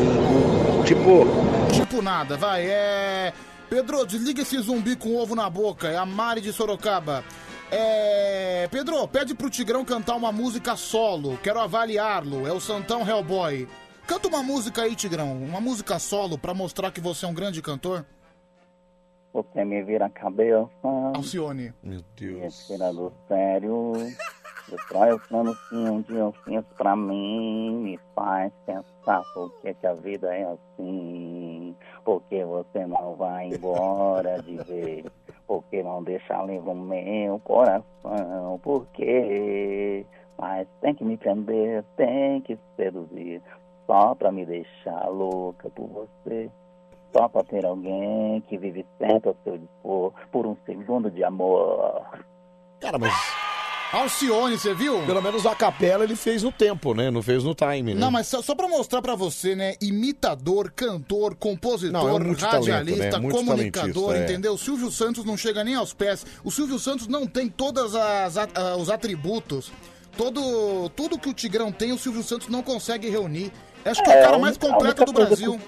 S24: tipo,
S3: Tipo nada, vai. É. Pedro, desliga esse zumbi com ovo na boca. É a Mari de Sorocaba. É. Pedro, pede pro Tigrão cantar uma música solo. Quero avaliá-lo. É o Santão Hellboy. Canta uma música aí, Tigrão. Uma música solo pra mostrar que você é um grande cantor.
S17: Você me vira cabeça.
S3: Alcione.
S1: Meu
S17: Deus. Me tira do sério. Destrói os planos que um dia eu fiz pra mim. Me faz pensar por que, que a vida é assim. Por que você não vai embora de vez? Por que não deixa livre o meu coração? Por quê? Mas tem que me prender, tem que seduzir. Só pra me deixar louca por você. Só pra ter alguém que vive sempre ao seu dispor por um segundo de amor.
S1: Cara, mas.
S3: Alcione, você viu?
S1: Pelo menos a capela ele fez no tempo, né? Não fez no time, né?
S3: Não, mas só, só pra mostrar pra você, né? Imitador, cantor, compositor,
S1: Não, é um multitalento,
S3: radialista,
S1: né? Multitalentista,
S3: comunicador,
S1: é.
S3: entendeu? O Silvio Santos não chega nem aos pés. O Silvio Santos não tem todos ah, os atributos. Todo, tudo que o Tigrão tem, o Silvio Santos não consegue reunir. Acho que é,
S17: É,
S3: o cara
S17: a
S3: mais
S17: única- a
S3: completo
S17: única
S3: do
S17: coisa
S3: Brasil.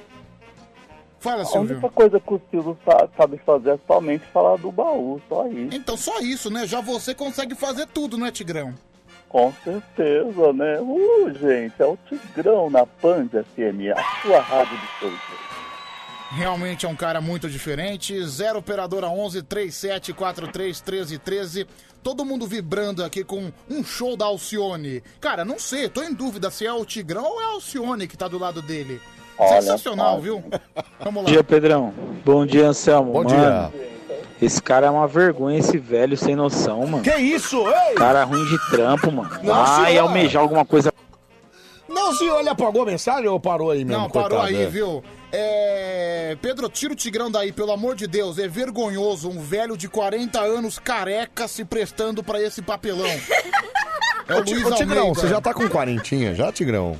S3: Fala,
S17: A
S3: Silvio.
S17: única coisa que o Silvio sa- sabe fazer é somente falar do baú, só isso.
S3: Então, só isso, né? Já você consegue fazer tudo, né, Tigrão?
S17: Com certeza, né? Uh, gente, é o Tigrão na Band FM, a sua rádio de todos.
S3: Realmente é um cara muito diferente. 0 operadora 11 3743 1313. Todo mundo vibrando aqui com um show da Alcione. Cara, não sei, tô em dúvida se é o Tigrão ou é a Alcione que tá do lado dele.
S24: Olha
S3: Sensacional,
S24: só.
S3: viu? Vamos
S24: Bom
S3: lá.
S24: dia, Pedrão. Bom dia, Anselmo.
S3: Bom
S24: mano, Esse cara é uma vergonha, esse velho sem noção, mano.
S1: Que isso, ei?
S24: Cara ruim de trampo, mano.
S1: Não,
S24: Vai
S1: senhor.
S24: almejar alguma coisa.
S1: Não, senhor, ele apagou a mensagem ou parou aí mesmo?
S3: Não, parou
S1: coitado,
S3: aí,
S1: é?
S3: viu? É... Pedro, tira o Tigrão daí, pelo amor de Deus. É vergonhoso um velho de 40 anos careca se prestando pra esse papelão.
S1: (laughs)
S3: É o
S1: Ô, Ti-
S3: Luiz
S1: Ô, Tigrão,
S3: Almeida.
S1: você já tá com quarentinha, já, Tigrão?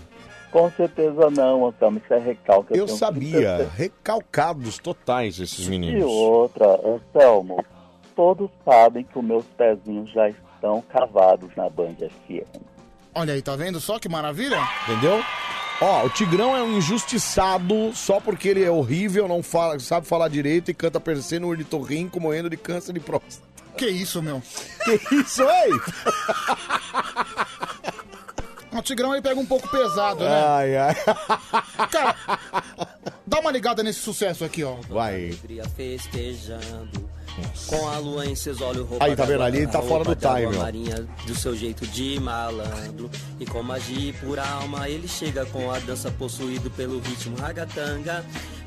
S17: Com certeza não, Anselmo, isso é recalque.
S1: Eu
S17: tenho
S1: sabia.
S17: certeza.
S1: Recalcados totais esses
S17: E
S1: meninos.
S17: outra, Anselmo, todos sabem que os meus pezinhos já estão cavados na Band FM.
S3: Olha aí, tá vendo só que maravilha?
S1: Entendeu? Ó, o Tigrão é um injustiçado só porque ele é horrível, não fala, sabe falar direito e canta parecendo um ornitorrinco morrendo de câncer de próstata.
S3: Que isso, meu?
S1: Que isso, ei?
S3: O Tigrão aí pega um pouco pesado, né?
S1: Ai, ai. (laughs)
S3: Cara, dá uma ligada nesse sucesso aqui, ó.
S1: Vai.
S12: Alegria festejando. Com a lua em seus olhos roupa
S1: Aí, tá vendo?
S12: d'água-
S1: Ali ele tá
S12: roupa
S1: fora do
S12: d'água
S1: time, ó.
S12: marinha do seu jeito de malandro. E com magia e pura alma, ele chega com a dança possuído pelo ritmo ragatanga.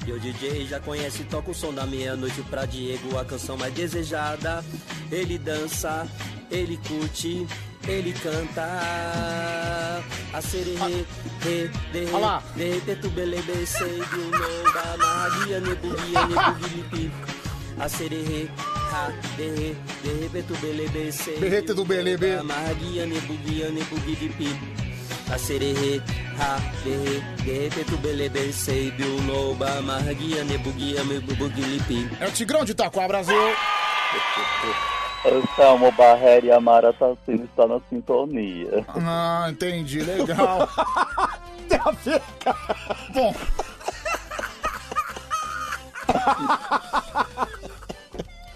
S12: E o DJ já conhece, toca o som da meia-noite pra Diego, a canção mais desejada. Ele dança, ele curte, ele canta. A sererê, re, de,
S3: Olha lá.
S12: de, de, tu belebe, sei, de, um, não, da, na, guia, nebulia, nebugilipi. A sererê, ha, de, re, de, rebe, tu belebe, sei,
S3: Berrete do Belebe.
S12: Maria nebugia nebugiripi. A sererê, ha, derre, derre, tu belebe, sei, biu, noba, magia nebugia nebugiripi.
S3: É o Tigrão de Taquá, Brasil.
S17: Anselmo Barreira e Amara Tassino estão na sintonia.
S3: Ah, entendi. Legal. (laughs) Bom.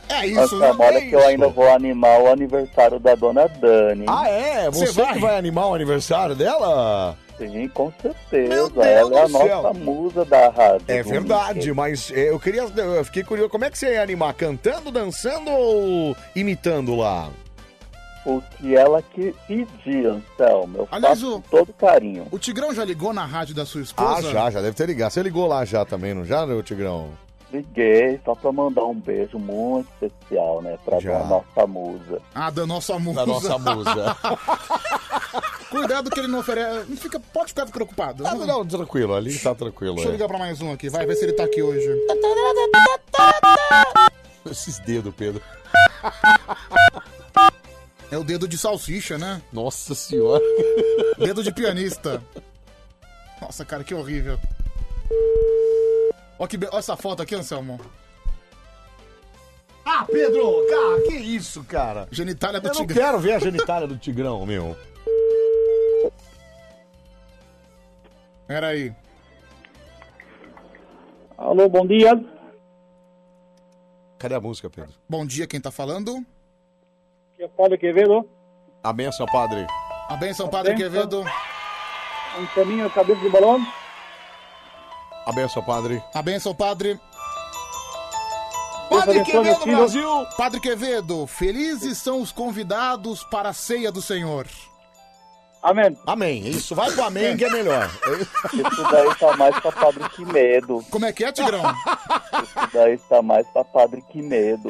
S3: É isso, né?
S17: Anselmo, olha que eu ainda vou animar o aniversário da dona Dani.
S1: Ah, é? Você,
S17: Você vai?
S1: que vai animar o aniversário dela?
S17: Sim, com certeza.
S1: Meu Deus
S17: Ela é a
S1: do
S17: nossa
S1: céu.
S17: musa da rádio.
S1: É verdade, mas é, eu queria. Eu fiquei curioso. Como é que você ia animar? Cantando, dançando ou imitando lá?
S17: O que ela que pedir, Anselmo. Eu
S3: Aliás,
S17: faço
S3: o-
S17: com todo carinho.
S3: O Tigrão já ligou na rádio da sua
S1: Ah,
S3: esposa?
S1: já, já deve ter ligado. Você ligou lá já também, não já, meu Tigrão?
S17: Liguei só pra mandar um beijo muito especial, né? Pra
S1: Já.
S17: nossa musa.
S3: Ah, da nossa musa.
S17: Da nossa
S3: (laughs)
S17: musa.
S3: Cuidado que ele não oferece. Não fica... Pode ficar preocupado.
S1: Não, não, tranquilo, ali tá tranquilo.
S3: Deixa eu
S1: é.
S3: ligar pra mais um aqui, vai ver se ele tá aqui hoje.
S1: Esses dedos, Pedro.
S3: É o dedo de salsicha, né?
S1: Nossa senhora.
S3: (laughs) Dedo de pianista. Nossa, cara, que horrível. Ó, que be... Ó essa foto aqui, Anselmo.
S1: Ah, Pedro! Cara, que isso, cara?
S3: Genitália do
S1: Eu não
S3: Tigrão.
S1: quero ver a genitália do Tigrão, meu.
S3: Pera aí.
S10: Alô, bom dia.
S1: Cadê a música, Pedro?
S3: Bom dia, quem tá falando?
S10: Eu Padre Quevedo.
S1: A benção, padre.
S3: A benção, Padre
S10: benção.
S3: Quevedo.
S10: Um caminho, cabeça de balão.
S1: A benção, padre.
S3: A benção, Padre.
S10: Deus abençoe, meu filho.
S3: Padre Quevedo, felizes são os convidados para a ceia do Senhor.
S10: Amém.
S1: Amém. Isso, vai com amém que é melhor.
S17: Isso daí tá mais pra Padre que medo.
S3: Como é que é, Tigrão?
S17: Isso daí tá mais pra Padre que medo.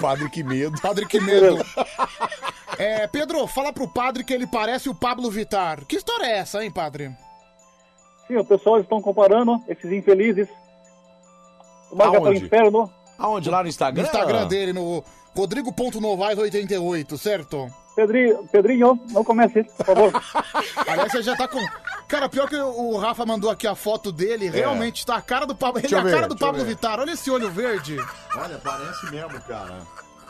S1: Padre que
S3: (laughs)
S1: medo.
S3: Padre que medo. É, Pedro, fala pro padre que ele parece o Pablo Vitar. Que história é essa, hein, padre?
S10: Sim, o pessoal estão comparando esses infelizes. Uma para o tá
S1: Aonde?
S10: inferno.
S1: Aonde? Lá no
S3: No
S1: Instagram?
S3: Instagram dele, no Rodrigo.novais88, certo?
S10: Pedrinho, Pedrinho, não comece, por favor.
S3: (laughs) Aliás, você já tá com. Cara, pior que o Rafa mandou aqui a foto dele, realmente tá a cara do Pablo. Ele
S1: É. Deixa
S3: é
S1: eu
S3: a
S1: ver,
S3: cara do
S1: deixa eu
S3: Pablo
S1: ver.
S3: Vittar, olha esse olho verde.
S1: Olha, parece mesmo, cara.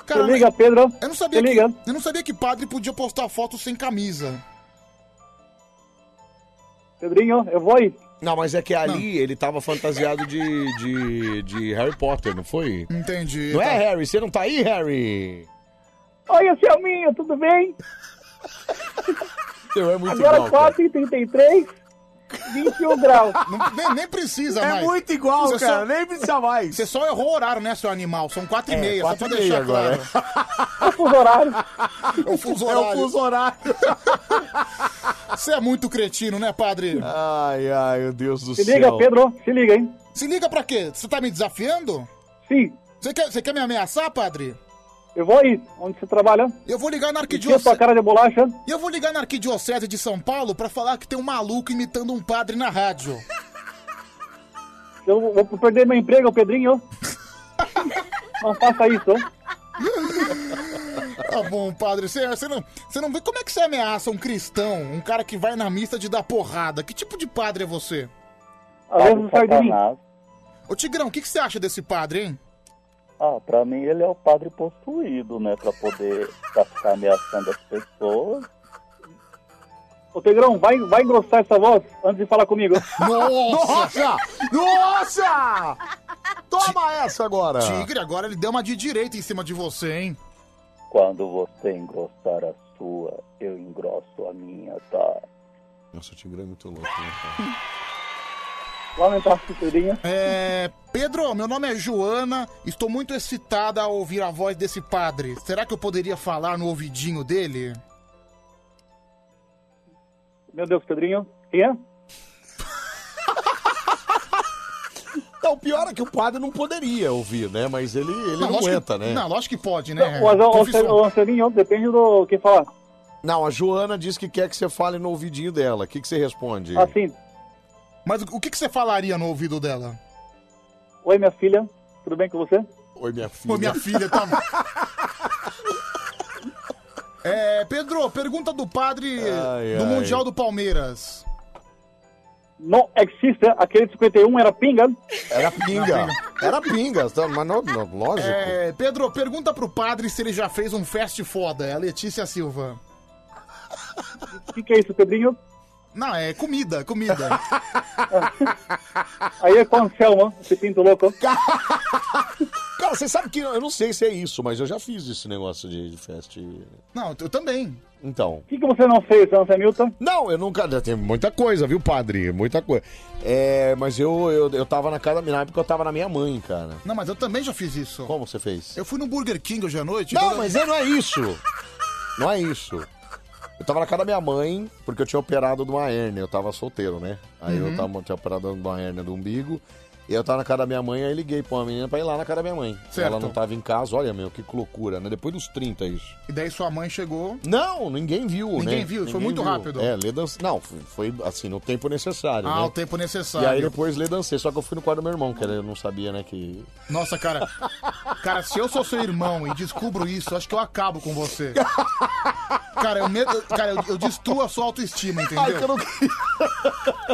S3: Cara,
S10: Se liga, Pedro.
S3: Eu não sabia,
S10: Se
S3: que,
S10: liga.
S3: eu não sabia que padre podia postar foto sem camisa.
S10: Pedrinho, eu vou aí.
S1: Não, mas é que ali ele tava fantasiado de, de, de Harry Potter, não foi?
S3: Entendi.
S1: Não
S10: tá.
S1: é, Harry? Você não tá aí, Harry?
S10: Oi, Anselminho, tudo bem?
S1: Eu é muito
S10: Agora
S1: igual, cara.
S10: 4h33, 21 graus.
S3: Não- nem, nem precisa
S1: É
S3: mais.
S1: muito igual, cara,
S3: nem
S1: precisa mais.
S3: Você só errou o horário, né, seu animal? São quatro e
S1: É,
S3: meia, só pra
S1: quatro e meia
S3: deixar
S1: agora,
S3: claro.
S10: É o fuso horário.
S3: (laughs) É o fuso
S1: É o
S3: horário.
S1: fuso horário.
S3: (laughs) Você é muito cretino, né, padre?
S1: Ai, ai, meu Deus Ah, do
S10: Se
S1: céu.
S10: liga, Pedro, se liga, hein?
S3: Se liga pra quê? Você tá me desafiando?
S10: Sim.
S3: Você quer, você quer me ameaçar, padre?
S10: Eu vou aí, onde você trabalha.
S3: Eu vou ligar na
S10: Tira sua
S3: arquidiocese.
S10: cara de bolacha.
S3: E eu vou ligar na arquidiocese de São Paulo pra falar que tem um maluco imitando um padre na rádio.
S10: Eu vou perder meu emprego, Pedrinho. Não faça isso.
S3: Tá bom, padre. Você, você não, você não vê como é que você ameaça um cristão, um cara que vai na missa de dar porrada. Que tipo de padre é você?
S10: Às vezes não sai de mim.
S3: Ô Tigrão, o que, que você acha desse padre, hein?
S17: Ah, pra mim ele é o padre possuído, né? Pra poder pra ficar ameaçando as pessoas.
S10: Ô, Tigrão, vai, vai engrossar essa voz antes de falar comigo.
S3: Ah,
S1: Nossa! Nossa! Toma essa agora!
S3: Tigre, agora ele deu uma de direita em cima de você, hein?
S17: Quando você engrossar a sua, eu engrosso a minha, tá?
S1: Nossa, o Tigrão é muito louco, né, cara?
S10: Lamentar, Pedrinho.
S3: É. Pedro, meu nome é Joana. Estou muito excitada ao ouvir a voz desse padre. Será que eu poderia falar no ouvidinho dele?
S10: Meu Deus, Pedrinho. Quem é?
S1: Não, o pior é que o padre não poderia ouvir, né? Mas ele, ele não,
S3: lógico
S1: aguenta,
S3: que,
S1: né?
S3: Não, lógico que pode, né?
S10: Não, mas o- o
S3: Confissão.
S10: Anse- o Anselinho, depende do que falar.
S1: Não, a Joana diz que quer que você fale no ouvidinho dela. O que, que você responde?
S10: Assim,
S3: Mas o o que, que você falaria no ouvido dela?
S10: oi, minha filha. Tudo bem com você?
S1: Oi, minha filha.
S3: Pô, minha filha tá. (laughs) é, Pedro, pergunta do padre
S10: Ai,
S3: do
S10: ai.
S3: Mundial do Palmeiras.
S10: Não existe. né? Aquele de 51 era pinga.
S1: Era pinga. Era pinga, tá? mas não, não, lógico.
S3: É, Pedro, pergunta pro padre se ele já fez um fast foda. É a Letícia Silva.
S10: O que, que é isso, Pedrinho?
S3: Não, é comida, comida.
S10: (laughs) Aí é com o Anselmo, esse pinto
S1: (laughs)
S10: louco.
S1: Cara, você sabe que eu eu não sei se é isso, mas eu já fiz esse negócio de, de festa.
S3: Não, eu também.
S1: Então.
S10: O que, que você não fez, Anselmo Hamilton?
S1: Não, eu nunca. Já teve muita coisa, viu, padre? Muita coisa. É, mas eu, eu, eu tava na casa da minha porque eu tava na minha mãe, cara.
S3: Não, mas eu também já fiz isso.
S1: Como você fez?
S3: Eu fui no Burger King hoje à noite.
S1: Não,
S3: então-
S1: mas é- não é isso. Não é isso. Eu tava na casa da minha mãe, porque eu tinha operado de uma hérnia, eu tava solteiro, né? Aí eu
S8: Uhum.
S1: tava, tinha operado de uma hérnia do umbigo, e eu tava na casa da minha mãe, aí liguei pra uma menina pra ir lá na casa da minha mãe.
S3: Certo.
S1: Ela não tava em casa, olha, meu, que loucura, né? Depois dos 30, isso.
S3: E daí sua mãe chegou.
S1: Não, ninguém viu, né?
S3: Ninguém viu, foi muito rápido.
S1: É, lê dança. Não, foi, foi, assim, no tempo necessário.
S3: Ah,
S1: né?
S3: o tempo necessário.
S1: E aí depois lê dancei, só que eu fui no quarto do meu irmão, que eu não sabia, né, que...
S3: Nossa, cara. Cara, se eu sou seu irmão e descubro isso, acho que eu acabo com você. Cara, eu, me... cara, eu, eu destruo a sua autoestima, entendeu?
S1: Ai, que eu não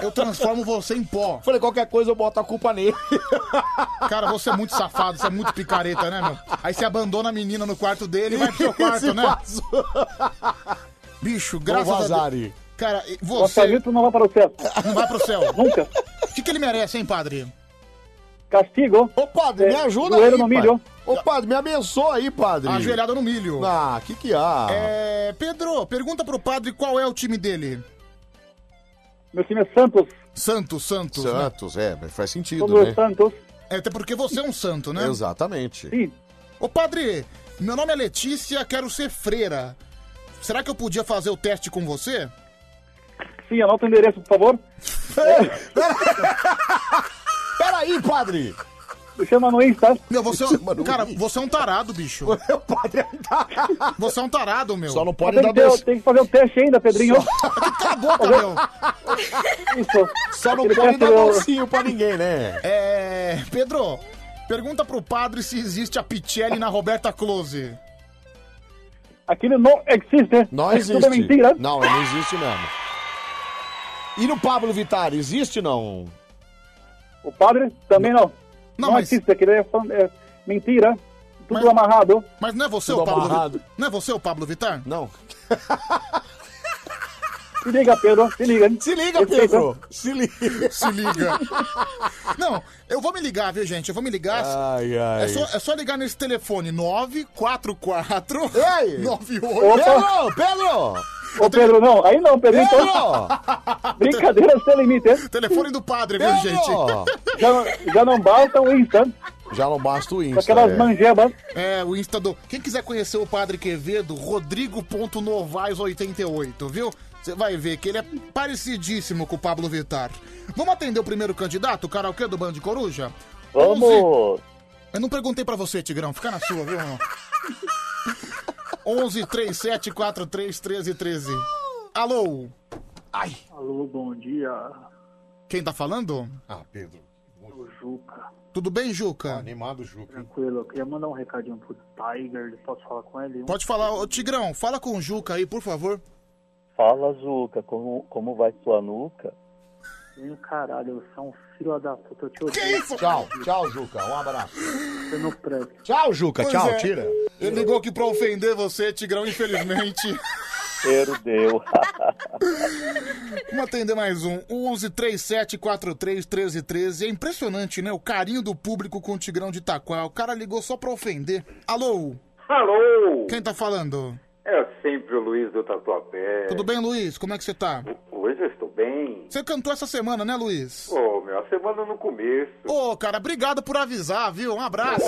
S3: Eu transformo você em pó.
S1: Falei, qualquer coisa eu boto a culpa nele.
S3: Cara, você é muito safado, você é muito picareta, né, meu? Aí você abandona a menina no quarto dele e vai pro
S1: (laughs)
S3: seu quarto,
S10: Esse
S3: né?
S10: vaso.
S3: Bicho, (laughs) graças
S10: Não
S3: a
S10: vazare.
S3: Deus. Cara, e
S10: Nosso
S3: você
S10: Hamilton não vai para o céu.
S3: não vai pro céu.
S10: (laughs) Nunca.
S3: O que, que ele merece, hein, padre?
S10: Castigo. É,
S1: Ô, padre, me ajuda
S3: joelho
S1: aí,
S3: no
S1: padre.
S3: milho.
S1: Ô, padre, me abençoa aí, padre.
S3: Ajoelhada no milho.
S1: Ah, que que há?
S3: É, Pedro, pergunta pro padre qual é o time dele.
S10: Meu time é Santos.
S3: Santos, Santos. né?
S1: Santos, é, mas faz sentido,
S3: Somos
S1: né?
S10: Santos.
S3: É, até porque você é um santo, né?
S1: Exatamente.
S3: Ô, padre, meu nome é Letícia, quero ser freira. Será que eu podia fazer o teste com você?
S10: Sim, anota o endereço, por
S3: (laughs)
S10: favor.
S1: Peraí, padre!
S10: Me chama tá? no Insta.
S3: Meu, você é um... Cara, você é um tarado,
S1: (laughs)
S3: bicho.
S1: Meu padre é um tarado.
S3: Você é um tarado, meu.
S1: Só não
S10: Mas tem, que ter- então, tem que fazer o teste ainda, Pedrinho.
S1: (laughs)
S3: Acabou, meu.
S10: Isso.
S1: Só não
S10: Ele
S1: pode
S10: quer
S1: dar
S10: ser o-
S1: bolsinho pra ninguém, né?
S3: É. Pedro, pergunta pro padre se existe a Pichelli na Roberta Close.
S10: Aquilo não
S6: né?
S10: existe.
S1: Não
S10: É
S1: existe.
S10: Tudo mentira.
S1: Não, não existe mesmo. E no Pablo Vittar, existe não?
S10: O padre também não. Não, existe. Aquilo é, fan- é mentira. Tudo amarrado.
S3: Mas não é você
S10: Tudo
S3: o Pablo
S10: amarrado.
S3: Vittar? Não é você o Pablo Vittar?
S1: Não.
S10: Se liga, Pedro. Se liga.
S1: Se liga, Pedro. Se liga.
S3: Se liga. Não, eu vou me ligar, viu, gente? Eu vou me ligar.
S1: Ai, ai.
S3: É só, é só ligar nesse telefone 944
S1: Ei!
S3: 98
S1: Pedro, Pedro!
S10: Ô, Pedro, não. Aí não, Pedro. Então... Brincadeira sem limite. hein?
S3: Telefone do padre, viu,
S10: Pedro!
S3: gente?
S10: Já, já não basta o Insta.
S1: Já não basta o Insta.
S10: Aquelas
S1: é.
S10: manjebas.
S3: É, o Insta do. Quem quiser conhecer o padre Quevedo, Rodrigo.novais88, viu? Você vai ver que ele é parecidíssimo com o Pablo Vittar. Vamos atender o primeiro candidato, o karaokê do Bando de Coruja?
S30: Vamos!
S3: Eu não perguntei pra você, Tigrão. Fica na sua, viu, irmão? 11 37 43 13 13. Alô? Ai.
S18: Alô, bom dia.
S3: Quem tá falando?
S1: Ah, Pedro.
S18: O Juca.
S3: Tudo bem, Juca?
S1: Animado, Juca.
S18: Tranquilo, eu queria mandar um recadinho pro Tiger. Posso falar com ele?
S3: Pode falar. Ô, Tigrão, fala com o Juca aí, por favor.
S18: Fala, Juca. Como, como vai sua nuca? Meu caralho, você é um filho da puta. Eu te odeio.
S3: Que isso?
S1: Tchau, tchau, Juca. Um abraço.
S18: Você não presta.
S1: Tchau, Juca.
S3: Pois
S1: tchau,
S3: é.
S1: tira.
S3: Ele ligou aqui pra ofender você, Tigrão, infelizmente.
S18: Perdeu.
S3: Vamos atender mais um. 11 37 43 13 13. É impressionante, né? O carinho do público com o Tigrão de Itaquá. O cara ligou só pra ofender. Alô?
S19: Alô?
S3: Quem tá falando?
S19: É sempre o Luiz do Tatuapé.
S3: Tudo bem, Luiz? Como é que você tá?
S19: Hoje eu estou bem.
S3: Você cantou essa semana, né, Luiz?
S19: Pô, meu, a semana no começo.
S3: Ô, cara, obrigado por avisar, viu? Um abraço.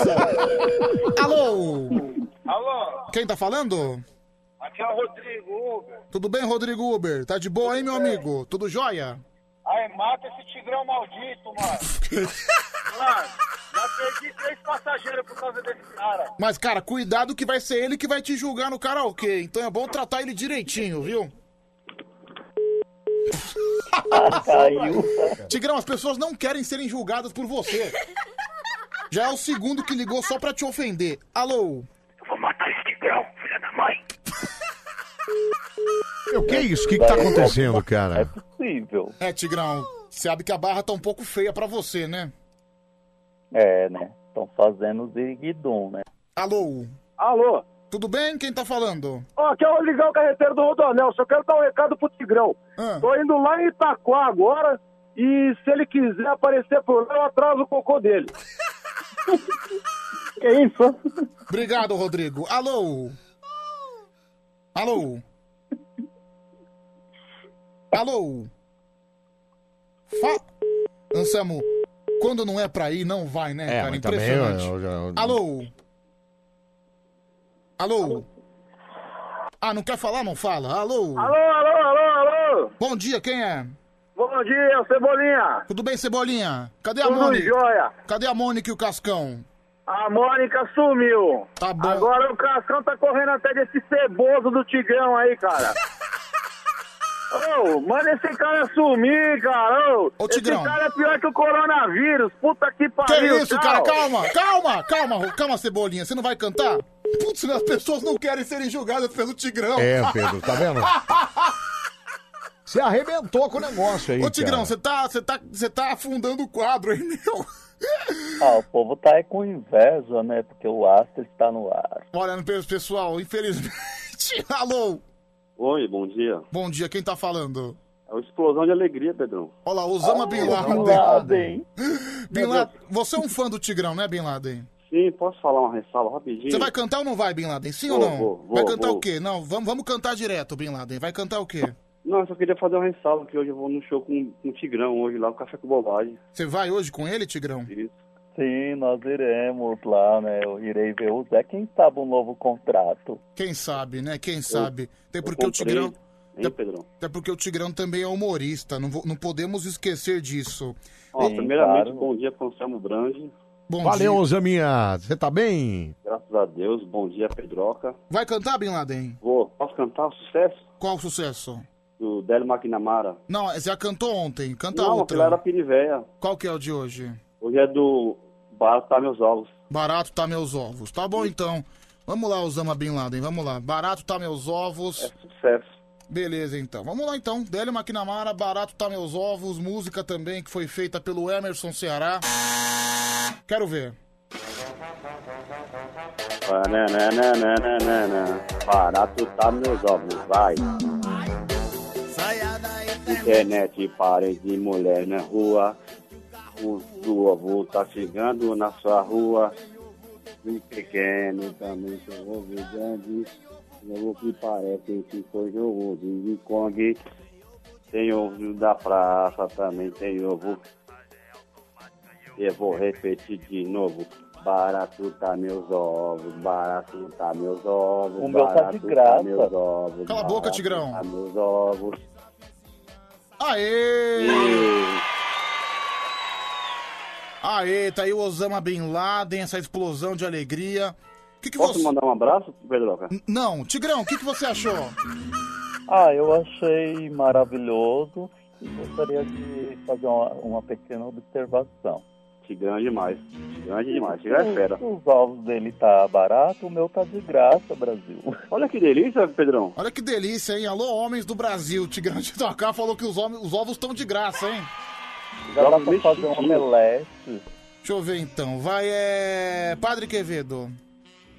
S3: Alô?
S6: Alô,
S3: Quem tá falando?
S6: aqui é o Rodrigo Uber.
S3: Tudo bem, Rodrigo Uber? Tá de boa, hein, meu amigo? Tudo jóia?
S6: Aí, mata esse tigrão maldito,
S1: (laughs)
S6: mano. mano, já perdi três passageiros por causa desse cara.
S3: Mas, cara, cuidado que vai ser ele que vai te julgar no karaokê. Então é bom tratar ele direitinho, viu?
S18: Caiu.
S3: Tigrão, as pessoas não querem serem julgadas por você. Já é o segundo que ligou só pra te ofender. Alô?
S1: Meu, que isso? O que, que tá acontecendo,
S18: É
S1: cara?
S18: possível.
S3: É, Tigrão, sabe que a barra tá um pouco feia pra você, né?
S18: É, né? Estão fazendo ziriguidum, né?
S3: Alô?
S18: Alô?
S3: Tudo bem? Quem tá falando?
S18: Ó, aqui é o Ligão Carreteiro do Rodonel. Só quero dar um recado pro Tigrão.
S3: Tô
S18: indo lá em Itaquá agora e se ele quiser aparecer por lá, eu atraso o cocô dele.
S3: (laughs) Que isso? Obrigado, Rodrigo. Alô? Alô? Alô? Fa... Anselmo, quando não é pra ir, não vai, né,
S9: É,
S3: cara?
S9: mas também eu-
S3: Impressionante.
S9: eu já- eu-
S3: Alô? Alô? Ah, não quer falar? Não fala. Alô? Alô,
S22: alô, alô, alô?
S3: Bom dia, quem é?
S22: Bom dia, é Cebolinha.
S3: Tudo bem, Cebolinha? Cadê a
S22: Tudo
S3: Mônica?
S22: jóia.
S3: Cadê a Mônica e o Cascão?
S22: A Mônica sumiu.
S3: Tá bom.
S22: Agora o Cascão tá correndo até desse ceboso do Tigrão aí,
S3: (laughs)
S22: cara. Ô, manda esse cara sumir, cara. Ô,
S3: Tigrão.
S22: Esse cara é pior que o coronavírus. Puta que
S3: Que
S22: pariu.
S3: isso,
S22: tchau.
S3: cara? Calma, calma, calma, calma, Cebolinha. Você não vai cantar? Putz, as pessoas não querem serem julgadas pelo Tigrão.
S1: É,
S3: (laughs)
S1: Pedro, tá vendo? Você arrebentou com o negócio aí.
S3: Ô, Tigrão,
S1: cara.
S3: você tá, você tá, você tá afundando o quadro, hein, meu? (laughs)
S17: Ah, o povo tá aí com inveja, né? Porque o astro está no ar.
S3: Olha, pe- pessoal, infelizmente. (laughs) Alô?
S20: Oi, bom dia.
S3: Bom dia, quem tá falando?
S20: É uma explosão de alegria, Pedrão.
S3: Olha lá, Osama Bin Laden.
S20: Bin Laden.
S3: (laughs) Bin Laden. Você é um fã do Tigrão, né, Bin Laden?
S20: Sim, posso falar uma ressalva rapidinho?
S3: Você vai cantar ou não vai, Bin Laden? Sim ou
S20: Vou,
S3: não?
S20: vou, vou,
S3: vai cantar
S20: vou.
S3: o quê? Não, vamos, vamos cantar direto, Bin Laden. Vai cantar o quê? Tá
S20: Não, eu só queria fazer uma ressalva, que hoje eu vou num show com, com o Tigrão, hoje lá, o Café com Bobagem.
S3: Você vai hoje com ele, Tigrão?
S17: Sim, nós iremos lá, né? Eu irei ver o Zé. Quem sabe um novo contrato.
S3: Quem sabe, né? Quem sabe. Até porque o
S17: comprei,
S3: Tigrão.
S17: hein,
S3: até-
S17: Pedrão?
S3: Até porque o Tigrão também é humorista. Não, vou- não podemos esquecer disso.
S20: Ó,
S3: Sim,
S20: primeiramente,
S3: claro.
S20: bom dia para o Anselmo Brange.
S3: Bom
S1: Valeu,
S3: dia.
S1: Osaminha. Você tá bem?
S20: Graças a Deus, bom dia, Pedroca.
S3: Vai cantar, Bin Laden?
S20: Vou, posso cantar o sucesso
S3: Qual o sucesso?
S20: do Délio McNamara?
S3: Não, você já cantou ontem. Canta
S20: Não,
S3: outra.
S20: aquilo era Piriveia.
S3: Qual que é o de hoje?
S20: Hoje é do Barato Tá Meus Ovos.
S3: Barato tá meus ovos. Tá bom então. Vamos lá, Osama Bin Laden. Vamos lá. Barato tá meus ovos. É
S20: sucesso.
S3: Beleza, então. Vamos lá, então. Délio Maquinamara, Barato tá meus ovos. Música também que foi feita pelo Emerson Ceará. Quero ver.
S20: né, Banananananana. né, Barato tá meus ovos, vai. Internet, parede de mulher na rua. O do avô tá chegando na sua rua. O pequeno também tem ovo grande. Jogo que parece que foi jogo de Hong Kong. Tem ovo da praça, também tem ovo. Eu vou repetir de novo. Barato tá meus ovos, barato tá meus ovos.
S17: O meu tá de
S20: barato
S17: graça.
S20: meus ovos,
S3: Cala a boca,
S20: barato
S3: Tigrão.
S20: Tá meus ovos.
S3: Aê! Aê, tá aí o Osama Bin Laden, essa explosão de alegria. Que que
S20: Posso
S3: você...
S20: mandar um abraço, Pedroca?
S3: N- Não, Tigrão, o que, que você achou?
S17: Ah, eu achei maravilhoso e gostaria de fazer uma, uma pequena observação.
S20: Tigrão é demais. Tigrão é demais. Tigrão é fera.
S17: Os ovos dele tá barato, o meu tá de graça, Brasil.
S20: Olha que delícia, Pedrão.
S3: Olha que delícia, hein? Alô, homens do Brasil. Tigrão (laughs) de Tocar falou que os, homens, os ovos estão de graça, hein?
S17: Já dá pra fazer um omelete.
S3: Deixa eu ver então. Vai, é. Padre Quevedo.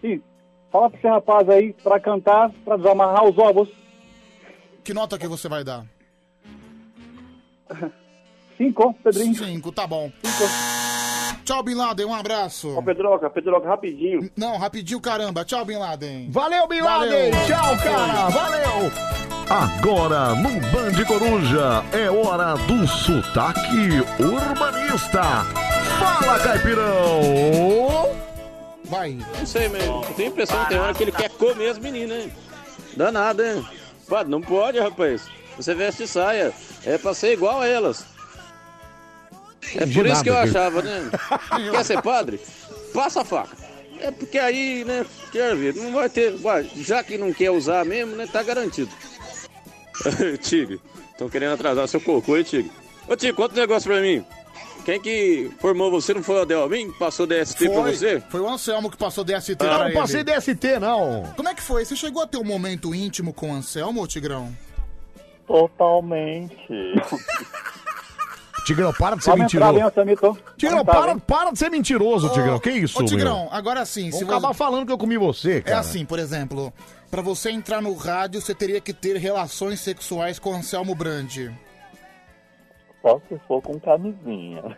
S22: Sim, fala pra esse rapaz aí pra cantar, pra desamarrar os ovos.
S3: Que nota que você vai dar?
S22: Cinco, Pedrinho.
S3: Cinco, tá bom. Tchau, Bin Laden, um abraço. Ô,
S20: Pedroca, Pedroca, rapidinho.
S3: Não, rapidinho, caramba. Tchau, Bin Laden.
S1: Valeu, Bin Laden. Tchau, cara. Valeu. Agora, no Band Coruja, é hora do sotaque urbanista. Fala, caipirão.
S3: Vai.
S24: Não sei, mas eu tenho a impressão que tem hora que ele quer comer as meninas, hein? Danado, hein? Pá, não pode, rapaz. Você veste saia. É pra ser igual a elas. É
S31: Entendi
S24: por isso que eu
S31: nada, Pedro.
S24: achava,
S3: (laughs)
S24: né? Quer ser padre? Passa a faca. É porque aí, né? Quer ver? Não vai ter. vai, já que não quer usar mesmo, né? Tá garantido. (laughs) Tigre, estão querendo atrasar seu cocô, hein, Tigre? Ô, Tigre, conta um negócio pra mim. Quem que formou você não foi o Adelmin? Passou DST pra você?
S3: foi o Anselmo que passou DST
S24: Ah,
S3: pra
S24: não
S3: ele.
S24: passei
S1: DST, não.
S3: Como é que foi? Você chegou a ter um momento íntimo com o Anselmo, ô, Tigrão? (laughs)
S17: Totalmente.
S1: Tigrão, para de ser
S3: Vamos entrar,
S1: mentiroso.
S3: hein,
S1: Tigrão,
S3: Vamos entrar,
S1: para,
S3: hein?
S1: para de ser mentiroso, Tigrão. Que isso,
S3: Ô,
S1: meu?
S3: Tigrão, agora sim.
S1: Vão acabar falando que eu comi você,
S3: É
S1: cara.
S3: assim, por exemplo, pra você entrar no rádio, você teria que ter relações sexuais com o Anselmo Brandi.
S17: Só se for com camisinha.
S3: (laughs)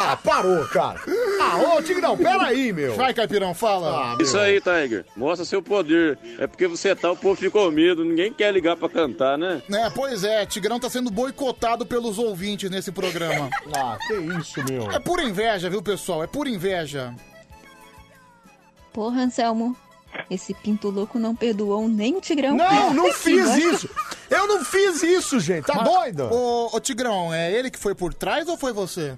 S1: Ah, parou, cara. Ah, ô Tigrão, peraí, meu. Ah,
S3: Vai, Caipirão, fala.
S21: Isso aí, Tiger. Mostra seu poder. É porque você tá, o povo ficou com medo. Ninguém quer ligar pra cantar, né?
S3: É, pois é, Tigrão tá sendo boicotado pelos ouvintes nesse programa.
S1: ah, que isso, meu.
S3: É por inveja, viu, pessoal? É por inveja.
S5: Porra, Anselmo. Esse pinto louco não perdoou nem o Tigrão.
S1: Não, não fiz
S5: Agora-
S1: isso. Eu não fiz isso, gente. Tá
S3: Mas-
S1: doido?
S3: Ô, ô, Tigrão, é ele que foi por trás ou foi você?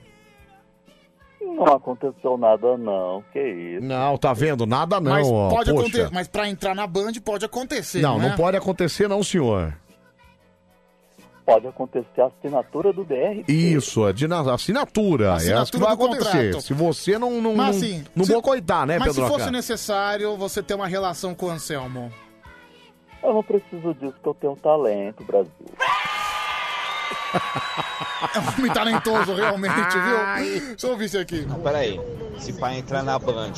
S7: Não aconteceu nada, não. Que isso?
S1: Não, tá vendo? Nada não,
S3: mas
S1: ó.
S3: pode
S1: Poxa.
S3: acontecer, mas pra entrar na Band pode acontecer,
S1: Não,
S3: né?
S1: não pode acontecer não, senhor.
S7: Pode acontecer a assinatura do DR.
S1: Isso, é de na- assinatura. é isso que
S3: Assinatura
S1: vai
S3: do contrato.
S1: acontecer. Se você não.
S3: Mas
S1: não não-
S3: assim,
S1: Não
S3: se-
S1: vou coitar, né,
S3: Mas
S1: Pedro?
S3: se fosse necessário, você ter uma relação com o Anselmo.
S7: Eu não preciso disso, porque eu tenho talento, Brasil.
S3: É um homem
S1: (laughs)
S3: talentoso, realmente, viu? Deixa eu ouvir isso aqui.
S11: Ah, Peraí, se pra entrar na Band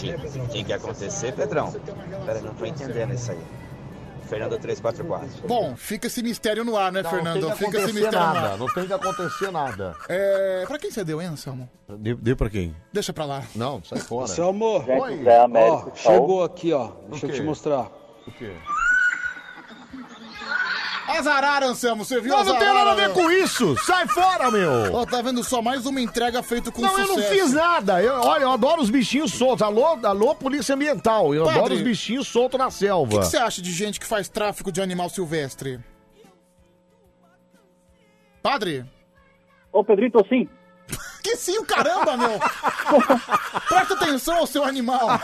S11: tem que acontecer, Pedrão. Peraí, não tô entendendo isso aí. Fernando 344.
S3: Bom, fica esse mistério no ar, né,
S1: Não,
S3: Fernando?
S1: tem
S3: fica
S1: que
S3: esse
S1: acontecer
S3: mistério
S1: nada,
S3: no
S1: não tem que acontecer nada.
S3: ar. É, pra quem você deu, hein, Anselmo?
S1: Deu, ddeu pra quem?
S3: Deixa pra lá.
S1: Não, sai fora.
S3: Seu amor.
S1: Oi.
S3: Zé
S1: Américo,
S11: tá?
S1: tá?
S11: chegou aqui, ó. Deixa eu
S1: quê?
S11: te mostrar.
S1: O quê?
S3: Azararam, Anselmo, você viu?
S1: Não, não tem nada a ver com isso! Sai fora, meu!
S3: Ó, tá vendo só mais uma entrega feita com
S1: não,
S3: sucesso.
S1: eu não fiz nada. Eu, olha, eu adoro os bichinhos soltos. Alô, alô, Polícia Ambiental. Eu
S3: Padre,
S1: adoro os bichinhos soltos na
S3: O que
S1: selva.
S3: que você acha de gente que faz tráfico de animal silvestre? Padre?
S2: Ô, Pedrito, sim.
S3: Que sim, o caramba,
S1: (laughs)
S3: meu! Presta atenção ao seu animal!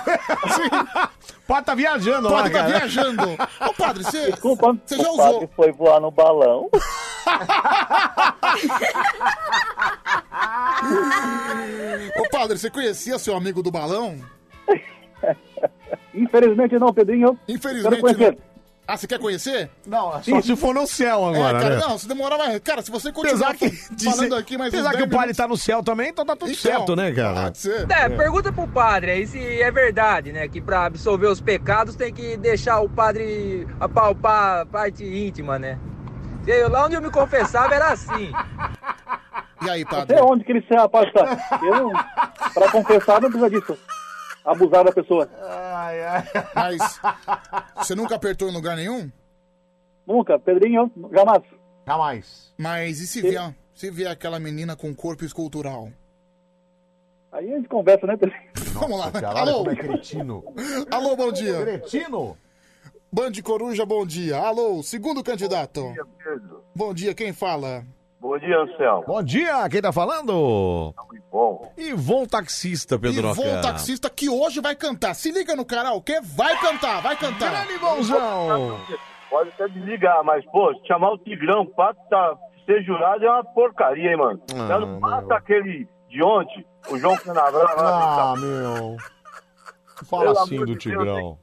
S1: Pode tá viajando,
S11: lá,
S3: Pode tá
S11: cara.
S3: viajando!
S1: (laughs)
S3: Ô, padre, você.
S11: Desculpa,
S3: Você já
S11: o padre
S3: usou.
S11: foi voar no balão.
S3: Ô, padre, você conhecia seu amigo do balão?
S2: Infelizmente não, Pedrinho.
S3: Infelizmente.
S2: Quero conhecer.
S3: não. Ah, você quer conhecer?
S1: Não,
S2: só se for
S1: no céu agora,
S3: é, cara,
S1: né?
S3: Não, se demorar vai. Cara, se você continuar falando
S1: (laughs)
S3: aqui mais um uns
S1: apesar que
S3: 10
S1: o padre
S3: minutos-
S1: tá no céu também, então tá tudo certo, né, cara?
S3: pode ser.
S16: É, pergunta pro padre aí se é verdade, né? Que pra absolver os pecados tem que deixar o padre apalpar a parte íntima, né? Eu, lá onde eu me confessava era assim.
S3: E aí,
S2: Até onde que ele se rapaz tá? Eu, pra confessar, não precisa disso. Abusar da pessoa.
S3: Mas. Você nunca apertou em lugar nenhum?
S2: Nunca, Pedrinho, jamais.
S1: Jamais.
S3: Mas e se vier, se vier aquela menina com corpo escultural?
S2: Aí a gente conversa, né, Pedrinho?
S3: Vamos lá.
S2: cara, olha
S3: Alô.
S2: como é
S1: cretino.
S3: Alô, bom dia.
S1: Cretino.
S3: Band Coruja, bom dia. Alô, segundo candidato. Bom dia, Pedro. Bom dia, quem fala?
S1: Bom dia, Anselmo. Bom dia, quem tá falando? Ivon. Ivon Taxista, Pedro.
S3: Ivon, taxista que hoje vai cantar. Se liga no karaokê, vai cantar, vai cantar. Grande
S1: Ivonzão.
S22: Pode até desligar, mas, pô, chamar o Tigrão pra tá, ser jurado é uma porcaria, hein, mano.
S1: Ah,
S22: Já não passa aquele de ontem, o João Canabrava.
S1: Ah, meu. Fala
S22: Pelo
S1: assim
S22: amor
S1: do
S22: de Deus,
S1: Tigrão.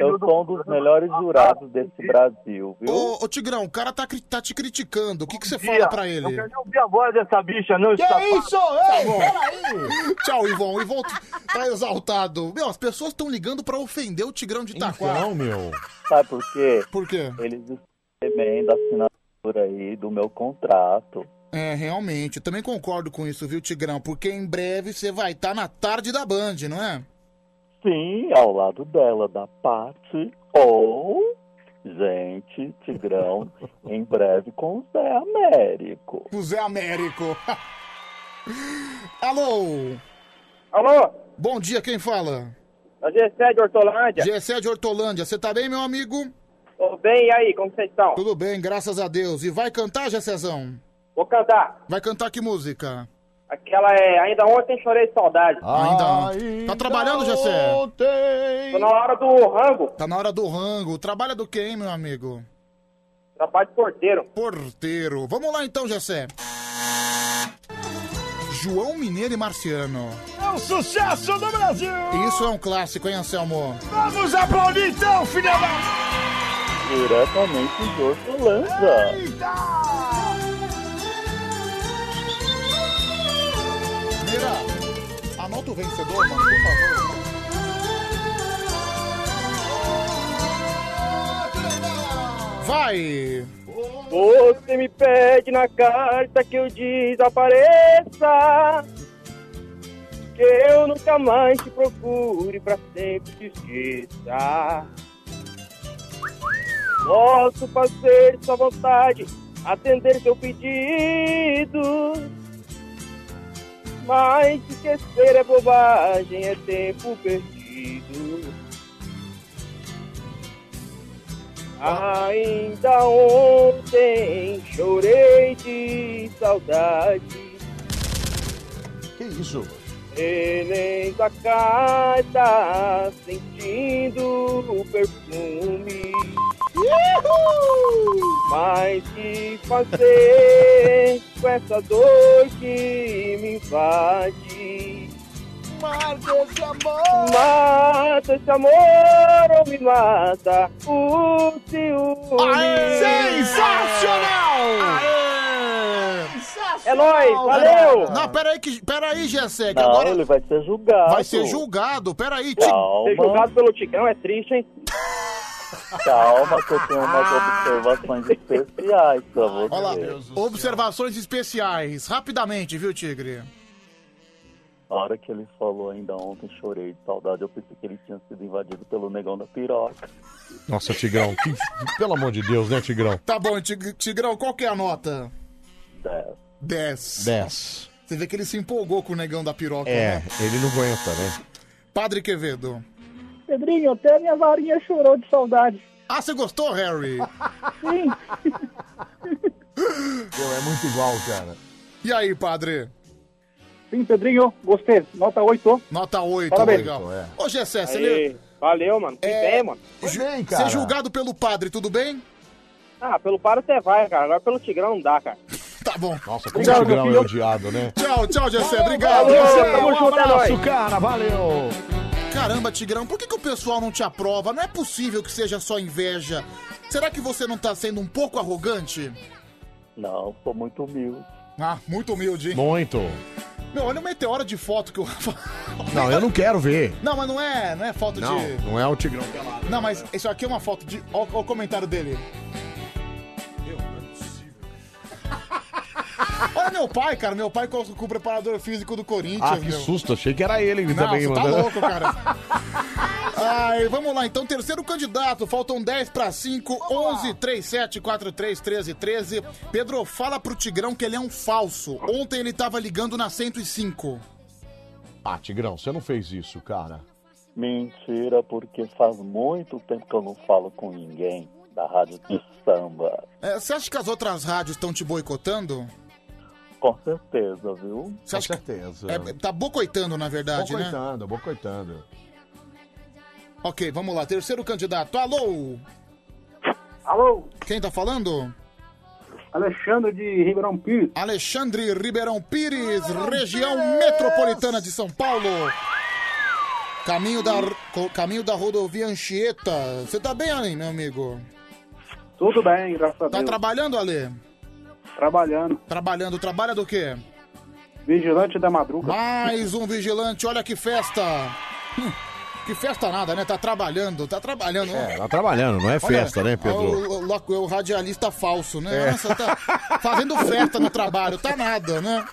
S11: Eu sou um dos melhores jurados desse Brasil, viu?
S3: Ô, Tigrão, o cara tá, cri- tá te criticando. O que, que você
S22: Dia,
S3: fala pra ele?
S22: Eu quero nem ouvir a voz dessa bicha, não,
S3: Que
S22: safado.
S3: isso?
S22: Tá
S3: Ei,
S22: bom.
S3: peraí! (laughs) Tchau, Ivon. Ivon t- tá exaltado. Meu, as pessoas estão ligando pra ofender o Tigrão de Itaquá.
S17: Então.
S1: Não, meu.
S11: Sabe por quê?
S3: Por quê?
S11: Eles também da assinatura aí do meu contrato.
S3: É, realmente. Eu também concordo com isso, viu, Tigrão? Porque em breve você vai estar na tarde da Band, não é?
S11: Sim, ao lado dela, da Paty. Ou, gente, Tigrão, em breve com o Zé Américo.
S3: O Zé Américo. (laughs) Alô?
S22: Alô?
S3: Bom dia, quem fala?
S24: É o Gessé de Hortolândia.
S3: Gessé de Hortolândia. Você tá bem, meu amigo?
S24: Tô bem, e aí, como vocês estão?
S3: Tudo bem, graças a Deus. E vai cantar, Gessézão?
S24: Vou cantar.
S3: Vai cantar que música?
S24: Aquela é Ainda Ontem Chorei de Saudade.
S3: Ainda. Tá trabalhando, Gessé?
S24: Tô na hora do rango.
S3: Tá na hora do rango. Trabalha do quem, meu amigo?
S24: Trabalho de porteiro.
S3: Porteiro. Vamos lá então, Gessé. João Mineiro e Marciano.
S1: É um sucesso do Brasil!
S3: Isso é um clássico, hein, Anselmo?
S1: Vamos aplaudir então, filha da...
S11: Diretamente de Hortolândia.
S3: Mira, anota o vencedor, mano, por favor. Vai!
S24: Você me pede na carta que eu desapareça. Que eu nunca mais te procure pra sempre te esqueça. Posso fazer sua vontade, atender seu pedido. Mas esquecer é bobagem, é tempo perdido. Ainda ontem chorei de saudade.
S9: Que isso?
S24: Relendo a carta, sentindo o perfume. Mas que fazer com essa dor que me invade?
S9: Mata esse amor!
S24: Mata esse amor ou me mata o ciúme?
S9: Sensacional!
S24: É nóis, valeu!
S3: Não, peraí, que, peraí, Gesseg.
S24: Não,
S3: Agora
S24: ele vai ser julgado.
S3: vai ser julgado. Peraí, Ti-
S24: Ser julgado pelo Tigrão é triste, hein?
S17: Calma, que eu tenho umas observações especiais pra você.
S3: Olha Ah! lá, observações especiais. Rapidamente, viu, Tigre?
S17: A hora que ele falou ainda ontem, chorei de saudade. Eu pensei que ele tinha sido invadido pelo negão da piroca.
S1: Nossa, Tigrão, que- pelo amor de Deus, né, Tigrão?
S3: Tá bom, Tig- Tigrão, qual que é a nota?
S17: 10.
S3: 10.
S1: 10.
S3: Você vê que ele se empolgou com o negão da piroca,
S1: É,
S3: né?
S1: ele não aguenta, né?
S3: Padre Quevedo.
S32: Pedrinho, até a minha varinha chorou de saudade.
S3: Ah, você gostou, Harry?
S32: Sim.
S1: Meu, é muito igual, cara.
S3: E aí, padre?
S33: Sim, Pedrinho, gostei. Nota 8.
S3: Nota 8,
S33: Parabéns.
S3: Então, legal.
S33: É.
S3: Ô, Gessé, você
S33: Aê,
S3: leu-
S24: Valeu, mano. Que
S3: É,
S24: bem, mano.
S3: ju- Ser julgado pelo padre, tudo bem?
S24: Ah, pelo para até vai, cara. Agora pelo Tigrão não
S33: (laughs)
S24: dá, cara.
S3: Tá bom.
S1: Nossa,
S9: como o Tigrão é
S1: odiado, né?
S3: Tchau, tchau, Gessé. Obrigado.
S9: valeu,
S3: Gessé.
S9: tamo
S3: Um
S9: junto, é
S3: abraço,
S9: nóis.
S3: cara. Valeu. Caramba, Tigrão, por que, que o pessoal não te aprova? Não é possível que seja só inveja. Será que você não tá sendo um pouco arrogante?
S17: Não, sou muito humilde.
S3: Ah, muito humilde, hein?
S1: Muito.
S3: Meu, olha o meteoro de foto que o Rafa. (laughs)
S1: Não, eu não quero ver.
S3: Não, mas não é, não é foto
S1: Não,
S3: de.
S1: não é o Tigrão pelado.
S3: Não, mas isso aqui é uma foto de. Olha o comentário
S1: (laughs)
S3: dele. Olha meu pai, cara. Meu pai com, com o preparador físico do Corinthians.
S1: Ah, que
S3: meu.
S1: susto, achei que era ele
S3: Não,
S1: também.
S3: você tá
S1: mandando.
S3: louco,
S1: (laughs)
S3: cara. Ai, vamos lá, então, terceiro candidato. Faltam 10 para 5, 11, 3, 7, 4, 3, 13, 13. Pedro, fala pro Tigrão que ele é um falso. Ontem ele tava ligando na 105.
S1: Ah, Tigrão, você não fez isso, cara.
S17: Mentira, porque faz muito tempo que eu não falo com ninguém da rádio de samba.
S3: É, Você acha que as outras rádios estão te boicotando?
S17: Com certeza, viu?
S3: Com
S1: certeza.
S3: É, tá bocoitando, na verdade, né?
S1: Bocoitando, bocoitando.
S3: Ok, vamos lá. Terceiro candidato. Alô?
S33: Alô?
S3: Quem tá falando?
S33: Alexandre de Ribeirão Pires.
S3: Alexandre Ribeirão Pires, região metropolitana de São Paulo. Caminho da, co- caminho da rodovia Anchieta. Você tá bem, Ale, meu amigo?
S33: Tudo bem, graças a
S3: Tá
S33: Deus.
S3: trabalhando, Ale?
S33: Trabalhando.
S3: Trabalhando. Trabalha do quê?
S33: Vigilante da madruga.
S3: Mais um vigilante. Olha que festa. Hum, Que festa nada, né? Tá trabalhando, tá trabalhando.
S1: É, tá trabalhando, não é festa, né, Pedro? É.
S3: O, o- o- o radialista falso, né? Nossa, tá fazendo festa no trabalho, tá nada, né?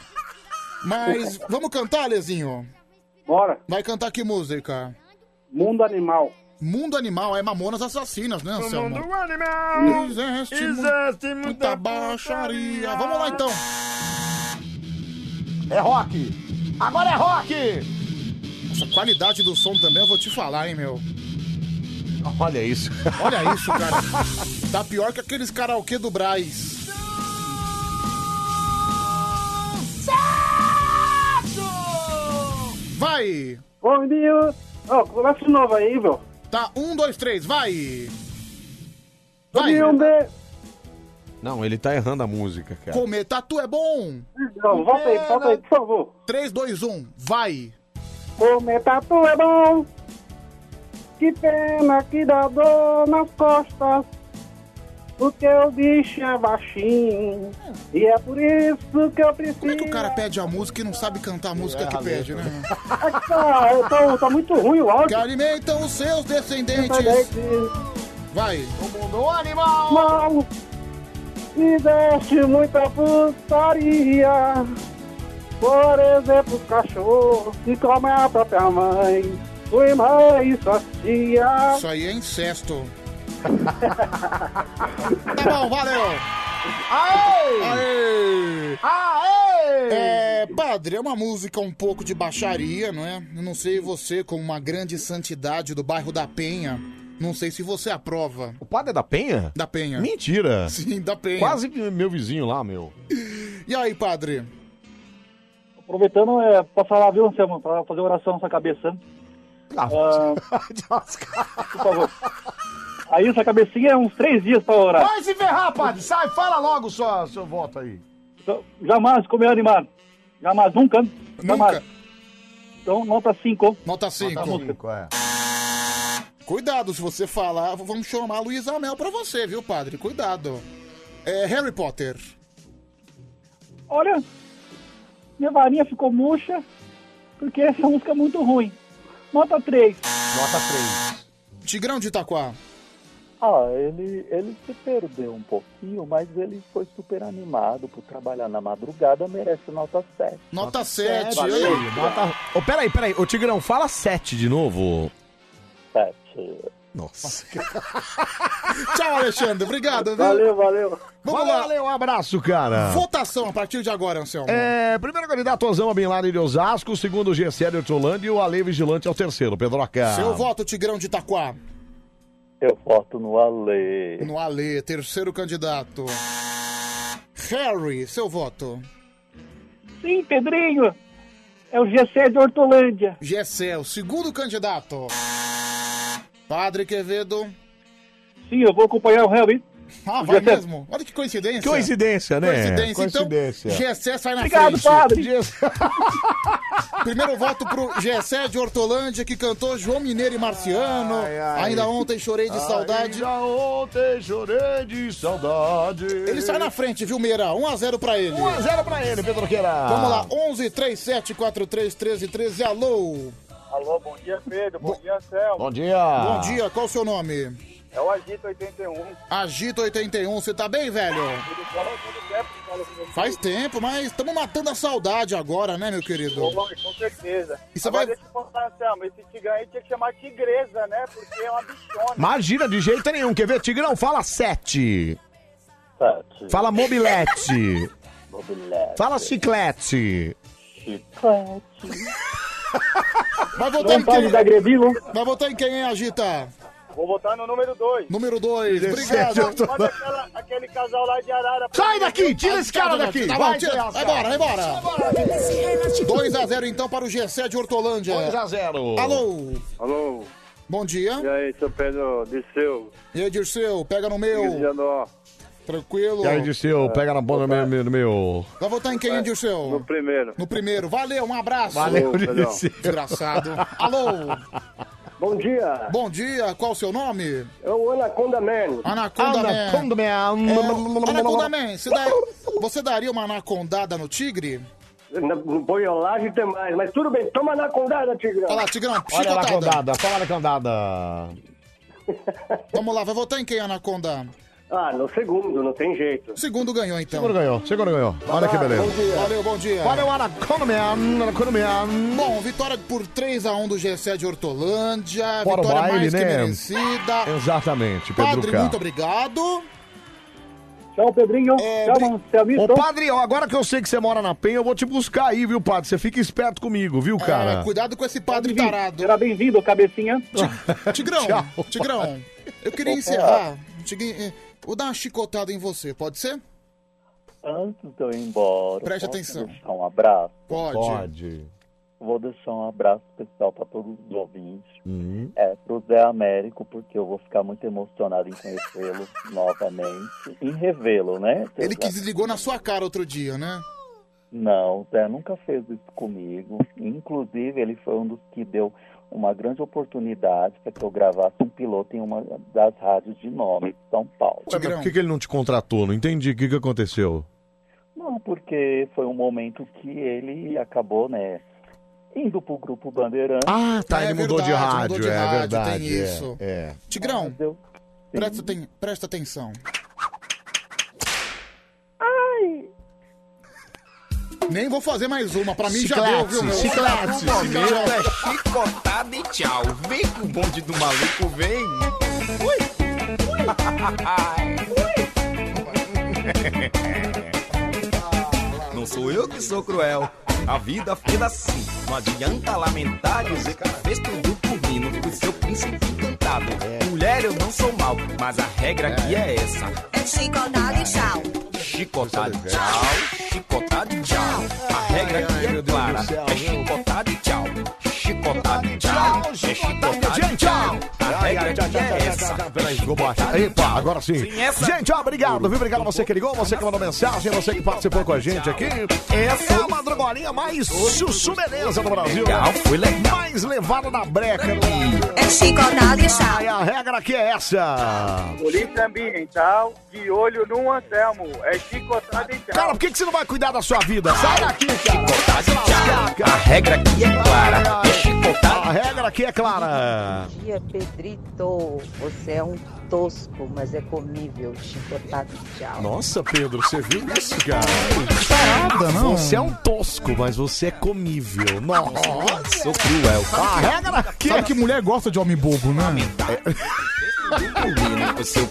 S3: Mas vamos cantar, Lezinho?
S33: Bora.
S3: Vai cantar que música?
S33: Mundo Animal.
S3: Mundo Animal, é Mamonas Assassinas, né, Anselmo?
S9: Mundo Animal.
S3: Existe, mu-
S9: Existe
S3: muita baixaria. Vamos lá, então.
S9: É rock. Agora é rock.
S3: Nossa, a qualidade do som também, eu vou te falar, hein, meu.
S1: Olha isso.
S3: (laughs) Olha isso, cara. Tá pior que aqueles karaokê do Braz. Vai!
S33: Bom dia. Ó, começa de novo aí, velho.
S3: Tá, um, dois, três, vai! né?
S33: Vai. Bom dia,
S1: Não, ele tá errando a música, cara.
S3: Comer tatu é bom!
S33: Não, volta aí, volta aí, por favor.
S3: 3, 2, 1, vai!
S33: Comer tatu é bom. Que pena que dá dor nas costas. Porque o bicho é baixinho. E é por isso que eu preciso.
S3: Como é que o cara pede a música e não sabe cantar a música que pede, né?
S33: (laughs) Ah, tá, tá muito ruim o áudio.
S3: Que alimentam os seus descendentes. Vai.
S9: O mundo animal.
S33: Mal. E desce muita putaria.
S34: Por exemplo, os cachorros que comem a própria mãe, sua irmã e sua tia.
S3: Isso aí é incesto. tá bom, valeu.
S9: Aê!
S3: Aê!
S9: Aê!
S3: É, padre, é uma música um pouco de baixaria, não é? Eu não sei você, como uma grande santidade do bairro da Penha, não sei se você aprova.
S1: O padre é da Penha?
S3: Da Penha.
S1: Mentira.
S3: Sim, da Penha.
S1: Quase meu vizinho lá, meu.
S3: E aí, padre?
S24: Aproveitando, é, pra falar, viu, Anselmo, pra fazer oração na sua cabeça. Ah,
S3: (laughs)
S24: por favor. Aí essa cabecinha é uns três dias pra orar.
S9: Vai se ferrar, padre. Sai, fala logo sua, seu voto aí.
S24: Então, Jamais comer animado. Jamais, nunca. Jamais. Então, nota 5.
S3: Nota 5.
S1: é.
S3: Cuidado se você falar, v- vamos chamar a Luísa Mel pra você, viu, padre? Cuidado. É Harry Potter.
S24: Olha, minha varinha ficou murcha, porque essa música é muito ruim. Nota 3.
S9: Nota 3.
S3: Tigrão de Itaquá.
S17: Ah, ele, ele se perdeu um pouquinho, mas ele foi super animado por trabalhar na madrugada, merece nota 7.
S3: Nota 7.
S17: Valeu.
S1: Nota... Ô, peraí, peraí. Ô, Tigrão, fala 7 de novo.
S17: 7.
S1: Nossa.
S3: Tchau, Alexandre. Obrigado, viu?
S9: Valeu, valeu.
S3: Vamos
S1: Valeu,
S3: lá.
S1: valeu, um abraço, cara.
S3: Votação a partir de agora, Anselmo.
S1: É, primeiro candidato Osama Bin Laden de Osasco, segundo Gessélio de Holândia e o Ale Vigilante é o terceiro, Pedroca.
S3: Seu voto, Tigrão de Itaquá.
S17: Eu voto no Ale.
S3: No Ale, terceiro candidato. Harry, seu voto.
S24: Sim, Pedrinho. É o Gessé de Hortolândia.
S3: Gessé, o segundo candidato. Padre Quevedo.
S24: Sim, eu vou acompanhar o (laughs) Harry.
S3: Ah, vai
S24: Gessé.
S3: mesmo? Olha que coincidência.
S1: Coincidência, né?
S3: Coincidência.
S1: Coincidência.
S3: Então, Gessé sai na
S24: Obrigado,
S3: frente.
S24: padre.
S3: (laughs) Primeiro voto pro Gessé de Hortolândia, que cantou João Mineiro e Marciano. Ainda ontem chorei de saudade.
S9: Ainda ontem chorei de saudade.
S3: Ele sai na frente, viu, Meira? 1x0 pra ele.
S9: 1x0 pra ele, Pedroqueira.
S3: Vamos lá, 11 37 43 13 13. Alô.
S14: Alô, bom dia, Pedro. Bom, dia, Selma.
S1: Bom dia.
S3: Bom dia, qual o seu nome?
S14: É o Agito 81.
S3: Agito 81, você tá bem, velho?
S14: Tudo bom? Tudo certo? que fala com você?
S3: Faz tempo, mas estamos matando a saudade agora, né, meu querido?
S14: Ô, Lóis, Com certeza.
S3: E você
S14: Agora
S3: vai-
S14: deixa eu contar, Selma. Esse tigrão aí tinha que chamar tigresa, né? Porque é uma bichona.
S1: Imagina, de jeito nenhum. Quer ver, Tigrão? Fala 7.
S3: (laughs)
S1: Fala mobilete.
S17: Mobilete.
S1: Fala chiclete.
S3: (laughs) Vai votar em quem?
S1: da
S24: Grevilo.
S3: Vai votar em quem, hein, Agita?
S14: Vou votar no núero 2.
S3: Número 2,
S14: Manda
S3: obrigado.
S14: manda aquela- aquele casal lá de Arara. pra
S9: (laughs) Sai
S14: mim.
S9: daqui, tira esse cara daqui.
S3: Tá bom,
S9: Vai,
S3: tira.
S9: Celso,
S3: Vai
S9: cara.
S3: embora, vai embora.
S9: Vai.
S3: 2x0 então para o G7 de Hortolândia.
S9: 2x0.
S3: Alô.
S35: Alô.
S3: Bom dia.
S35: E aí, seu Pedro Disseu?
S3: E aí, Dirceu, pega no
S35: Rio de
S3: meu.
S35: Janeiro.
S3: Tranquilo.
S1: E aí,
S3: É,
S1: Disseu, pega na bola do meu, do meu.
S3: Vai votar em quem, hein, Dirceu?
S35: No primeiro.
S3: No primeiro. Valeu, um abraço.
S1: Valeu,
S35: Pedrão.
S1: Disseu. (laughs)
S3: Desgraçado. Alô.
S36: Bom dia.
S3: Bom dia, qual o seu nome?
S36: É o Anaconda Man.
S3: Anaconda Man.
S1: Anaconda Man.
S3: É, Anaconda Man, você, dá- você daria uma anacondada no tigre?
S36: Na- No boiolagem tem mais, mas tudo bem. Toma anacondada, Tigrão.
S3: Olha lá, Então. Tigrão,
S1: Olha lá,
S3: chicotada.
S1: Condada. Fala na Condada.
S3: Vamos lá, vai votar em quem, Anaconda?
S36: Ah, no segundo, não tem jeito.
S3: Segundo ganhou, então.
S1: Segundo ganhou, segundo ganhou. Olha que beleza.
S3: Valeu, bom dia.
S1: Valeu, Anaconda Man. Anaconda Man.
S3: Bom, vitória por 3x1 do G7 de Hortolândia.
S1: Fora o
S3: vitória
S1: baile,
S3: mais que
S1: né?
S3: merecida.
S1: Exatamente, Pedro
S3: Padre,
S1: K.
S3: muito obrigado. É,
S24: Tchau, Pedrinho. Tchau, Anselmito.
S1: Ô, padre, ó, agora que eu sei que você mora na Penha, eu vou te buscar aí, viu, padre? Você fica esperto comigo, viu, cara?
S3: É, cuidado com esse padre tarado.
S24: Será bem-vindo, cabecinha.
S1: (laughs)
S3: Tigrão,
S1: Tchau.
S3: Tigrão, eu queria
S17: Opa.
S3: encerrar. Tigre- eh, Vou dar uma chicotada em você, pode ser?
S17: Antes de eu ir embora,
S3: Preste
S17: posso
S3: atenção.
S17: deixar um abraço?
S3: Pode.
S1: Pode.
S17: Vou deixar um abraço especial para todos os ouvintes. É, pro Zé Américo, porque eu vou ficar muito emocionado em conhecê-lo (laughs) novamente. Em revê-lo, né? seu
S3: Ele
S17: Zé?
S3: que desligou na sua cara outro dia, né?
S17: Não, o Zé nunca fez isso comigo. Inclusive, ele foi um dos que deu uma grande oportunidade para que eu gravasse um piloto em uma das rádios de nome de São Paulo.
S1: Ué, mas por que, que ele não te contratou? Não entendi. O que, que aconteceu?
S17: Não, porque foi um momento que ele acabou, né, indo pro grupo Bandeirante.
S1: Ah, tá,
S3: É
S1: ele mudou de
S3: verdade,
S1: rádio,
S3: mudou de
S1: é
S3: rádio,
S1: verdade.
S3: tem
S1: é,
S3: isso.
S1: É.
S3: Tigrão, presta, aten- presta atenção.
S17: Ai!
S3: Nem vou fazer mais uma, pra mim já deu,
S9: Chiclete,
S3: viu, meu?
S9: chiclete,
S3: Chiclete, chiclete.
S9: é chicotada e tchau. Vem com o bonde do maluco, vem. Não sou eu que sou cruel. A vida fez assim. Não adianta lamentar dizer que fez tudo por mim. Não fui seu príncipe encantado.
S3: É.
S9: Mulher, eu não sou mal, mas a regra aqui é essa.
S37: É chicotada e tchau.
S9: Chicotado, tchau. Chicotado, tchau. A regra aqui é clara. É chicotado, tchau. Chicotado, tchau. É chicotado, tchau. A regra aqui é essa. Peraí, ficou baixo.
S1: Epa, agora sim. Gente, ó, obrigado, viu? Obrigado a você que ligou, você que mandou mensagem, você que participou com a gente aqui. Essa é a madrugolinha mais sussumereza do Brasil.
S9: Legal,
S1: foi legal. Mais levada na breca.
S37: É chicotada e tchau.
S1: Ai, a regra aqui é essa.
S22: Polícia Ambiental, de olho no Anselmo. É chicotada e tchau.
S1: Cara, por que, que você não vai cuidar da sua vida? Sai daqui, cara.
S9: A regra aqui é clara. É chicotado.
S1: A regra aqui é clara.
S2: dia, Pedrito. Você é um tosco, mas é comível. Chicotado, tchau.
S1: Nossa, Pedro, você viu isso, cara? Parada,
S3: não.
S1: Você é um tosco, mas você é comível. Nossa, é sou cruel. A
S3: né?
S1: regra aqui né?
S3: Sabe que mulher gosta de homem bobo, né?
S1: É.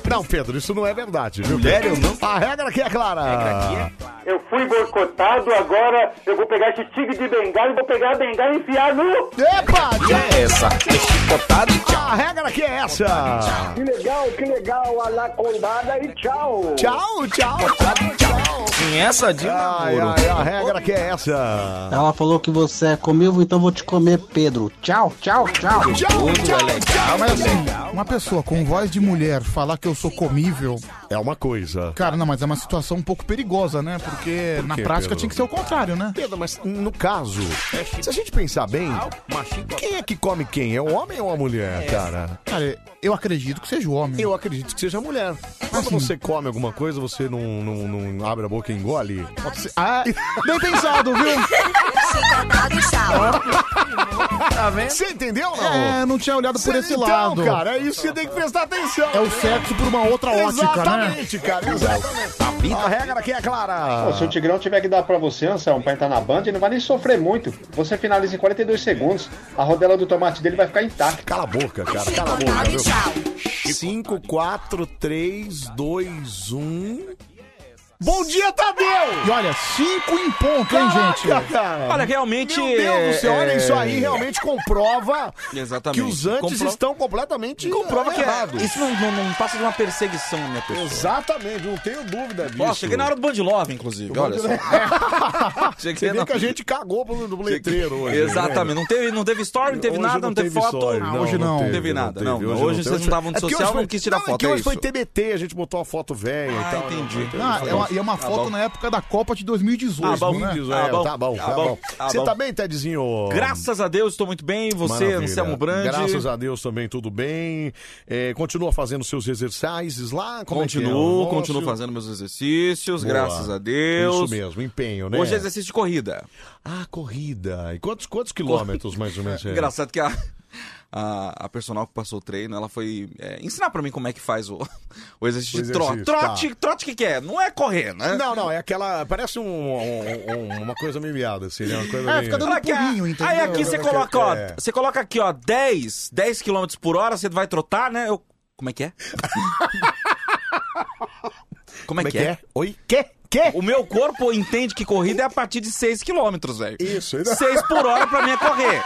S1: Não, Pedro, isso não é verdade, viu? Mulher, eu não. A regra aqui é clara.
S22: Eu fui boicotado, agora eu vou pegar esse tigre de bengala e vou pegar a bengala e enfiar no...
S1: Epa! É essa. É chicotado e tchau. A regra aqui é essa.
S38: Que legal, que legal, alacondada e tchau.
S1: Tchau, tchau, tchau, tchau.
S9: Sim,
S3: é
S9: essa de
S1: Ai, ai, a regra que é essa.
S11: Ela falou que você é comigo, então vou te comer, Pedro. Tchau, tchau, tchau.
S3: Ah, mas assim, uma pessoa com voz de mulher falar que eu sou comível.
S1: É uma coisa.
S3: Cara, não, mas é uma situação um pouco perigosa, né? Porque
S1: Por
S3: na
S1: quê,
S3: prática
S1: Pedro?
S3: tinha que ser o contrário, né?
S1: Pedro, mas no caso, se a gente pensar bem, quem é que come quem? É o homem ou a mulher, cara?
S3: Cara, eu acredito que seja o homem. Assim.
S1: Eu acredito que seja a mulher. Quando você come alguma coisa, você não, não, não abre a boca e engole? É,
S3: Ah, bem pensado, viu?
S37: Chicotada e tchau.
S1: Você entendeu, não?
S3: Tá É, não tinha olhado por
S1: Cê-
S3: esse
S1: então,
S3: lado.
S1: cara, é isso que você tem que prestar atenção.
S3: É o sexo por uma outra ótica,
S1: Exatamente,
S3: né?
S1: cara, exatamente. A, regra aqui é clara.
S24: Pô, se o Tigrão tiver que dar pra você, Anselmo, pra entrar na banda, ele não vai nem sofrer muito. Você finaliza em 42 segundos, a rodela do tomate dele vai ficar intacta.
S1: Cala a boca, cara, cala a boca, viu? 5, 4, 3, 2, 1. Bom dia, Tadeu!
S3: E olha, cinco em Um ponto, hein, gente?
S1: Caraca, cara.
S24: Olha, realmente,
S1: Meu Deus do céu, olha,
S24: é-
S1: isso aí realmente comprova
S24: Exatamente.
S1: que os antes
S24: Comprova-
S1: estão completamente
S24: Comprova que é-
S1: errados.
S24: isso não, não- não passa de uma perseguição, minha pessoa.
S1: Exatamente, não tenho dúvida disso.
S24: Ó, cheguei na hora do Band Love, inclusive. Olha só. (laughs) Cheguei
S1: Você vê
S24: na-
S1: que a gente cagou pro do letreiro hoje. né?
S24: Exatamente. Não teve, não teve story, não teve
S1: Hoje
S24: nada, não, teve, foto.
S1: story,
S24: Não teve nada. Não,
S1: teve,
S24: hoje, vocês não
S1: teve.
S24: estavam no
S1: É porque
S24: social,
S1: hoje foi-
S24: não quis tirar
S1: não, é
S24: foto.
S1: que
S24: é
S1: hoje foi
S24: isso.
S1: TBT, a gente botou uma foto velha e tal.
S24: entendi.
S1: Não,
S3: Ah, é uma, e é uma
S1: Tá
S3: foto
S1: bom.
S3: na época da Copa de 2018,
S1: Ah, bom,
S3: né?
S1: tá bom, tá bom, tá bom.
S24: tá
S1: Você
S24: bom.
S1: tá bem, Tedzinho?
S24: Graças a Deus, estou muito bem. Você,
S1: Maravilha.
S24: Anselmo Brandi.
S1: Graças a Deus também, tudo bem. É, continua fazendo seus exercícios lá? Como é que é o
S24: Continuo,
S1: negócio?
S24: continuo fazendo meus exercícios,
S1: Boa.
S24: graças a Deus.
S1: Isso mesmo, empenho, né?
S24: Hoje é exercício de corrida.
S1: Ah, corrida. E quantos, quantos quilômetros, mais ou menos? é?
S24: Engraçado que a, a, a personal que passou o treino, ela foi é, ensinar pra mim como é que faz o, o exercício
S1: O
S24: de trote.
S1: exercício, tá.
S24: Trote, trote o que, que é? Não é correr, né?
S1: Não, não, é aquela. Parece um, um- um- uma coisa meio miada, assim, né? Uma
S3: É,
S1: coisa meio-
S3: um
S1: É.
S24: Olha aqui, Aí aqui você coloca, ó, você coloca aqui, ó, 10, 10 km por hora, você vai trotar, né? Eu... Como é
S1: (laughs)
S24: que é? Como é que é?
S1: Oi? Que? Que?
S24: O meu corpo entende que corrida é a partir de 6 km, velho.
S1: Isso, ainda-
S24: 6 por hora pra mim é
S1: (laughs)
S24: correr.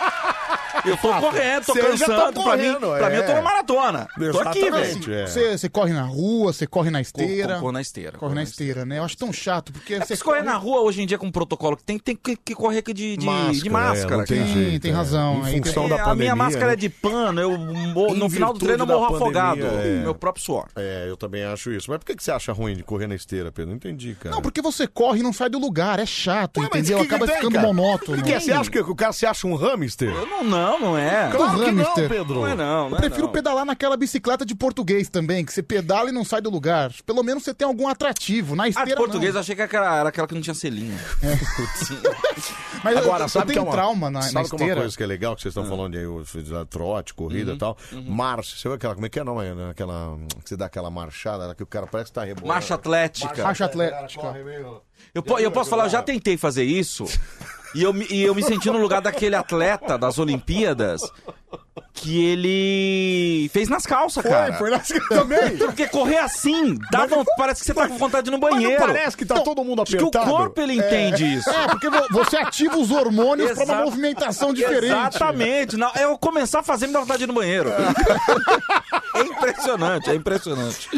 S24: Eu tô correndo, tô
S1: Você já tá
S24: cansando, pra mim,
S1: correndo,
S24: pra mim eu tô
S1: é.
S24: na maratona. Tô aqui,
S1: Exatamente,
S24: velho.
S1: é.
S3: Você, você corre na rua, você corre na esteira.
S24: Corro- corro na esteira,
S3: Corre na esteira, né? Eu acho tão chato, porque
S24: É
S3: você
S24: que se correr na rua hoje em dia com um protocolo que tem, tem que, que correr aqui de, de
S1: Máscara,
S24: máscara.
S1: é,
S24: De máscara
S1: não tem
S24: cara.
S1: jeito, Sim, tem é. razão, Em aí tem- função da
S24: A
S1: pandemia,
S24: minha máscara
S1: né?
S24: é de pano, eu morro,
S1: Em
S24: no final do
S1: virtude
S24: treino eu
S1: da
S24: morro
S1: pandemia,
S24: afogado. Hum,
S1: é.
S24: Meu próprio suor.
S1: É, eu também acho isso. Mas por que, que você acha ruim de correr na esteira, Pedro? Não entendi, cara.
S3: Não, porque você corre e não sai do lugar, é chato,
S1: Mas
S3: entendeu?
S1: que que
S3: Acaba
S1: tem,
S3: ficando
S1: cara?
S3: monótono.
S1: O que, que é? Você acha que o cara se acha um hamster?
S24: Eu não, Não, não é.
S3: Claro que não,
S24: Pedro. Não é não, não
S3: Eu
S24: é
S3: prefiro
S24: não.
S3: pedalar naquela bicicleta de português também, que você pedala e não sai do lugar. Pelo menos você tem algum atrativo. Na
S24: Ah, de
S3: esteira, É.
S24: português, eu achei que era, era aquela que não tinha selinho. Putz.
S3: Mas
S24: Agora,
S3: eu- eu
S24: sabe
S3: tenho
S24: que é uma-
S3: trauma na, na
S1: Sabe que uma
S3: esteira. Hum. Uhum,
S1: coisa que é legal que vocês estão falando aí, os- os- trote, corrida e tal? Marcha, você viu aquela, como é que é não? É, né? Aquela, hum, que você dá aquela marchada, ela que o cara parece que tá rebolando.
S24: é Marcha atlética.
S3: Marcha
S1: atlética.
S24: Eu, po- eu posso falar, eu já tentei fazer isso. E eu, me- e eu me senti no lugar daquele atleta das Olimpíadas que ele fez nas calças,
S1: Foi,
S24: cara.
S1: foi nas calças também.
S24: (laughs) Porque correr assim, dá von- parece que você tá com vontade de ir no banheiro.
S39: parece que tá
S24: Então,
S39: todo mundo
S24: acho que
S39: apertado?
S24: o corpo ele entende isso.
S3: É, porque vo- você ativa os hormônios pra uma
S24: Exato.
S3: movimentação diferente.
S24: Exatamente. Na- eu começar a fazer, me dá vontade de ir no banheiro. (laughs) É impressionante, é impressionante.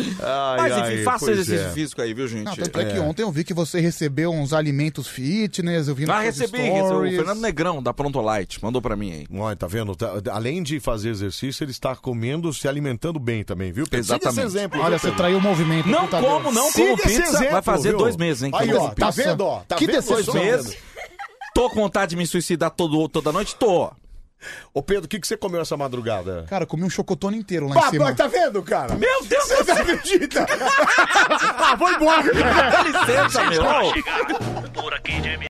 S24: Mas enfim,
S1: ai,
S24: faça
S1: pois
S24: exercício
S1: é.
S24: físico aí, viu, gente?
S3: Não, tanto é. que ontem eu vi que você recebeu uns alimentos fitness, eu vi no
S24: Ah,
S3: seus
S24: recebi,
S3: stories.
S24: recebi. O Fernando Negrão, da Pronto Light, mandou pra mim aí.
S1: Olha, tá vendo? Tá- além de fazer exercício, ele está comendo, se alimentando bem também, viu? Pedro? Siga
S24: Exatamente.
S1: esse exemplo.
S3: Olha,
S1: viu,
S3: você
S1: Pedro?
S3: traiu o movimento.
S24: Não
S3: puta
S24: como,
S3: Deus.
S24: não
S1: Siga
S24: como
S1: esse
S24: pizza. vai
S1: exemplo,
S24: fazer
S1: viu?
S24: dois meses, hein? que
S1: Aí,
S24: eu
S1: ó,
S24: como
S1: tá
S24: pizza.
S1: vendo, ó? Tá
S24: que
S1: vendo,
S24: dois
S1: só?
S24: meses? Tô com vontade de me suicidar todo, toda noite? Tô.
S1: Ô, Pedro, o que, que você comeu essa madrugada?
S3: Cara, eu comi um chocotone inteiro lá
S1: Bah,
S3: em cima.
S1: mas tá vendo, cara?
S24: Meu Deus
S1: Você não
S24: (laughs)
S1: acredita? (laughs) ah, vou embora.
S24: Dá licença, meu.
S19: Por aqui.